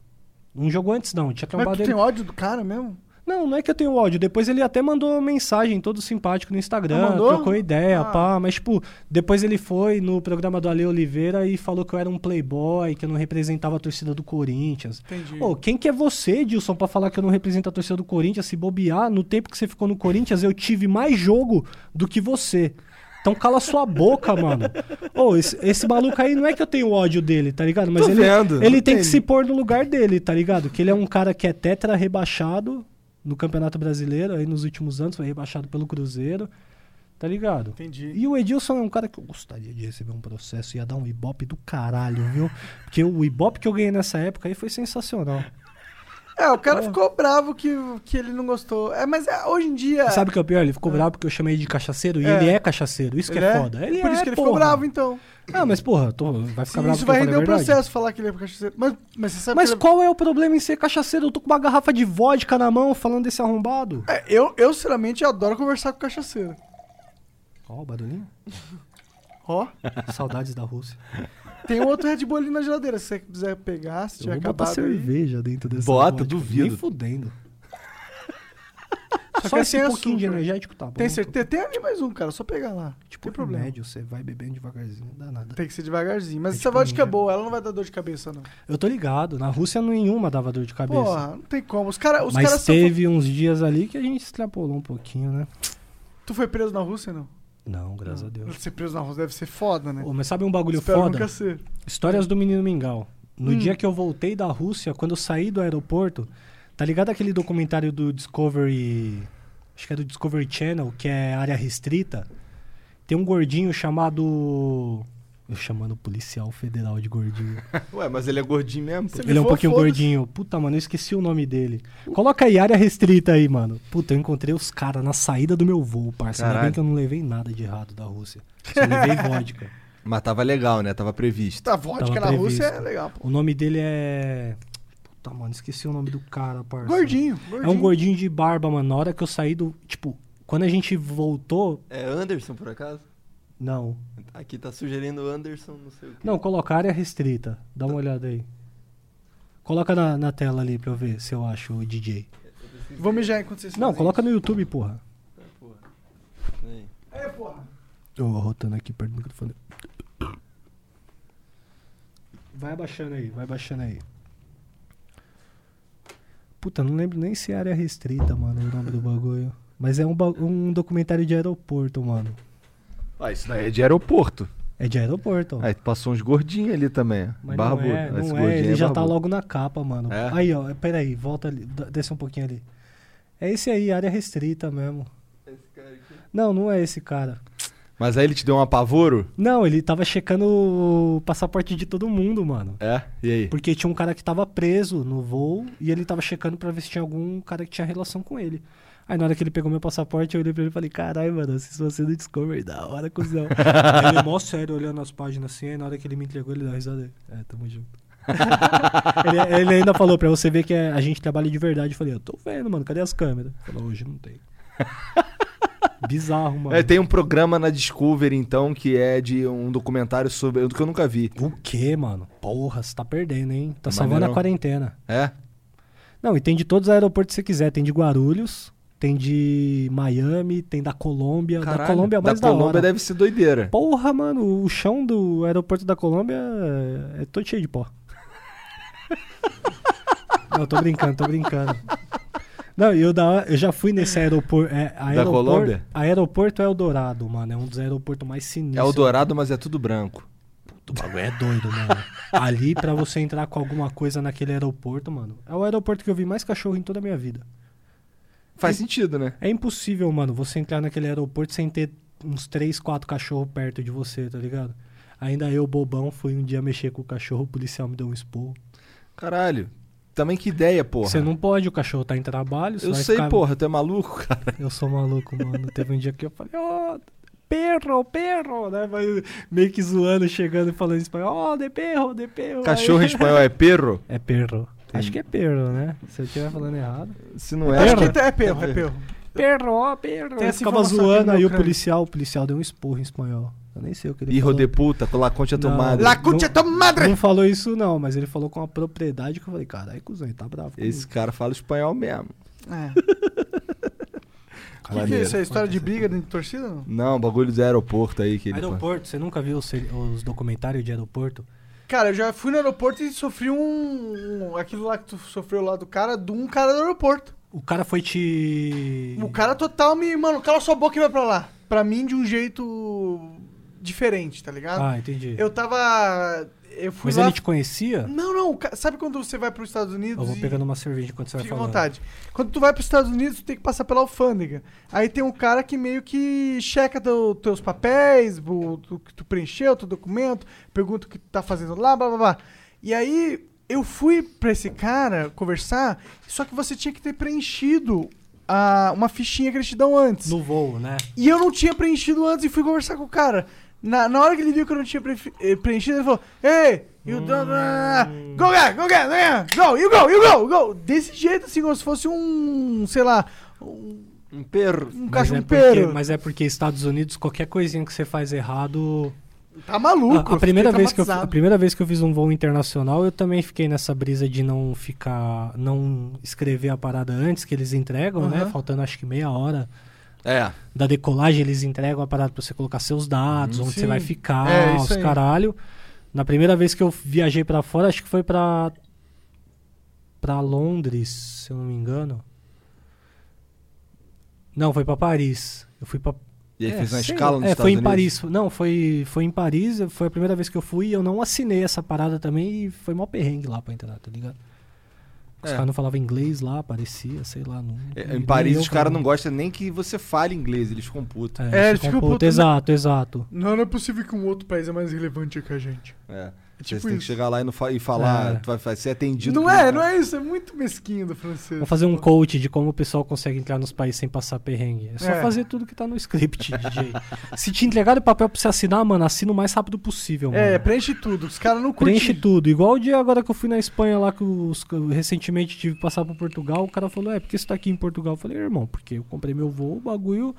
Speaker 3: Um jogo antes não, eu tinha
Speaker 2: Mas
Speaker 3: trombado
Speaker 2: tu
Speaker 3: ele...
Speaker 2: tem ódio do cara mesmo?
Speaker 3: Não, não é que eu tenho ódio. Depois ele até mandou mensagem todo simpático no
Speaker 2: Ah,
Speaker 3: Instagram,
Speaker 2: mandou?
Speaker 3: trocou ideia,
Speaker 2: Ah.
Speaker 3: pá. Mas, tipo, depois ele foi no programa do Ale Oliveira e falou que eu era um playboy, que eu não representava a torcida do Corinthians.
Speaker 2: Entendi.
Speaker 3: Ô, quem que é você, Dilson, pra falar que eu não represento a torcida do Corinthians? Se bobear, no tempo que você ficou no Corinthians, eu tive mais jogo do que você. Então cala sua boca, mano. Ô, esse, esse maluco aí não é que eu tenho ódio dele, tá ligado? Mas
Speaker 4: Tô
Speaker 3: ele,
Speaker 4: vendo,
Speaker 3: ele
Speaker 4: não
Speaker 3: tem
Speaker 4: tem.
Speaker 3: que se pôr no lugar dele, tá ligado? Que ele é um cara que é tetra rebaixado no Campeonato Brasileiro, aí nos últimos anos foi rebaixado pelo Cruzeiro, tá ligado?
Speaker 2: Entendi.
Speaker 3: E o Edilson é um cara que eu gostaria de receber um processo, ia dar um ibope do caralho, viu? Porque o ibope que eu ganhei nessa época aí foi sensacional.
Speaker 2: É, o cara ficou bravo que, que ele não gostou. É, mas é, hoje em dia.
Speaker 3: E Sabe o que é o pior? Ele ficou bravo porque eu chamei de cachaceiro e
Speaker 2: É.
Speaker 3: ele é cachaceiro. Isso que é, foda. Ele
Speaker 2: Por
Speaker 3: é,
Speaker 2: isso que ele
Speaker 3: porra.
Speaker 2: ficou bravo, então.
Speaker 3: Ah, mas porra, tô- vai ficar
Speaker 2: Sim,
Speaker 3: bravo
Speaker 2: isso
Speaker 3: porque
Speaker 2: vai
Speaker 3: eu
Speaker 2: render
Speaker 3: falei a
Speaker 2: o
Speaker 3: verdade.
Speaker 2: processo né? falar que ele é cachaceiro. Mas, mas você sabe
Speaker 3: Mas
Speaker 2: que ele-
Speaker 3: qual é o problema em ser cachaceiro? Eu tô com uma garrafa de vodka na mão falando desse arrombado.
Speaker 2: É, eu, eu, sinceramente, adoro conversar com cachaceiro.
Speaker 3: Ó, o barulhinho.
Speaker 2: Ó,
Speaker 3: Saudades da Rússia.
Speaker 2: tem um outro Red Bull ali na geladeira. Se você quiser pegar, se
Speaker 3: Eu
Speaker 2: tiver
Speaker 3: vou botar
Speaker 2: acabado aí.
Speaker 3: cerveja dentro dessa
Speaker 4: Bota,
Speaker 3: vodka,
Speaker 4: duvido.
Speaker 3: Nem fudendo.
Speaker 2: Só
Speaker 3: Só
Speaker 2: que é assim,
Speaker 3: esse
Speaker 2: sem
Speaker 3: pouquinho de
Speaker 2: açúcar.
Speaker 3: energético tá bom.
Speaker 2: né? Tem certeza? Tem ali mais um, cara. Só pegar lá.
Speaker 3: Tipo,
Speaker 2: tem
Speaker 3: tem
Speaker 2: problema.
Speaker 3: remédio, você vai bebendo devagarzinho, não dá nada.
Speaker 2: Tem que ser devagarzinho. Mas
Speaker 3: É
Speaker 2: essa
Speaker 3: tipo
Speaker 2: vodka é
Speaker 3: ninja.
Speaker 2: boa, ela não vai dar dor de cabeça, não.
Speaker 3: Eu tô ligado, na Rússia nenhuma dava dor de cabeça.
Speaker 2: Porra, não tem como. Os caras os
Speaker 3: Mas
Speaker 2: caras são.
Speaker 3: teve uns dias ali que a gente extrapolou um pouquinho, né?
Speaker 2: Tu foi preso na Rússia, não?
Speaker 3: Não, graças a Deus.
Speaker 2: Ser preso na Rússia deve ser foda, né?
Speaker 3: Ô, mas sabe um bagulho
Speaker 2: Espero
Speaker 3: foda?
Speaker 2: nunca ser.
Speaker 3: Histórias do Menino Mingau. No dia que eu voltei da Rússia, quando eu saí do aeroporto, tá ligado aquele documentário do Discovery. Acho que é do Discovery Channel, que é área restrita. Tem um gordinho chamado. Eu chamando o policial federal de gordinho.
Speaker 4: Ué, mas ele é gordinho mesmo. pô.
Speaker 3: Ele é um pouquinho gordinho. Puta, mano, eu esqueci o nome dele. Coloca aí área restrita aí, mano. Puta, eu encontrei os caras na saída do meu voo, parça. Ainda bem
Speaker 4: Caralho.
Speaker 3: que eu não levei nada de errado da Rússia. Só levei vodka.
Speaker 4: Mas tava legal, né? Tava previsto.
Speaker 2: Tá, vodka
Speaker 3: Tava
Speaker 2: na Rússia é
Speaker 3: previsto.
Speaker 2: legal, pô.
Speaker 3: O nome dele é. Puta, mano, esqueci o nome do cara, parça.
Speaker 2: Gordinho,
Speaker 3: É
Speaker 2: gordinho.
Speaker 3: um gordinho de barba, mano. Na hora que eu saí do. Tipo, quando a gente voltou.
Speaker 5: É Anderson, por acaso?
Speaker 3: Não.
Speaker 5: Aqui tá sugerindo Anderson, não sei o que.
Speaker 3: Não, coloca área restrita. Dá uma olhada aí. Coloca na, na tela ali pra eu ver se eu acho o DJ.
Speaker 2: Vou mijar enquanto vocês
Speaker 3: Não,
Speaker 2: fazem
Speaker 3: coloca no YouTube, porra.
Speaker 5: Ah, Aí.
Speaker 2: isso. É, porra.
Speaker 3: Eu rotando aqui perto do microfone. Vai abaixando aí, vai abaixando aí. Puta, não lembro nem se é área restrita, mano, o nome do bagulho. Mas é um, ba- um documentário de aeroporto, mano.
Speaker 4: Ah, isso daí é de aeroporto.
Speaker 3: É de aeroporto.
Speaker 4: Aí passou uns gordinhos ali também.
Speaker 3: Mas
Speaker 4: barbudo.
Speaker 3: não é,
Speaker 4: Esse
Speaker 3: não é,
Speaker 4: gordinho
Speaker 3: ele já tá
Speaker 4: barbudo.
Speaker 3: logo na capa, mano.
Speaker 4: É?
Speaker 3: Aí, ó, peraí, volta ali, d- desce um pouquinho ali. É esse aí, área restrita mesmo.
Speaker 5: Esse cara aqui.
Speaker 3: Não, não é esse cara.
Speaker 4: Mas aí ele te deu um apavoro?
Speaker 3: Não, ele tava checando o passaporte de todo mundo, mano.
Speaker 4: É? E aí?
Speaker 3: Porque tinha um cara que tava preso no voo e ele tava checando pra ver se tinha algum cara que tinha relação com ele. Aí na hora que ele pegou meu passaporte, eu olhei pra ele e falei, caralho, mano, assisto você no Discovery, da hora, cuzão. Aí ele é mó sério olhando as páginas assim, aí na hora que ele me entregou, ele dá uma risada. É, tamo junto. ele, ele ainda falou pra você ver que é- a gente trabalha de verdade. Eu falei, eu tô vendo, mano, cadê as câmeras? Ele Falou, hoje não tem. Bizarro, mano.
Speaker 4: É, tem um programa na Discovery, então, que é de um documentário sobre. do que eu nunca vi.
Speaker 3: O que, mano? Porra, você tá perdendo, hein? Tá
Speaker 4: É
Speaker 3: salvando
Speaker 4: maneirão.
Speaker 3: a quarentena.
Speaker 4: É?
Speaker 3: Não, e tem de todos os aeroportos que você quiser. Tem de Guarulhos, tem de Miami, tem da Colômbia. da
Speaker 4: Caralho.
Speaker 3: Colômbia é mais da,
Speaker 4: da Colômbia
Speaker 3: hora.
Speaker 4: deve ser doideira.
Speaker 3: Porra, mano, o chão do aeroporto da Colômbia é é todo cheio de pó. Não, tô brincando, tô brincando. Não, e eu, da hora- eu já fui nesse aeroporto. É, aeroporto
Speaker 4: Colômbia?
Speaker 3: Aeroporto Eldorado, mano. É um dos aeroportos mais sinistros.
Speaker 4: É o dourado, mas é tudo branco.
Speaker 3: O bagulho é doido, mano. Ali, pra você entrar com alguma coisa naquele aeroporto, mano. É o aeroporto que eu vi mais cachorro em toda a minha vida.
Speaker 4: Faz sentido, né?
Speaker 3: É impossível, mano, você entrar naquele aeroporto sem ter uns 3, 4 cachorros perto de você, tá ligado? Ainda eu, bobão, fui um dia mexer com o cachorro, o policial me deu um esporro.
Speaker 4: Caralho. Também que ideia, porra.
Speaker 3: Você não pode, o cachorro tá em trabalho. você
Speaker 4: Eu
Speaker 3: vai
Speaker 4: sei,
Speaker 3: ficar-
Speaker 4: porra, tu é maluco, cara.
Speaker 3: Eu sou maluco, mano. Teve um dia que eu falei, ó, perro, perro, né? Mas meio que zoando, chegando e falando em espanhol, ó, de perro, de perro. Aí-
Speaker 4: Cachorro em espanhol é perro?
Speaker 3: É perro. Acho que é perro, né? Se eu estiver falando errado.
Speaker 4: Se não é.
Speaker 2: Acho que é perro, é perro.
Speaker 3: Perro, ó, perro.
Speaker 2: Tem
Speaker 3: Eu
Speaker 2: essa
Speaker 3: ficava
Speaker 2: informação aqui
Speaker 3: zoando
Speaker 2: no
Speaker 3: aí
Speaker 2: meu
Speaker 3: o
Speaker 2: crânio.
Speaker 3: policial, o policial deu um esporro em espanhol. Eu nem sei o que ele
Speaker 4: Hijo
Speaker 3: falou.
Speaker 4: de puta, com la concha
Speaker 3: Não.
Speaker 4: tomada.
Speaker 3: La-
Speaker 2: Lacutia tua madre!
Speaker 3: Não falou isso não, mas ele falou com uma propriedade que eu falei, caralho, cuzão, ele tá bravo. comigo."
Speaker 4: Esse cara fala espanhol mesmo.
Speaker 2: É. O que, que é isso? É história de briga dentro de torcida? Não?
Speaker 4: Não, bagulho do aeroporto aí que ele.
Speaker 3: Aeroporto, você nunca viu os, seri- os documentários de aeroporto?
Speaker 2: Cara, eu já fui no aeroporto e sofri um. um- Aquilo lá que tu sofreu lá do cara, de um cara do aeroporto.
Speaker 3: O cara foi te...
Speaker 2: O cara total me. Mano, cala sua boca e vai pra lá. Pra mim, de um jeito diferente, tá ligado?
Speaker 3: Ah, entendi.
Speaker 2: Eu tava. Eu fui
Speaker 3: Mas
Speaker 2: lá.
Speaker 3: ele te conhecia?
Speaker 2: Não, não. o ca- Sabe quando você vai pros Estados Unidos?
Speaker 3: Eu vou
Speaker 2: e-
Speaker 3: pegando uma cerveja enquanto você vai
Speaker 2: Fica à
Speaker 3: falando.
Speaker 2: vontade. Quando tu vai pros Estados Unidos, tu tem que passar pela alfândega. Aí tem um cara que meio que checa teu, teus papéis, o o que tu preencheu, teu documento, pergunta o que tu tá fazendo lá, blá blá blá. E aí eu fui pra esse cara conversar, só que você tinha que ter preenchido a, uma fichinha que eles te dão antes.
Speaker 3: No voo, né?
Speaker 2: E eu não tinha preenchido antes e fui conversar com o cara. Na, na hora que ele viu que eu não tinha prefi- eh, preenchido, ele falou: Ei, you don't. Go, guy, go, guy, go, guy. go, you go, you go, go. Desse jeito, assim, como se fosse um, sei lá, um,
Speaker 5: Um perro.
Speaker 2: um
Speaker 3: Mas é,
Speaker 2: cachumpeiro.
Speaker 3: porque, mas é porque Estados Unidos, qualquer coisinha que você faz errado,
Speaker 2: Tá maluco.
Speaker 3: a, a primeira
Speaker 2: fiquei
Speaker 3: vez que eu, a
Speaker 2: traumatizado.
Speaker 3: primeira vez que eu fiz um voo internacional, eu também fiquei nessa brisa de não ficar. não escrever a parada antes que eles entregam, né?
Speaker 2: Aham.
Speaker 3: Faltando acho que meia hora
Speaker 4: É.
Speaker 3: da decolagem, eles entregam a parada pra você colocar seus
Speaker 4: Hum,
Speaker 3: dados, onde você vai ficar,
Speaker 2: É, isso
Speaker 3: os
Speaker 2: aí.
Speaker 3: caralho. Na primeira vez que eu viajei pra fora, acho que foi pra. pra Londres, se eu não me engano. Não, foi pra Paris. Eu fui pra
Speaker 4: E aí
Speaker 3: é,
Speaker 4: fez uma
Speaker 3: sei
Speaker 4: escala
Speaker 3: lá.
Speaker 4: nos
Speaker 3: É,
Speaker 4: Estados
Speaker 3: foi em
Speaker 4: Unidos.
Speaker 3: Paris. Não, foi, foi em Paris. Foi a primeira vez que eu fui e eu não assinei essa parada também. E foi mó perrengue lá pra entrar, tá ligado? Os
Speaker 4: É.
Speaker 3: caras não falavam inglês lá, parecia, sei lá. Não,
Speaker 4: É,
Speaker 3: nem
Speaker 4: Em Paris
Speaker 3: eu
Speaker 4: os caras
Speaker 3: falava.
Speaker 4: não gostam nem que você fale inglês, eles computam.
Speaker 3: É,
Speaker 2: É,
Speaker 3: eles
Speaker 2: eles ficam
Speaker 3: computam,
Speaker 2: puto, né?
Speaker 3: Exato, exato.
Speaker 2: Não, não é possível que um outro país é mais relevante que a gente.
Speaker 4: É.
Speaker 2: É
Speaker 4: Você
Speaker 2: tipo
Speaker 4: tem que
Speaker 2: isso.
Speaker 4: chegar lá e, não fa- e falar,
Speaker 3: É.
Speaker 4: tu vai, vai ser atendido.
Speaker 2: Não
Speaker 4: por- um
Speaker 2: é, não é isso. É muito mesquinho do francês.
Speaker 3: Vou fazer um coach de como o pessoal consegue entrar nos países sem passar perrengue. É só
Speaker 2: É.
Speaker 3: fazer tudo que tá no script, DJ. Se te entregar o papel pra você assinar, mano, assina o mais rápido possível, mano.
Speaker 2: É, preenche tudo. Os caras não curtem.
Speaker 3: Preenche tudo. Igual o dia agora que eu fui na Espanha lá, que os- que eu recentemente tive que passar por Portugal, o cara falou, é, por que você tá aqui em Portugal? Eu falei, irmão, porque eu comprei meu voo, o bagulho...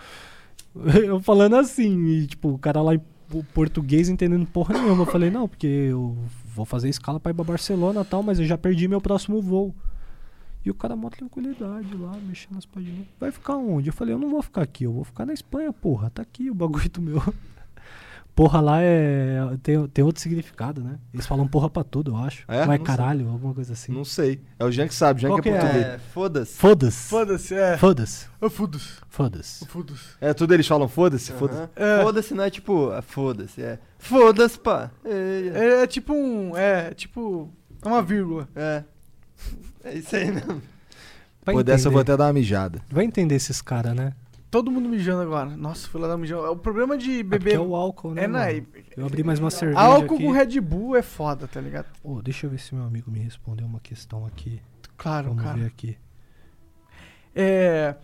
Speaker 3: Eu falando assim, e, tipo, o cara lá em po- português entendendo porra nenhuma. Eu falei, não, porque eu vou fazer escala pra ir pra Barcelona e tal, mas eu já perdi meu próximo voo. E o cara, mó tranquilidade lá, mexendo nas páginas. Vai ficar onde? Eu falei, eu não vou ficar aqui, eu vou ficar na Espanha, porra. Tá aqui o bagulho do meu. Porra lá é. Tem, tem outro significado, né? Eles falam porra pra tudo, eu acho.
Speaker 4: É?
Speaker 3: Ou é
Speaker 4: Não sei.
Speaker 3: caralho, alguma coisa assim.
Speaker 4: Não sei. É o Jean que sabe, o Jean
Speaker 3: Qual
Speaker 4: que é
Speaker 3: que é?
Speaker 4: português.
Speaker 5: É, foda-se.
Speaker 3: Foda-se.
Speaker 2: Foda-se, é.
Speaker 3: Foda-se.
Speaker 2: Eu fudos.
Speaker 3: Foda-se.
Speaker 2: Eu fudos.
Speaker 4: É, tudo eles falam, foda-se,
Speaker 5: Aham.
Speaker 4: foda-se.
Speaker 2: É.
Speaker 5: Foda-se não é tipo, ah, foda-se, é. Foda-se, pá. É, é,
Speaker 2: É, é tipo um. É, tipo. É uma vírgula.
Speaker 5: é. É isso aí mesmo.
Speaker 3: Vai
Speaker 4: Pô, dessa eu vou
Speaker 3: entender.
Speaker 4: até dar uma mijada.
Speaker 3: Vai entender esses caras, né?
Speaker 2: Todo mundo mijando agora. Nossa, fui lá dar um mijão. O problema de
Speaker 3: É porque
Speaker 2: beber.
Speaker 3: é o álcool, né?
Speaker 2: É,
Speaker 3: mano?
Speaker 2: na-
Speaker 3: Eu abri mais uma cerveja.
Speaker 2: Álcool
Speaker 3: aqui.
Speaker 2: com Red Bull é foda, tá ligado?
Speaker 3: Ô, deixa eu ver se meu amigo me respondeu uma questão aqui.
Speaker 2: Claro,
Speaker 3: Vamos
Speaker 2: cara.
Speaker 3: ver aqui.
Speaker 2: É.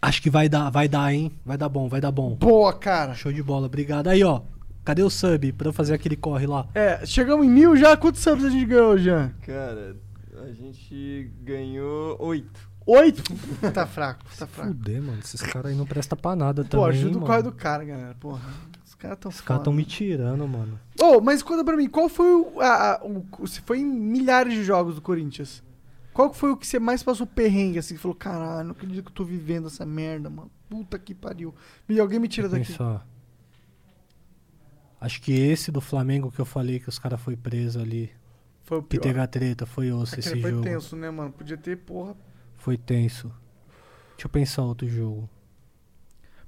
Speaker 3: Acho que vai dar, vai dar, hein? Vai dar bom, vai dar bom.
Speaker 2: Boa, cara.
Speaker 3: Show de bola, obrigado. Aí, ó. Cadê o sub pra eu fazer aquele corre lá?
Speaker 2: É, chegamos em mil já. Quantos subs a gente ganhou, Jean?
Speaker 5: Cara, a gente ganhou oito.
Speaker 2: Oito? tá fraco, tá fraco.
Speaker 3: Fuder, mano. Esses caras aí não prestam pra nada também.
Speaker 2: Pô, ajuda o
Speaker 3: mano.
Speaker 2: corre do cara, galera. Porra. Os caras tão
Speaker 3: Os caras tão me tirando, mano.
Speaker 2: Ô, mas conta pra mim, qual foi o, a- a- o- Se foi em milhares de jogos do Corinthians. Qual que foi o que você mais passou perrengue, assim? Que falou, caralho, não acredito que eu tô vivendo essa merda, mano. Puta que pariu. Me, alguém me tira daqui.
Speaker 3: Pensar. Acho que esse do Flamengo que eu falei que os caras foi preso ali.
Speaker 2: Foi o
Speaker 3: Que
Speaker 2: pior.
Speaker 3: teve a treta, foi osso
Speaker 2: Aquele
Speaker 3: esse
Speaker 2: foi
Speaker 3: jogo.
Speaker 2: tenso, né, mano? Podia ter, porra.
Speaker 3: Foi tenso. Deixa eu pensar outro jogo.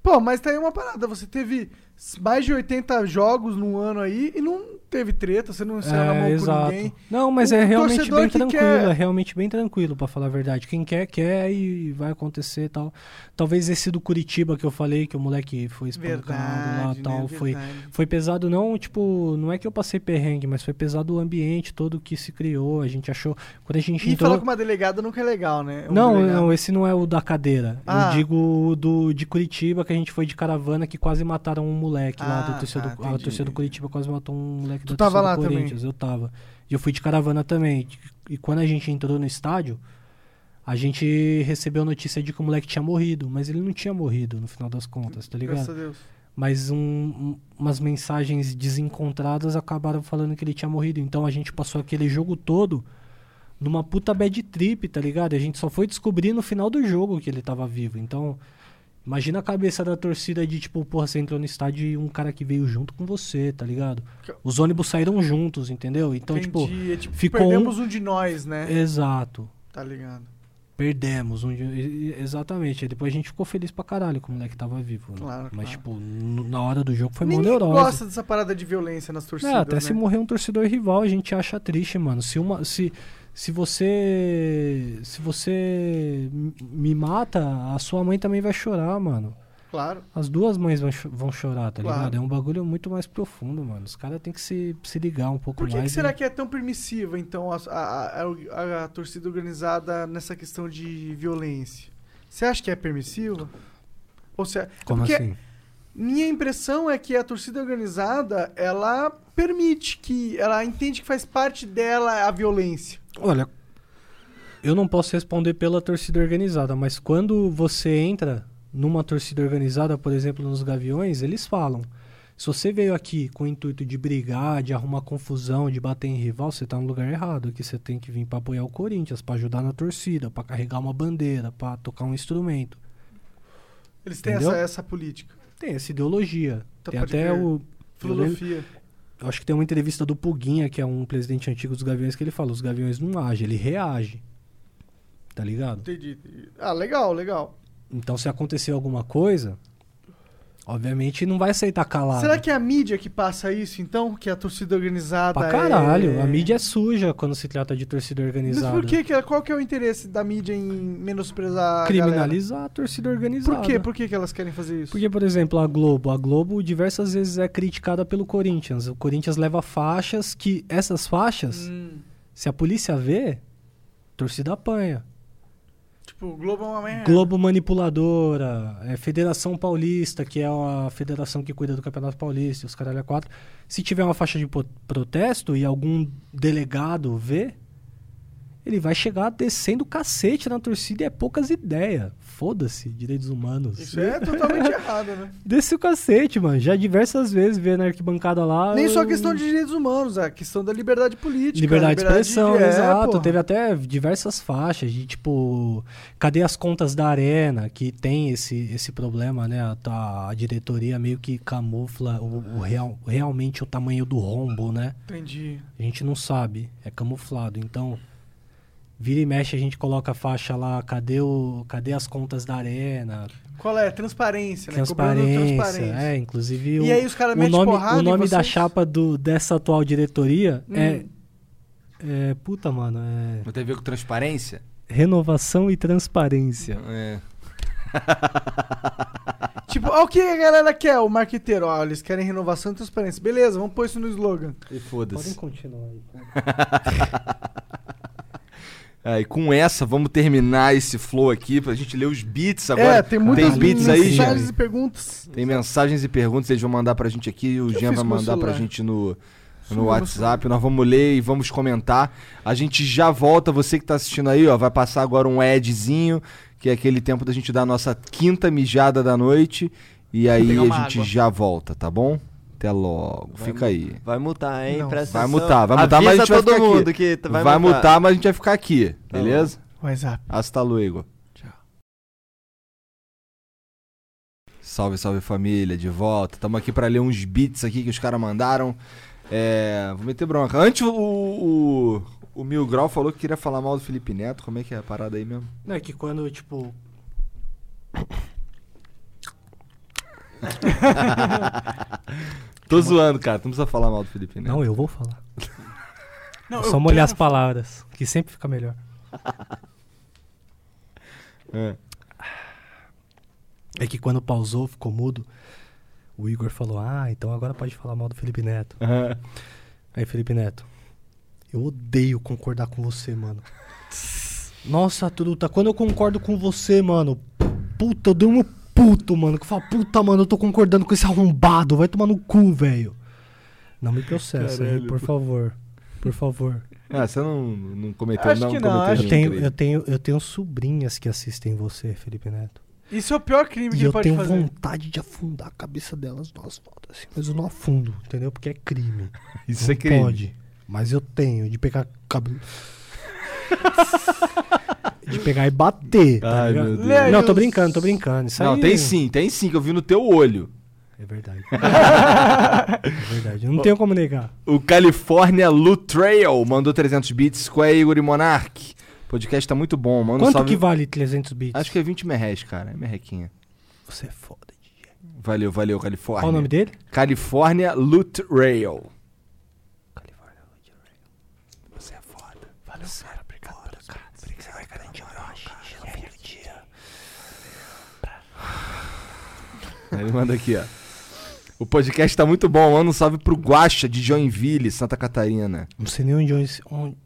Speaker 2: Pô, mas tá aí uma parada. Você teve mais de 80 jogos num ano aí e não teve treta, você não saiu
Speaker 3: É,
Speaker 2: na mão com ninguém.
Speaker 3: Não, mas é
Speaker 2: O
Speaker 3: realmente
Speaker 2: torcedor
Speaker 3: bem
Speaker 2: que
Speaker 3: tranquilo,
Speaker 2: quer-
Speaker 3: é realmente bem tranquilo pra falar a verdade. Quem quer quer e vai acontecer e tal. Talvez esse do Curitiba que eu falei que o moleque foi espancado lá
Speaker 2: Verdade, né?
Speaker 3: e tal, foi
Speaker 2: Verdade.
Speaker 3: foi pesado não, tipo, não é que eu passei perrengue, mas foi pesado o ambiente todo que se criou, a gente achou, quando a gente
Speaker 2: E
Speaker 3: entrou
Speaker 2: falar com uma delegada nunca é legal, né? Um
Speaker 3: Não,
Speaker 2: delegado.
Speaker 3: não, esse não é o da cadeira.
Speaker 2: Ah.
Speaker 3: Eu digo o do de Curitiba que a gente foi de caravana que quase mataram um moleque lá
Speaker 2: Ah,
Speaker 3: do torcedor,
Speaker 2: tá,
Speaker 3: a
Speaker 2: entendi,
Speaker 3: torcida do Curitiba quase matou um moleque
Speaker 2: Tu
Speaker 3: da torcida
Speaker 2: tava lá
Speaker 3: do
Speaker 2: também?
Speaker 3: Corinthians, eu tava. E eu fui de caravana também. E quando a gente entrou no estádio, a gente recebeu notícia de que o moleque tinha morrido, mas ele não tinha morrido no final das contas, tá
Speaker 2: Graças
Speaker 3: ligado?
Speaker 2: a Deus.
Speaker 3: mas um- um- umas mensagens desencontradas acabaram falando que ele tinha morrido. Então a gente passou aquele jogo todo numa puta bad trip, tá ligado? E a gente só foi descobrir no final do jogo que ele tava vivo. Então, imagina a cabeça da torcida de tipo, porra, você entrou no estádio e um cara que veio junto com você, tá ligado? Os ônibus saíram juntos, entendeu? Então, tipo,
Speaker 2: Entendi. É tipo,
Speaker 3: ficou É.
Speaker 2: perdemos um de nós, né?
Speaker 3: exato.
Speaker 2: Tá ligado.
Speaker 3: Perdemos, um dia- e- e- exatamente. Aí Depois a gente ficou feliz pra caralho que o moleque tava vivo. né?
Speaker 2: Claro,
Speaker 3: Mas,
Speaker 2: claro.
Speaker 3: tipo, n- na hora do jogo foi mó
Speaker 2: Ninguém
Speaker 3: neurose.
Speaker 2: gosta dessa parada de violência nas torcidas,
Speaker 3: É, até
Speaker 2: né?
Speaker 3: se morrer um torcedor rival, a gente acha triste, mano. Se uma se se você se você m- me mata, a sua mãe também vai chorar, mano.
Speaker 2: Claro.
Speaker 3: As duas mães vão, cho- vão chorar, tá
Speaker 2: Claro.
Speaker 3: ligado? É um bagulho muito mais profundo, mano. Os caras têm que se, se ligar um pouco
Speaker 2: Por que,
Speaker 3: mais.
Speaker 2: que será
Speaker 3: né?
Speaker 2: que é tão permissiva, então, a, a- a- a torcida organizada nessa questão de violência? Você acha que é permissiva? Ou seja,
Speaker 3: Como
Speaker 2: porque
Speaker 3: assim?
Speaker 2: minha impressão é que a torcida organizada, ela permite que. Ela entende que faz parte dela a violência.
Speaker 3: Olha, eu não posso responder pela torcida organizada, mas quando você entra numa torcida organizada, por exemplo, nos Gaviões, eles falam. Se você veio aqui com o intuito de brigar, de arrumar confusão, de bater em rival, você tá no lugar errado. Aqui você tem que vir pra apoiar o Corinthians, pra ajudar na torcida, pra carregar uma bandeira, pra tocar um instrumento.
Speaker 2: Eles têm
Speaker 3: Entendeu?
Speaker 2: essa, essa política.
Speaker 3: Tem essa ideologia.
Speaker 2: Então
Speaker 3: tem
Speaker 2: pode
Speaker 3: até
Speaker 2: crer.
Speaker 3: o. eu lembro-
Speaker 2: Filosofia.
Speaker 3: Eu acho que tem uma entrevista do Puguinha, que é um presidente antigo dos Gaviões, que ele fala: os Gaviões não agem, ele reage. Tá ligado?
Speaker 2: Entendi, entendi. Ah, legal, legal.
Speaker 3: Então, se acontecer alguma coisa, obviamente não vai aceitar calado.
Speaker 2: Será que é a mídia que passa isso, então? Que a torcida organizada
Speaker 3: Pra
Speaker 2: é-
Speaker 3: caralho, a mídia é suja quando se trata de torcida
Speaker 2: Mas
Speaker 3: organizada.
Speaker 2: por que, que ela- qual que é o interesse da mídia em menosprezar a galera?
Speaker 3: Criminalizar a torcida organizada.
Speaker 2: Por quê? Por que, que elas querem fazer isso?
Speaker 3: Porque, por exemplo, a Globo. A Globo diversas vezes é criticada pelo Corinthians. O Corinthians leva faixas que. Essas faixas,
Speaker 2: Hum,
Speaker 3: se a polícia vê, a torcida apanha.
Speaker 2: tipo, o Globo é uma merda.
Speaker 3: Globo Manipuladora, é, Federação Paulista, que é a federação que cuida do Campeonato Paulista, os caralho a quatro. Se tiver uma faixa de po- protesto e algum delegado vê, ele vai chegar descendo o cacete na torcida e é poucas ideias. Foda-se, direitos humanos.
Speaker 2: Isso é totalmente errado, né?
Speaker 3: Desce o cacete, mano. Já diversas vezes vê na arquibancada lá.
Speaker 2: Nem só a
Speaker 3: eu-
Speaker 2: questão de direitos humanos, a questão da liberdade política.
Speaker 3: Liberdade de expressão,
Speaker 2: é,
Speaker 3: exato.
Speaker 2: porra.
Speaker 3: Teve até diversas faixas de tipo, cadê as contas da arena? Que tem esse, esse problema, né? A, ta- a diretoria meio que camufla o, o real, realmente o tamanho do rombo, né?
Speaker 2: Entendi.
Speaker 3: A gente não sabe, é camuflado. Então, vira e mexe, a gente coloca a faixa lá, cadê, o, cadê as contas da arena?
Speaker 2: Qual é? Transparência, né? Cobrando
Speaker 3: Transparência. É, inclusive o,
Speaker 2: E aí os caras
Speaker 3: o
Speaker 2: metem
Speaker 3: nome,
Speaker 2: porrada
Speaker 3: o
Speaker 2: em
Speaker 3: nome da
Speaker 2: vocês?
Speaker 3: chapa do, dessa atual diretoria é.
Speaker 2: Hum.
Speaker 3: É, puta, mano, é.
Speaker 4: Não tem a ver com transparência?
Speaker 3: Renovação e transparência.
Speaker 4: É.
Speaker 2: Tipo, ó, o que a galera quer, o marqueteiro? Ó, eles querem renovação e transparência. Beleza, vamos pôr isso no slogan.
Speaker 4: E
Speaker 3: Podem
Speaker 4: foda-se.
Speaker 3: continuar aí.
Speaker 4: É, e com essa, vamos terminar esse flow aqui pra gente ler os beats agora.
Speaker 2: é, tem muitas
Speaker 4: Tá, Tem beats aí,
Speaker 2: mensagens
Speaker 4: Jean?
Speaker 2: e perguntas.
Speaker 4: Tem mensagens e perguntas, eles vão mandar pra gente aqui. O
Speaker 2: eu
Speaker 4: Jean
Speaker 2: fiz
Speaker 4: vai
Speaker 2: com o
Speaker 4: mandar pra
Speaker 2: celular? um
Speaker 4: gente no,
Speaker 2: Sumiu
Speaker 4: no
Speaker 2: meu
Speaker 4: WhatsApp. Nós vamos ler e vamos comentar. A gente já volta. Você que tá assistindo aí, ó, vai passar agora um edzinho, que é aquele tempo da gente dar a nossa quinta mijada da noite. E aí
Speaker 5: pegar
Speaker 4: a
Speaker 5: uma
Speaker 4: gente
Speaker 5: água.
Speaker 4: já volta, tá bom? Até logo. Fica aí.
Speaker 5: Vai mutar, hein?
Speaker 2: Não.
Speaker 5: Presta
Speaker 4: Vai
Speaker 5: atenção.
Speaker 4: mutar, vai mutar, mas
Speaker 5: Avisa
Speaker 4: a gente vai
Speaker 5: todo
Speaker 4: ficar aqui.
Speaker 5: mundo que t-
Speaker 4: Vai,
Speaker 5: vai,
Speaker 4: mutar. mas a gente vai ficar aqui,
Speaker 5: Tá
Speaker 4: beleza?
Speaker 2: WhatsApp.
Speaker 4: Hasta luego. Salve, salve família, de volta. Tamo aqui pra ler uns beats aqui que os caras mandaram. É, vou meter bronca. Antes o, o, o Mil Grau falou que queria falar mal do Felipe Neto. Como é que é a parada aí mesmo?
Speaker 3: Não, é que quando, tipo.
Speaker 4: Tô zoando, cara. Tu não precisa falar mal do Felipe Neto.
Speaker 3: Não, eu vou falar.
Speaker 2: Não,
Speaker 3: É
Speaker 2: eu
Speaker 3: só molhar as
Speaker 2: quero-
Speaker 3: palavras, que sempre fica melhor.
Speaker 4: É.
Speaker 3: É que quando pausou, ficou mudo. O Igor falou: Ah, então agora pode falar mal do Felipe Neto.
Speaker 4: Aham.
Speaker 3: Aí, Felipe Neto, eu odeio concordar com você, mano. Nossa, truta, quando eu concordo com você, mano, puta, eu dei um puto, mano, que eu falo, puta, mano, eu tô concordando com esse arrombado, vai tomar no cu, velho. Não me processa, hein, por favor. Por favor.
Speaker 4: Ah, você não, não cometeu
Speaker 2: Acho
Speaker 4: não,
Speaker 2: que não,
Speaker 4: cometeu
Speaker 2: acho
Speaker 3: Eu
Speaker 4: nenhum
Speaker 3: tenho,
Speaker 4: crime.
Speaker 3: eu, tenho, eu tenho sobrinhas que assistem você, Felipe Neto.
Speaker 2: Isso é o pior crime
Speaker 3: E
Speaker 2: que ele
Speaker 3: eu
Speaker 2: pode
Speaker 3: tenho
Speaker 2: fazer.
Speaker 3: vontade de afundar a cabeça delas no asfalto, assim. Mas eu não afundo, entendeu? Porque é crime.
Speaker 4: Isso
Speaker 3: não
Speaker 4: é crime.
Speaker 3: Pode. Mas eu tenho de pegar cabelo. de pegar e bater. Tá
Speaker 4: Ai,
Speaker 3: ligado?
Speaker 4: meu Deus.
Speaker 2: Lê aí
Speaker 3: Não, tô
Speaker 2: os-
Speaker 3: brincando, tô brincando. Isso
Speaker 4: Não,
Speaker 3: aí-
Speaker 4: tem sim, tem sim, que eu vi no teu olho.
Speaker 3: É verdade. é verdade. Eu não tenho como negar.
Speaker 4: O California Lu Trail mandou 300 bits. Qual é, Igor e Monark? O podcast tá muito bom, manda um
Speaker 3: Quanto
Speaker 4: salve.
Speaker 3: que vale 300 bits?
Speaker 4: Acho que é 20 merréis, cara. É merrequinha.
Speaker 3: Você é foda. DJ.
Speaker 4: Valeu, valeu, Califórnia.
Speaker 3: Qual o nome dele?
Speaker 4: California Loot Rail.
Speaker 3: California Lodge Você é foda. Valeu, cara. Obrigado, foda, cara. Você vai garantir o cara. Não perdi.
Speaker 4: Aí Ele manda aqui, ó. O podcast tá muito bom, manda um salve pro Guaxa de Joinville, Santa Catarina.
Speaker 3: Não sei nem onde... onde, onde...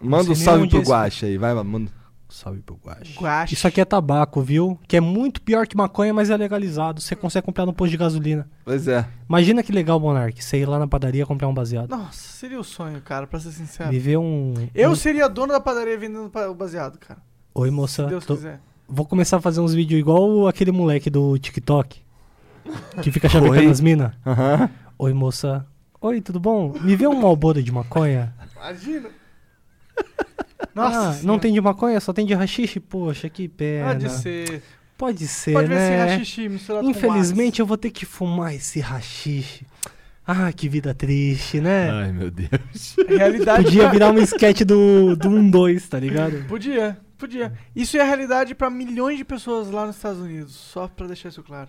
Speaker 4: Manda
Speaker 3: sei
Speaker 4: um
Speaker 3: nem
Speaker 4: salve
Speaker 3: onde é
Speaker 4: pro
Speaker 3: esse-
Speaker 4: Guaxa aí, vai, manda.
Speaker 3: Salve pro Guache.
Speaker 2: Guache.
Speaker 3: Isso aqui é tabaco, viu? Que é muito pior que maconha, mas é legalizado. Você consegue comprar no posto de gasolina.
Speaker 4: Pois é.
Speaker 3: Imagina que legal, Monark. Você ir lá na padaria comprar um baseado.
Speaker 2: Nossa, seria o sonho, cara, pra ser sincero.
Speaker 3: Viver um...
Speaker 2: Eu
Speaker 3: um-
Speaker 2: seria dono da padaria vendendo pa- o baseado, cara.
Speaker 3: Oi,
Speaker 2: Se
Speaker 3: moça.
Speaker 2: Deus
Speaker 3: tô-
Speaker 2: quiser.
Speaker 3: Vou começar a fazer uns vídeos igual aquele moleque do TikTok. Que fica chavecando as minas. Oi, moça. Oi, tudo bom? Me vê um malboro de maconha?
Speaker 2: Imagina.
Speaker 3: ah,
Speaker 2: Nossa.
Speaker 3: não tem de maconha, só tem de rachixe? Poxa, que pena.
Speaker 2: Pode ser.
Speaker 3: Pode ser,
Speaker 2: Pode ver se
Speaker 3: né?
Speaker 2: rachixe misturado com
Speaker 3: Infelizmente eu vou ter que fumar esse rachixe. Ah, que vida triste, né?
Speaker 4: Ai, meu Deus.
Speaker 2: Marx. Realidade
Speaker 3: Podia
Speaker 2: pra-
Speaker 3: virar um sketch do, do 1-2, tá ligado?
Speaker 2: Podia, podia. Isso é a realidade pra milhões de pessoas lá nos Estados Unidos, só pra deixar isso claro.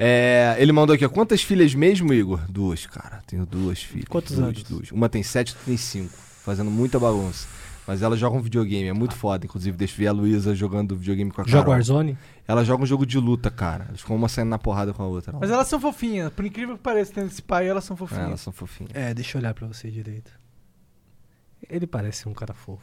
Speaker 4: É, ele mandou aqui, ó. Quantas filhas mesmo, Igor? Duas, cara. Tenho duas filhas.
Speaker 3: Quantos
Speaker 4: duas,
Speaker 3: anos?
Speaker 4: Duas. Uma tem sete, outra tem cinco. Fazendo muita bagunça. Mas ela joga um videogame, é muito foda. Inclusive, deixa eu ver a Luísa jogando videogame com a
Speaker 3: Ah. Joga
Speaker 4: Carol.
Speaker 3: Warzone?
Speaker 4: Ela joga um jogo de luta, cara. Eles ficam uma saindo na porrada com a outra.
Speaker 2: Mas elas são fofinhas, por incrível que pareça, tendo esse pai, elas são
Speaker 4: É, elas
Speaker 2: fofinhas.
Speaker 4: são fofinhas.
Speaker 3: É, deixa eu olhar pra você direito. Ele parece um cara fofo.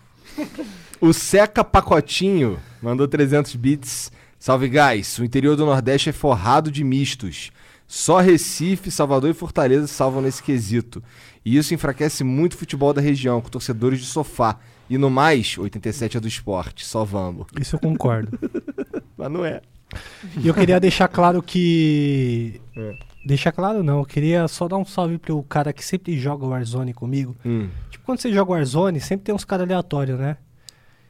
Speaker 4: O Seca Pacotinho mandou 300 bits. Salve, guys. O interior do Nordeste é forrado de mistos. Só Recife, Salvador e Fortaleza salvam nesse quesito. E isso enfraquece muito o futebol da região, com torcedores de sofá. E no mais, 87 é do esporte, só vamos.
Speaker 3: Isso eu concordo.
Speaker 4: Mas não é.
Speaker 3: E eu queria deixar claro que. Deixar claro não, eu queria só dar um salve pro cara que sempre joga Warzone comigo.
Speaker 4: Hum.
Speaker 3: Tipo, quando você joga Warzone, sempre tem uns caras aleatórios, né?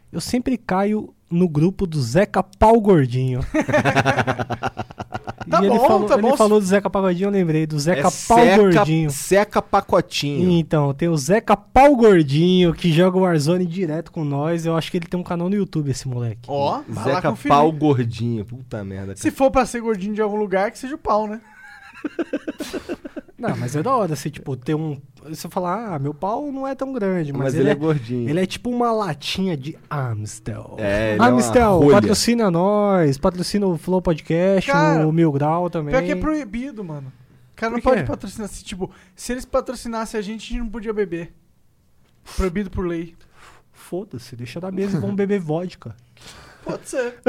Speaker 3: Eu sempre caio no grupo do Zeca Pau Gordinho.
Speaker 2: Tá
Speaker 3: e ele
Speaker 2: bom,
Speaker 3: falou,
Speaker 2: tá
Speaker 3: ele
Speaker 2: bom.
Speaker 3: falou do Zeca Pagodinho, eu lembrei, do Zeca
Speaker 4: É
Speaker 3: Pau Gordinho.
Speaker 4: Seca Pacotinho.
Speaker 3: Então, tem o Zeca Pau Gordinho, que joga Warzone direto com nós. Eu acho que ele tem um canal no YouTube, esse moleque.
Speaker 2: Ó, vai lá
Speaker 4: Zeca
Speaker 2: conferir.
Speaker 4: Pau Gordinho. Puta merda.
Speaker 2: Se
Speaker 4: Cara.
Speaker 2: for pra ser gordinho de algum lugar, que seja o pau, né?
Speaker 3: Não, mas é da hora, você, tipo, ter um... Você falar, ah, meu pau não é tão grande, mas,
Speaker 4: Mas, ele é,
Speaker 3: é
Speaker 4: gordinho.
Speaker 3: Ele é tipo uma latinha de Amstel.
Speaker 4: É, ele é uma
Speaker 3: Amstel,
Speaker 4: rolha.
Speaker 3: patrocina nós, patrocina o Flow Podcast,
Speaker 2: Cara,
Speaker 3: o Mil Grau também.
Speaker 2: Pior que é proibido, mano. O cara não
Speaker 3: Por quê?
Speaker 2: pode patrocinar. Se, tipo, se eles patrocinassem a gente, a gente não podia beber. Proibido por lei.
Speaker 3: Foda-se, deixa na mesa e vamos beber vodka.
Speaker 2: Pode ser.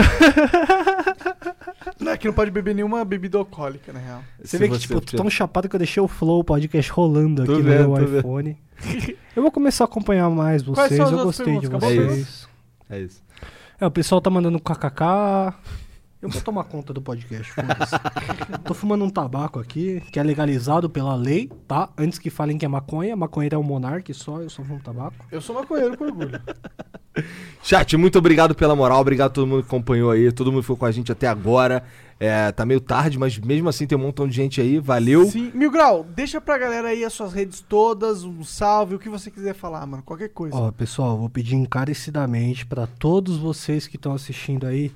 Speaker 2: não é que não pode beber nenhuma bebida alcoólica, na real.
Speaker 3: Você
Speaker 4: Se
Speaker 3: vê que, tipo, eu tô tão chapado que eu deixei o Flow Podcast rolando
Speaker 4: Tô
Speaker 3: aqui
Speaker 4: vendo,
Speaker 3: no
Speaker 4: tô
Speaker 3: meu
Speaker 4: vendo.
Speaker 3: iPhone. Eu vou começar a acompanhar mais
Speaker 2: Quais
Speaker 3: vocês,
Speaker 2: são as
Speaker 3: eu
Speaker 2: outras
Speaker 3: gostei de
Speaker 2: perguntas? Acabou
Speaker 4: mesmo?
Speaker 3: vocês.
Speaker 4: É isso.
Speaker 3: É, o pessoal tá mandando kkk. Eu vou tomar conta do podcast, foda-se. Tô fumando um tabaco aqui, que é legalizado pela lei, tá? Antes que falem que é maconha, maconheiro é o monarca e só, eu só fumo tabaco.
Speaker 2: Eu sou maconheiro com orgulho.
Speaker 4: Chat, muito obrigado pela moral, obrigado a todo mundo que acompanhou aí, todo mundo que ficou com a gente até agora. É, tá meio tarde, mas mesmo assim tem um montão de gente aí, valeu.
Speaker 2: Sim. Mil Grau, deixa pra galera aí as suas redes todas, um salve, o que você quiser falar, mano. Qualquer coisa.
Speaker 3: Ó, pessoal, vou pedir encarecidamente pra todos vocês que estão assistindo aí,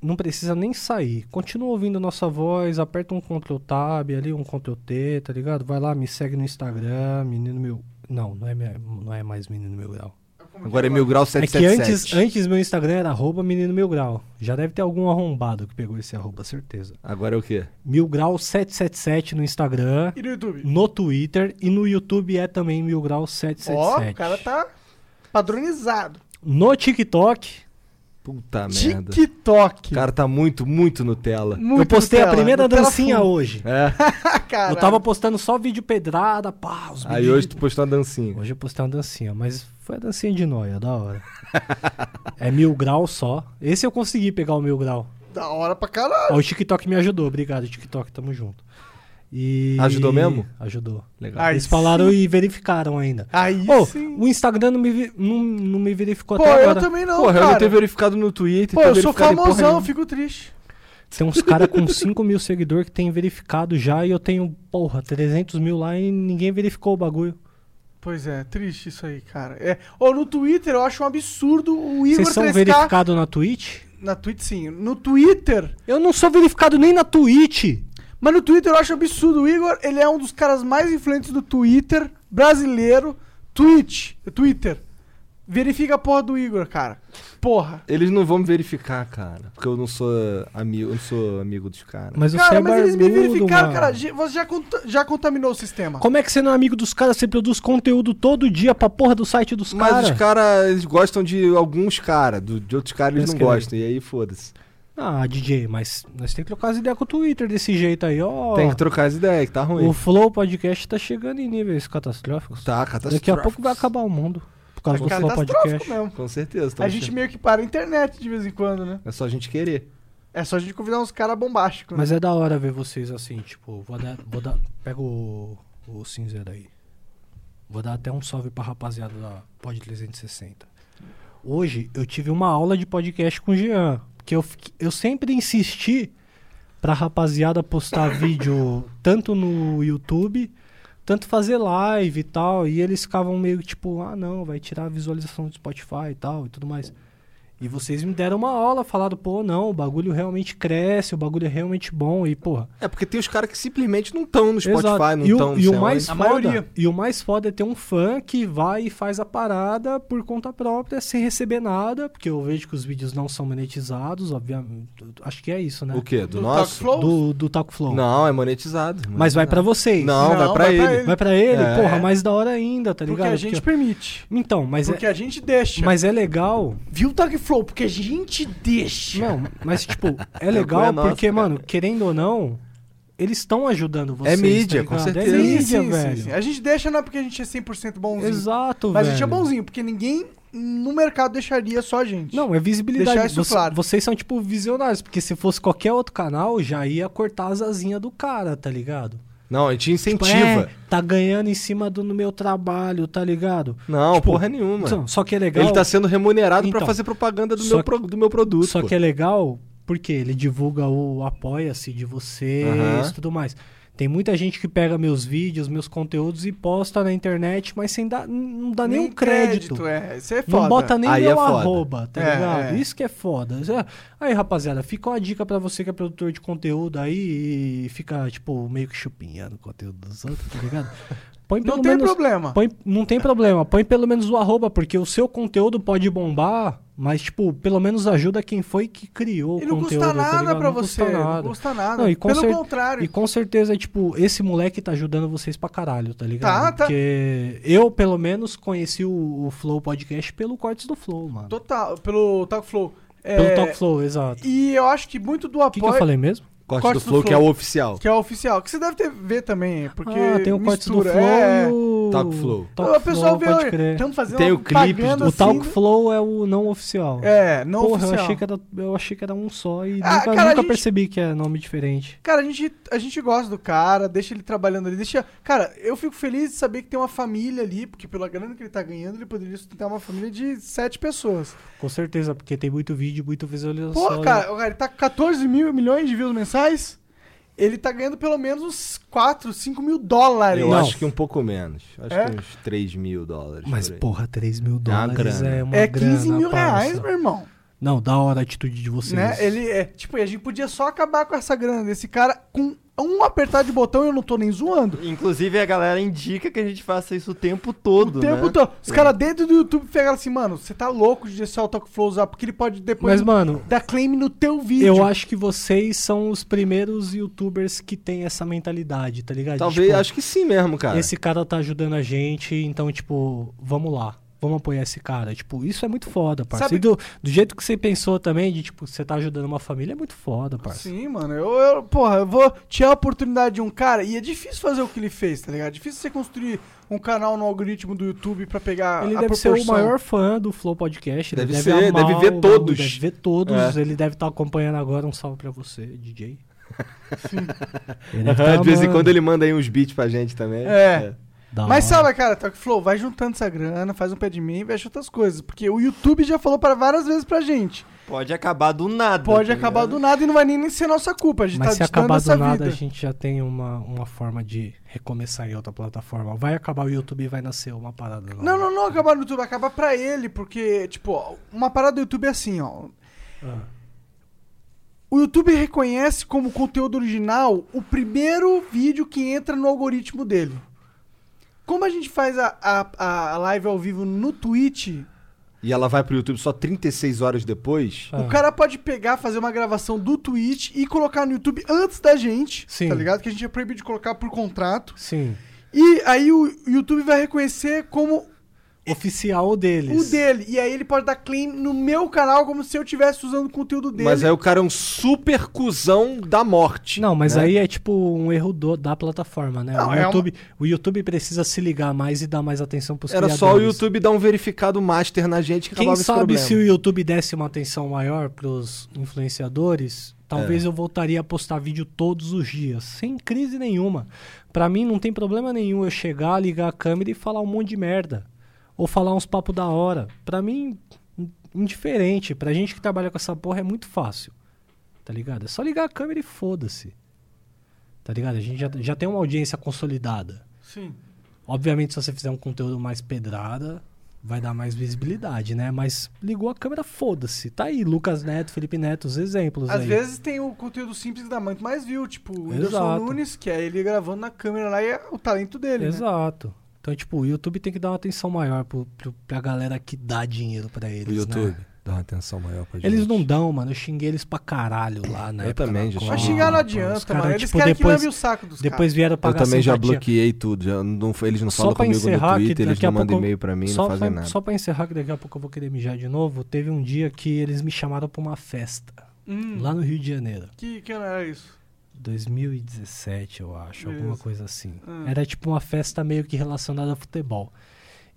Speaker 3: não precisa nem sair. Continua ouvindo nossa voz, aperta um Ctrl Tab ali, um Ctrl T, tá ligado? Vai lá, me segue no Instagram, menino meu. Não, não é, minha- não é mais menino meu grau.
Speaker 4: Agora é mil grau
Speaker 3: É que antes,
Speaker 4: 777.
Speaker 3: antes meu Instagram era arroba menino mil grau. Já deve ter algum arrombado que pegou esse arroba, certeza.
Speaker 4: Agora é o quê?
Speaker 3: Mil grau 777 no Instagram,
Speaker 2: E no YouTube?
Speaker 3: no Twitter e no YouTube é também mil grau
Speaker 2: Ó,
Speaker 3: 777.
Speaker 2: o cara tá padronizado.
Speaker 3: No TikTok,
Speaker 4: Puta merda.
Speaker 2: TikTok.
Speaker 4: O cara tá muito, muito Nutella.
Speaker 2: Muito
Speaker 3: eu postei a
Speaker 2: Nutella,
Speaker 3: primeira
Speaker 2: Nutella
Speaker 3: dancinha
Speaker 2: full.
Speaker 3: hoje.
Speaker 4: É.
Speaker 2: Caralho.
Speaker 3: Eu tava postando só vídeo pedrada, pá, os
Speaker 4: Aí
Speaker 3: vídeos
Speaker 4: hoje tu
Speaker 3: de-
Speaker 4: postou uma dancinha.
Speaker 3: Hoje eu postei uma dancinha, mas foi a dancinha de noia, da hora. é mil grau só. Esse eu consegui pegar o mil grau.
Speaker 2: Da hora pra caralho.
Speaker 3: Ó, o TikTok me ajudou, obrigado, TikTok, tamo junto. E...
Speaker 4: Ajudou mesmo?
Speaker 3: Ajudou.
Speaker 4: Legal.
Speaker 2: Aí
Speaker 3: Eles falaram
Speaker 2: sim.
Speaker 3: e verificaram ainda.
Speaker 2: Aí
Speaker 3: Pô,
Speaker 2: sim.
Speaker 3: o Instagram não me, vi- não, não me verificou
Speaker 2: Pô,
Speaker 3: até
Speaker 2: eu
Speaker 3: agora.
Speaker 2: também não,
Speaker 4: Porra, eu
Speaker 2: cara.
Speaker 4: não tenho verificado no Twitter.
Speaker 2: Pô,
Speaker 4: tô
Speaker 2: eu sou
Speaker 4: verificado em porra
Speaker 2: famosão,
Speaker 4: nenhuma.
Speaker 2: fico triste.
Speaker 3: Tem uns caras com 5 mil seguidores que tem verificado já e eu tenho, porra, 300 mil lá e ninguém verificou o bagulho.
Speaker 2: Pois é, triste isso aí, cara. É. Ou no Twitter eu acho um absurdo o Igor
Speaker 3: Vocês são
Speaker 2: 3K.
Speaker 3: verificados na Twitch?
Speaker 2: Na Twitch sim. No Twitter.
Speaker 3: Eu não sou verificado nem na Twitch.
Speaker 2: Mas no Twitter eu acho absurdo. O Igor, ele é um dos caras mais influentes do Twitter brasileiro. Twitch. Twitter. Verifica a porra do Igor, cara. Porra.
Speaker 4: Eles não vão me verificar, cara. Porque eu não sou amigo, eu não sou amigo dos caras.
Speaker 3: Mas você
Speaker 2: Cara,
Speaker 3: é
Speaker 2: mas
Speaker 3: barbudo,
Speaker 2: eles me verificaram,
Speaker 3: mano.
Speaker 2: cara. Já- Você já, conta- já contaminou o sistema.
Speaker 3: Como é que você não é amigo dos caras? Você produz conteúdo todo dia pra porra do site dos
Speaker 4: Mas
Speaker 3: caras.
Speaker 4: os caras, eles gostam de alguns caras, do- de outros caras eles
Speaker 3: Mas
Speaker 4: não
Speaker 3: que-
Speaker 4: gostam. E aí, foda-se.
Speaker 3: Ah, DJ, mas nós temos que trocar as ideias com o Twitter desse jeito aí, ó.
Speaker 4: Tem que trocar as ideias, que tá ruim.
Speaker 3: o Flow Podcast tá chegando em níveis catastróficos.
Speaker 4: Tá,
Speaker 3: Daqui a
Speaker 4: catastrófico.
Speaker 3: pouco vai acabar o mundo. Por causa
Speaker 2: É
Speaker 3: do Flow
Speaker 2: catastrófico
Speaker 3: Podcast.
Speaker 2: mesmo.
Speaker 4: Com certeza.
Speaker 2: A
Speaker 4: tamo
Speaker 2: gente
Speaker 4: che-
Speaker 2: meio que para a internet de vez em quando, né?
Speaker 4: É só a gente querer.
Speaker 2: É só a gente convidar uns caras bombásticos. né?
Speaker 3: Mas é da hora ver vocês assim, tipo, vou dar. Vou dar pega o, o cinzeiro aí. Vou dar até um salve pra rapaziada da Pod 360. Hoje eu tive uma aula de podcast com o Jean. Porque eu, fiquei- eu sempre insisti pra rapaziada postar vídeo tanto no YouTube, tanto fazer live e tal. E eles ficavam meio que tipo, ah não, vai tirar a visualização do Spotify e tal e tudo mais. E vocês me deram uma aula, falaram, pô, não, o bagulho realmente cresce, o bagulho é realmente bom. E, porra,
Speaker 1: É porque tem os caras que simplesmente não estão no Spotify,
Speaker 3: Exato.
Speaker 1: não
Speaker 3: e,
Speaker 1: estão
Speaker 3: o, e o mais
Speaker 2: A
Speaker 3: foda,
Speaker 2: maioria.
Speaker 3: E o mais foda é ter um fã que vai e faz a parada por conta própria, sem receber nada, porque eu vejo que os vídeos não são monetizados, obviamente. Acho que é isso, né?
Speaker 1: O quê? Do,
Speaker 2: Do Talk
Speaker 1: nosso?
Speaker 2: Flow?
Speaker 3: Do, do Taco Flow.
Speaker 1: Não, é monetizado.
Speaker 3: Mas vai pra vocês.
Speaker 1: Não, vai pra ele.
Speaker 3: Vai pra ele?
Speaker 1: É.
Speaker 3: Porra, mais da hora ainda, tá
Speaker 2: Porque
Speaker 3: ligado?
Speaker 2: a gente permite.
Speaker 3: Então, mas
Speaker 2: Porque
Speaker 3: é...
Speaker 2: a gente deixa.
Speaker 3: Mas é legal.
Speaker 2: Viu o Tag Flow? Porque a gente deixa.
Speaker 3: Não, mas tipo, é
Speaker 5: Vergonha
Speaker 3: legal
Speaker 5: nossa,
Speaker 3: porque, mano, querendo ou não, eles estão ajudando vocês.
Speaker 1: É mídia,
Speaker 3: tá
Speaker 1: com
Speaker 3: ligado?
Speaker 1: certeza.
Speaker 3: É
Speaker 2: Sim,
Speaker 3: mídia,
Speaker 2: sim,
Speaker 3: velho.
Speaker 2: sim, sim. A gente deixa não é porque a gente é 100% bonzinho.
Speaker 3: Exato,
Speaker 2: Mas
Speaker 3: velho.
Speaker 2: a gente é bonzinho, porque ninguém no mercado deixaria só a gente.
Speaker 3: Não, é visibilidade.
Speaker 2: Deixar isso
Speaker 3: Você-
Speaker 2: claro.
Speaker 3: Vocês são, tipo, visionários, porque se fosse qualquer outro canal, já ia cortar as asinhas do cara, tá ligado?
Speaker 1: Não, a gente
Speaker 3: Tipo,
Speaker 1: incentiva.
Speaker 3: é, tá ganhando em cima do no meu trabalho, tá ligado?
Speaker 1: Não,
Speaker 3: Tipo,
Speaker 1: porra nenhuma.
Speaker 3: Então, Só que é legal.
Speaker 1: Ele tá sendo remunerado pra
Speaker 3: Então,
Speaker 1: fazer propaganda do
Speaker 3: só
Speaker 1: meu, pro- do meu produto.
Speaker 3: Só
Speaker 1: pô.
Speaker 3: que é legal porque ele divulga o apoia-se de vocês e
Speaker 1: Aham.
Speaker 3: tudo mais. Tem muita gente que pega meus vídeos, meus conteúdos e posta na internet, mas sem dar, não dá nenhum crédito.
Speaker 2: É, isso é foda.
Speaker 3: Não bota nem
Speaker 1: Aí
Speaker 3: meu
Speaker 1: é foda.
Speaker 3: arroba, tá
Speaker 2: É,
Speaker 3: ligado?
Speaker 2: é.
Speaker 3: Isso que é foda. Isso é- Aí, rapaziada, fica uma dica pra você que é produtor de conteúdo aí e fica, tipo, meio que chupinhando o conteúdo dos outros, tá ligado? Põe
Speaker 2: Não tem problema.
Speaker 3: Põe, não tem problema. Põe pelo menos o arroba, porque o seu conteúdo pode bombar, mas, tipo, pelo menos ajuda quem foi que criou
Speaker 2: E
Speaker 3: o
Speaker 2: não
Speaker 3: conteúdo.
Speaker 2: custa
Speaker 3: tá
Speaker 2: nada
Speaker 3: ligado?
Speaker 2: pra
Speaker 3: Não
Speaker 2: você.
Speaker 3: custa nada.
Speaker 2: Não custa nada.
Speaker 3: Não, e com
Speaker 2: Pelo
Speaker 3: cer-
Speaker 2: contrário.
Speaker 3: E com certeza, tipo, esse moleque tá ajudando vocês pra caralho, tá ligado?
Speaker 2: Tá, tá.
Speaker 3: Porque eu, pelo menos, conheci o, o Flow Podcast pelo Cortes do Flow, mano.
Speaker 2: Total, pelo Talk Flow. É,
Speaker 3: Pelo Talk Flow, exato.
Speaker 2: E eu acho que muito do
Speaker 3: O que,
Speaker 2: apoio.
Speaker 3: que eu falei mesmo?
Speaker 1: Corte,
Speaker 2: Corte
Speaker 1: do, flow,
Speaker 2: do
Speaker 1: que é
Speaker 2: Flow.
Speaker 1: o oficial.
Speaker 2: que é oficial. Que você deve ter, ver também, porque.
Speaker 3: ah, tem o Cortes do
Speaker 2: mistura,
Speaker 3: Flow
Speaker 2: é.
Speaker 3: e o...
Speaker 1: Talk Flow.
Speaker 3: Talk
Speaker 2: o pessoal
Speaker 3: Flow, pode
Speaker 2: vê,
Speaker 3: crer.
Speaker 2: estamos fazendo
Speaker 1: Tem
Speaker 2: uma
Speaker 1: o clipe
Speaker 2: propaganda
Speaker 1: do-
Speaker 3: O
Speaker 2: assim,
Speaker 3: Talk
Speaker 2: né?
Speaker 3: Flow é o não oficial.
Speaker 2: É, não
Speaker 3: Porra,
Speaker 2: oficial.
Speaker 3: Eu, achei que era, eu achei que era um só e
Speaker 2: Ah,
Speaker 3: nunca,
Speaker 2: cara, a
Speaker 3: nunca
Speaker 2: gente-
Speaker 3: percebi que é nome diferente.
Speaker 2: Cara, a gente, a gente gosta do cara, deixa ele trabalhando ali, deixa... Cara, eu fico feliz de saber que tem uma família ali, porque pela grana que ele tá ganhando, ele poderia sustentar uma família de sete pessoas.
Speaker 3: Com certeza, porque tem muito vídeo, muita visualização.
Speaker 2: Pô, cara, o cara, ele tá com 14 mil milhões de views mensais, ele tá ganhando pelo menos uns 4, 5 mil dólares.
Speaker 1: Eu
Speaker 3: Não.
Speaker 1: acho que um pouco menos. Acho
Speaker 2: É?
Speaker 1: que uns 3 mil dólares.
Speaker 3: Mas,
Speaker 1: por aí.
Speaker 3: porra, 3 mil dólares
Speaker 1: grana.
Speaker 3: é uma
Speaker 2: É
Speaker 3: grana,
Speaker 2: 15 mil
Speaker 3: parça.
Speaker 2: reais, meu irmão.
Speaker 3: Não, da hora a atitude de vocês.
Speaker 2: Né? Ele é... Tipo, a gente podia só acabar com essa grana desse cara com um apertar de botão e eu não tô nem zoando.
Speaker 5: Inclusive, a galera indica que a gente faça isso o tempo todo,
Speaker 2: O tempo
Speaker 5: né?
Speaker 2: todo. Os
Speaker 3: É.
Speaker 2: caras dentro do YouTube pegaram assim, mano, você tá louco de deixar o Talk Flow usar, porque ele pode depois
Speaker 3: Mas, mano,
Speaker 2: dar claim no teu vídeo.
Speaker 3: eu acho que vocês são os primeiros youtubers que têm essa mentalidade, tá ligado?
Speaker 1: Talvez,
Speaker 3: Tipo,
Speaker 1: acho que sim mesmo, cara.
Speaker 3: Esse cara tá ajudando a gente, então, tipo, vamos lá. Vamos apoiar esse cara. Tipo, isso é muito foda, parça.
Speaker 2: Sabe-
Speaker 3: E do, do jeito que você pensou também, de, tipo, você tá ajudando uma família, é muito foda, parça.
Speaker 2: Sim, mano. Eu, eu- porra, eu vou tirar a oportunidade de um cara e é difícil fazer o que ele fez, tá ligado? É difícil você construir um canal no algoritmo do YouTube pra pegar
Speaker 3: Ele
Speaker 2: a
Speaker 3: deve ser o
Speaker 2: proporção.
Speaker 3: maior fã do Flow Podcast. Ele
Speaker 1: Deve
Speaker 3: deve,
Speaker 1: ser,
Speaker 3: amar
Speaker 1: deve ver
Speaker 3: o bagulho,
Speaker 1: todos. É.
Speaker 3: Deve ver todos. Ele deve estar acompanhando agora. Um salve pra você, DJ. Ele deve tá
Speaker 1: de vez em
Speaker 3: amando.
Speaker 1: quando ele manda aí uns beats pra gente também.
Speaker 2: É.
Speaker 3: Da
Speaker 2: Mas
Speaker 3: hora.
Speaker 2: sabe, cara, Talk Flow, vai juntando essa grana, faz um pé de mim e fecha outras coisas. Porque o YouTube já falou para várias vezes pra gente.
Speaker 5: Pode acabar do nada.
Speaker 2: Pode
Speaker 5: tá
Speaker 2: acabar
Speaker 5: ligado?
Speaker 2: do nada e não vai nem ser nossa culpa. A gente
Speaker 3: Mas
Speaker 2: tá
Speaker 3: se
Speaker 2: ditando
Speaker 3: acabar
Speaker 2: essa
Speaker 3: do nada,
Speaker 2: vida.
Speaker 3: a gente já tem uma, uma forma de recomeçar em outra plataforma. Vai acabar o YouTube e vai nascer uma parada nova.
Speaker 2: Não, não, não acabar no YouTube, acabar pra ele, porque, tipo, ó, uma parada do YouTube é assim, ó.
Speaker 3: Ah.
Speaker 2: O YouTube reconhece como conteúdo original o primeiro vídeo que entra no algoritmo dele. Como a gente faz a, a, a live ao vivo no Twitch,
Speaker 1: E ela vai pro YouTube só 36 horas depois.
Speaker 3: Ah.
Speaker 2: o cara pode pegar, fazer uma gravação do Twitch e colocar no YouTube antes da gente,
Speaker 3: Sim.
Speaker 2: tá ligado? Que a gente é proibido de colocar por contrato.
Speaker 3: Sim.
Speaker 2: E aí o YouTube vai reconhecer como
Speaker 3: Oficial deles.
Speaker 2: O dele. E aí ele pode dar claim no meu canal como se eu estivesse usando o conteúdo dele.
Speaker 1: Mas aí o cara é um super cuzão da morte.
Speaker 3: Não, mas
Speaker 1: né? um
Speaker 3: aí é tipo um erro do- da plataforma, né?
Speaker 2: Não,
Speaker 3: o,
Speaker 2: é uma-
Speaker 3: YouTube, o YouTube precisa se ligar mais e dar mais atenção pros
Speaker 1: Era
Speaker 3: criadores.
Speaker 1: só o YouTube dar um verificado master na gente que
Speaker 3: Quem
Speaker 1: acabava esse
Speaker 3: sabe
Speaker 1: problema.
Speaker 3: se o YouTube desse uma atenção maior pros influenciadores,
Speaker 1: É.
Speaker 3: Talvez eu voltaria a postar vídeo todos os dias, sem crise nenhuma. Pra mim não tem problema nenhum eu chegar, ligar a câmera e falar um monte de merda. Ou falar uns papos da hora. Pra mim, indiferente. Pra gente que trabalha com essa porra é muito fácil. Tá ligado? É só ligar a câmera e foda-se. Tá ligado? A gente já, já tem uma audiência consolidada.
Speaker 2: Sim.
Speaker 3: Obviamente, se você fizer um conteúdo mais pedrada, vai dar mais visibilidade, né? Mas ligou a câmera, foda-se. Tá aí, Lucas Neto, Felipe Neto, os exemplos
Speaker 2: Às
Speaker 3: aí.
Speaker 2: vezes tem o conteúdo simples que dá muito mais view, tipo o Whindersson
Speaker 3: Exato.
Speaker 2: Nunes, que é ele gravando na câmera lá e é o talento dele, né?
Speaker 3: Exato. Então, tipo, o YouTube tem que dar uma atenção maior pro, pro, pra galera que dá dinheiro pra eles,
Speaker 1: O YouTube
Speaker 3: né?
Speaker 1: dá uma atenção maior pra gente.
Speaker 3: Eles não dão, mano. Eu xinguei eles pra caralho lá, né?
Speaker 1: Eu também já
Speaker 2: Mas
Speaker 1: Ah,
Speaker 2: xingar não
Speaker 1: pô,
Speaker 2: adianta, mano. Eles
Speaker 3: tipo,
Speaker 2: querem
Speaker 3: depois,
Speaker 2: que lambe o saco dos caras.
Speaker 3: Depois vieram
Speaker 1: Eu
Speaker 3: pagar
Speaker 1: também já
Speaker 3: simpatia.
Speaker 1: bloqueei tudo. já não- eles não
Speaker 3: Só
Speaker 1: falam
Speaker 3: pra
Speaker 1: comigo no
Speaker 3: encerrar, que
Speaker 1: Twitter, eles
Speaker 3: daqui a
Speaker 1: não mandam
Speaker 3: pouco eu-
Speaker 1: e-mail pra mim,
Speaker 3: só
Speaker 1: não fazem
Speaker 3: pra,
Speaker 1: nada.
Speaker 3: Só pra encerrar, que daqui a pouco eu vou querer mijar de novo, teve um dia que eles me chamaram pra uma festa,
Speaker 2: Hum,
Speaker 3: lá no Rio de Janeiro.
Speaker 2: que, que ano era isso?
Speaker 3: 2017, eu acho, alguma
Speaker 2: Beleza.
Speaker 3: coisa assim.
Speaker 2: Ah.
Speaker 3: Era tipo uma festa meio que relacionada a futebol.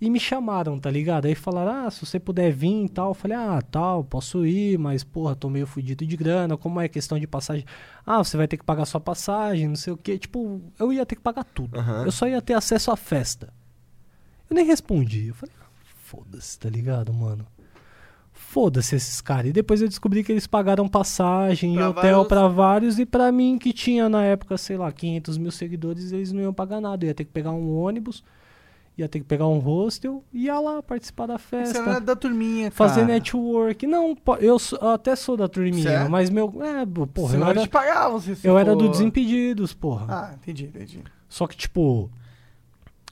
Speaker 3: E me chamaram, tá ligado? Aí falaram, ah, se você puder vir e tal. Eu falei, ah, tal, posso ir, mas porra, tô meio fudido de grana. Como é questão de passagem? Ah, você vai ter que pagar sua passagem, não sei o quê. Tipo, eu ia ter que pagar tudo. Eu só ia ter acesso à festa. Eu nem respondi. Eu falei, ah, foda-se, tá ligado, mano? Foda-se esses caras. E depois eu descobri que eles pagaram passagem,
Speaker 2: Pra
Speaker 3: hotel pra
Speaker 2: vários-
Speaker 3: pra vários e pra mim que tinha na época, sei lá, 500 mil seguidores, eles não iam pagar nada. Eu ia ter que pegar um ônibus, ia ter que pegar um hostel, ia lá participar da
Speaker 2: Você não é
Speaker 3: festa,
Speaker 2: da turminha, cara.
Speaker 3: fazer network. Não, po- eu sou- eu até sou da turminha,
Speaker 2: Você é?
Speaker 3: mas meu, é, bo- porra, eu
Speaker 2: Senão
Speaker 3: era,
Speaker 2: eles pagavam se você
Speaker 3: eu era do
Speaker 2: for-
Speaker 3: Desimpedidos, porra.
Speaker 2: Ah, entendi, entendi.
Speaker 3: Só que tipo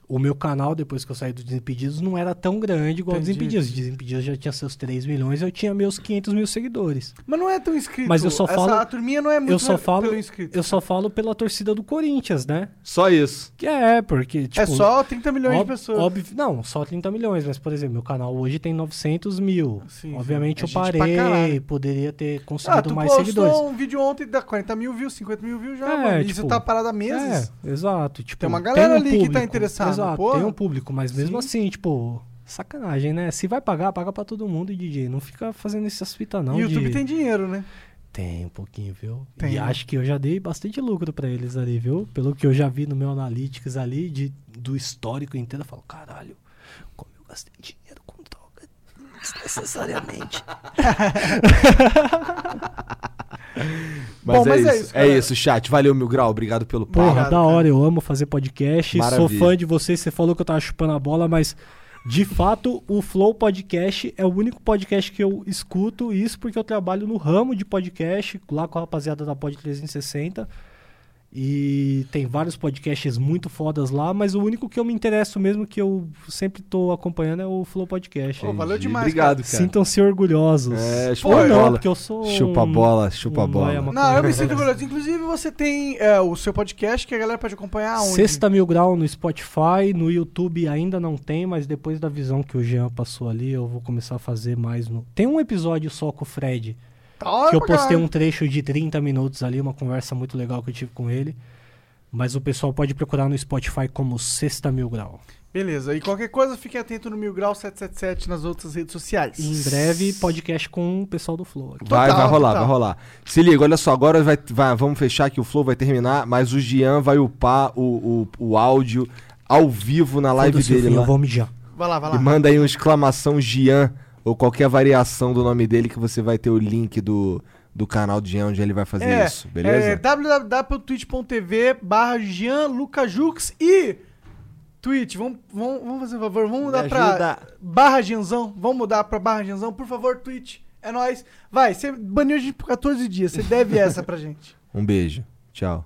Speaker 3: o meu canal, depois que eu saí do Desimpedidos, não era tão grande igual o
Speaker 2: Entendi.
Speaker 3: Desimpedidos. Desimpedidos já tinha seus 3 milhões, eu tinha meus 500 mil seguidores.
Speaker 2: Mas não é tão inscrito.
Speaker 3: Mas eu só
Speaker 2: Essa,
Speaker 3: falo-
Speaker 2: A turminha não é muito
Speaker 3: Eu só,
Speaker 2: na-
Speaker 3: falo,
Speaker 2: pelo inscrito.
Speaker 3: eu só falo pela torcida do Corinthians, né?
Speaker 4: Só isso.
Speaker 3: Que é, porque, tipo...
Speaker 2: é só 30 milhões
Speaker 3: óbvio-
Speaker 2: de pessoas.
Speaker 3: óbvio- não, só 30 milhões, mas, por exemplo, meu canal hoje tem 900 mil.
Speaker 2: Sim, sim.
Speaker 3: Obviamente
Speaker 2: É
Speaker 3: eu
Speaker 2: gente pra caralho.
Speaker 3: parei, poderia ter
Speaker 2: Ah,
Speaker 3: conseguido
Speaker 2: tu
Speaker 3: mais
Speaker 2: postou
Speaker 3: seguidores.
Speaker 2: um vídeo ontem, dá 40 mil views, 50 mil views já,
Speaker 3: É,
Speaker 2: mano. E
Speaker 3: tipo,
Speaker 2: Isso tá parado há meses.
Speaker 3: É, exato. Tipo,
Speaker 2: Tem uma galera ali que tá
Speaker 3: público,
Speaker 2: interessada,
Speaker 3: Exato,
Speaker 2: porra.
Speaker 3: tem um público, mas mesmo assim, tipo... Sacanagem, né? Se vai pagar, paga pra todo mundo, DJ. Não fica fazendo essas fitas, não.
Speaker 2: e o YouTube
Speaker 3: de-
Speaker 2: tem dinheiro, né?
Speaker 3: Tem um pouquinho, viu?
Speaker 2: Tem,
Speaker 3: E
Speaker 2: né?
Speaker 3: acho que eu já dei bastante lucro pra eles ali, viu? Pelo que eu já vi no meu Analytics ali, de, do histórico inteiro, eu falo, caralho, como eu gastei dinheiro com droga desnecessariamente.
Speaker 4: Mas,
Speaker 2: Bom,
Speaker 4: é,
Speaker 2: mas é
Speaker 4: isso.
Speaker 2: isso,
Speaker 4: É
Speaker 2: galera.
Speaker 4: isso, chat. Valeu, Mil Grau. Obrigado pelo papo.
Speaker 3: Porra,
Speaker 2: Obrigado,
Speaker 3: da
Speaker 2: cara.
Speaker 3: hora, eu amo fazer podcast, sou
Speaker 4: Maravilha.
Speaker 3: fã de vocês, você falou que eu tava chupando a bola, mas de fato o Flow Podcast é o único podcast que eu escuto, isso porque eu trabalho no ramo de podcast, lá com a rapaziada da Pod 360. E tem vários podcasts muito fodas lá, mas o único que eu me interesso mesmo, que eu sempre tô acompanhando, é o Flow Podcast.
Speaker 2: Pô, valeu
Speaker 4: Entendi.
Speaker 2: demais,
Speaker 4: Obrigado, cara.
Speaker 3: Sintam-se orgulhosos.
Speaker 4: É,
Speaker 2: Pô,
Speaker 4: chupa a
Speaker 2: eu-
Speaker 4: bola.
Speaker 3: porque eu sou
Speaker 4: Chupa a
Speaker 3: um-
Speaker 4: bola, chupa a
Speaker 3: um
Speaker 4: bola.
Speaker 3: noia maconheiro.
Speaker 2: Não, eu me sinto orgulhoso. Inclusive, você tem é, o seu podcast que a galera pode acompanhar onde?
Speaker 3: Sexta Mil Grau no Spotify, no YouTube ainda não tem, mas depois da visão que o Jean passou ali, eu vou começar a fazer mais no. Tem um episódio só com o Fred,
Speaker 2: Tá hora
Speaker 3: que eu
Speaker 2: pra
Speaker 3: postei
Speaker 2: caralho.
Speaker 3: um trecho de 30 minutos ali, uma conversa muito legal que eu tive com ele. Mas o pessoal pode procurar no Spotify como Sexta Mil Grau.
Speaker 2: Beleza, e qualquer coisa, fiquem atento no Mil Grau 777 nas outras redes sociais.
Speaker 3: E em breve, podcast com o pessoal do Flow aqui.
Speaker 4: Vai,
Speaker 2: Total,
Speaker 4: vai rolar,
Speaker 2: total.
Speaker 4: vai rolar. Se liga, olha só, agora vai, vai- vamos fechar que o Flow vai terminar, mas o Gian vai upar o, o, o áudio ao vivo na live
Speaker 3: Foda-se,
Speaker 4: dele
Speaker 3: Fim, Eu
Speaker 4: lá.
Speaker 3: vou mijar.
Speaker 2: Vai lá, vai
Speaker 4: E
Speaker 2: lá.
Speaker 4: manda aí uma exclamação Gian ou qualquer variação do nome dele que você vai ter o link do, do canal do Gian onde ele vai fazer isso, beleza?
Speaker 2: É www.twitch.tv barra Gianlucajux e Twitch, vamos, vamos, vamos fazer um favor, vamos mudar
Speaker 5: Me
Speaker 2: pra
Speaker 5: ajuda.
Speaker 2: barra Gianzão, vamos mudar pra barra Gianzão, por favor, Twitch, é nóis. Vai, você baniu a gente por 14 dias, você deve essa pra gente.
Speaker 4: Um beijo. Tchau.